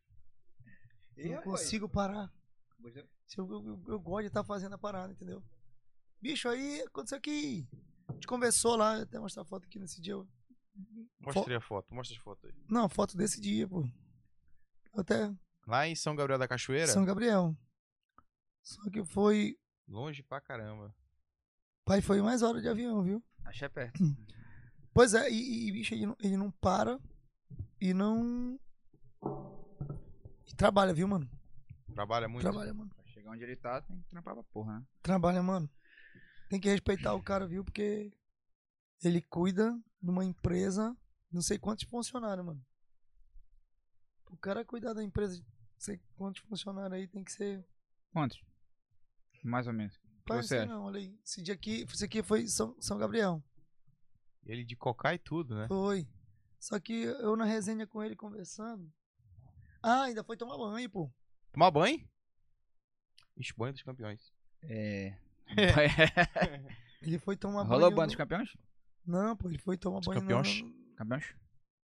S3: Eu não consigo parar. Se Eu, eu, eu- eu gosto de estar fazendo a parada, entendeu? Bicho, aí aconteceu que a gente conversou lá, eu até mostrar a foto aqui nesse dia. eu-
S1: Mostrei a foto, mostra as fotos aí.
S3: Não, foto desse dia, pô. Até
S1: Lá em São Gabriel da Cachoeira,
S3: São Gabriel. Só que foi.
S1: longe pra caramba.
S3: Pai, foi mais hora de avião, viu?
S2: Achei perto.
S3: Pois é, e, e, bicho, ele não, ele não para e não. E trabalha, viu, mano?
S1: Trabalha muito.
S3: Trabalha, mano.
S2: Pra chegar onde ele tá, tem que trampar pra porra, né?
S3: Trabalha, mano. Tem que respeitar o cara, viu? Porque ele cuida de uma empresa, não sei quantos funcionários, mano. O cara cuidar da empresa, de não sei quantos funcionários aí, tem que ser.
S2: Quantos? Mais ou menos.
S3: Pai,
S2: você
S3: sei
S2: acha?
S3: não, olha aí. Esse dia aqui, esse aqui foi São, São Gabriel.
S1: Ele de cocar e tudo,
S2: É.
S1: né?
S3: Foi. Só que eu na resenha com ele conversando. Ah, ainda foi tomar banho, pô.
S1: Tomar banho? Ixi, banho dos campeões.
S2: É.
S3: Ele foi tomar
S2: Rolou
S3: banho.
S2: bando dos
S3: no-
S2: campeões?
S3: Não, pô, ele foi tomar
S1: Dos
S3: banho
S1: campeões?
S3: no-
S2: Campeões?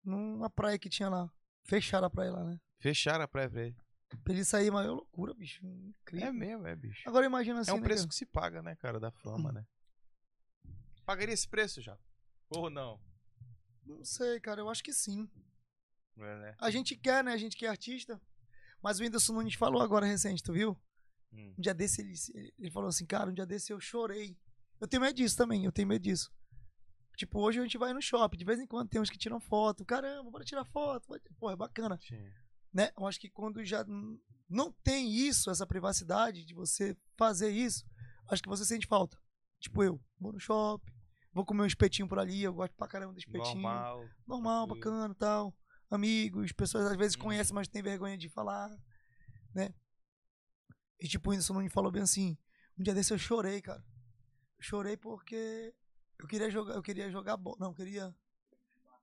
S3: numa praia que tinha lá. Fecharam a praia lá, né?
S1: Fecharam a praia pra ele.
S3: Pra ele sair, mas é loucura, bicho. Incrível.
S1: É mesmo, é, bicho.
S3: Agora imagina assim.
S1: É um
S3: né,
S1: preço
S3: cara? Hum.
S1: que se paga, né, cara, da fama, né? Pagaria esse preço já? Ou não?
S3: Não sei, cara. Eu acho que sim.
S1: É, né?
S3: A gente quer, né? A gente quer artista. Mas o Whindersson Nunes falou agora recente, tu viu?
S1: Hum.
S3: Um dia desse ele, ele- ele falou assim, cara, um dia desse eu chorei. Eu tenho medo disso também, eu tenho medo disso. Tipo, hoje a gente vai no shopping, de vez em quando tem uns que tiram foto. Caramba, bora tirar foto. bora- Pô, é bacana.
S1: Sim.
S3: né? Eu acho que quando já n- não tem isso, essa privacidade de você fazer isso, acho que você sente falta. Tipo eu, vou no shopping, vou comer um espetinho por ali, eu gosto pra caramba do espetinho. Normal,
S1: Normal. um tranquilo.
S3: bacana e tal. Amigos, pessoas às vezes
S1: Uhum.
S3: conhecem, mas tem vergonha de falar, né? E tipo, o Whindersson Nunes falou bem assim, um dia desse eu chorei, cara. Eu chorei porque Eu queria jogar, eu queria jogar bola. Não, eu queria.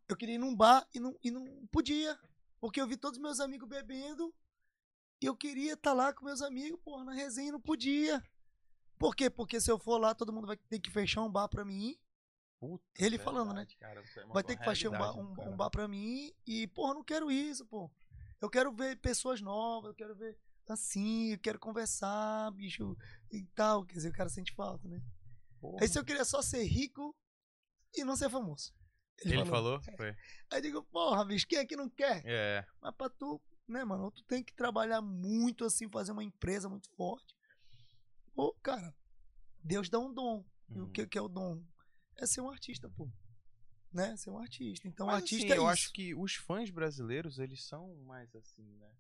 S3: Eu queria ir num bar e não, e não podia. Porque eu vi todos meus amigos bebendo. E eu queria estar lá com meus amigos, porra, na resenha e não podia. Por quê? Porque se eu for lá, todo mundo vai ter que fechar um bar pra mim.
S1: Puta,
S3: Ele falando, né?
S1: cara, isso é uma
S3: vai ter que fechar um bar,
S1: realidade,
S3: um,
S1: cara.
S3: um bar pra mim e, porra, eu não quero isso, pô. Eu quero ver pessoas novas, eu quero ver assim, eu quero conversar, bicho, e tal. Quer dizer, o cara sente falta, né?
S1: Porra.
S3: Aí se eu queria só ser rico e não ser famoso.
S1: Ele falou? Foi.
S3: Aí eu digo, porra, bicho, quem é que não quer?
S1: É.
S3: Mas pra tu, né, mano, tu tem que trabalhar muito assim, fazer uma empresa muito forte. Pô, cara, Deus dá um dom. E o
S1: Uhum.
S3: que, que é o dom? É ser um artista, pô. Né? Ser um artista. Então,
S1: Mas,
S3: artista
S1: assim,
S3: é
S1: eu
S3: isso.
S1: acho que os fãs brasileiros, eles são mais assim, né?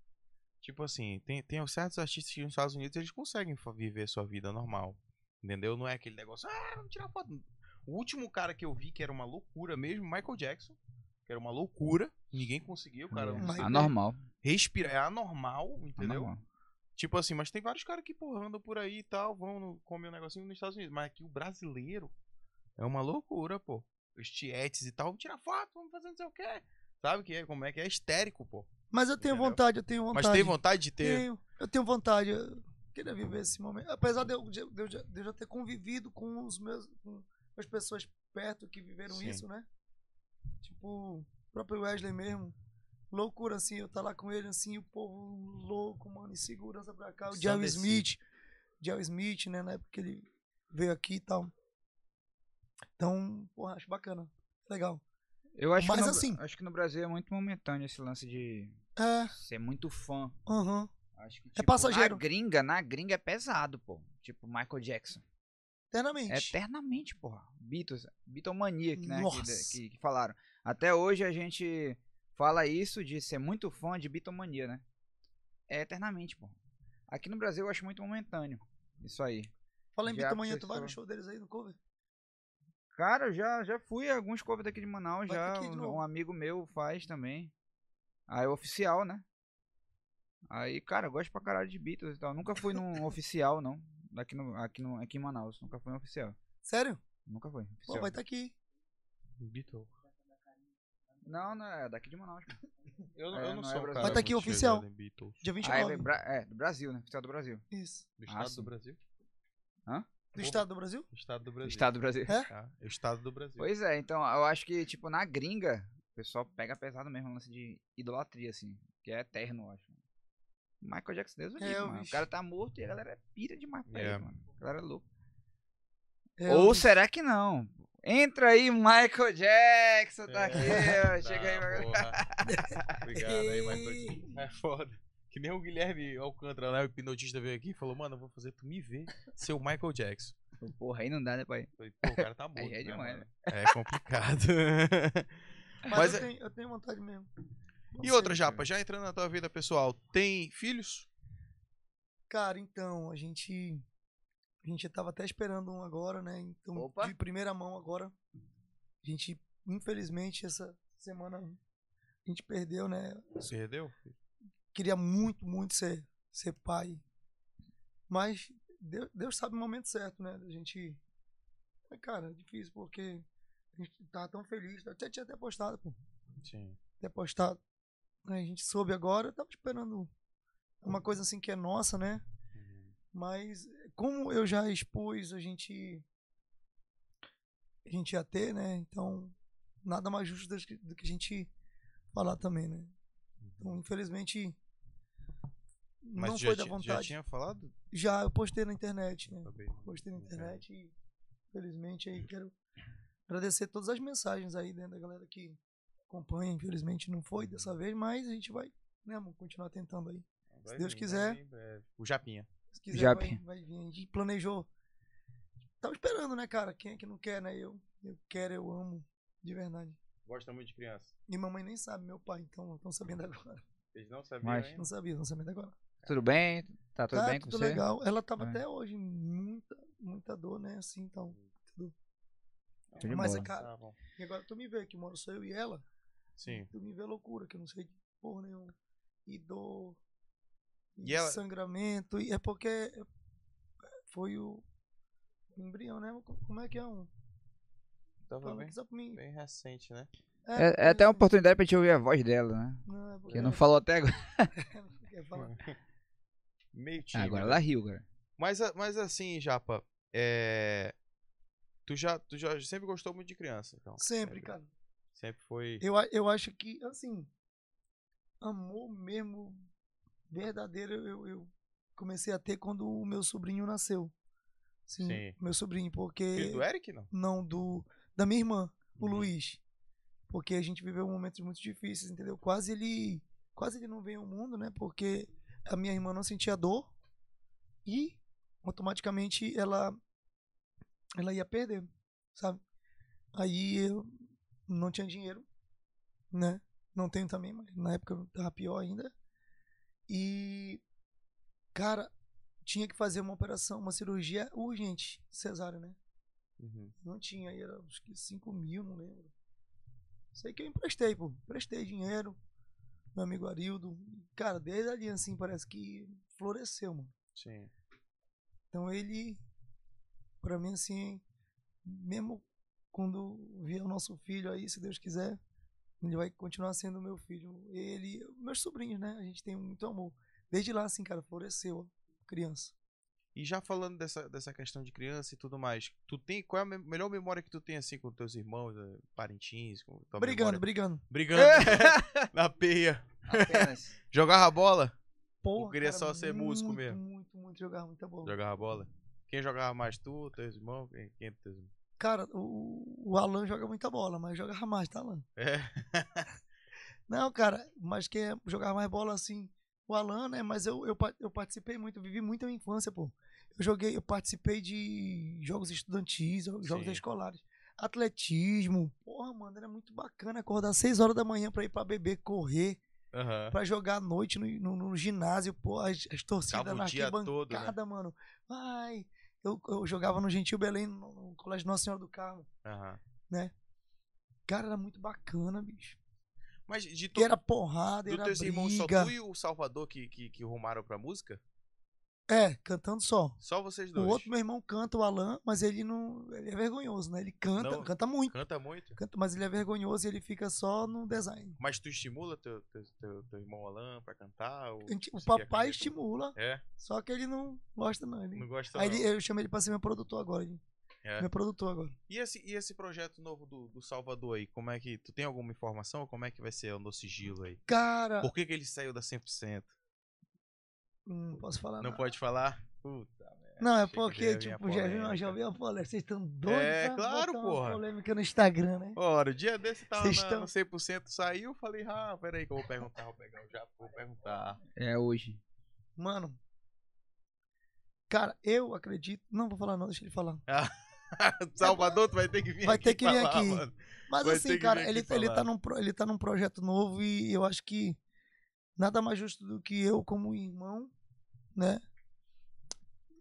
S1: Tipo assim, tem, tem certos artistas que nos Estados Unidos eles conseguem fa- viver sua vida normal. Entendeu? Não é aquele negócio, ah, vamos tirar foto. O último cara que eu vi que era uma loucura mesmo, Michael Jackson, que era uma loucura, ninguém conseguiu, o cara.
S5: É.
S1: não sei
S2: Anormal.
S1: Respirar, é anormal, entendeu?
S2: anormal.
S1: Tipo assim, mas tem vários caras que, porra, andam por aí e tal, vão no, comer um negocinho nos Estados Unidos. Mas aqui o brasileiro é uma loucura, pô. Os tietes e tal, vamos tirar foto, vamos fazer não sei o quê. Sabe que é, como é que é histérico, pô.
S3: Mas eu tenho
S1: Entendeu?
S3: vontade, eu tenho vontade. Hum.
S1: Mas tem vontade de ter.
S3: Tenho, eu tenho vontade. Eu queria viver esse momento. Apesar de eu, de eu- de eu já- de eu já ter convivido com os meus com as pessoas perto que viveram
S1: Sim.
S3: isso, né? Tipo, o próprio Wesley mesmo. Loucura, assim, eu tá lá com ele, assim, o povo louco, mano, e segurança pra cá. O Jerry
S1: Ensandecido.
S3: Smith. Jerry Smith, né? Na época que ele veio aqui e tal. Então, porra, acho bacana. Legal.
S2: Eu acho
S3: Mas
S2: que no,
S3: assim-
S2: acho que no Brasil é muito momentâneo esse lance de
S3: É,
S2: ser muito fã.
S3: aham.
S2: Acho que, tipo,
S3: É passageiro.
S2: Na gringa, na gringa é pesado, pô. Tipo, Michael Jackson.
S3: Eternamente.
S2: É eternamente, porra. Beatles, Beatlemania, que, né, que,
S3: Nossa.
S2: que, que falaram. Até hoje a gente fala isso de ser muito fã de Beatlemania, né? É eternamente, pô. Aqui no Brasil eu acho muito momentâneo isso aí.
S3: Fala em
S2: Já
S3: Bito amanhã, tu vai no
S2: acessou.
S3: show deles aí no cover?
S2: Cara, eu já, já fui a alguns covers daqui de Manaus,
S3: Vai
S2: já.
S3: aqui de
S2: um-
S3: novo.
S2: Um amigo meu faz também. Aí é oficial, né? Aí, cara, eu gosto pra caralho de Beatles e tal. Nunca fui num oficial, não. Aqui, no, aqui, no, aqui em Manaus. Nunca fui num oficial.
S3: Sério?
S2: Nunca fui.
S3: Pô, tá
S2: oficial.
S3: vai estar aqui.
S1: Beatle.
S2: Não, não, é daqui de Manaus. pô.
S1: Eu, eu
S2: É,
S1: não
S2: não é
S1: sou um
S2: brasileiro.
S1: cara
S3: Mas tá aqui
S1: muito
S3: oficial.
S1: chegado em Beatles.
S3: Dia
S2: Ah,
S3: 29.
S2: é, Bra- é, do Brasil, né? Oficial do Brasil.
S3: Isso.
S1: Do
S2: Ah,
S1: estado
S2: sim.
S1: do Brasil?
S3: Do estado do Brasil?
S1: Do Estado do Brasil.
S2: Estado do Brasil.
S1: Tá? É o estado do Brasil.
S2: Pois é, então eu acho que, tipo, na gringa, o pessoal pega pesado mesmo o lance de idolatria, assim, que é eterno, eu acho. Michael Jackson, Deus o
S3: É,
S2: livre,
S3: eu
S2: mano.
S3: vi.
S2: O cara tá morto e a galera é pira demais pra
S1: É.
S2: ele, mano. A galera é louca.
S3: É,
S2: Ou
S3: eu-
S2: será que não? Entra aí, Michael Jackson,
S3: É.
S2: tá aqui, ó,
S1: tá,
S2: chega aí, Michael
S1: porra. Obrigado aí, Michael Jackson. É foda. Que nem o Guilherme Alcântara lá, o hipnotista veio aqui e falou, mano, eu vou fazer tu me ver ser o Michael Jackson.
S2: Porra, aí não dá, né, pai?
S1: Eu Falei, pô, o cara tá morto.
S2: é
S1: né,
S2: demais,
S1: mano? É complicado.
S3: Mas,
S1: Mas
S3: eu,
S1: é-
S3: tenho, eu tenho vontade mesmo.
S1: e outra, Japa, já entrando na tua vida pessoal, tem filhos?
S3: Cara, então, a gente. A gente tava até esperando um agora, né? Então,
S2: Opa.
S3: de primeira mão agora. A gente, infelizmente, essa semana a gente perdeu, né?
S1: Você perdeu?
S3: Queria muito, muito ser, ser pai. Mas Deus, Deus sabe o momento certo, né? A gente. Cara, é difícil, porque a gente tava tão feliz. Eu até tinha até postado, pô.
S1: Sim.
S3: ter postado. tá, né, A gente soube agora, eu tava esperando uma coisa assim que é nossa, né? Mas como eu já expus, a gente a gente ia ter, né? Então, nada mais justo do que, do que a gente falar também, né? Então, infelizmente
S1: Mas
S3: não
S1: tu já,
S3: foi da
S1: ti- já
S3: vontade. Já,
S1: tinha falado?
S3: eu postei na internet, né?
S1: Também.
S3: Postei na
S2: Uhum.
S1: Entendo.
S3: internet e infelizmente aí quero agradecer todas as mensagens aí dentro da galera que acompanha. Infelizmente não foi dessa vez, mas a gente vai, né, amor, continuar tentando aí.
S1: Vai
S3: Deus
S1: vir, vai é.
S3: quiser.
S1: vir em breve. O Japinha.
S3: Se quiser,
S2: Já,
S3: vai,
S2: Pia.
S3: vai vir. A gente planejou. Tava esperando, né, cara? Quem é que não quer, né? Eu, eu quero, eu amo, de verdade.
S1: Gosta muito de criança.
S3: E mamãe nem sabe, meu pai, então estão sabendo agora.
S1: Eles não sabiam
S2: Mas-
S1: ainda.
S3: Não sabia, estão sabendo agora.
S2: Tudo bem? Tá tudo
S3: tá,
S2: bem com
S3: tudo
S2: você?
S3: legal. Ela tava
S2: É.
S3: até hoje em muita, muita dor, né? Assim, então. Tudo.
S2: Tudo de
S3: Mas,
S2: boa.
S3: cara,
S1: Ah, bom.
S3: e agora tu me vê que moro só eu e ela.
S1: Sim.
S3: Tu me vê loucura, que eu não sei de porra nenhuma. E dor. E,
S1: E ela-
S3: sangramento. E é porque foi o embrião, né? Como é que é um.
S1: Tava bem,
S3: Só pra mim.
S1: bem recente, né?
S2: É, é até uma oportunidade pra gente ouvir a voz dela, né?
S3: Não, é porque
S2: Que não falou até agora.
S3: quer falar.
S1: Meio tímido.
S2: Ah, Agora ela riu, cara.
S1: Mas, a- mas assim, Japa, é... Tu já, tu já sempre gostou muito de criança, então.
S3: Sempre, cara.
S1: Sempre foi...
S3: Eu, a- eu acho que, assim, amor mesmo verdadeiro eu, eu comecei a ter quando o meu sobrinho nasceu. Sim,
S1: Sim.
S3: meu sobrinho, porque
S1: Filho do Eric, não?
S3: não do da minha irmã, o
S1: Uhum.
S3: Luiz. Porque a gente viveu momentos muito difíceis, entendeu? Quase ele quase ele não veio ao mundo, né? Porque a minha irmã não sentia dor e automaticamente ela ela ia perder, sabe? Aí eu não tinha dinheiro, né? Não tenho também, mas na época eu tava pior ainda. E cara, tinha que fazer uma operação, uma cirurgia urgente, cesárea, né?
S1: Uhum.
S3: Não tinha, aí era acho que 5 mil, não lembro. Sei que eu emprestei, pô. Emprestei dinheiro. Meu amigo Arildo. Cara, desde ali assim, parece que floresceu, mano.
S1: Sim.
S3: Então ele, pra mim assim, mesmo quando vier o nosso filho aí, se Deus quiser, ele vai continuar sendo meu filho. Ele, meus sobrinhos, né? A gente tem muito amor. Desde lá, assim, cara, floresceu a criança.
S1: E já falando dessa, dessa questão de criança e tudo mais, tu tem qual é a me- melhor memória que tu tem assim com teus irmãos, eh, parentins, com tua
S3: Brigando,
S1: memória?
S3: brigando.
S1: brigando né? na peia,
S2: Apenas.
S1: jogava bola,
S3: Porra,
S1: queria só ser músico
S3: muito,
S1: mesmo.
S3: Muito, muito, jogar muita bola.
S1: jogava bola. Quem jogava mais tu, teus irmãos, quem, quem teus irmãos?
S3: Cara, o, o Alan joga muita bola, mas jogava mais, tá, Alan?
S1: É.
S3: Não, cara, mas quem jogava mais bola assim, o Alan, né? Mas eu, eu, pa- eu participei muito, vivi muito a minha infância, pô. Eu joguei, eu participei de jogos estudantis, jo- jogos
S1: Sim.
S3: escolares, atletismo. Porra, mano, era muito bacana acordar às 6 horas da manhã pra ir pra beber, correr,
S1: Aham.
S3: pra jogar à noite no, no- no ginásio, pô, as, as torcidas
S1: Ficava o
S3: na
S1: dia todo, né?
S3: arquibancada, mano. Ai, eu, eu jogava no Gentil Belém, no, no Colégio Nossa Senhora do Carmo.
S1: Aham.
S3: Cara, era muito bacana, bicho.
S1: Mas de tu,
S3: Que era porrada,
S1: dos
S3: era
S1: teus irmãos só
S3: briga.
S1: tu e o Salvador que, que, que rumaram pra música?
S3: É, cantando só.
S1: Só vocês
S3: O
S1: dois.
S3: outro meu irmão canta, o Alan, mas ele não. Ele é vergonhoso, né? Ele canta,
S1: Não.
S3: canta muito.
S1: Canta muito.
S3: Canta, mas ele é vergonhoso e ele fica só no design.
S1: Mas tu estimula teu, teu, teu, teu irmão Alan pra cantar? Ou
S3: A gente- O
S1: seguir a
S3: papai
S1: carreira?
S3: estimula,
S1: É,
S3: só que ele não gosta, não. Ele...
S1: não gosta
S3: Aí
S1: não.
S3: ele- eu chamei ele pra ser meu produtor agora. Ele...
S1: É.
S3: Meu produtor agora.
S1: E esse, e esse projeto novo do, do Salvador aí, como é que. Tu tem alguma informação? Como é que vai ser no sigilo aí?
S3: Cara,
S1: Por que, que ele saiu da 100%?
S3: hum, não posso falar.
S1: Não
S3: Ah, Não,
S1: pode falar? Puta merda.
S3: não é
S1: achei que já
S3: porque,
S1: vinha
S3: tipo, já vi
S1: polêmica.
S3: uma, já vi uma polêmica. Vocês estão doidos,
S1: então. É,
S3: pra
S1: claro,
S3: botar uma
S1: porra.
S3: polêmica no Instagram, né?
S1: Ora, o dia desse tava
S3: Vocês
S1: na,
S3: tão-
S1: no 100%, saiu, falei, ah, peraí que eu vou perguntar, vou pegar o Japa, vou perguntar.
S2: É hoje.
S3: Mano. Cara, eu acredito. Não vou falar, não, deixa ele falar.
S1: Salvador, tu vai ter que vir
S3: É, Vai
S1: aqui
S3: ter que vir
S1: falar,
S3: aqui.
S1: mano. Vai
S3: Mas
S1: ter
S3: assim,
S1: que vir
S3: cara,
S1: aqui
S3: ele, ele,
S1: falar.
S3: tá num, pro- ele tá num projeto novo e eu acho que nada mais justo do que eu, como irmão, né?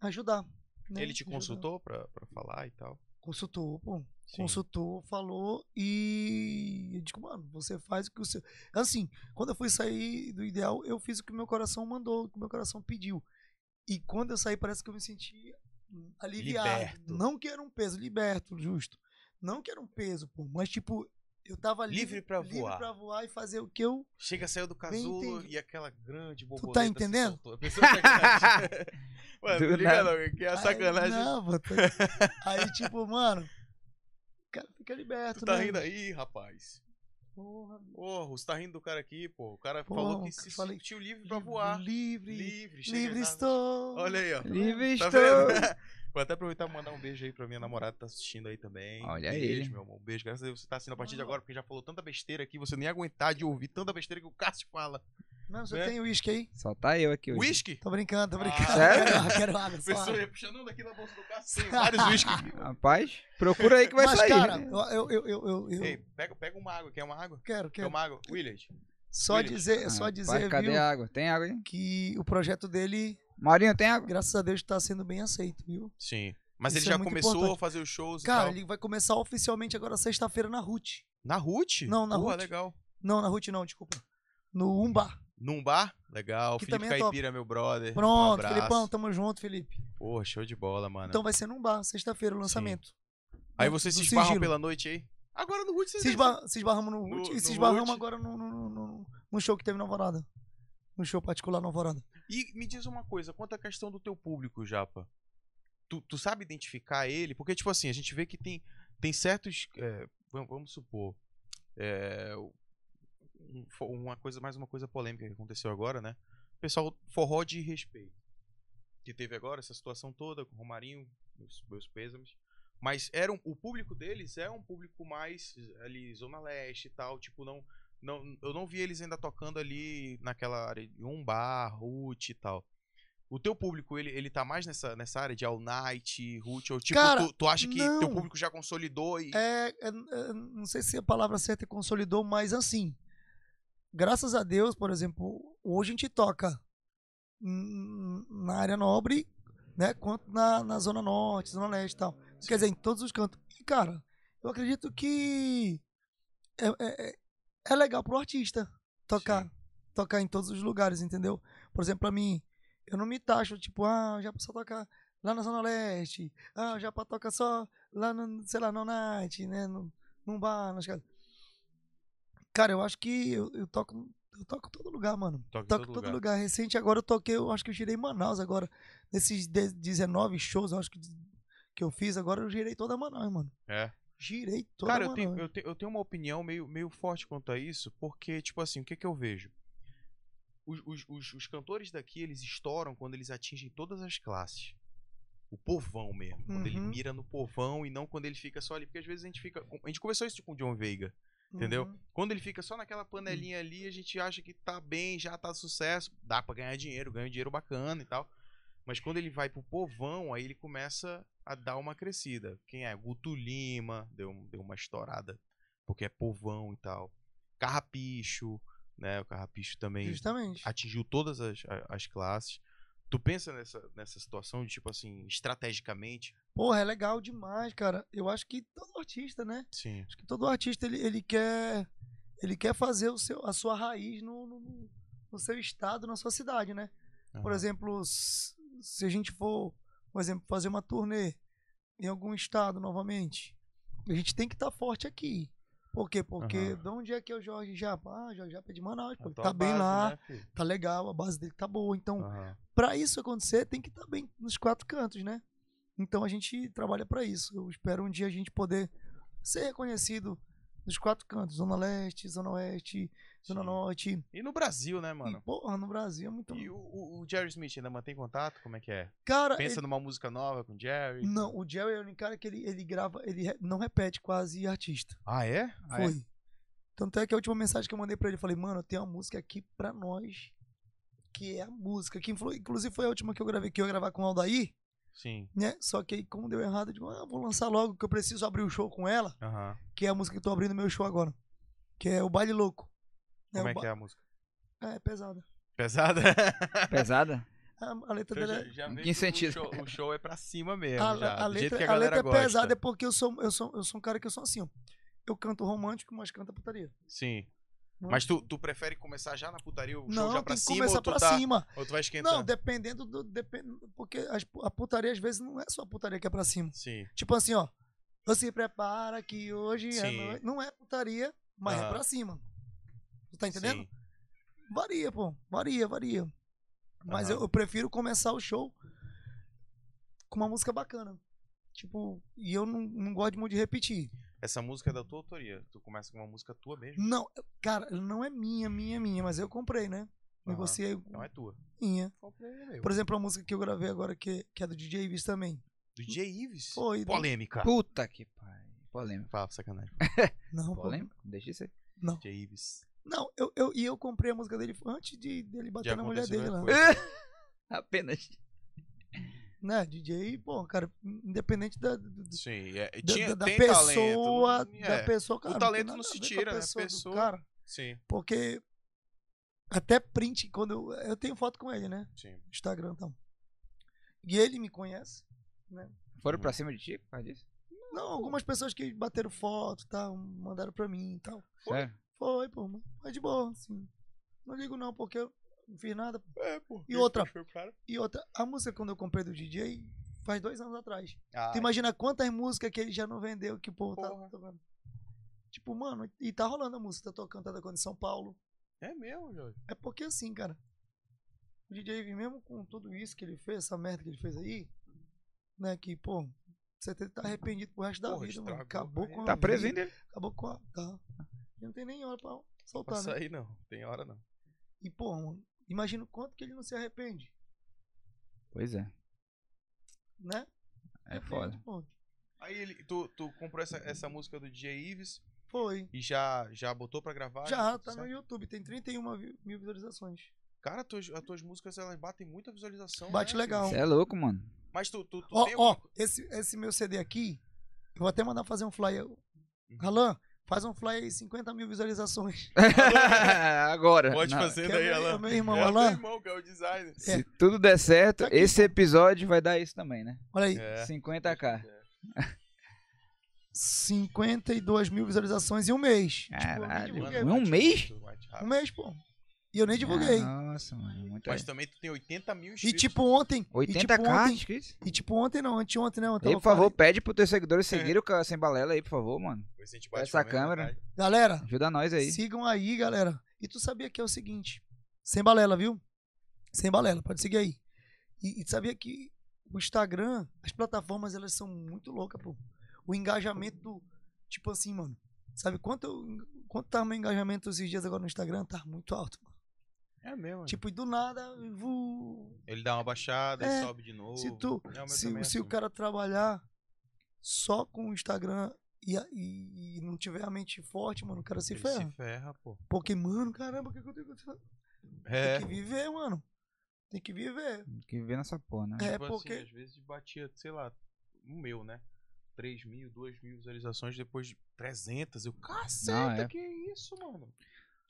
S3: Ajudar. né?
S1: Ele te
S3: Ajudar.
S1: consultou pra, pra falar e tal?
S3: Consultou, pô.
S1: Sim.
S3: Consultou, falou e eu digo, mano, você faz o que o seu. Assim, quando eu fui sair do ideal, eu fiz o que meu coração mandou, o que meu coração pediu. E quando eu saí, parece que eu me senti aliviado.
S1: Liberto.
S3: Não que era um peso, liberto, justo. Não que era um peso, pô, mas tipo, eu tava livre,
S1: Livre pra voar.
S3: livre pra voar e fazer o que eu.
S1: Chega, saiu do casulo
S3: entendi.
S1: e aquela grande borboleta.
S3: tá
S1: se
S3: entendendo?
S1: soltou. A pessoa tá sacanagem. Mano,
S2: Do
S1: não liga
S2: nada.
S1: não, tá que é a sacanagem.
S3: Aí, não, pô, tô- aí tipo, mano, o cara fica liberto,
S1: Tu tá
S3: né?
S1: rindo aí, rapaz?
S3: Porra,
S1: Porra, você tá rindo do cara aqui, pô. O cara
S3: Pô,
S1: falou que
S3: cara,
S1: se
S3: falei-
S1: sentiu livre pra voar.
S3: Livre,
S1: Livre, chega
S3: livre
S1: na-
S3: estou.
S1: Olha aí, ó.
S2: Livre
S1: Tá
S2: estou.
S1: vendo? Vou até aproveitar e mandar um beijo aí pra minha namorada que tá assistindo aí também.
S2: Olha
S1: beijo,
S2: ele.
S1: meu amor. Um beijo. Graças a Deus você tá assistindo a partir de agora, porque já falou tanta besteira aqui, você nem ia aguentar de ouvir tanta besteira que o Cássio fala.
S3: Não, só
S1: Né?
S3: tem uísque aí.
S2: Só tá eu aqui hoje.
S1: Whisky?
S3: Tô brincando, tô brincando.
S2: Ah, Sério?
S3: Quero água, quero água,
S1: A
S3: só
S1: pessoa
S3: água.
S1: ia puxando um daqui na bolsa do Cássio, tem vários whisky aqui.
S2: Rapaz, procura aí que vai
S3: Mas,
S2: sair.
S3: cara, eu, eu, eu, eu, eu- eu
S1: Ei, pega, pega uma água, quer uma água?
S3: quero,
S1: Quer
S3: quero.
S1: uma água? Willard.
S3: Só
S1: William.
S3: dizer, só
S2: Ah, Rapaz,
S3: dizer,
S2: cadê
S3: viu,
S2: a água? Tem água aí?
S3: que o projeto dele,
S2: Maurinho, tem água?
S3: graças a Deus, tá sendo bem aceito, viu?
S1: Sim. Mas
S3: Isso
S1: ele
S3: é
S1: já
S3: muito
S1: começou a
S3: importante.
S1: fazer os shows
S3: Cara,
S1: e tal.
S3: ele vai começar oficialmente agora sexta-feira na RUT.
S1: Na Ruth?
S3: Não, na
S1: Porra,
S3: Ruth.
S1: legal.
S3: Não, na RUT não, desculpa. No Umbar.
S1: Num bar? Legal.
S3: Que
S1: Felipe
S3: também é top.
S1: Caipira, meu brother. um
S3: Pronto, tá-
S1: abraço.
S3: Felipão, tamo junto, Felipe.
S1: Pô, show de bola, mano.
S3: Então vai ser no Umbar, sexta-feira o lançamento.
S1: Aí vocês se
S3: do
S1: esbarram
S3: sigilo.
S1: pela noite aí. Agora no Ruth vocês.
S3: Se, esba- se esbarramos no,
S1: No-
S3: Ruth
S1: no
S3: e se esbarramos
S1: Ruth.
S3: agora no, no, no- no- no show que teve na Alvorada. No show particular na Alvorada.
S1: E me diz uma coisa, quanto à questão do teu público, Japa. Tu, tu sabe identificar ele? Porque, tipo assim, a gente vê que tem, tem certos. é, vam- vamos supor. é, um fo- uma coisa, mais uma coisa polêmica que aconteceu agora, né? Pessoal, forró de respeito. Que teve agora essa situação toda com o Romarinho, meus, meus pêsames. Mas era um- o público deles é um público mais ali, Zona Leste e tal. Tipo, não, não, eu não vi eles ainda tocando ali naquela área de um bar, root e tal. O teu público, ele, ele tá mais nessa, nessa área de all night, root, ou tipo,
S3: Cara,
S1: tu, tu acha que teu
S3: não.
S1: público já consolidou e...
S3: É, é- é, não sei se a palavra certa é consolidou, mas assim, graças a Deus, por exemplo, hoje a gente toca hum, na área nobre, né, quanto na, na zona norte, zona leste e tal. Quer dizer, em todos os cantos. E, cara, eu acredito que é, é, é- é legal pro artista tocar,
S1: Sim.
S3: tocar em todos os lugares, entendeu? Por exemplo, pra mim, eu não me taxo, tipo, ah, já posso tocar lá na zona leste, ah, já para tocar só lá, no, sei lá, no night, né, no, num bar, nas casas. Cara, eu acho que eu, eu toco eu toco em todo lugar, mano.
S1: Toca em
S3: Toco em
S1: todo
S3: todo
S1: lugar.
S3: lugar. Recente agora eu toquei, eu acho que eu girei Manaus agora. Nesses de- 19 shows, eu acho que, que eu fiz agora, eu girei toda Manaus, mano.
S1: É.
S3: Girei toda
S1: Cara, eu
S3: Manaus.
S1: tenho, eu, tenho, eu tenho uma opinião meio, meio forte quanto a isso, porque, tipo assim, o que que eu vejo? Os, os, os, os cantores daqui, eles estouram quando eles atingem todas as classes. O povão mesmo. Quando ele
S3: Uhum.
S1: mira no povão e não quando ele fica só ali. Porque às vezes a gente fica. A gente conversou isso com o John Veiga. entendeu?
S3: Uhum.
S1: Quando ele fica só naquela panelinha ali, a gente acha que tá bem, já tá sucesso, dá pra ganhar dinheiro, ganha um dinheiro bacana e tal. Mas quando ele vai pro povão, aí ele começa a dar uma crescida. Quem é? Guto Lima, deu, um- deu uma estourada, porque é povão e tal. Carrapicho, né? O Carrapicho também
S3: Justamente.
S1: atingiu todas as, a- as classes. Tu pensa nessa, nessa situação de, tipo assim, estrategicamente?
S3: Porra, é legal demais, cara. Eu acho que todo artista, né?
S1: Sim.
S3: Acho que todo artista ele, ele quer ele quer fazer o seu, a sua raiz no, no- no, no seu estado, na sua cidade, né? Por exemplo, s- se a gente for, por exemplo, fazer uma turnê em algum estado novamente, a gente tem que estar forte aqui. Por quê? Porque
S1: Aham.
S3: de onde é que é o Jorge Japa? Ah, Jorge Japa é de Manaus, pô,
S1: A
S3: ele
S1: tua
S3: tá bem
S1: base,
S3: lá,
S1: né, Ah. filho?
S3: tá legal, a base dele tá boa. Então,
S1: Aham.
S3: pra isso acontecer, tem que estar bem nos quatro cantos, né? Então a gente trabalha pra isso. Eu espero um dia a gente poder ser reconhecido nos quatro cantos, Zona Leste, Zona Oeste, Zona
S1: Sim.
S3: Norte.
S1: E no Brasil, né,
S3: E,
S1: mano?
S3: porra, no Brasil é muito.
S1: E o, o- o Jerry Smith ainda mantém contato? Como é que é?
S3: Cara,
S1: Pensa numa música nova com o Jerry?
S3: ele... Ah, não, o Jerry é o único cara que ele, ele grava, ele re- não repete quase artista.
S1: Ah, é? Ah, é?
S3: Foi. Tanto é que a última mensagem que eu mandei pra ele, eu falei, mano, tem uma música aqui pra nós, que é a música, que influ- inclusive foi a última que eu gravei, que eu ia gravar com o Aldair,
S1: Sim.
S3: né? Só que aí, como deu errado, eu digo, ah, vou lançar logo, que eu preciso abrir o show com ela,
S1: Aham.
S3: que é a música que eu tô abrindo meu show agora, que é o Baile Louco.
S1: Como
S3: o
S1: é que é
S3: ba-
S1: a música?
S3: é? pesada.
S1: Pesada?
S2: Pesada?
S3: A, a letra
S1: Eu
S3: dela
S1: Então já- já
S3: é...
S2: Em
S1: vejo
S2: que sentido?
S1: O show, o show é pra cima mesmo.
S3: A,
S1: já,
S3: a
S1: do jeito
S3: letra,
S1: que a
S3: a
S1: galera
S3: letra é
S1: gosta.
S3: pesada é porque eu sou, eu, sou, eu sou um cara que eu sou assim, ó. Eu canto romântico, mas canto putaria.
S1: Sim.
S3: Não-
S1: Mas tu, tu prefere começar já na putaria, o show
S3: Não,
S1: já
S3: tem
S1: pra
S3: que
S1: cima?
S3: começar
S1: ou, tu
S3: pra
S1: tá-
S3: cima.
S1: ou tu vai
S3: Não,
S1: esquentando?
S3: dependendo do. Depend... Porque as pu- a putaria às vezes não é só a putaria que é pra cima.
S1: Sim.
S3: Tipo assim, ó. Você prepara que hoje é
S1: Sim.
S3: noite. Não é putaria, mas
S1: Aham.
S3: é pra cima. Tu tá entendendo?
S1: Sim.
S3: Varia, pô. Varia, varia. Mas
S1: Aham.
S3: eu, eu prefiro começar o show com uma música bacana. Tipo, e eu não, não gosto muito de repetir.
S1: Essa música é da tua autoria. Tu começa com uma música tua mesmo.
S3: Não, cara, não é minha, minha, minha, mas eu comprei, né?
S1: Aham.
S3: Negociei
S1: Então é tua.
S3: minha.
S1: Comprei,
S3: Por exemplo, a música que eu gravei agora, que, que é do DJ Ives também.
S1: Do J. Ives?
S3: Foi, do-
S1: Polêmica.
S2: Puta que pai. Polêmico.
S1: Fala, sacanagem.
S3: Não, pô.
S2: Polêmico? Deixa isso aí.
S1: J. Ives.
S3: Não, eu, eu, e eu comprei a música dele antes de dele bater
S1: Já
S3: na mulher
S1: aconteceu
S3: dele lá.
S1: alguma
S2: Apenas.
S3: Né, DJ, pô, cara, independente da, da, da-
S1: Sim. é-
S3: da-
S1: tinha,
S3: da
S1: tem
S3: pessoa,
S1: talento.
S3: da
S1: é,
S3: pessoa, cara,
S1: talento
S3: tem
S1: não
S3: nada
S1: se
S3: a ver com a
S1: tira, né?
S3: pessoa do
S1: Pessoa-
S3: cara,
S1: Sim,
S3: porque até print, quando eu, eu tenho foto com ele, né,
S1: sim.
S3: no Instagram, então. E ele me conhece.
S2: Foram pra cima de ti por causa disso?
S3: Não, algumas pessoas que bateram foto, tal, mandaram pra mim e tal.
S2: Sério?
S3: Foi, pô, mas- mas de boa, assim. Não ligo não, porque eu não fiz nada,
S1: É, pô.
S3: E outra? E outra, a música quando eu comprei do DJ Faz dois anos atrás.
S1: Ah,
S3: Tu imagina quantas músicas que ele já não vendeu que o povo
S1: Porra.
S3: tá tocando. Tipo, mano, e tá rolando a música, tá tocando, tá tocando em São Paulo.
S1: é mesmo, Jorge.
S3: É porque assim, cara. O DJ Ivan, mesmo com tudo isso que ele fez, essa merda que ele fez aí, né? Que, pô, você tem que estar arrependido pro resto da
S1: Porra,
S3: vida, mano.
S1: estragou né?
S3: Acabou
S1: a
S3: com a.
S2: Tá preso
S3: vida,
S2: ainda ele?
S3: Acabou com a. Tá. Não tem nem hora pra soltar,
S1: Passa
S3: né?
S1: aí não, tem hora não.
S3: E, pô, mano, imagina o quanto que ele não se arrepende,
S2: Pois é.
S3: né?
S2: É
S3: Arrepende,
S2: foda.
S3: Pô.
S1: Aí ele, tu, tu comprou
S2: Uhum.
S1: essa, essa música do DJ Ives
S3: Foi.
S1: e já, já botou pra gravar?
S3: Já
S1: tudo
S3: tá no
S1: certo?
S3: YouTube, tem 31 vi- mil visualizações.
S1: Cara, tuas- as tuas músicas elas batem muita visualização.
S3: Bate
S1: né?
S3: legal.
S2: Você é louco, mano.
S1: Mas tu, tu, tu
S3: Ó,
S1: tem
S3: ó,
S1: alguma-
S3: esse, esse meu CD aqui, eu vou até mandar fazer um flyer.
S1: Uhum.
S3: Alan, faz um flyer aí, 50 mil visualizações.
S2: Agora.
S1: Pode
S2: na-
S1: fazer
S3: Que
S1: daí,
S3: é meu, é
S1: Alan.
S3: meu irmão,
S1: É o teu
S3: Alan.
S1: irmão, que é o designer.
S2: Se tudo der certo,
S3: Tá aqui,
S2: esse episódio vai dar isso também, né?
S3: Olha aí,
S1: É.
S2: 50k.
S3: 52 mil visualizações em um mês. Tipo, eu nem
S2: Caralho,
S3: divulguei,
S2: mano. Um
S1: Mas
S2: mês?
S1: tu vai te
S3: Um
S1: rápido.
S3: mês, pô. E eu nem divulguei.
S2: Ah, Nossa, mano. Muito
S1: Mas também tu tem 80 mil
S3: E
S1: inscritos.
S3: tipo ontem. e tipo
S2: 80k,
S3: ontem,
S2: inscritos.
S3: e tipo ontem não, anteontem não.
S2: é Ei, por favor, pede pros teus seguidores seguirem o Ca- Sem Balela aí, por favor, mano.
S1: Depois a gente bate
S2: essa
S1: com a mesma
S2: câmera.
S1: vontade.
S3: Galera,
S2: Ajuda nós aí.
S3: sigam aí, galera. E tu sabia que é o seguinte, sem balela, viu? Sem balela, pode seguir aí. E, e tu sabia que o Instagram, as plataformas, elas são muito loucas, pô. O engajamento, tipo assim, mano. Sabe quanto, eu- quanto tá meu engajamento esses dias agora no Instagram? Tá muito alto. mano.
S1: É mesmo.
S3: Tipo, e do nada, eu vou
S1: Ele dá uma baixada,
S3: É,
S1: e sobe de novo.
S3: se tu-
S1: É, o meu também é
S3: se, se o
S1: assim.
S3: cara trabalhar só com o Instagram e, a- e- e não tiver a mente forte, mano, o cara se
S1: Ele
S3: ferra.
S1: se ferra, pô.
S3: Porque, mano, caramba, o que, que eu tenho que fazer?
S1: É.
S3: Tem que viver, mano. Tem que viver.
S2: Tem Que vê nessa porra, né?
S3: É,
S1: Tipo assim,
S3: porque-
S1: às vezes batia, sei lá, o meu, né? 3 mil, 2 mil visualizações, depois de 300. Eu, caceta,
S2: Não, é.
S1: que isso, mano?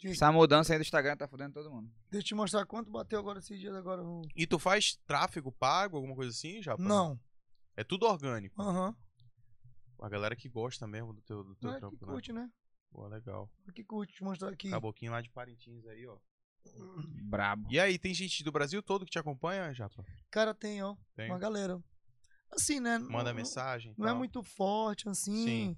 S2: Essa mudança aí do Instagram tá fudendo todo mundo.
S3: Deixa eu te mostrar quanto bateu agora esses dias agora. No...
S1: E tu faz tráfego pago, alguma coisa assim, já?
S3: Não.
S1: É tudo orgânico.
S3: Aham.
S1: A galera que gosta mesmo do teu, do teu
S3: Não é que
S1: trampo, né?
S3: curte, né?
S1: Pô, legal.
S3: É Que curte, te mostrar aqui.
S1: Caboquinho lá de Parintins aí, ó.
S2: Brabo.
S1: E aí, tem gente do Brasil todo que te acompanha, Japa?
S3: Cara, tem, ó.
S1: Tem?
S3: Uma galera. Assim, né?
S1: Manda
S3: não,
S1: mensagem. e
S3: Não é
S1: tal.
S3: muito forte, assim.
S1: Sim.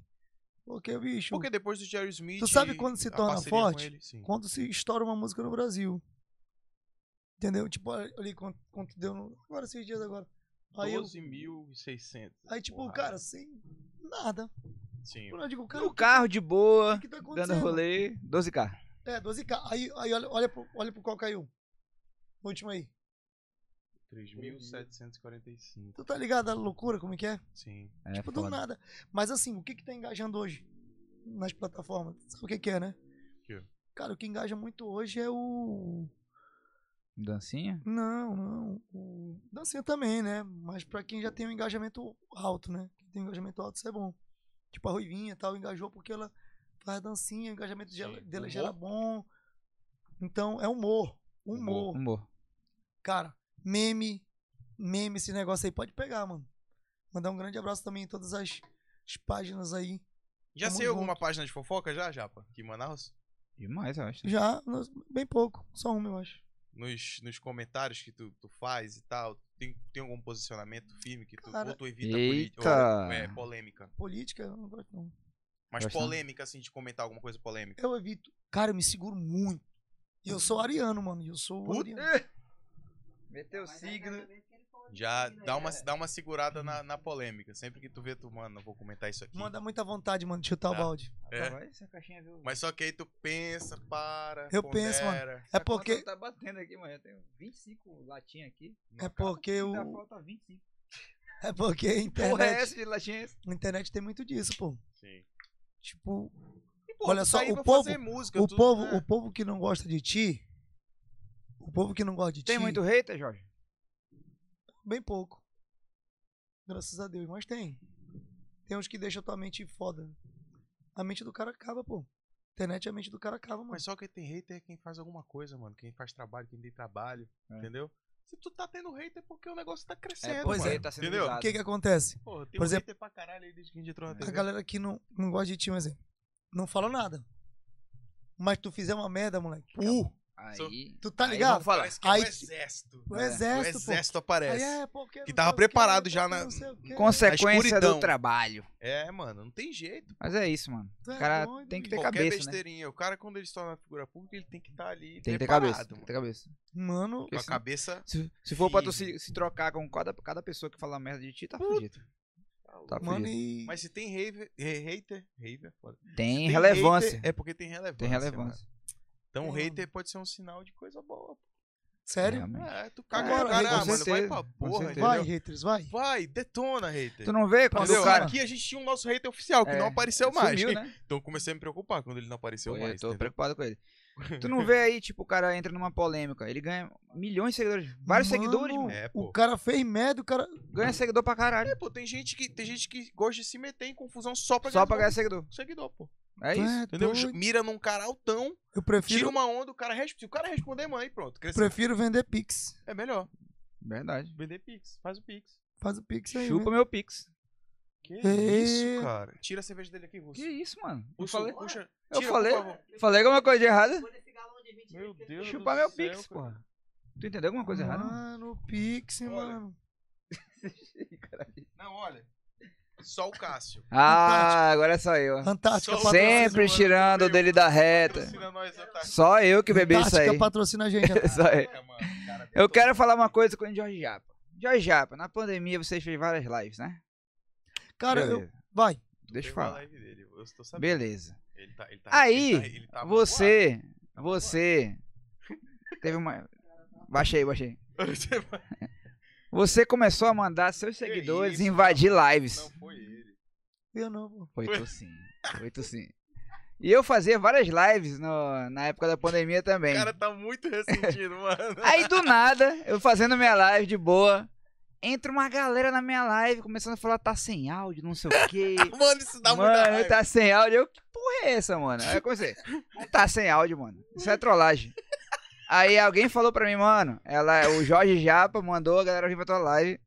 S3: Porque, bicho,
S1: Porque depois do Jerry Smith.
S3: Tipo, Tu sabe quando se
S1: a
S3: torna
S1: parceria com
S3: forte?
S1: ele, sim.
S3: quando se estoura uma música no Brasil. Entendeu? Tipo, ali, quando, quando deu no... Agora, esses dias agora. Aí, eu,
S1: 12.600.
S3: aí tipo,
S1: Porra,
S3: o cara, sem nada.
S1: Sim.
S3: Quando eu digo, cara,
S2: No
S3: o que,
S2: carro de boa,
S3: que tá
S2: dando
S3: acontecendo?
S2: rolê, 12k.
S3: É, 12k. Aí, aí olha, olha, pro, olha pro qual caiu. O último aí.
S1: 3.745.
S3: Tu tá ligado à loucura, como é que é?
S1: Sim.
S2: É,
S3: tipo, do
S2: foda.
S3: nada. Mas assim, o que que tá engajando hoje nas plataformas? Sabe o que que é, né?
S1: quê?
S3: Cara, o que engaja muito hoje é o...
S2: Dancinha?
S3: Não, não. O... Dancinha também, né? Mas pra quem já tem um engajamento alto, né? Quem tem um engajamento alto, isso é bom. Tipo, a Ruivinha e tal, engajou porque ela faz dancinha, o engajamento dela,
S1: Sim,
S3: dela
S1: humor.
S3: já era bom. Então, é humor. Humor.
S2: Humor.
S3: Cara, meme, meme, esse negócio aí, pode pegar, mano. Mandar um grande abraço também em todas as, as páginas aí.
S1: Já
S3: Tamo
S1: sei
S3: junto.
S1: alguma página de fofoca já, Japa? Aqui em Manaus?
S2: Demais, eu acho.
S3: Já, nós- bem pouco, só uma, eu acho.
S1: Nos, nos comentários que tu, tu faz e tal. Tem, tem algum posicionamento firme que tu,
S3: Cara-
S1: ou tu evita poli- ou,
S2: Eita.
S1: é, polêmica.
S3: Política, eu não gosto, não.
S1: Mas
S2: Gosto não.
S1: polêmica, assim, de comentar alguma coisa polêmica.
S3: Eu evito. Cara, eu me seguro muito. E eu sou ariano, mano. e Eu um. sou
S1: Puta-
S3: ariano.
S2: Meteu é
S1: Já dá uma, dá uma segurada na, na polêmica. Sempre que tu vê, tu, mano, não vou comentar isso aqui.
S3: Manda muita vontade, mano, de chutar
S1: Tá.
S3: o balde.
S1: É.
S2: Vai essa caixinha, viu?
S1: Mas só que aí tu pensa, para.
S3: Eu penso, mano.
S1: pondera.
S3: É
S2: Essa conta
S3: porque,
S2: Tá batendo aqui, mano. Eu tenho 25 latinhas aqui.
S3: é porque
S2: Ainda
S3: o.
S2: falta 25.
S3: É porque a
S2: Porra, é
S3: internet.
S2: essa de latinha?
S3: A internet tem muito disso, pô.
S1: Sim.
S3: Tipo,
S1: E, pô,
S3: Olha
S1: tu
S3: só,
S1: tá aí
S3: o
S1: pra
S3: povo-
S1: fazer música,
S3: o
S1: tu-
S3: povo,
S1: é.
S3: o povo que não gosta de ti. O povo que não gosta de
S2: Tem
S3: ti.
S2: muito hater, Jorge?
S3: Bem pouco. Graças a Deus, mas tem. Tem uns que deixam tua mente foda. A mente do cara acaba, pô. Internet, a mente do cara acaba, mano.
S1: Mas só quem tem hater é quem faz alguma coisa, mano. Quem faz trabalho, quem tem trabalho,
S2: É.
S1: entendeu? Se tu tá tendo hater é porque o negócio tá crescendo,
S3: pois
S1: mano.
S3: é,
S2: tá sendo
S1: entendeu?
S2: usado.
S3: O que que acontece?
S1: Porra, tem
S3: Por
S1: um
S3: exemplo-
S1: hater pra caralho aí desde que a gente entrou na
S3: A
S1: TV.
S3: galera que não, não gosta de ti, um exemplo. Não fala nada. Mas tu fizer uma merda, moleque. Uh,
S2: Aí.
S3: Tu tá
S2: Aí
S3: ligado?
S2: vamos falar.
S1: Parece que é o
S3: Aí-
S1: exército.
S3: O
S2: É.
S1: né? O
S3: exército, pô.
S1: exército
S3: Aí
S1: aparece.
S3: é, porque
S1: Que
S3: não
S1: tava
S3: sei o quê,
S1: preparado
S3: porque
S1: já na-
S3: não sei o quê.
S2: Consequência do
S1: escuridão.
S2: trabalho.
S1: É, mano, não tem jeito.
S2: Mas é isso, mano.
S3: Tu é
S2: cara
S3: doido,
S2: tem que
S3: bicho.
S2: ter
S1: Qualquer
S2: cabeça, né?
S1: besteirinha. O cara, quando ele se torna figura pública, ele tem que estar ali
S2: Tem que ter
S1: preparado,
S2: cabeça. Tem que
S1: mano.
S2: ter cabeça.
S3: Mano,
S1: Com a cabeça...
S2: Se, se for pra tu
S1: Firme.
S2: se, se trocar com cada, cada pessoa que fala merda de ti, tá
S1: Puta.
S2: fudido. Tá
S3: mano,
S2: fudido.
S3: e.
S1: Mas se tem haver, he- hater... Hater, é foda.
S2: Tem
S1: Tem
S2: relevância.
S1: hater, é porque tem relevância.
S2: Tem relevância.
S1: mano. Então,
S3: Tem,
S1: hater pode ser um sinal de coisa boa. pô.
S3: Sério?
S2: Realmente.
S1: É, tu caga
S3: Agora,
S1: no cara,
S3: com
S1: ah, mano. Vai
S2: Hum. certeza,
S1: pra
S2: com
S1: porra,
S2: certeza.
S3: Vai,
S1: entendeu?
S3: haters, vai.
S1: Vai, detona, hater.
S2: Tu não vê quando
S1: É. Entendeu?
S2: o cara.
S1: Aqui a gente tinha o nosso hater oficial, que
S2: É,
S1: não apareceu mais.
S2: Sumiu, né?
S1: Então eu comecei a me preocupar quando ele não apareceu
S2: Pô, eu
S1: mais.
S2: tô
S1: entendeu?
S2: preocupado com ele. Tu não vê aí, tipo, o cara entra numa polêmica, ele ganha milhões de seguidores, vários
S3: Mano,
S2: seguidores, mano.
S1: É, pô.
S3: O cara fez merda, o cara.
S2: ganha seguidor pra caralho,
S1: É, pô, tem gente que, tem gente que gosta de se meter em confusão só pra
S2: só pra ganhar
S1: ganhar
S2: seguidor.
S1: seguidor, pô.
S2: É
S3: Tu
S2: isso.
S3: é
S1: Entendeu?
S3: doido.
S1: Mira num cara altão,
S3: Eu
S1: tira
S3: prefiro,
S1: uma onda, o cara responde. Se o cara responder, mano, aí pronto. Cresceu.
S3: prefiro vender Pix.
S1: É melhor.
S2: Verdade.
S1: Vender Pix, faz o Pix.
S3: Faz o Pix aí.
S2: Chupa
S3: vende.
S2: meu pix.
S1: Que
S2: É.
S3: Ê.
S1: isso, cara. Tira a cerveja dele aqui, Russo.
S2: Que isso, mano? Eu
S1: Russo,
S2: falei,
S1: puxa.
S2: eu
S1: tira, por
S2: falei-
S1: favor.
S2: falei alguma coisa de errada?
S4: Depois desse galão de 20
S1: Meu
S4: litros que ele
S1: Deus
S4: tomou,
S2: Chupar
S1: do
S2: meu
S1: céu,
S2: pix,
S1: cara.
S2: porra. Tu entendeu alguma coisa
S3: Ah,
S2: errada? mano?
S3: Mano, Pix, mano.
S1: Não, olha. Só o Cássio.
S2: Ah, agora é só eu.
S3: Antártica
S1: Só-
S3: patrocina.
S2: Sempre tirando o dele da reta.
S1: Patrocina nós, Antártica.
S2: Só eu que bebi é isso
S3: Antártica
S2: aí.
S3: patrocina a gente. Antártica.
S2: Só eu.
S1: É, mano, cara,
S2: Eu
S1: tô-
S2: quero falar uma coisa com o Jorge Japa. Jorge Japa, na pandemia vocês fez várias lives, né?
S3: Cara, eu...
S2: Beleza.
S3: vai.
S2: Deixa eu
S1: Pegou a
S2: falar.
S1: live dele, eu tô sabendo.
S2: Beleza.
S1: Ele tá, ele tá,
S2: Aí,
S1: ele tá- ele tá
S2: Você, você teve uma Baixei, baixei.
S1: magoado.
S2: Você começou a mandar seus
S1: Que
S2: seguidores
S1: isso,
S2: invadir
S1: Não
S2: lives.
S1: foi ele.
S3: Eu não, pô.
S2: Foi tu sim. Foi tu sim. E eu fazia várias lives no- na época da pandemia
S1: O
S2: também.
S1: cara tá muito ressentido, mano.
S2: Aí do nada, eu fazendo minha live de boa, entra uma galera na minha live começando a falar tá sem áudio, não sei o quê.
S1: Mano, isso dá muita
S2: mano,
S1: raiva.
S2: tá sem áudio. Eu, que porra é essa, mano? Aí eu comecei, não tá sem áudio, mano. Isso é trollagem. Aí alguém falou pra mim, mano, ela, o Jorge Japa mandou a galera vir pra tua live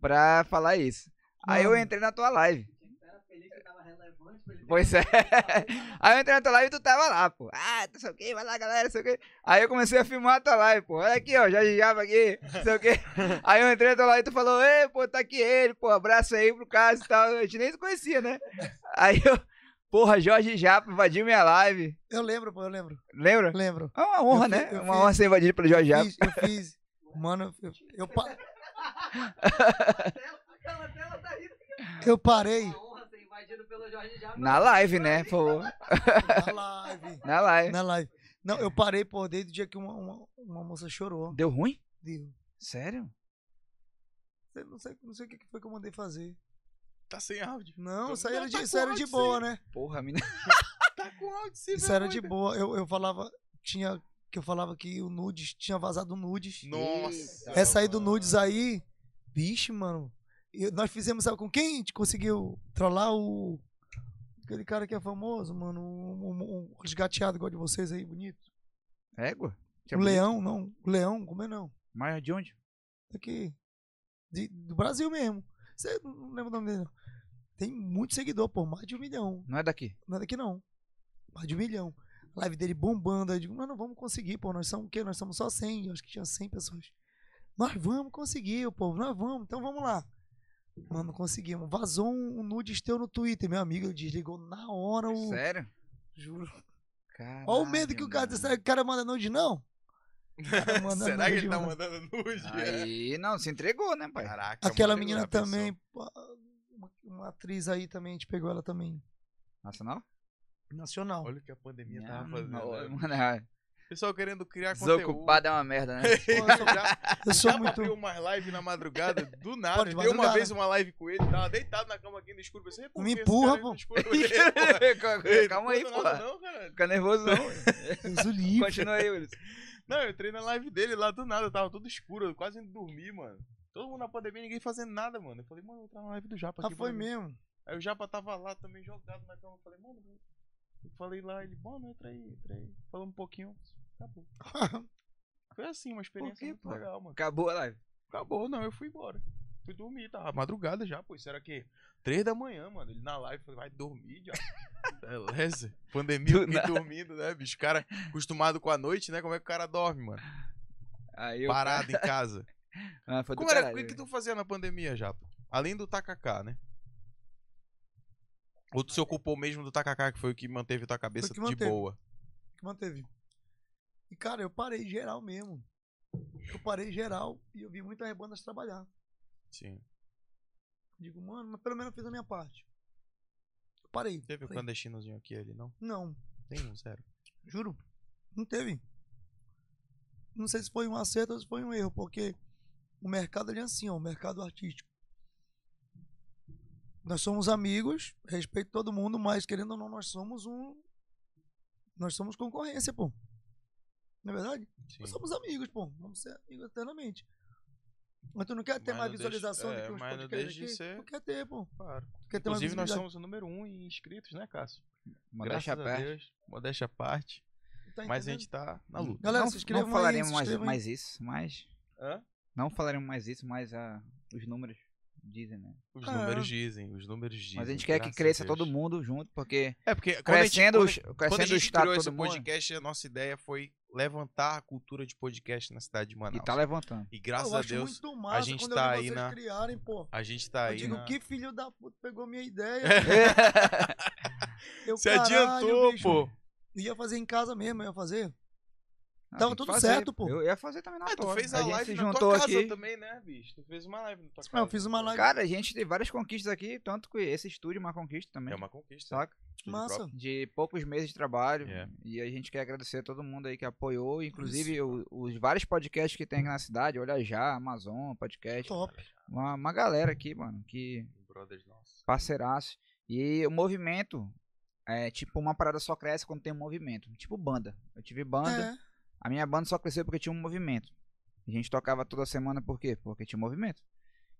S2: pra falar isso. Aí eu
S3: Mano.
S2: entrei na tua live.
S4: Era feliz que tava relevante pra ele.
S2: Pois é. Aí eu entrei na tua live e tu tava lá, pô. Ah, não sei o que, vai lá, galera, não sei o que. Aí eu comecei a filmar a tua live, pô. Olha aqui, ó, Jorge Japa aqui, não sei o que. Aí eu entrei na tua live e tu falou, ei, pô, tá aqui ele, pô, abraço aí pro caso e tal. A gente nem se conhecia, né? Aí eu, porra, Jorge Japa invadiu minha live.
S3: Eu lembro, pô, eu lembro.
S2: Lembra?
S3: Lembro.
S2: É uma honra,
S3: Eu
S2: né?
S3: fiz- eu
S2: uma
S3: fiz-
S2: honra ser invadido pelo Jorge Japa.
S3: Fiz, eu fiz. Mano, eu, eu, pa-
S4: Aquela tela tá rindo.
S3: eu parei
S4: Uma honra ser invadido pelo Jorge Japa.
S2: Na live, né, por favor.
S3: na live.
S2: Na live.
S3: Na live. Não, eu parei, pô, desde o dia que uma, uma, uma moça chorou.
S2: Deu ruim?
S3: Deu.
S2: Sério?
S3: Eu Não sei, não sei o que que foi que eu mandei fazer.
S1: Tá sem áudio.
S3: Não,
S1: Não,
S3: isso aí era
S1: tá
S3: de,
S1: com
S3: isso era de
S1: ódio,
S3: boa, né?
S2: Porra, mina.
S1: Tá com áudio, sim,
S3: Isso era de boa. Eu, eu falava, tinha. Que eu falava que o nudes tinha vazado
S2: é-
S3: nudes.
S1: Nossa.
S3: Essa aí do
S1: mano.
S3: nudes aí. Vixe, mano. E nós fizemos, sabe com quem? A gente conseguiu trollar o. Aquele cara que é famoso, mano. Um, um, um esgateado igual de vocês aí, bonito.
S2: Égua? Que é
S3: o leão, não. O leão, como é não?
S2: Mas de onde?
S3: Daqui. De, do Brasil mesmo. Você não lembra o nome dele, não. Tem muito seguidor, pô. Mais de um milhão.
S2: Não é daqui.
S3: Nada que não. Mais de um milhão. A live dele bombando. Eu digo, mano, vamos conseguir, pô. Nós somos o quê? Nós somos só 100. Eu acho que tinha 100 pessoas. Nós vamos conseguir, o povo. Nós vamos. Então vamos lá. Mano, conseguimos. Vazou um um nudes teu no Twitter, meu amigo. Ele desligou na hora o.
S2: Sério?
S3: Juro.
S2: Caralho,
S3: Olha o medo que o cara.
S2: mano.
S3: Será que o cara manda nude, não? O cara manda
S1: Será que
S3: nude,
S1: ele tá
S3: mano.
S1: mandando nude? É.
S2: Aí, não, se entregou, né, pai?
S1: Caraca.
S3: Aquela
S1: mano,
S3: menina
S1: a pessoa-
S3: também. pô, Uma, uma atriz aí também, a gente pegou ela também.
S2: Nacional?
S3: Nacional.
S1: Olha o que a pandemia tava
S2: Não,
S1: fazendo. né?
S2: mano, é.
S1: Pessoal querendo criar conteúdo.
S2: Desocupado é uma merda, né?
S3: Pô, eu sou- eu sou
S1: Já
S3: muito.
S1: abriu umas lives na madrugada, do
S3: Pô,
S1: nada.
S3: de
S1: Deu
S3: madrugada.
S1: uma vez uma live com ele, tava deitado na cama aqui no escuro. Pensei, é por
S3: Me
S1: que esse
S3: empurra,
S1: cara aí
S3: pô.
S1: no escuro? Porra. Ei,
S2: Calma
S1: não
S2: aí,
S1: manda nada
S2: porra.
S1: Não, caralho.
S2: Fica nervoso, não.
S3: Deus o livre.
S2: Continua aí, Willis.
S1: Não, eu entrei na live dele lá do nada, tava tudo escuro, eu quase indo dormir, mano. Todo mundo na pandemia, ninguém fazendo nada, mano. Eu falei, mano, eu vou entrar na live do Japa
S3: Ah,
S1: aqui.
S3: foi
S1: bora ver.
S3: mesmo.
S1: Aí o Japa tava lá também jogado na cama. Eu falei, mano, eu- eu falei lá, ele, mano, entra aí, entra aí. Falou um pouquinho, acabou. Foi assim, uma experiência
S2: quê,
S1: muito
S2: pô?
S1: legal, mano.
S2: Acabou a live.
S1: Acabou, não, eu fui embora. Fui dormir, tava madrugada já, pô. Isso era que três da manhã, mano. Ele na live, falei, vai dormir, já. Beleza. Pandemia,
S2: É Do
S1: eu fiquei
S2: nada.
S1: dormindo, né, bicho? O cara acostumado com a noite, né? Como é que o cara dorme, mano?
S2: Aí eu...
S1: Parado em casa.
S2: Ah, foi do
S1: Como era? O
S2: caralho,
S1: que, que
S2: velho.
S1: tu fazia na pandemia, Japo? Além do tacacá, né? Ou tu se ocupou mesmo do tacacá, que foi o que manteve tua cabeça
S3: que
S1: de
S3: manteve.
S1: boa?
S3: que manteve. E, cara, eu parei geral mesmo. Eu parei geral e eu vi muitas bandas trabalhar.
S1: Sim.
S3: Digo, mano, mas pelo menos eu fiz a minha parte. Eu parei.
S1: Teve o
S3: Falei,
S1: clandestinozinho aqui ali, não?
S3: Não,
S1: Tem um zero.
S3: juro. Não teve. Não sei se foi um acerto ou se foi um erro, porque o mercado ele é assim, ó, o mercado artístico. Nós somos amigos, respeito todo mundo, mas querendo ou não, nós somos um. Nós somos concorrência, pô. Não é verdade?
S1: Sim.
S3: Nós somos amigos, pô. Vamos ser amigos eternamente. Mas tu não quer ter
S1: Mas
S3: mais
S1: não deixa-
S3: visualização
S1: é,
S3: do que uns
S1: mas não
S3: podcasts
S1: deixa de
S3: aqui?
S1: ser-
S3: Tu quer ter, pô.
S1: Claro.
S3: Tu quer ter mais
S1: Inclusive, nós
S3: visibilidade.
S1: somos o número um em inscritos, né, Cássio?
S2: Mandar
S1: Graças a
S2: chapéu.
S1: Deus. Modéstia à parte.
S3: Tá
S1: Mas a
S3: entendendo?
S1: gente tá na luta.
S3: Galera,
S2: não,
S3: se inscrevam
S2: não
S3: aí,
S2: falaremos
S3: se
S2: mais,
S3: inscrevam aí.
S2: mais isso, mas...
S1: Hã?
S2: Não falaremos mais isso, mas ah, os números dizem, né?
S1: Os
S3: Ah,
S1: números dizem, os números dizem.
S2: mas a gente quer que
S1: graças
S2: cresça
S1: a Deus.
S2: todo mundo junto, porque
S1: É, porque quando a gente-
S2: crescendo,
S1: quando a
S2: os-
S1: Quando a
S2: crescendo o
S1: gente
S2: estado
S1: criou esse
S2: todo mundo...
S1: podcast, a nossa ideia foi levantar a cultura de podcast na cidade de
S2: E
S1: Manaus. E,
S2: tá levantando.
S1: graças
S3: eu
S1: a
S3: acho
S1: Deus,
S3: muito massa
S1: gente
S3: quando
S1: tá
S3: eu vi
S1: aí
S3: vocês
S1: na-
S3: criarem, pô.
S1: a gente tá
S3: eu
S1: aí.
S3: digo,
S1: na-
S3: que filho da puta pegou minha ideia. Eu,
S1: Se
S3: caralho,
S1: adiantou,
S3: bicho.
S1: pô.
S3: Eu ia fazer em casa mesmo, eu ia fazer.
S2: Ah,
S3: Tava
S2: tem que
S3: tá tudo
S2: fazer.
S3: certo, pô.
S2: Eu ia fazer também na
S1: Ah, tu
S2: tua.
S1: fez
S2: Tá a
S1: a,
S2: gente
S1: live
S2: se
S1: na
S2: juntou
S1: tua
S2: aqui.
S1: casa também, né, bicho? Tu fez uma live na tua
S3: Ah,
S1: casa.
S3: eu fiz uma live.
S2: Cara, a gente tem várias conquistas aqui, tanto que esse estúdio é uma conquista também.
S1: É uma conquista.
S2: saca?
S1: Estúdio
S3: Massa.
S1: próprio.
S2: De poucos meses de trabalho.
S1: É.
S2: E a gente quer agradecer a todo mundo aí que apoiou. Inclusive, o- os vários podcasts que tem aqui na cidade. Olha já, Amazon, podcast.
S3: Top.
S2: Uma, uma galera aqui, mano, que
S1: Brothers, nossa.
S2: parceiraço. E o movimento. É tipo, uma parada só cresce quando tem um movimento. Tipo banda. Eu tive banda.
S3: É,
S2: A minha banda só cresceu porque tinha um movimento. A gente tocava toda semana por quê? Porque tinha um movimento.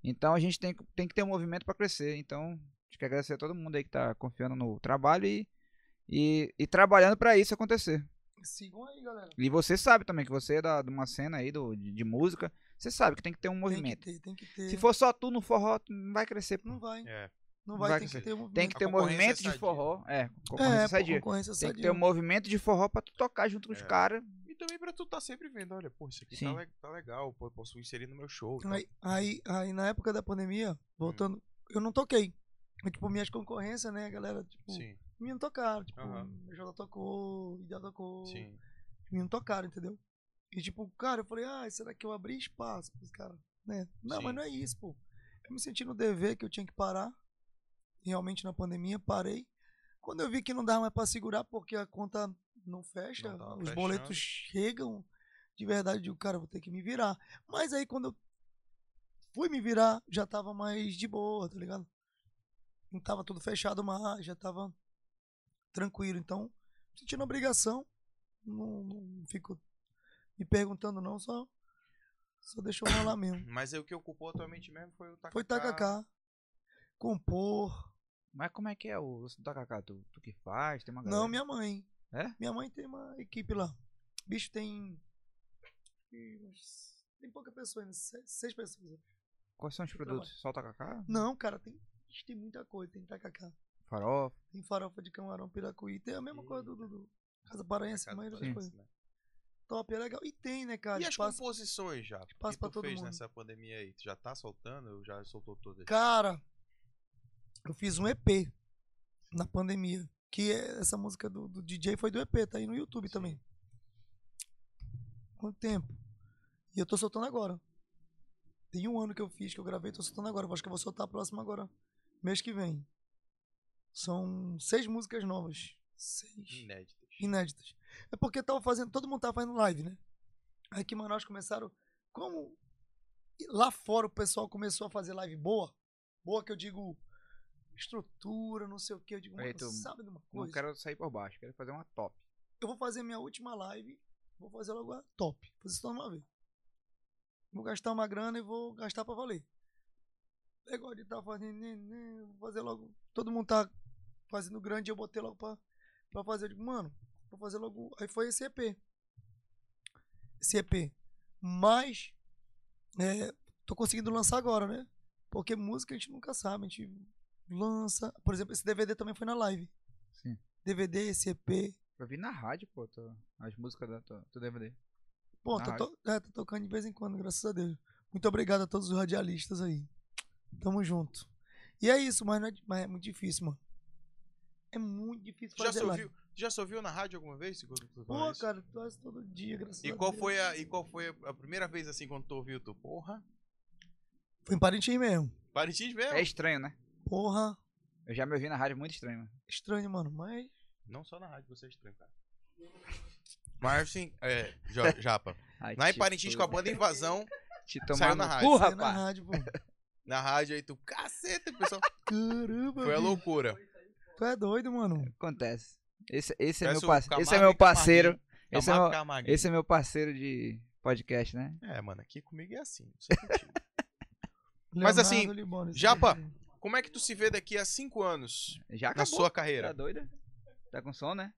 S2: Então a gente tem, que- tem que ter um movimento pra crescer. Então, acho que agradecer a todo mundo aí que tá confiando no trabalho e, e, e trabalhando pra isso acontecer.
S3: sigam aí, galera.
S2: E você sabe também que você é da, de uma cena aí do, de, de música, você sabe que tem que ter um
S3: Tem que
S2: movimento.
S3: ter, tem que ter.
S2: Se for só tu no forró, tu não vai crescer. pô.
S3: Não vai,
S1: É.
S3: não
S2: vai
S3: vai, tem que
S1: crescer.
S3: ter um
S2: Tem que
S1: A
S2: ter um
S1: concorrência
S2: movimento
S1: é
S2: de
S1: sadia.
S2: forró. É, concorrência
S3: É, pô,
S2: sadia.
S3: concorrência
S2: Tem que
S3: sadia.
S2: ter um movimento de forró pra tu tocar junto com os
S1: É.
S2: caras.
S1: E também pra tu tá sempre vendo, olha, pô, isso aqui
S2: Sim.
S1: tá, le- tá legal, pô, eu posso inserir no meu show. tá?
S3: Aí, aí, aí na época da pandemia, voltando, eu não toquei. E, tipo, minhas concorrências, né, galera? Tipo,
S1: Sim,
S3: me não tocaram. Tipo,
S1: Aham.
S3: o Jota tocou, o Ideal tocou.
S1: sim.
S3: Me não tocaram, entendeu? E tipo, cara, eu falei, ah, será que eu abri espaço pros caras? Né? Não,
S1: Sim.
S3: mas não é isso, pô. Eu me senti no dever que eu tinha que parar. Realmente na pandemia, parei. Quando eu vi que não dava mais pra segurar, porque a conta não fecha,
S1: Não tava
S3: os
S1: fechando.
S3: boletos chegam. De verdade, eu digo, cara, eu vou ter que me virar. Mas aí quando eu fui me virar, já tava mais de boa, tá ligado? Não tava tudo fechado mais, já tava tranquilo. Então, sentindo obrigação, não, não fico me perguntando não, só, só deixou rolar mesmo.
S1: Mas aí o que ocupou a tua mente mesmo foi o tacacá.
S3: Foi tacacá, compor.
S2: Mas como é que é o lance do Takaká? Tu, tu que faz?
S1: Tá
S2: Tem uma galera.
S3: Não, minha mãe.
S2: É?
S3: Minha mãe tem uma equipe lá. Bicho tem... tem umas- Tem pouca pessoa ainda, se- seis pessoas.
S2: Quais são os
S3: Eu
S1: Então,
S2: produtos?
S1: é.
S2: Só o Takaká?
S3: Não, cara, tem, ixi, tem muita coisa. Tem tacacá,
S2: Farofa.
S3: tem farofa de camarão, piracuí. Tem a mesma coisa do, do, do Casa Paranense,
S1: Tacacá
S3: mas
S1: do
S3: outras
S1: Paranense,
S3: coisas.
S1: né?
S3: Top, é legal. E tem, né,
S1: E
S3: cara?
S1: as
S3: espaço-
S1: composições já? O que
S3: passa pra
S1: tu
S3: todo
S1: fez
S3: mundo.
S1: nessa pandemia aí? Tu já tá soltando? Eu já soltou todas.
S3: Cara, eu fiz um EP na pandemia. Que é- essa música do, do DJ foi do EP, tá aí no YouTube
S1: Sim.
S3: também. Quanto tempo? E eu tô soltando agora. Tem um ano que eu fiz, que eu gravei, tô soltando agora. Eu Acho que eu vou soltar a próxima agora. Mês que vem. São seis músicas novas. Seis
S1: Inéditas.
S3: inéditas. É porque tava fazendo, todo mundo tava fazendo live, né? Aí que Manaus começaram, como lá fora o pessoal começou a fazer live boa, boa que eu digo estrutura, não sei o que, eu digo,
S2: Aí
S3: mano,
S2: tu-
S3: sabe de uma
S2: Não
S3: coisa?
S2: quero sair por baixo, quero fazer uma top.
S3: Eu vou fazer minha última live, vou fazer logo a top, vou fazer isso toda uma vez. Vou gastar uma grana e vou gastar pra valer. Negócio de tá fazendo, né, né, vou fazer logo, todo mundo tá fazendo grande, eu botei logo pra, pra fazer. Eu digo, mano, vou fazer logo. Aí foi esse EP. Esse EP. Mas, é, tô conseguindo lançar agora, né? Porque música a gente nunca sabe, a gente lança. Por exemplo, esse DVD também foi na live.
S2: Sim.
S3: DVD, esse EP.
S2: Eu vi na rádio, pô, tô- as músicas da tua, do DVD.
S3: Pô,
S2: Na
S1: Ah,
S3: tô,
S2: rádio.
S3: to- é, tô tocando de vez em quando, graças a Deus. Muito obrigado a todos os radialistas aí. Tamo junto. E é isso, mas, não é, di- mas é muito difícil, mano. É muito difícil
S1: Já
S3: fazer
S1: se
S3: live.
S1: ouviu, já se ouviu na rádio alguma vez? Sigo, tu falando
S3: é Pô,
S1: isso?
S3: cara, quase todo dia, graças
S1: E
S3: a
S1: qual
S3: Deus.
S1: foi a, e qual foi a a primeira vez assim quando tu ouviu tu? Porra,
S3: Foi em Parintins mesmo.
S1: Parintins mesmo.
S2: É estranho, né?
S3: Porra,
S2: Eu já me ouvi na rádio muito estranho, mano.
S3: estranho, mano. Mas
S1: Não só na rádio, você é estranho, cara. Mas assim, é, Jo- Japa.
S2: É
S1: Na
S2: tipo
S1: em Parintins com a banda Invasão,
S2: Te tomar
S1: saiu
S2: na
S1: na
S2: rádio.
S1: rádio.
S2: Cu,
S3: saiu na
S2: rapaz.
S3: rádio, pô.
S1: na rádio aí tu, caceta, pessoal.
S3: Caramba,
S1: Foi a
S3: bicho,
S1: loucura.
S3: tu é doido, mano.
S2: Acontece. Esse, esse, é, meu
S1: Parece o
S2: parce- esse é
S1: Camargo
S2: meu
S1: e Camarguinho.
S2: parceiro. Esse é
S1: Camargo,
S2: meu,
S1: Camarguinho.
S2: esse é meu parceiro de podcast, né?
S1: É, mano, aqui comigo é assim. não sei contigo.
S3: Leonardo
S1: assim,
S3: Libório, esse
S1: Japa,
S3: cara.
S1: Como é que tu se vê daqui a cinco anos
S2: Já
S1: na
S2: acabou.
S1: sua
S2: Tá
S1: carreira?
S2: doida? Tá com som, né?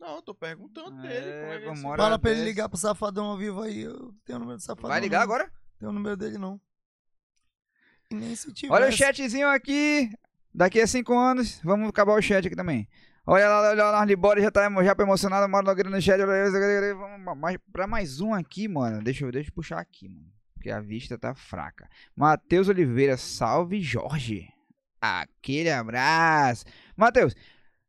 S1: Não, eu tô perguntando
S2: É,
S1: dele. Como é que ele se-
S2: vamos
S3: Fala pra ele
S2: dessa.
S3: ligar pro Safadão ao vivo aí. Eu não tenho o número do Safadão.
S2: Vai ligar
S3: não.
S2: agora?
S3: Não tenho o número dele, não. E nem se tiver.
S2: Olha o chatzinho aqui. Daqui a cinco anos, vamos acabar o chat aqui também. Olha lá, olha lá, o Libório já tá emo- já tá emocionado, Mauro Nogueira no chat. olha aí, Vamos ma- mais, pra mais um aqui, mano. Deixa eu, deixa eu puxar aqui, mano. Porque a vista tá fraca. Matheus Oliveira, salve Jorge. Aquele abraço. Matheus,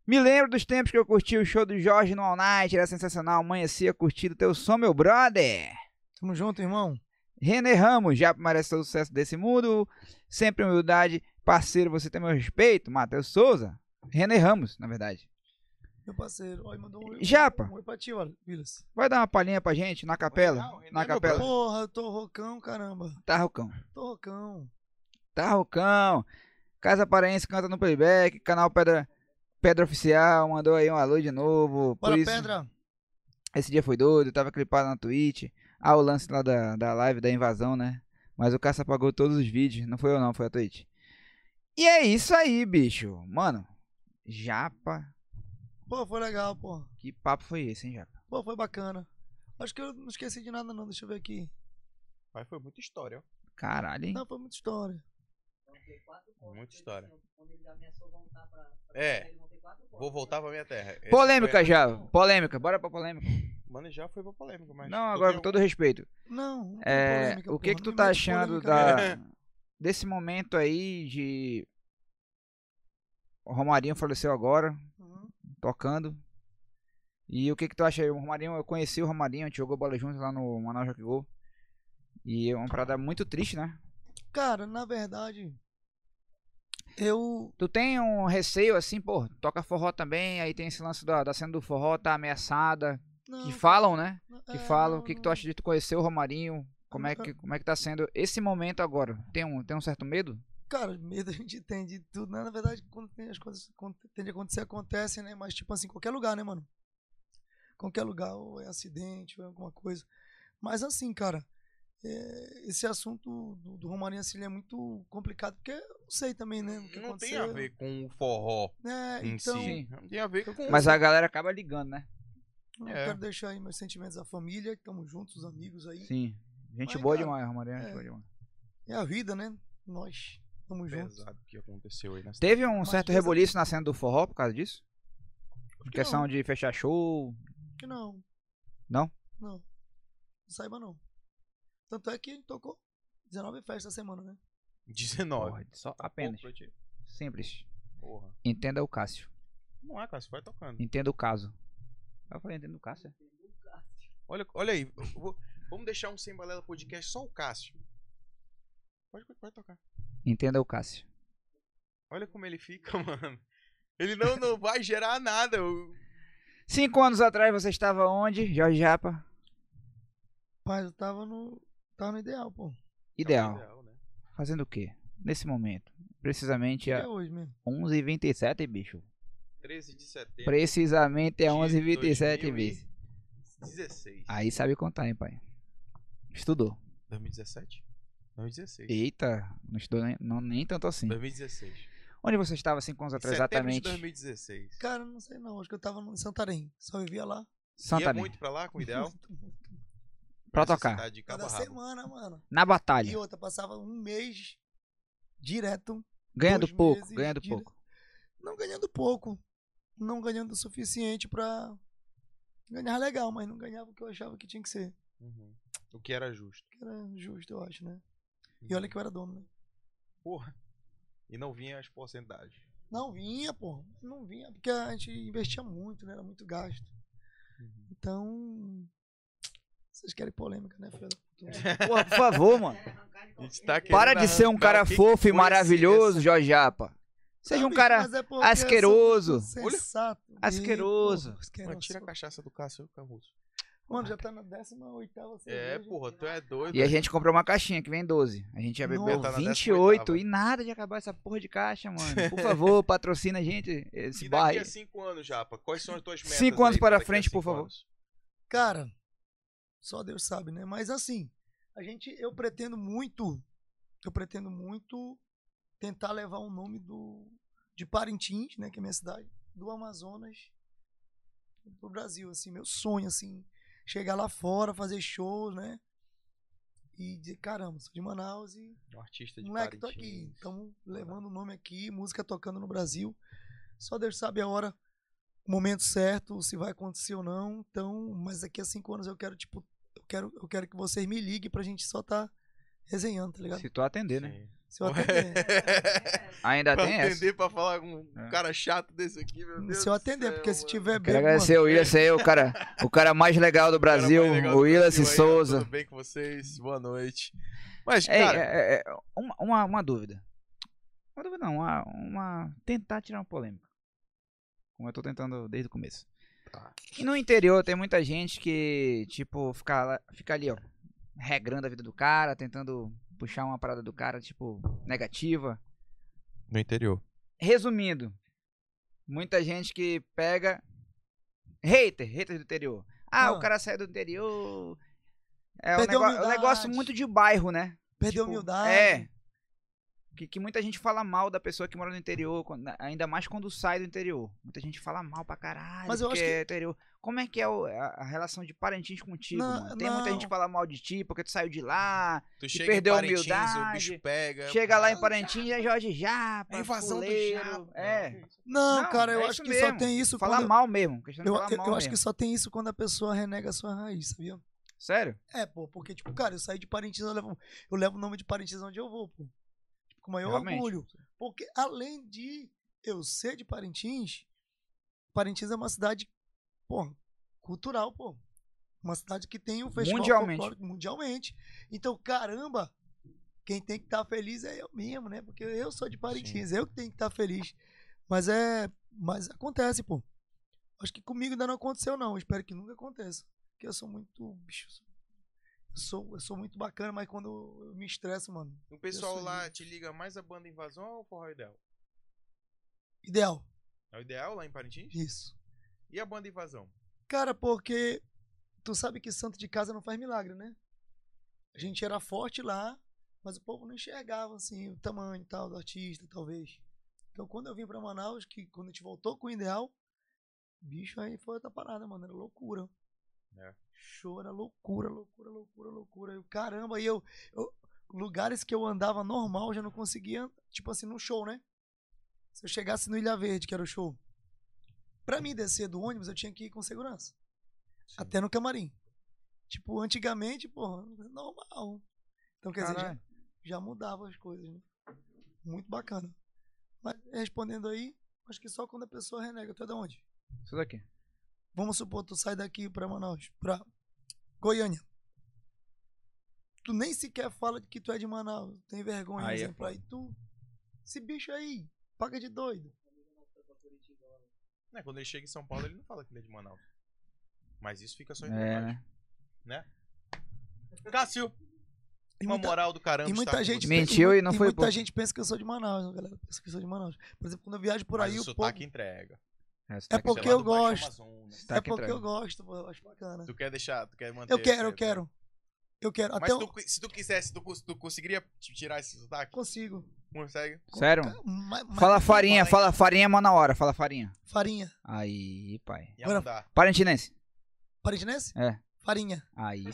S2: me lembro dos tempos que eu curti o show do Jorge no All Night. Era sensacional. Amanhecia curtindo teu som, meu brother.
S3: Tamo junto, irmão.
S2: René Ramos, já merece todo o sucesso desse mundo. Sempre humildade, parceiro, você tem meu respeito. Matheus Souza. René Ramos, na verdade.
S3: Meu parceiro. Olha, mandou um oi.
S2: Japa.
S3: Um oi pra ti, olha, Vilas.
S2: Vai dar uma palhinha pra gente na capela?
S1: Não, Renan
S2: Na
S1: é meu
S2: capela.
S1: brother.
S3: Porra, eu tô rocão, caramba.
S2: Tá rocão.
S3: Tô rocão.
S2: Tá rocão. Casa Paraense canta no playback. Canal Pedra, Pedra Oficial mandou aí um alô de novo. Por
S3: Bora,
S2: isso,
S3: pedra.
S2: Esse dia foi doido, tava clipado na Twitch. Ah, o lance lá da, da live da invasão, né? Mas o caça apagou todos os vídeos. Não foi eu não, foi a Twitch. E é isso aí, bicho. Mano, japa.
S3: Pô, foi legal, pô.
S2: Que papo foi esse, hein, japa?
S3: Pô, foi bacana. Acho que eu não esqueci de nada, não. Deixa eu ver aqui.
S1: Mas foi muita história,
S2: Caralho, hein?
S3: Não, foi muita história.
S1: ó. Muita história.
S4: Quando ele ameaçou voltar pra. pra
S1: É.
S4: ele vão ter quatro né?
S1: Vou voltar pra minha terra. Esse
S2: Polêmica, já. Polêmica. Bora pra polêmica.
S1: foi- Mano, já foi pra polêmica, mas.
S2: Não,
S1: eu
S2: agora
S1: tenho-
S2: com todo respeito.
S3: Não, não tem
S2: É,
S3: polêmica,
S2: o que
S3: porra.
S2: que
S3: Não
S2: tu
S3: me
S2: tá
S3: mete
S2: achando
S3: polêmica, né? não.
S2: da desse momento aí de o Romarinho faleceu agora,
S3: Uhum.
S2: tocando. E o que que tu acha aí? O Romarinho, eu conheci o Romarinho, a gente jogou bola junto lá no Manaus Rock Go. E é uma parada muito triste, né?
S3: Cara, na verdade, eu.
S2: Tu tem um receio assim, pô, toca forró também, aí tem esse lance da, da cena do forró tá ameaçada,
S3: Não,
S2: que falam, né?
S3: cara,
S2: Que
S3: é,
S2: falam. O
S3: não,
S2: que que tu
S3: não.
S2: acha de tu conhecer o Romarinho? Como é
S3: nunca-
S2: que, como é que tá sendo esse momento agora? Tem um, tem um certo medo?
S3: Cara, medo a gente tem de tudo, né? Na verdade, quando tem as coisas quando tem de acontecer, acontecem, né? Mas, tipo assim, qualquer lugar, né, mano? Qualquer lugar, ou é acidente, ou é alguma coisa. Mas, assim, cara, é, esse assunto do, do Romarinho, assim, ele é muito complicado, porque eu não sei também, né? O que
S1: Não tem
S3: aconteceu,
S1: a ver com o forró
S3: né?
S1: em
S3: Então,
S1: si. Não tem a ver com.
S2: É, Mas a galera acaba ligando, né?
S3: eu
S1: É.
S3: quero deixar aí meus sentimentos à família, que estamos juntos, os amigos aí.
S2: Sim. Gente
S3: Mas,
S2: boa
S3: cara,
S2: demais, Romarinho. gente
S3: é.
S2: boa demais.
S3: É a vida, né? Nós, estamos juntos.
S1: pesado que aconteceu aí nessa.
S2: Teve um
S3: Mas
S2: certo
S3: pensa-
S2: rebuliço na cena do forró por causa disso? Por
S3: que
S2: questão
S3: não.
S2: de fechar show.
S3: Que não.
S2: Não?
S3: Não. Não saiba não. Tanto é que a gente tocou 19 festas essa semana, né?
S1: 19.
S2: Porra, só apenas.
S1: Pô, pra ti.
S2: Simples.
S1: Porra.
S2: Entenda o Cássio.
S1: Não é, cara, você vai tocando.
S2: Entenda o caso. Eu falei, entenda o Cássio.
S1: Olha, olha aí, eu vou- vamos deixar um Sem Balela podcast só o Cássio. Pode, pode, pode tocar.
S2: Entenda o Cássio.
S1: Olha como ele fica, mano. Ele não, não vai gerar nada. eu-
S2: Cinco anos atrás você estava onde, Jorge Japa?
S3: Mas eu tava no. Tava no ideal, pô.
S1: É o
S2: Ideal.
S1: né?
S2: Fazendo o quê? Nesse momento. Precisamente
S3: Até
S2: é
S3: hoje mesmo.
S2: 11h27, bicho.
S1: 13 de setembro.
S2: Precisamente é
S1: de
S2: 11h27,
S1: 2000 e
S2: bicho.
S1: 16.
S2: Aí sabe contar, hein, pai? Estudou.
S1: 2017? 2016.
S2: Eita, não estudou nem, não, nem tanto assim.
S1: 2016.
S2: Onde você estava assim cinco anos atrás,
S1: Setembro de
S2: exatamente?
S1: 2016.
S3: Cara, não sei não. Acho que eu tava no Santarém. Só vivia lá.
S1: Ia
S2: Santarém.
S1: um, é muito pra lá com o ideal?
S2: Pra
S1: Essa
S2: tocar.
S1: cidade de Cabo
S3: Cada
S1: Rabo.
S3: semana, mano.
S2: Na
S3: E
S2: batalha.
S3: outra, passava um mês direto.
S2: Ganhando
S3: dois
S2: pouco,
S3: meses
S2: ganhando
S3: de-
S2: pouco.
S3: Não ganhando pouco. Não ganhando o suficiente pra ganhar legal, mas não ganhava o que eu achava que tinha que ser.
S1: Uhum. O que era justo.
S3: Que era justo, eu acho, né? E olha que eu era dono, né?
S1: Porra. E não vinha as porcentagens.
S3: Não vinha, pô. Não vinha, porque a gente investia muito, né? Era muito gasto.
S1: Uhum.
S3: Então. Vocês querem polêmica, né, filha da
S1: É.
S3: puta?
S2: Porra, por favor, mano.
S1: A gente tá
S2: Para
S1: querendo
S2: de ser um
S1: arrancar
S2: cara
S1: aqui.
S2: fofo e
S1: conhecia
S2: maravilhoso, Jorge Japa. Seja um
S3: Sabe,
S2: cara
S3: mas é porque eu sou
S2: asqueroso.
S3: Sensato.
S2: Asqueroso.
S3: Ih, porra,
S1: Mano, tira a
S3: asqueroso.
S1: cachaça do Cássio Carroço.
S3: Mano, já tá na 18
S1: É, porra, tu é doido.
S2: E a gente comprou uma caixinha que vem 12. A gente já bebeu
S1: Nossa, tá na
S2: 28
S1: 18ª.
S2: e nada de acabar essa porra de caixa, mano. Por favor, patrocina a gente, esse
S1: E daqui é
S2: bar.
S1: a cinco anos, Japa, quais são as tuas metas?
S2: Cinco
S1: aí
S2: anos
S1: pra
S2: para
S1: daqui a
S2: frente,
S1: cinco
S2: por favor.
S1: anos?
S3: Cara, só Deus sabe, né? Mas assim, a gente, eu pretendo muito, eu pretendo muito tentar levar o nome do de Parintins, né, que é minha cidade, do Amazonas pro Brasil, assim, meu sonho, assim, chegar lá fora, fazer shows, né? E dizer, caramba, sou de Manaus e
S1: Um artista de
S3: moleque, tô aqui.
S1: Parintins.
S3: Estamos levando o nome aqui, música tocando no Brasil. Só Deus sabe a hora, o momento certo, se vai acontecer ou não. Então, mas daqui a cinco anos eu quero, tipo, eu quero, eu quero que vocês me liguem pra gente só tá resenhando, tá ligado?
S2: Se tu atender, né?
S1: Sim.
S3: Se eu atender.
S2: Ainda
S1: pra
S2: tem essa.
S1: entender, pra falar com um
S2: É.
S1: cara chato desse aqui, meu Deus.
S3: se eu
S1: do
S3: atender,
S1: céu,
S3: porque se
S1: mano.
S3: tiver bem.
S2: Quero agradecer o Willis aí, o cara, o cara mais legal do
S1: Cara mais
S2: Brasil,
S1: legal
S2: o
S1: do
S2: Willis
S1: Brasil aí, ó,
S2: Souza.
S1: Tudo bem com vocês? Boa noite. Mas,
S2: Ei,
S1: cara,
S2: é, é, é, uma, uma, uma dúvida. Uma dúvida não, uma, uma- Tentar tirar uma polêmica. Como eu tô tentando desde o começo.
S1: Tá.
S2: E no interior tem muita gente que, tipo, fica, lá- fica ali, ó, regrando a vida do cara, tentando puxar uma parada do cara, tipo, negativa.
S1: no interior.
S2: Resumindo, muita gente que pega. Hater, hater do interior. Ah, o
S3: Ah.
S2: cara saiu do interior. É um
S3: Perdeu a
S2: negó- é um negócio
S3: humildade.
S2: muito de bairro, né?
S3: Perder a
S2: Tipo,
S3: humildade.
S2: É. Que, que muita gente fala mal da pessoa que mora no interior, quando- ainda mais quando sai do interior. Muita gente fala mal pra caralho,
S3: Mas eu
S2: porque
S3: acho que-
S2: é interior. Como é que é o- a, a relação de Parintins contigo,
S3: Não,
S2: mano? Tem muita
S3: não.
S2: gente que fala mal de ti porque tu saiu de lá,
S1: Tu chega
S2: chega em perdeu
S1: em
S2: a
S1: Parintins, o
S2: humildade,
S1: bicho pega.
S2: chega lá em Parintins e é Jorge Japa,
S6: É invasão do
S2: fuleiro,
S6: Japa.
S2: É,
S3: Não,
S2: Não,
S3: cara, eu
S2: é
S3: acho
S2: isso
S3: que só
S2: mesmo.
S3: tem isso.
S2: falar
S3: quando-
S2: mal mesmo. questão de
S3: Eu,
S2: falar
S3: eu-
S2: mal
S3: eu acho que
S2: mesmo.
S3: só tem isso quando a pessoa renega a sua raiz, sabia?
S2: Sério?
S3: É, pô, porque, tipo, cara, eu saí de Parintins, eu levo, eu levo o nome de Parintins onde eu vou, pô. Tipo, com o maior
S2: Realmente.
S3: orgulho. Porque, além de eu ser de Parintins, Parintins é uma cidade, pô, cultural, pô. Uma cidade que tem o festival
S2: Mundialmente.
S3: folclórico mundialmente. Então, caramba, quem tem que estar feliz é eu mesmo, né? Porque eu sou de Parintins, eu que tenho que estar feliz. Mas é. Mas acontece, pô. Acho que comigo ainda não aconteceu, não. Espero que nunca aconteça. Porque eu sou muito. Bicho, eu sou, eu sou muito bacana, mas quando eu me estresso, mano.
S1: O pessoal
S3: Isso
S1: lá te liga mais a banda Invasão ou o Forró Ideal?
S3: Ideal.
S1: É o ideal lá em Parintins?
S3: Isso.
S1: E a banda Invasão?
S3: Cara, porque tu sabe que santo de casa não faz milagre, né? A gente era forte lá, mas o povo não enxergava, assim, o tamanho e tal do artista, talvez. Então, quando eu vim pra Manaus, que quando a gente voltou com o Ideal, bicho, aí foi outra parada, mano. Era loucura.
S1: É.
S3: Show, era loucura, loucura, loucura, loucura. Eu, caramba, e eu, eu- Lugares que eu andava normal, eu já não conseguia, tipo assim, num show, né? Se eu chegasse no Ilha Verde, que era o show, pra mim descer do ônibus, eu tinha que ir com segurança. Até no camarim. Tipo, antigamente, porra, normal. Então, quer dizer, já,
S2: Caralho.
S3: já mudava as coisas, né? Muito bacana. Mas, respondendo aí, acho que só quando a pessoa renega. Tu é de onde?
S2: Isso daqui.
S3: Vamos supor, tu sai daqui pra Manaus, pra Goiânia. Tu nem sequer fala que tu é de Manaus. Tem vergonha,
S2: Aí é
S3: exemplo. Aí tu. Esse bicho aí, paga de doido.
S1: Né, quando ele chega em São Paulo, ele não fala que ele é de Manaus. Mas isso fica só em
S2: É,
S1: vontade.
S2: né?
S1: Cássio,
S3: E
S1: uma
S3: muita-
S1: moral do caramba.
S3: e muita
S1: estar com
S3: gente
S1: você.
S2: Mentira. Mentiu e não foi
S3: muita
S2: pouco.
S3: gente pensa que eu sou de Manaus, né, galera. Pensa que eu sou de Manaus. Por exemplo, quando eu viajo por
S1: Mas
S3: aí,
S1: o
S3: o
S1: sotaque tá entrega.
S2: sotaque
S3: É
S1: Sei
S3: porque
S2: tá sei
S1: lá,
S2: lá.
S3: eu
S1: do Baixo
S3: gosto.
S1: Amazonas.
S3: povo. É
S2: Sotaque
S3: porque eu
S2: entrando.
S3: gosto, pô, eu acho bacana.
S1: Tu quer deixar, tu quer manter.
S3: Eu quero, eu
S1: essa-
S3: quero. Então Eu quero.
S1: Mas
S3: Até eu
S1: tu- se tu quisesse, tu, cons- tu conseguiria t- tirar esse sotaque?
S3: consigo.
S1: Consegue?
S2: Sério?
S3: Cara, ma- ma-
S2: Fala farinha,
S1: fala aí.
S2: fala farinha, mão na hora, fala farinha.
S3: Farinha.
S2: Aí, pai.
S1: Ia
S3: Agora-
S1: mudar.
S2: Parentinense.
S3: Parintinense?
S2: É.
S3: Farinha.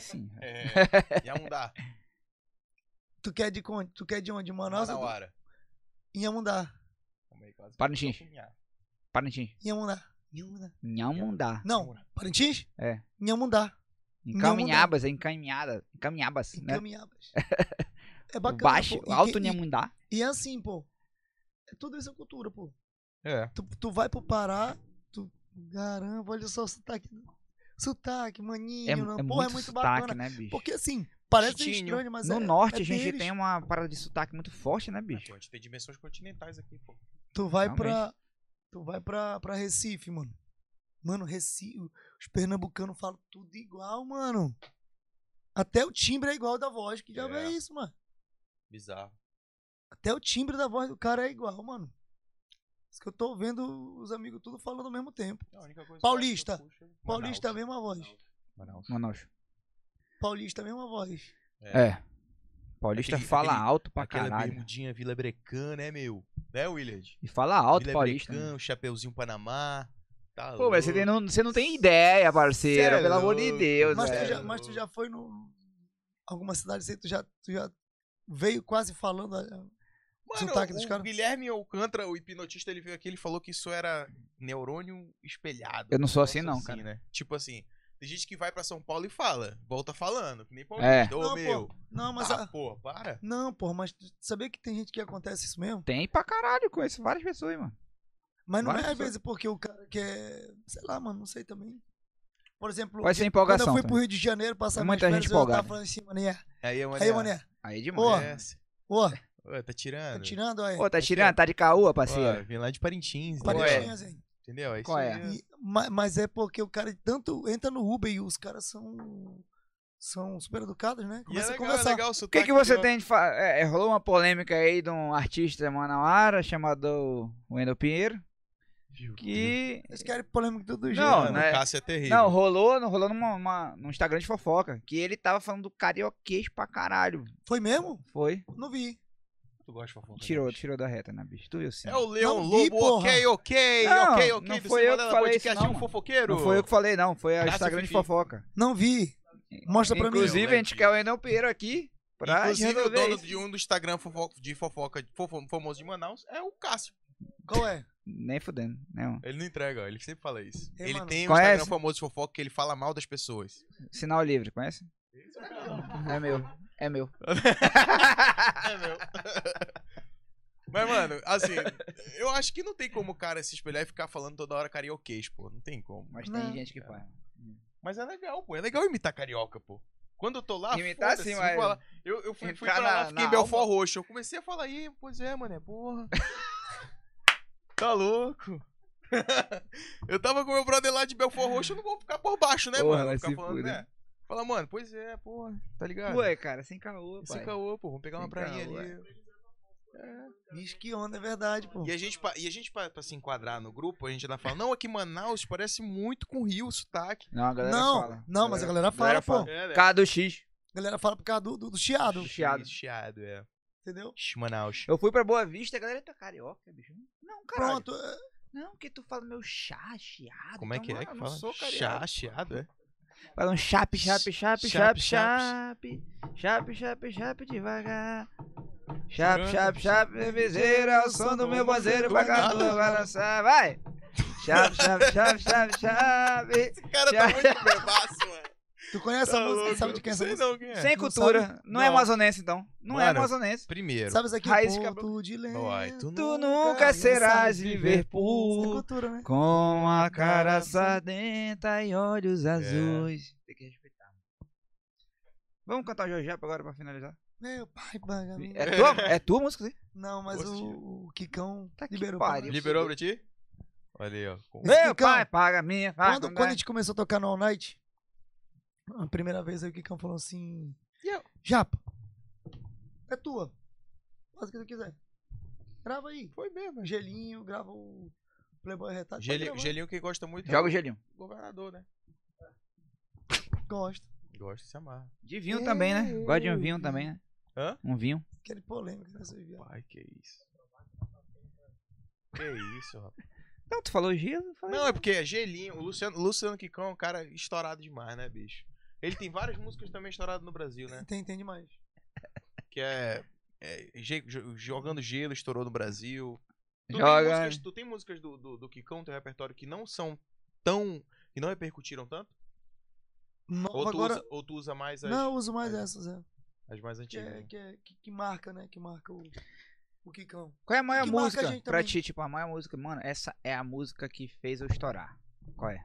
S2: Aí sim.
S1: É, ia mudar.
S3: Tu quer de onde? Tu quer de onde? De Manaus? é
S1: Manaus. Na hora.
S3: Iamundá.
S1: Calma aí, quase que
S2: Parintins.
S1: eu tô com minha-
S2: Parintins.
S3: Iamundá. Iamundá.
S2: Nhamundá.
S3: Não, Parintins?
S2: É.
S3: Inhamundá.
S2: Encaminhabas, é encaminhada. Encaminhabas, né?
S3: Encaminhabas. É
S2: O
S3: bacana.
S2: baixo,
S3: pô.
S2: o alto
S3: e, e,
S2: Nhamundá.
S3: e é assim, pô. É tudo isso é cultura, pô.
S1: É.
S3: Tu, tu vai pro Pará, tu. Caramba, olha só o sotaque. Sotaque, maninho.
S2: É, é
S3: não.
S2: muito,
S3: Porra, é muito
S2: sotaque,
S3: bacana.
S2: né, bicho?
S3: Porque assim, parece
S1: Chitinho.
S3: estranho, mas
S2: no
S3: é.
S2: norte
S3: é
S2: a gente
S3: deles. É,
S2: tem uma parada de sotaque muito forte, né,
S1: Pô,
S2: bicho?
S1: a gente tem dimensões continentais aqui, pô.
S3: Tu vai
S2: Realmente.
S3: pra. Tu vai pra, pra Recife, mano. Mano, Recife. Os pernambucanos falam tudo igual, mano. Até o timbre é igual da voz. Que diabo é.
S1: É.
S3: isso, mano?
S1: Bizarro.
S3: Até o timbre da voz do cara é igual, mano. Isso que eu tô vendo os amigos tudo falando ao mesmo tempo.
S1: É a única coisa que eu acho que eu
S3: Paulista.
S1: puxo é Manaus.
S3: Paulista é a mesma voz.
S1: Manaus.
S2: Manaus.
S3: Paulista é a mesma voz.
S1: É.
S2: É. Paulista
S1: Aquele-
S2: fala
S1: aquele-
S2: alto pra
S3: é
S1: Aquela
S2: caralho.
S1: bermudinha Vila Brecã, né, meu? Né, Willard?
S2: E fala alto
S3: é
S1: Vila
S2: paulista.
S1: Brecã,
S2: né?
S1: o Chapeuzinho Panamá. Tá
S2: Pô, mas você, tem-
S1: louco.
S2: não, você não tem ideia,
S1: Cê
S2: parceiro.
S1: é
S2: pelo amor de
S1: louco,
S2: Deus,
S3: Mas
S1: é.
S3: tu,
S2: velho.
S3: já, mas tu já foi no. Alguma cidade assim, tu já, tu já veio quase falando. ah,
S1: Mano,
S3: Sotaque
S1: o
S3: dos caras.
S1: Guilherme Alcântara, o hipnotista, ele veio aqui, ele falou que isso era neurônio espelhado.
S2: Eu não sou
S1: Um
S2: assim,
S1: negócio
S2: não, cara.
S1: né? Tipo assim, tem gente que vai pra São Paulo e fala, volta falando,
S2: É.
S1: que nem paulista. Ô,
S3: Não, pô,
S1: meu,
S3: Não, mas.
S1: ah,
S3: a-
S1: pô, para.
S3: Não, porra, mas tu sabia que tem gente que acontece isso mesmo?
S2: Tem pra caralho, conheço várias pessoas, mano.
S3: Mas não
S2: Várias
S3: é às
S2: pessoas.
S3: vezes porque o cara quer. Sei lá, mano, não sei também. Por exemplo,
S2: Vai ser
S3: quando eu
S2: empolgação.
S3: fui pro
S2: também.
S3: Rio de Janeiro passar
S2: É
S3: minhas
S2: muita gente
S3: férias, eu tava
S2: empolgada.
S3: falando assim, mané.
S1: Aí, mané.
S3: Aí, mané,
S2: Aí é
S3: Pô.
S2: demais.
S1: Acontece.
S3: ô,
S1: Ué, tá tirando.
S3: tá tirando aí.
S2: Pô,
S1: É
S2: tá tirando, tá de caô,
S1: Ó,
S2: parceiro.
S1: vem lá de Parintins,
S2: Pô,
S1: né?
S3: Paretinhas, hein?
S1: Entendeu? É isso
S2: Qual é?
S1: aí.
S3: assim. E- ma- mas é porque o cara tanto entra no Uber e os caras são. São super educados, né?
S1: E é
S3: Começa a
S1: legal, é
S3: conversar.
S1: legal o
S2: O que,
S1: sotaque
S2: que você
S1: do-
S2: tem de falar? rolou uma polêmica aí de um artista manauara chamado Wendel Pinheiro.
S1: Viu? Hum.
S2: Que.
S3: Eles querem polêmica de todo jeito.
S2: Não,
S1: Mano,
S2: né?
S1: O Cássio é terrível.
S2: Não, rolou, não rolou numa, uma- num Instagram de fofoca. Que ele tava falando do carioquês pra caralho.
S3: Foi mesmo?
S2: Foi.
S3: Não vi.
S1: Tu gosta de fofoca, né,
S2: Tirou,
S1: bicho?
S2: tirou da reta, né, bicho? Tu viu sim.
S1: É o Leão
S3: Não vi,
S1: Lobo, ok, ok,
S2: Não,
S1: ok, ok.
S2: não
S1: do
S2: foi eu
S1: Semana
S2: que
S1: da
S2: falei isso,
S1: Podcast,
S2: não,
S1: um
S2: mano.
S1: fofoqueiro.
S2: Não foi eu que falei, não. Foi a
S1: Cássio
S2: Instagram de
S1: Fifi.
S2: fofoca.
S3: Não vi. Mostra pra mim.
S2: Inclusive, a gente quer o Wendel Pinheiro aqui. Pra
S1: Inclusive, o
S2: resolver
S1: dono
S2: isso.
S1: de um do Instagram fofo- de fofoca fofo- famoso de Manaus é o Cássio.
S3: Qual é?
S2: Nem fudendo. né, Não.
S1: Ele não entrega, ó, ele sempre fala isso.
S3: É,
S1: ele
S3: mano.
S1: tem um
S2: Conhece?
S1: Instagram famoso de fofoca que ele fala mal das pessoas.
S2: Sinal livre, conhece? É meu. É meu.
S1: É, meu. Mas, mano, assim, eu acho que não tem como o cara se espelhar e ficar falando toda hora carioquês, pô. Não tem como.
S2: Mas
S3: Não.
S2: tem gente que faz.
S1: Mas é legal, pô. É legal imitar carioca, pô. Quando eu tô lá,
S2: Imitar
S1: Ah, foda-se,
S2: sim,
S1: vou
S2: tá assim, mas-
S1: falar. Eu, eu fui, fui
S2: Entrar
S1: pra lá,
S2: na-
S1: fiquei
S2: na
S1: em Belfort
S2: alma.
S1: Roxo. Eu comecei a falar, aí, pois é, mano, é porra. tá louco. eu tava com meu brother lá de Belfort Roxo, eu não vou ficar por baixo, né,
S2: Porra,
S1: mano? Eu
S2: vai
S1: Vou ficar
S2: se
S1: falando,
S2: fuder.
S1: né? Fala, mano, pois é, porra, tá ligado?
S2: Ué, cara, sem caô,
S1: Esse
S2: pai.
S1: caô, pô, vamos pegar uma
S2: Sem
S1: prainha
S2: caô, é.
S1: ali.
S3: Bicho, que onda, é verdade, pô.
S1: E a gente, pa- e a gente pra, pra se enquadrar no grupo, a gente ainda fala, não, aqui Manaus parece muito com o Rio, o sotaque.
S2: Não, a galera
S3: Não,
S2: fala.
S3: não, mas a galera fala, pô.
S1: É, né?
S2: K do X.
S3: A galera fala por causa do, do, do chiado,
S2: Chiado.
S1: Chiado, é.
S3: entendeu?
S1: Ixi, Manaus.
S2: Eu fui pra Boa Vista, a galera tá carioca, bicho. Não, caralho.
S3: Pronto. é-
S2: Não, que tu fala meu chá, chiado.
S1: Como é
S2: Então,
S1: que é
S2: mano,
S1: que
S2: eu
S1: fala?
S2: Não sou
S1: Chá,
S2: carioca.
S1: chiado, é?
S2: Fala um chape, chape, chape,
S1: Chape,
S2: chape,
S1: chape.
S2: chape. Chape, chape, chape, devagar. Chape,
S1: Chorando.
S2: chape, chape, viseira, é o som do meu banzeiro pra cá,
S1: Nada.
S2: vai lançar, vai! Chape, chape, chape, chape, chape.
S1: Esse cara tá muito bebaço, mano.
S3: Tu conhece a
S1: Tá
S3: música?
S1: louco.
S3: Sabe de quem é essa
S1: Sei
S3: música?
S1: não quem é.
S2: Sem
S3: não
S2: cultura,
S3: sabe?
S2: não é
S3: Não.
S2: amazonense então. Não é
S1: Mano.
S2: amazonense.
S1: Primeiro.
S3: Sabe isso aqui?
S2: Raiz
S3: Ponto
S2: Cabral.
S3: de
S1: Boy,
S3: lento.
S1: tu
S2: Tu
S1: não...
S2: nunca serás
S3: sabe
S2: viver
S3: Isso é
S2: puro
S3: cultura, né?
S2: com a cara sardenta e olhos azuis. Tem que respeitar. Vamos cantar o Jorjapa agora pra finalizar?
S3: Meu pai, paga
S2: É tua, é tua música, sim?
S3: Não, mas
S1: Gostinho.
S3: o, o Kikão
S2: Tá que
S3: liberou.
S2: pariu.
S1: Liberou pra ti? Olha aí, ó. Com-
S3: Esse
S2: Meu É, pai,
S3: Kikão,
S2: Então, né? paga minha. Paga
S3: Quando, quando a gente começou a tocar no All Night, a primeira vez aí o Kikão falou assim:
S1: E eu?
S3: Japa, é tua. Faz o que tu quiser. Grava aí.
S1: Foi mesmo.
S3: Gelinho, grava o Playboy Retado. Pode
S1: Gelinho,
S3: gravar.
S1: gelinho que gosta muito é
S2: Joga o gelinho.
S1: o governador, né?
S3: Gosto.
S1: Gosta de se amar.
S2: De vinho também, né? Gosta de um vinho também, né?
S1: Hã?
S2: Um vinho.
S3: Aquele polêmica nessa viagem.
S1: Pai, que isso. Que isso, rapaz.
S2: Não, Então, tu falou gelo? eu falei-
S1: Não, é porque é gelinho. O Luciano, Luciano Kikão é um cara estourado demais, né, bicho? Ele tem várias músicas também estouradas no Brasil, né?
S3: Tem, tem demais.
S1: Que é é, je- jo- jogando gelo estourou no Brasil. Tu
S2: Joga.
S1: tem músicas, tu tem músicas do, do, do Kikão, teu repertório, que não são tão. que não repercutiram tanto?
S3: Nova
S1: Ou tu,
S3: agora.
S1: usa, ou tu usa mais as,
S3: Não, uso mais
S1: as-
S3: essas, é.
S1: as mais
S3: Que,
S1: antigas?
S3: é,
S1: né?
S3: que, é- que, que marca, né? Que marca o, o Kikão.
S2: Qual é a maior
S3: Que marca a
S2: música
S3: gente
S2: pra
S3: também.
S2: ti? Tipo, a maior música, mano, essa é a música que fez eu estourar. Qual é?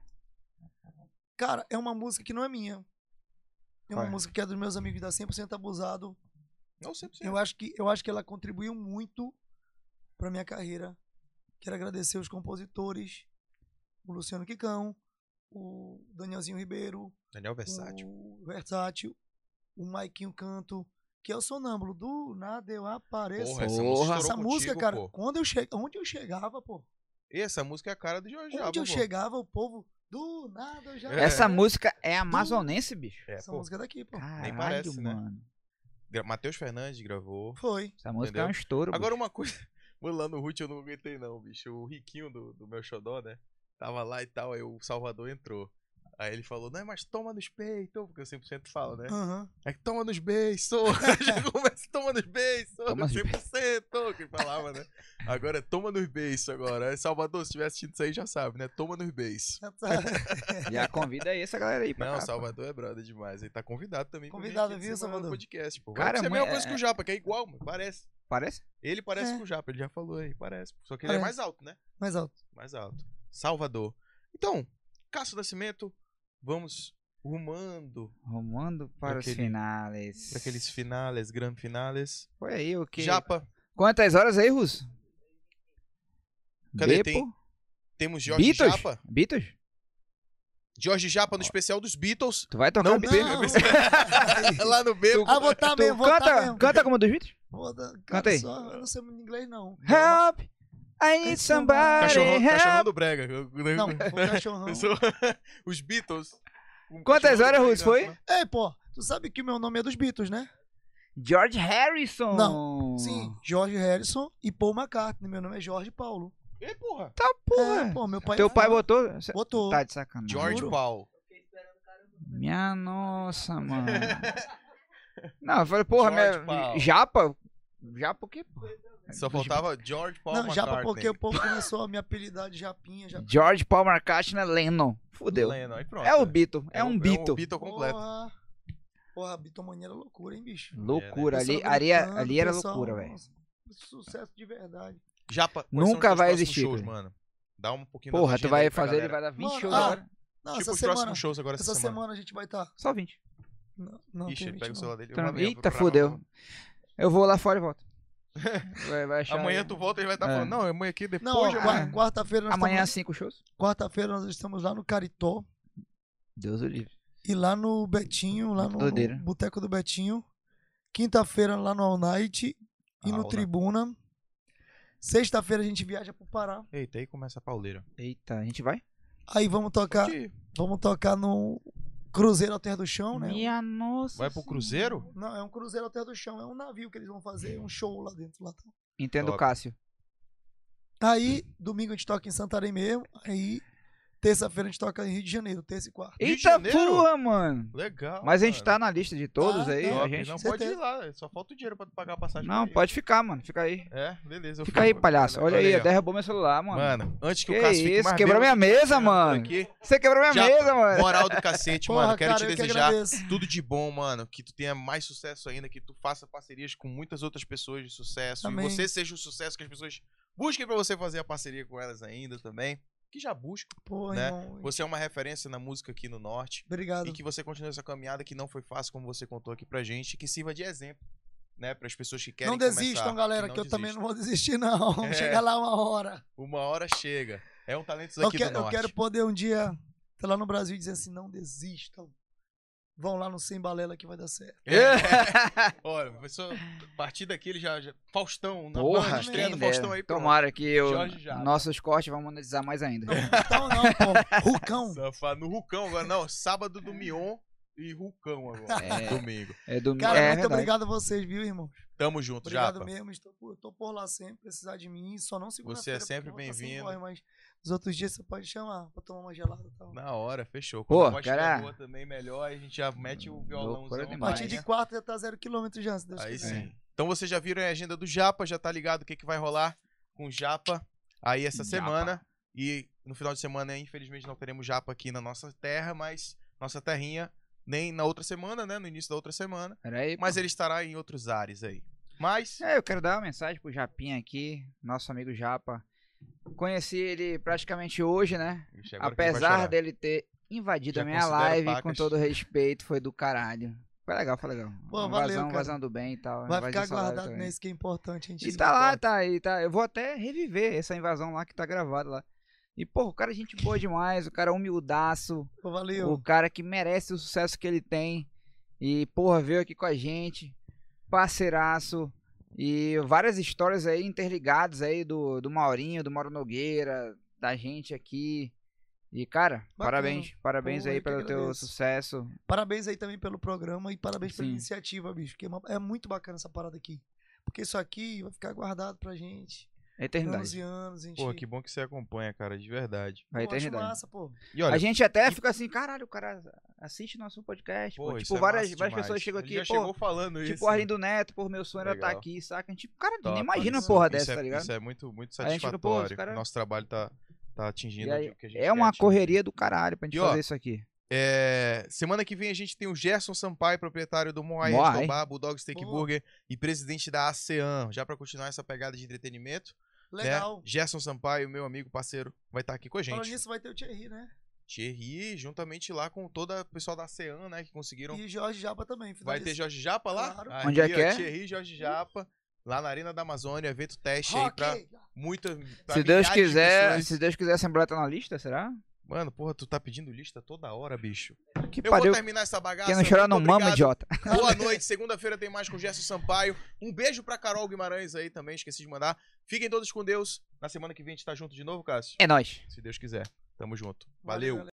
S3: Cara, é uma música que não é minha. É uma
S2: Qual é?
S3: música que é dos meus amigos da 100% Abusado.
S1: Não sei se
S3: Eu acho, que, eu acho que ela contribuiu muito pra minha carreira. Quero agradecer os compositores, o Luciano Quicão, o Danielzinho Ribeiro,
S1: Daniel Versátil.
S3: o Versátil, o Maiquinho Canto, que é o sonâmbulo do Nada Eu Apareço.
S1: Porra, essa
S2: Porra,
S1: música, estourou
S3: Essa
S1: contigo,
S3: música, cara,
S1: pô.
S3: quando eu che... onde eu chegava, pô,
S1: E Essa música é a cara do Jorge
S3: onde
S1: Alba,
S3: eu
S1: pô.
S3: chegava, o povo, do nada eu já...
S1: É.
S2: Essa música é amazonense, bicho?
S1: É,
S3: Essa
S1: pô.
S3: música é daqui, pô.
S2: Caralho,
S1: parece, né?
S2: mano.
S1: Gra- Matheus Fernandes gravou.
S3: Foi.
S2: Essa música é um
S1: Entendeu?
S2: estouro,
S1: Agora
S2: bicho.
S1: uma coisa, mano, lá no Ruth eu não aguentei não, bicho. O riquinho do, do meu xodó, né? Tava lá e tal, aí o Salvador entrou. Aí ele falou, não, mas toma nos peitos, porque eu 100% falo, né?
S3: Aham.
S1: É que toma nos beiços, já começa, toma nos beiços,
S2: Toma nos
S1: 100%, que falava, né? Agora é toma nos beiços agora. Aí, Salvador, se estiver assistindo isso aí, já sabe, né? Toma nos beiços.
S3: Já tá.
S2: É. Já convida aí essa galera aí pra
S1: Não,
S2: cá, pô.
S1: Salvador é brother demais. Ele tá convidado também. pra vir
S3: Convidado,
S1: aqui de
S3: viu,
S1: semana
S3: Salvador?
S1: No podcast, pô.
S2: Cara,
S1: Cara, é a
S2: mu-
S1: mesma coisa
S2: é-
S1: que o Japa, que é igual, mano. Parece.
S2: Parece?
S1: Ele parece
S3: É.
S1: com o Japa, ele já falou aí, parece. Só que ele é
S3: Parece.
S1: mais alto, né?
S3: Mais alto.
S1: Mais alto. Salvador. Então, Cássio Nascimento, vamos rumando
S2: Rumando para os
S1: Daquele-
S2: finales.
S1: para aqueles finales, grandes finales.
S2: Foi aí o que?
S1: Japa,
S2: Quantas horas aí, Russo?
S1: Cadê?
S2: Bepo?
S1: Tem- temos Jorge
S2: Beatles?
S1: Japa.
S2: Beatles?
S1: Jorge Japa no especial dos Beatles.
S2: Tu vai tocar
S1: Não,
S2: Beatles?
S1: Beatles. eu pensei- Lá no Beco.
S3: Ah, vou tá
S2: Tu
S3: mesmo, vou tá
S2: canta,
S3: mesmo.
S2: canta como dos Beatles?
S3: Vou dar- cara,
S2: Canta aí.
S3: Só, eu não sei muito inglês, não.
S2: Help! I need somebody
S1: Cachorrão, cachorrão
S2: help!
S1: do Brega.
S3: Não, vou cachorrão.
S1: Eu sou- Os Beatles. Um
S2: Quantas
S1: cachorrão
S2: horas,
S1: do
S2: Russo,
S1: Brega,
S2: foi?
S3: É, pô, tu sabe que o meu nome é dos Beatles, né?
S2: George Harrison! Hum.
S3: Não, Sim, George Harrison e Paul McCartney. Meu nome é Jorge Paulo.
S1: Ei, É, porra.
S2: Tá porra!
S3: É, pô, meu pai...
S2: Teu pai botou?
S3: Botou.
S2: Tá de sacanagem.
S1: George
S3: Juro.
S1: Paul.
S2: Minha nossa, mano. Não, eu falei, porra,
S1: George
S2: minha-
S1: Paul.
S2: japa? Japa o quê, porra?
S1: Só faltava George Paul
S3: Não, já
S1: McCartney.
S3: porque o povo começou a me apelidar de Japinha. Japinha.
S2: George Paul McCartney Lennon. Fudeu.
S1: Lennon, aí pronto.
S2: É o Beatle, é, um
S1: É
S2: Beatle.
S1: um Beatle completo.
S3: Porra, porra Bitomania era loucura, hein, bicho?
S2: Loucura,
S3: Pessoal
S2: ali,
S3: gritando,
S2: ali, é- ali era
S3: pessoal,
S2: loucura, velho.
S3: nossa, um Sucesso de verdade.
S1: Japa, quais são os
S2: Oh. Nunca
S1: teus
S2: vai
S1: próximos
S2: existir,
S1: Shows,
S2: cara.
S1: mano. Dá um pouquinho da
S2: Porra,
S1: agenda
S2: tu vai
S1: aí pra
S2: fazer, ele
S1: galera.
S2: vai dar 20
S3: Mano,
S2: shows
S3: ah,
S2: agora.
S3: Não,
S1: tipo
S3: essa
S1: os
S3: semana.
S1: próximos shows agora essa,
S3: Essa
S1: semana.
S3: semana a gente vai estar.
S2: Só 20.
S3: Não, não
S1: Ixi,
S3: tem um.
S1: ele pega o
S3: vídeo, não.
S1: celular dele.
S2: Tran-
S1: valeu,
S2: Tá Então, Eita,
S1: programa.
S2: fudeu. Eu vou lá fora e volto. Vai, vai achar-
S1: Amanhã tu volta e ele vai estar
S2: É.
S1: falando, não, amanhã aqui depois.
S3: Não, ó,
S1: eu-
S3: qua- quarta-feira nós,
S2: Amanhã
S3: estamos-
S2: cinco shows?
S3: quarta-feira nós estamos lá no Caritó
S2: Deus o livre.
S3: e lá no Betinho, lá no,
S2: Doideira.
S3: no Boteco do Betinho. Quinta-feira lá no All Night e
S1: Ah,
S3: no
S1: All Night.
S3: Tribuna. Sexta-feira a gente viaja pro Pará.
S1: Eita, aí começa a pauleira.
S2: Eita, a gente vai?
S3: Aí vamos
S2: Tá.
S3: tocar,
S1: Ih,
S3: vamos tocar no Cruzeiro ao Terra do Chão, né?
S2: Minha nossa.
S1: Vai pro Cruzeiro?
S3: Não, é um Cruzeiro ao Terra do Chão, é um navio que eles vão fazer, um show lá dentro lá.
S2: Entendo o
S1: Top.
S2: Cássio.
S3: Aí, domingo a gente toca em Santarém mesmo. Aí, terça-feira a gente toca em Rio de Janeiro, terça e quarta.
S1: Rio de
S2: Eita
S1: Janeiro?
S2: porra, mano.
S1: Legal.
S2: Mas a gente
S1: mano.
S2: tá na lista de todos
S3: Ah,
S2: aí,
S3: tá.
S2: a
S1: Top,
S2: gente.
S1: Não
S3: Certeza.
S1: pode ir lá, é só falta o dinheiro pra tu pagar a passagem.
S2: Não,
S1: pra ir.
S2: pode ficar, mano. Fica aí.
S1: É, beleza. eu
S2: Fica
S1: fico.
S2: aí, palhaço. Olha aí,
S1: ó.
S2: derrubou meu celular, mano.
S1: Mano, antes que,
S2: Que
S1: o Cássio fique
S2: isso,
S1: mais
S2: quebrou minha
S1: bêbado,
S2: mesa, mano.
S1: Aqui,
S2: Você quebrou minha
S1: Já- tá.
S2: mesa, mano.
S1: moral do cacete,
S3: Porra,
S1: mano. Quero
S3: cara,
S1: te
S3: eu que
S1: desejar
S3: agradeço.
S1: tudo de bom, mano. Que tu tenha mais sucesso ainda, que tu faça parcerias com muitas outras pessoas de sucesso.
S3: Amém.
S1: E você seja o sucesso que as pessoas busquem pra você fazer a parceria com elas ainda também. Que já busca.
S3: Pô,
S1: Né?
S3: irmão.
S1: Você é uma referência na música aqui no norte.
S3: Obrigado.
S1: E que você continue essa caminhada que não foi fácil, como você contou aqui pra gente, e que sirva de exemplo, né? Para as pessoas que querem.
S3: Não desistam,
S1: começar,
S3: galera, que,
S1: não
S3: eu também não
S1: desistam.
S3: vou desistir, não.
S1: É.
S3: Chegar lá uma hora.
S1: Uma hora chega. É um talento
S3: Eu
S1: daqui do
S3: quero, eu
S1: norte.
S3: quero poder um dia estar lá no Brasil e dizer assim: não desistam. Vão lá no Sem Balela que vai dar certo.
S1: É. Olha, pessoal, a partir daqui ele já. já- Faustão, na
S2: Porra,
S1: Band, estreia do
S2: quem dera.
S1: Faustão aí, pronto.
S2: Tomara que eu,
S1: Jorge Japa.
S2: nossos cortes vão monetizar mais ainda.
S3: Então, não, pô. Rucão.
S1: Safado, no Rucão agora, não. Sábado do Mion e Rucão agora.
S2: É.
S1: Domingo.
S2: É domingo.
S3: Cara,
S2: é,
S3: muito
S2: verdade.
S3: obrigado a vocês, viu, irmão?
S1: Tamo junto,
S3: Obrigado
S1: Japa.
S3: mesmo. Estou, por- tô por lá sempre, precisar de mim. Só não segunda
S1: Você é sempre bem-vindo.
S3: tá Mas os outros dias você pode chamar pra tomar uma gelada e tal.
S1: Na hora, fechou.
S2: Pô,
S1: Quando a voz fica
S2: cara. Hum,
S1: boa também melhor, a gente já mete o violãozão.
S2: Loucura
S1: pra
S3: A
S2: demais.
S3: partir
S1: baixo.
S3: de quarta já tá zero quilômetro já, se Deus
S1: Aí
S3: quiser.
S1: sim. Então vocês já viram a agenda do Japa, já tá ligado o que, que vai rolar com o Japa aí essa
S2: Japa.
S1: semana. E no final de semana, infelizmente, não teremos Japa aqui na nossa terra, mas nossa terrinha nem na outra semana, né? No início da outra semana.
S2: Peraí.
S1: Mas
S2: pô.
S1: ele estará em outros ares aí. Mas.
S2: É, eu quero dar uma mensagem pro Japinha aqui, nosso amigo Japa. Conheci ele praticamente hoje, né?
S1: Ixi, agora que ele vai
S2: Apesar
S1: chorar.
S2: dele ter invadido
S1: Já
S2: a minha
S1: considero
S2: live,
S1: pacas.
S2: com todo respeito, foi do caralho. Foi legal, foi legal.
S3: Pô,
S2: Um
S3: valeu,
S2: vazão,
S3: cara.
S2: vazão do bem e tal.
S3: Vai
S2: invadiu
S3: ficar
S2: sua live
S3: guardado
S2: também.
S3: nesse que é importante, a gente
S2: E tá lá,
S3: suporta.
S2: tá aí, tá. Eu vou até reviver essa invasão lá que tá gravada lá. E, porra, o cara é gente boa demais, o cara é humildaço,
S3: Pô, Valeu.
S2: o cara que merece o sucesso que ele tem. E, porra, veio aqui com a gente, parceiraço. E várias histórias aí interligadas aí do, do Maurinho, do Mauro Nogueira, da gente aqui. E, cara, parabéns, parabéns
S3: Pô,
S2: aí
S3: eu que
S2: pelo teu
S3: agradeço.
S2: sucesso.
S3: Parabéns aí também pelo programa e parabéns pela
S2: Sim.
S3: iniciativa, bicho. Que é, uma- é muito bacana essa parada aqui. Porque isso aqui vai ficar guardado pra gente.
S2: É
S3: Anos
S2: eternidade.
S3: e anos, a gente.
S1: Porra, que bom que você acompanha, cara, de verdade.
S2: Vai
S3: Pô, acho
S2: eternidade.
S3: massa, pô.
S1: E olha,
S2: a gente até fica assim, caralho, o cara assiste nosso podcast. pô.
S1: pô, isso
S2: Tipo,
S1: é
S2: várias,
S1: massa
S2: várias
S1: demais.
S2: pessoas chegam
S1: Ele já
S2: aqui, pô,
S1: chegou falando isso.
S2: tipo, Arlindo Neto, pô, meu sonho era
S1: Legal.
S2: estar aqui, saca? A gente, cara,
S1: Top,
S2: nem imagina
S1: isso-
S2: uma porra
S1: isso
S2: dessa,
S1: é-
S2: tá ligado?
S1: Isso é muito, muito
S2: A gente fica,
S1: satisfatório.
S2: pô, os cara-
S1: Nosso trabalho tá, tá atingindo
S2: E aí,
S1: o que a gente
S2: É
S1: quer
S2: uma
S1: atingir.
S2: correria do caralho pra gente
S1: E, ó,
S2: fazer isso aqui.
S1: É, semana que vem a gente tem o Gerson Sampaio, proprietário do Moai
S2: Moai.
S1: Escobar, Bulldog Steak
S3: Pô.
S1: Burger e presidente da ASEAN, já pra continuar essa pegada de entretenimento. né?
S3: Legal.
S1: Gerson Sampaio, meu amigo, parceiro, vai estar aqui com a
S3: Falando
S1: gente.
S3: nisso, vai ter o Thierry, né?
S1: Thierry, juntamente lá com toda o pessoal da ASEAN, né, que conseguiram.
S3: E o Jorge Japa também.
S1: Vai ter
S3: finalista.
S1: Jorge Japa lá?
S3: Claro.
S1: Aí,
S2: Onde é que
S1: ó,
S2: é?
S1: Thierry, Jorge Japa, lá na Arena da Amazônia, evento teste aí
S3: Rock!
S1: pra muita. pra é
S2: Se Deus
S1: milhares de
S2: quiser,
S1: pessoas.
S2: se Deus quiser, a Assembleia tá na lista, será?
S1: Mano, porra, tu tá pedindo lista toda hora, bicho.
S2: Que
S1: Eu vou
S2: pariu,
S1: terminar essa bagaça.
S2: quem não chora
S1: Muito
S2: não mama,
S1: obrigado.
S2: idiota.
S1: Boa noite. Segunda-feira tem mais com Gerson Sampaio. Um beijo pra Carol Guimarães aí também, esqueci de mandar. Fiquem todos com Deus. Na semana que vem a gente tá junto de novo, Cássio.
S2: É nóis.
S1: Se Deus quiser. Tamo junto. Valeu.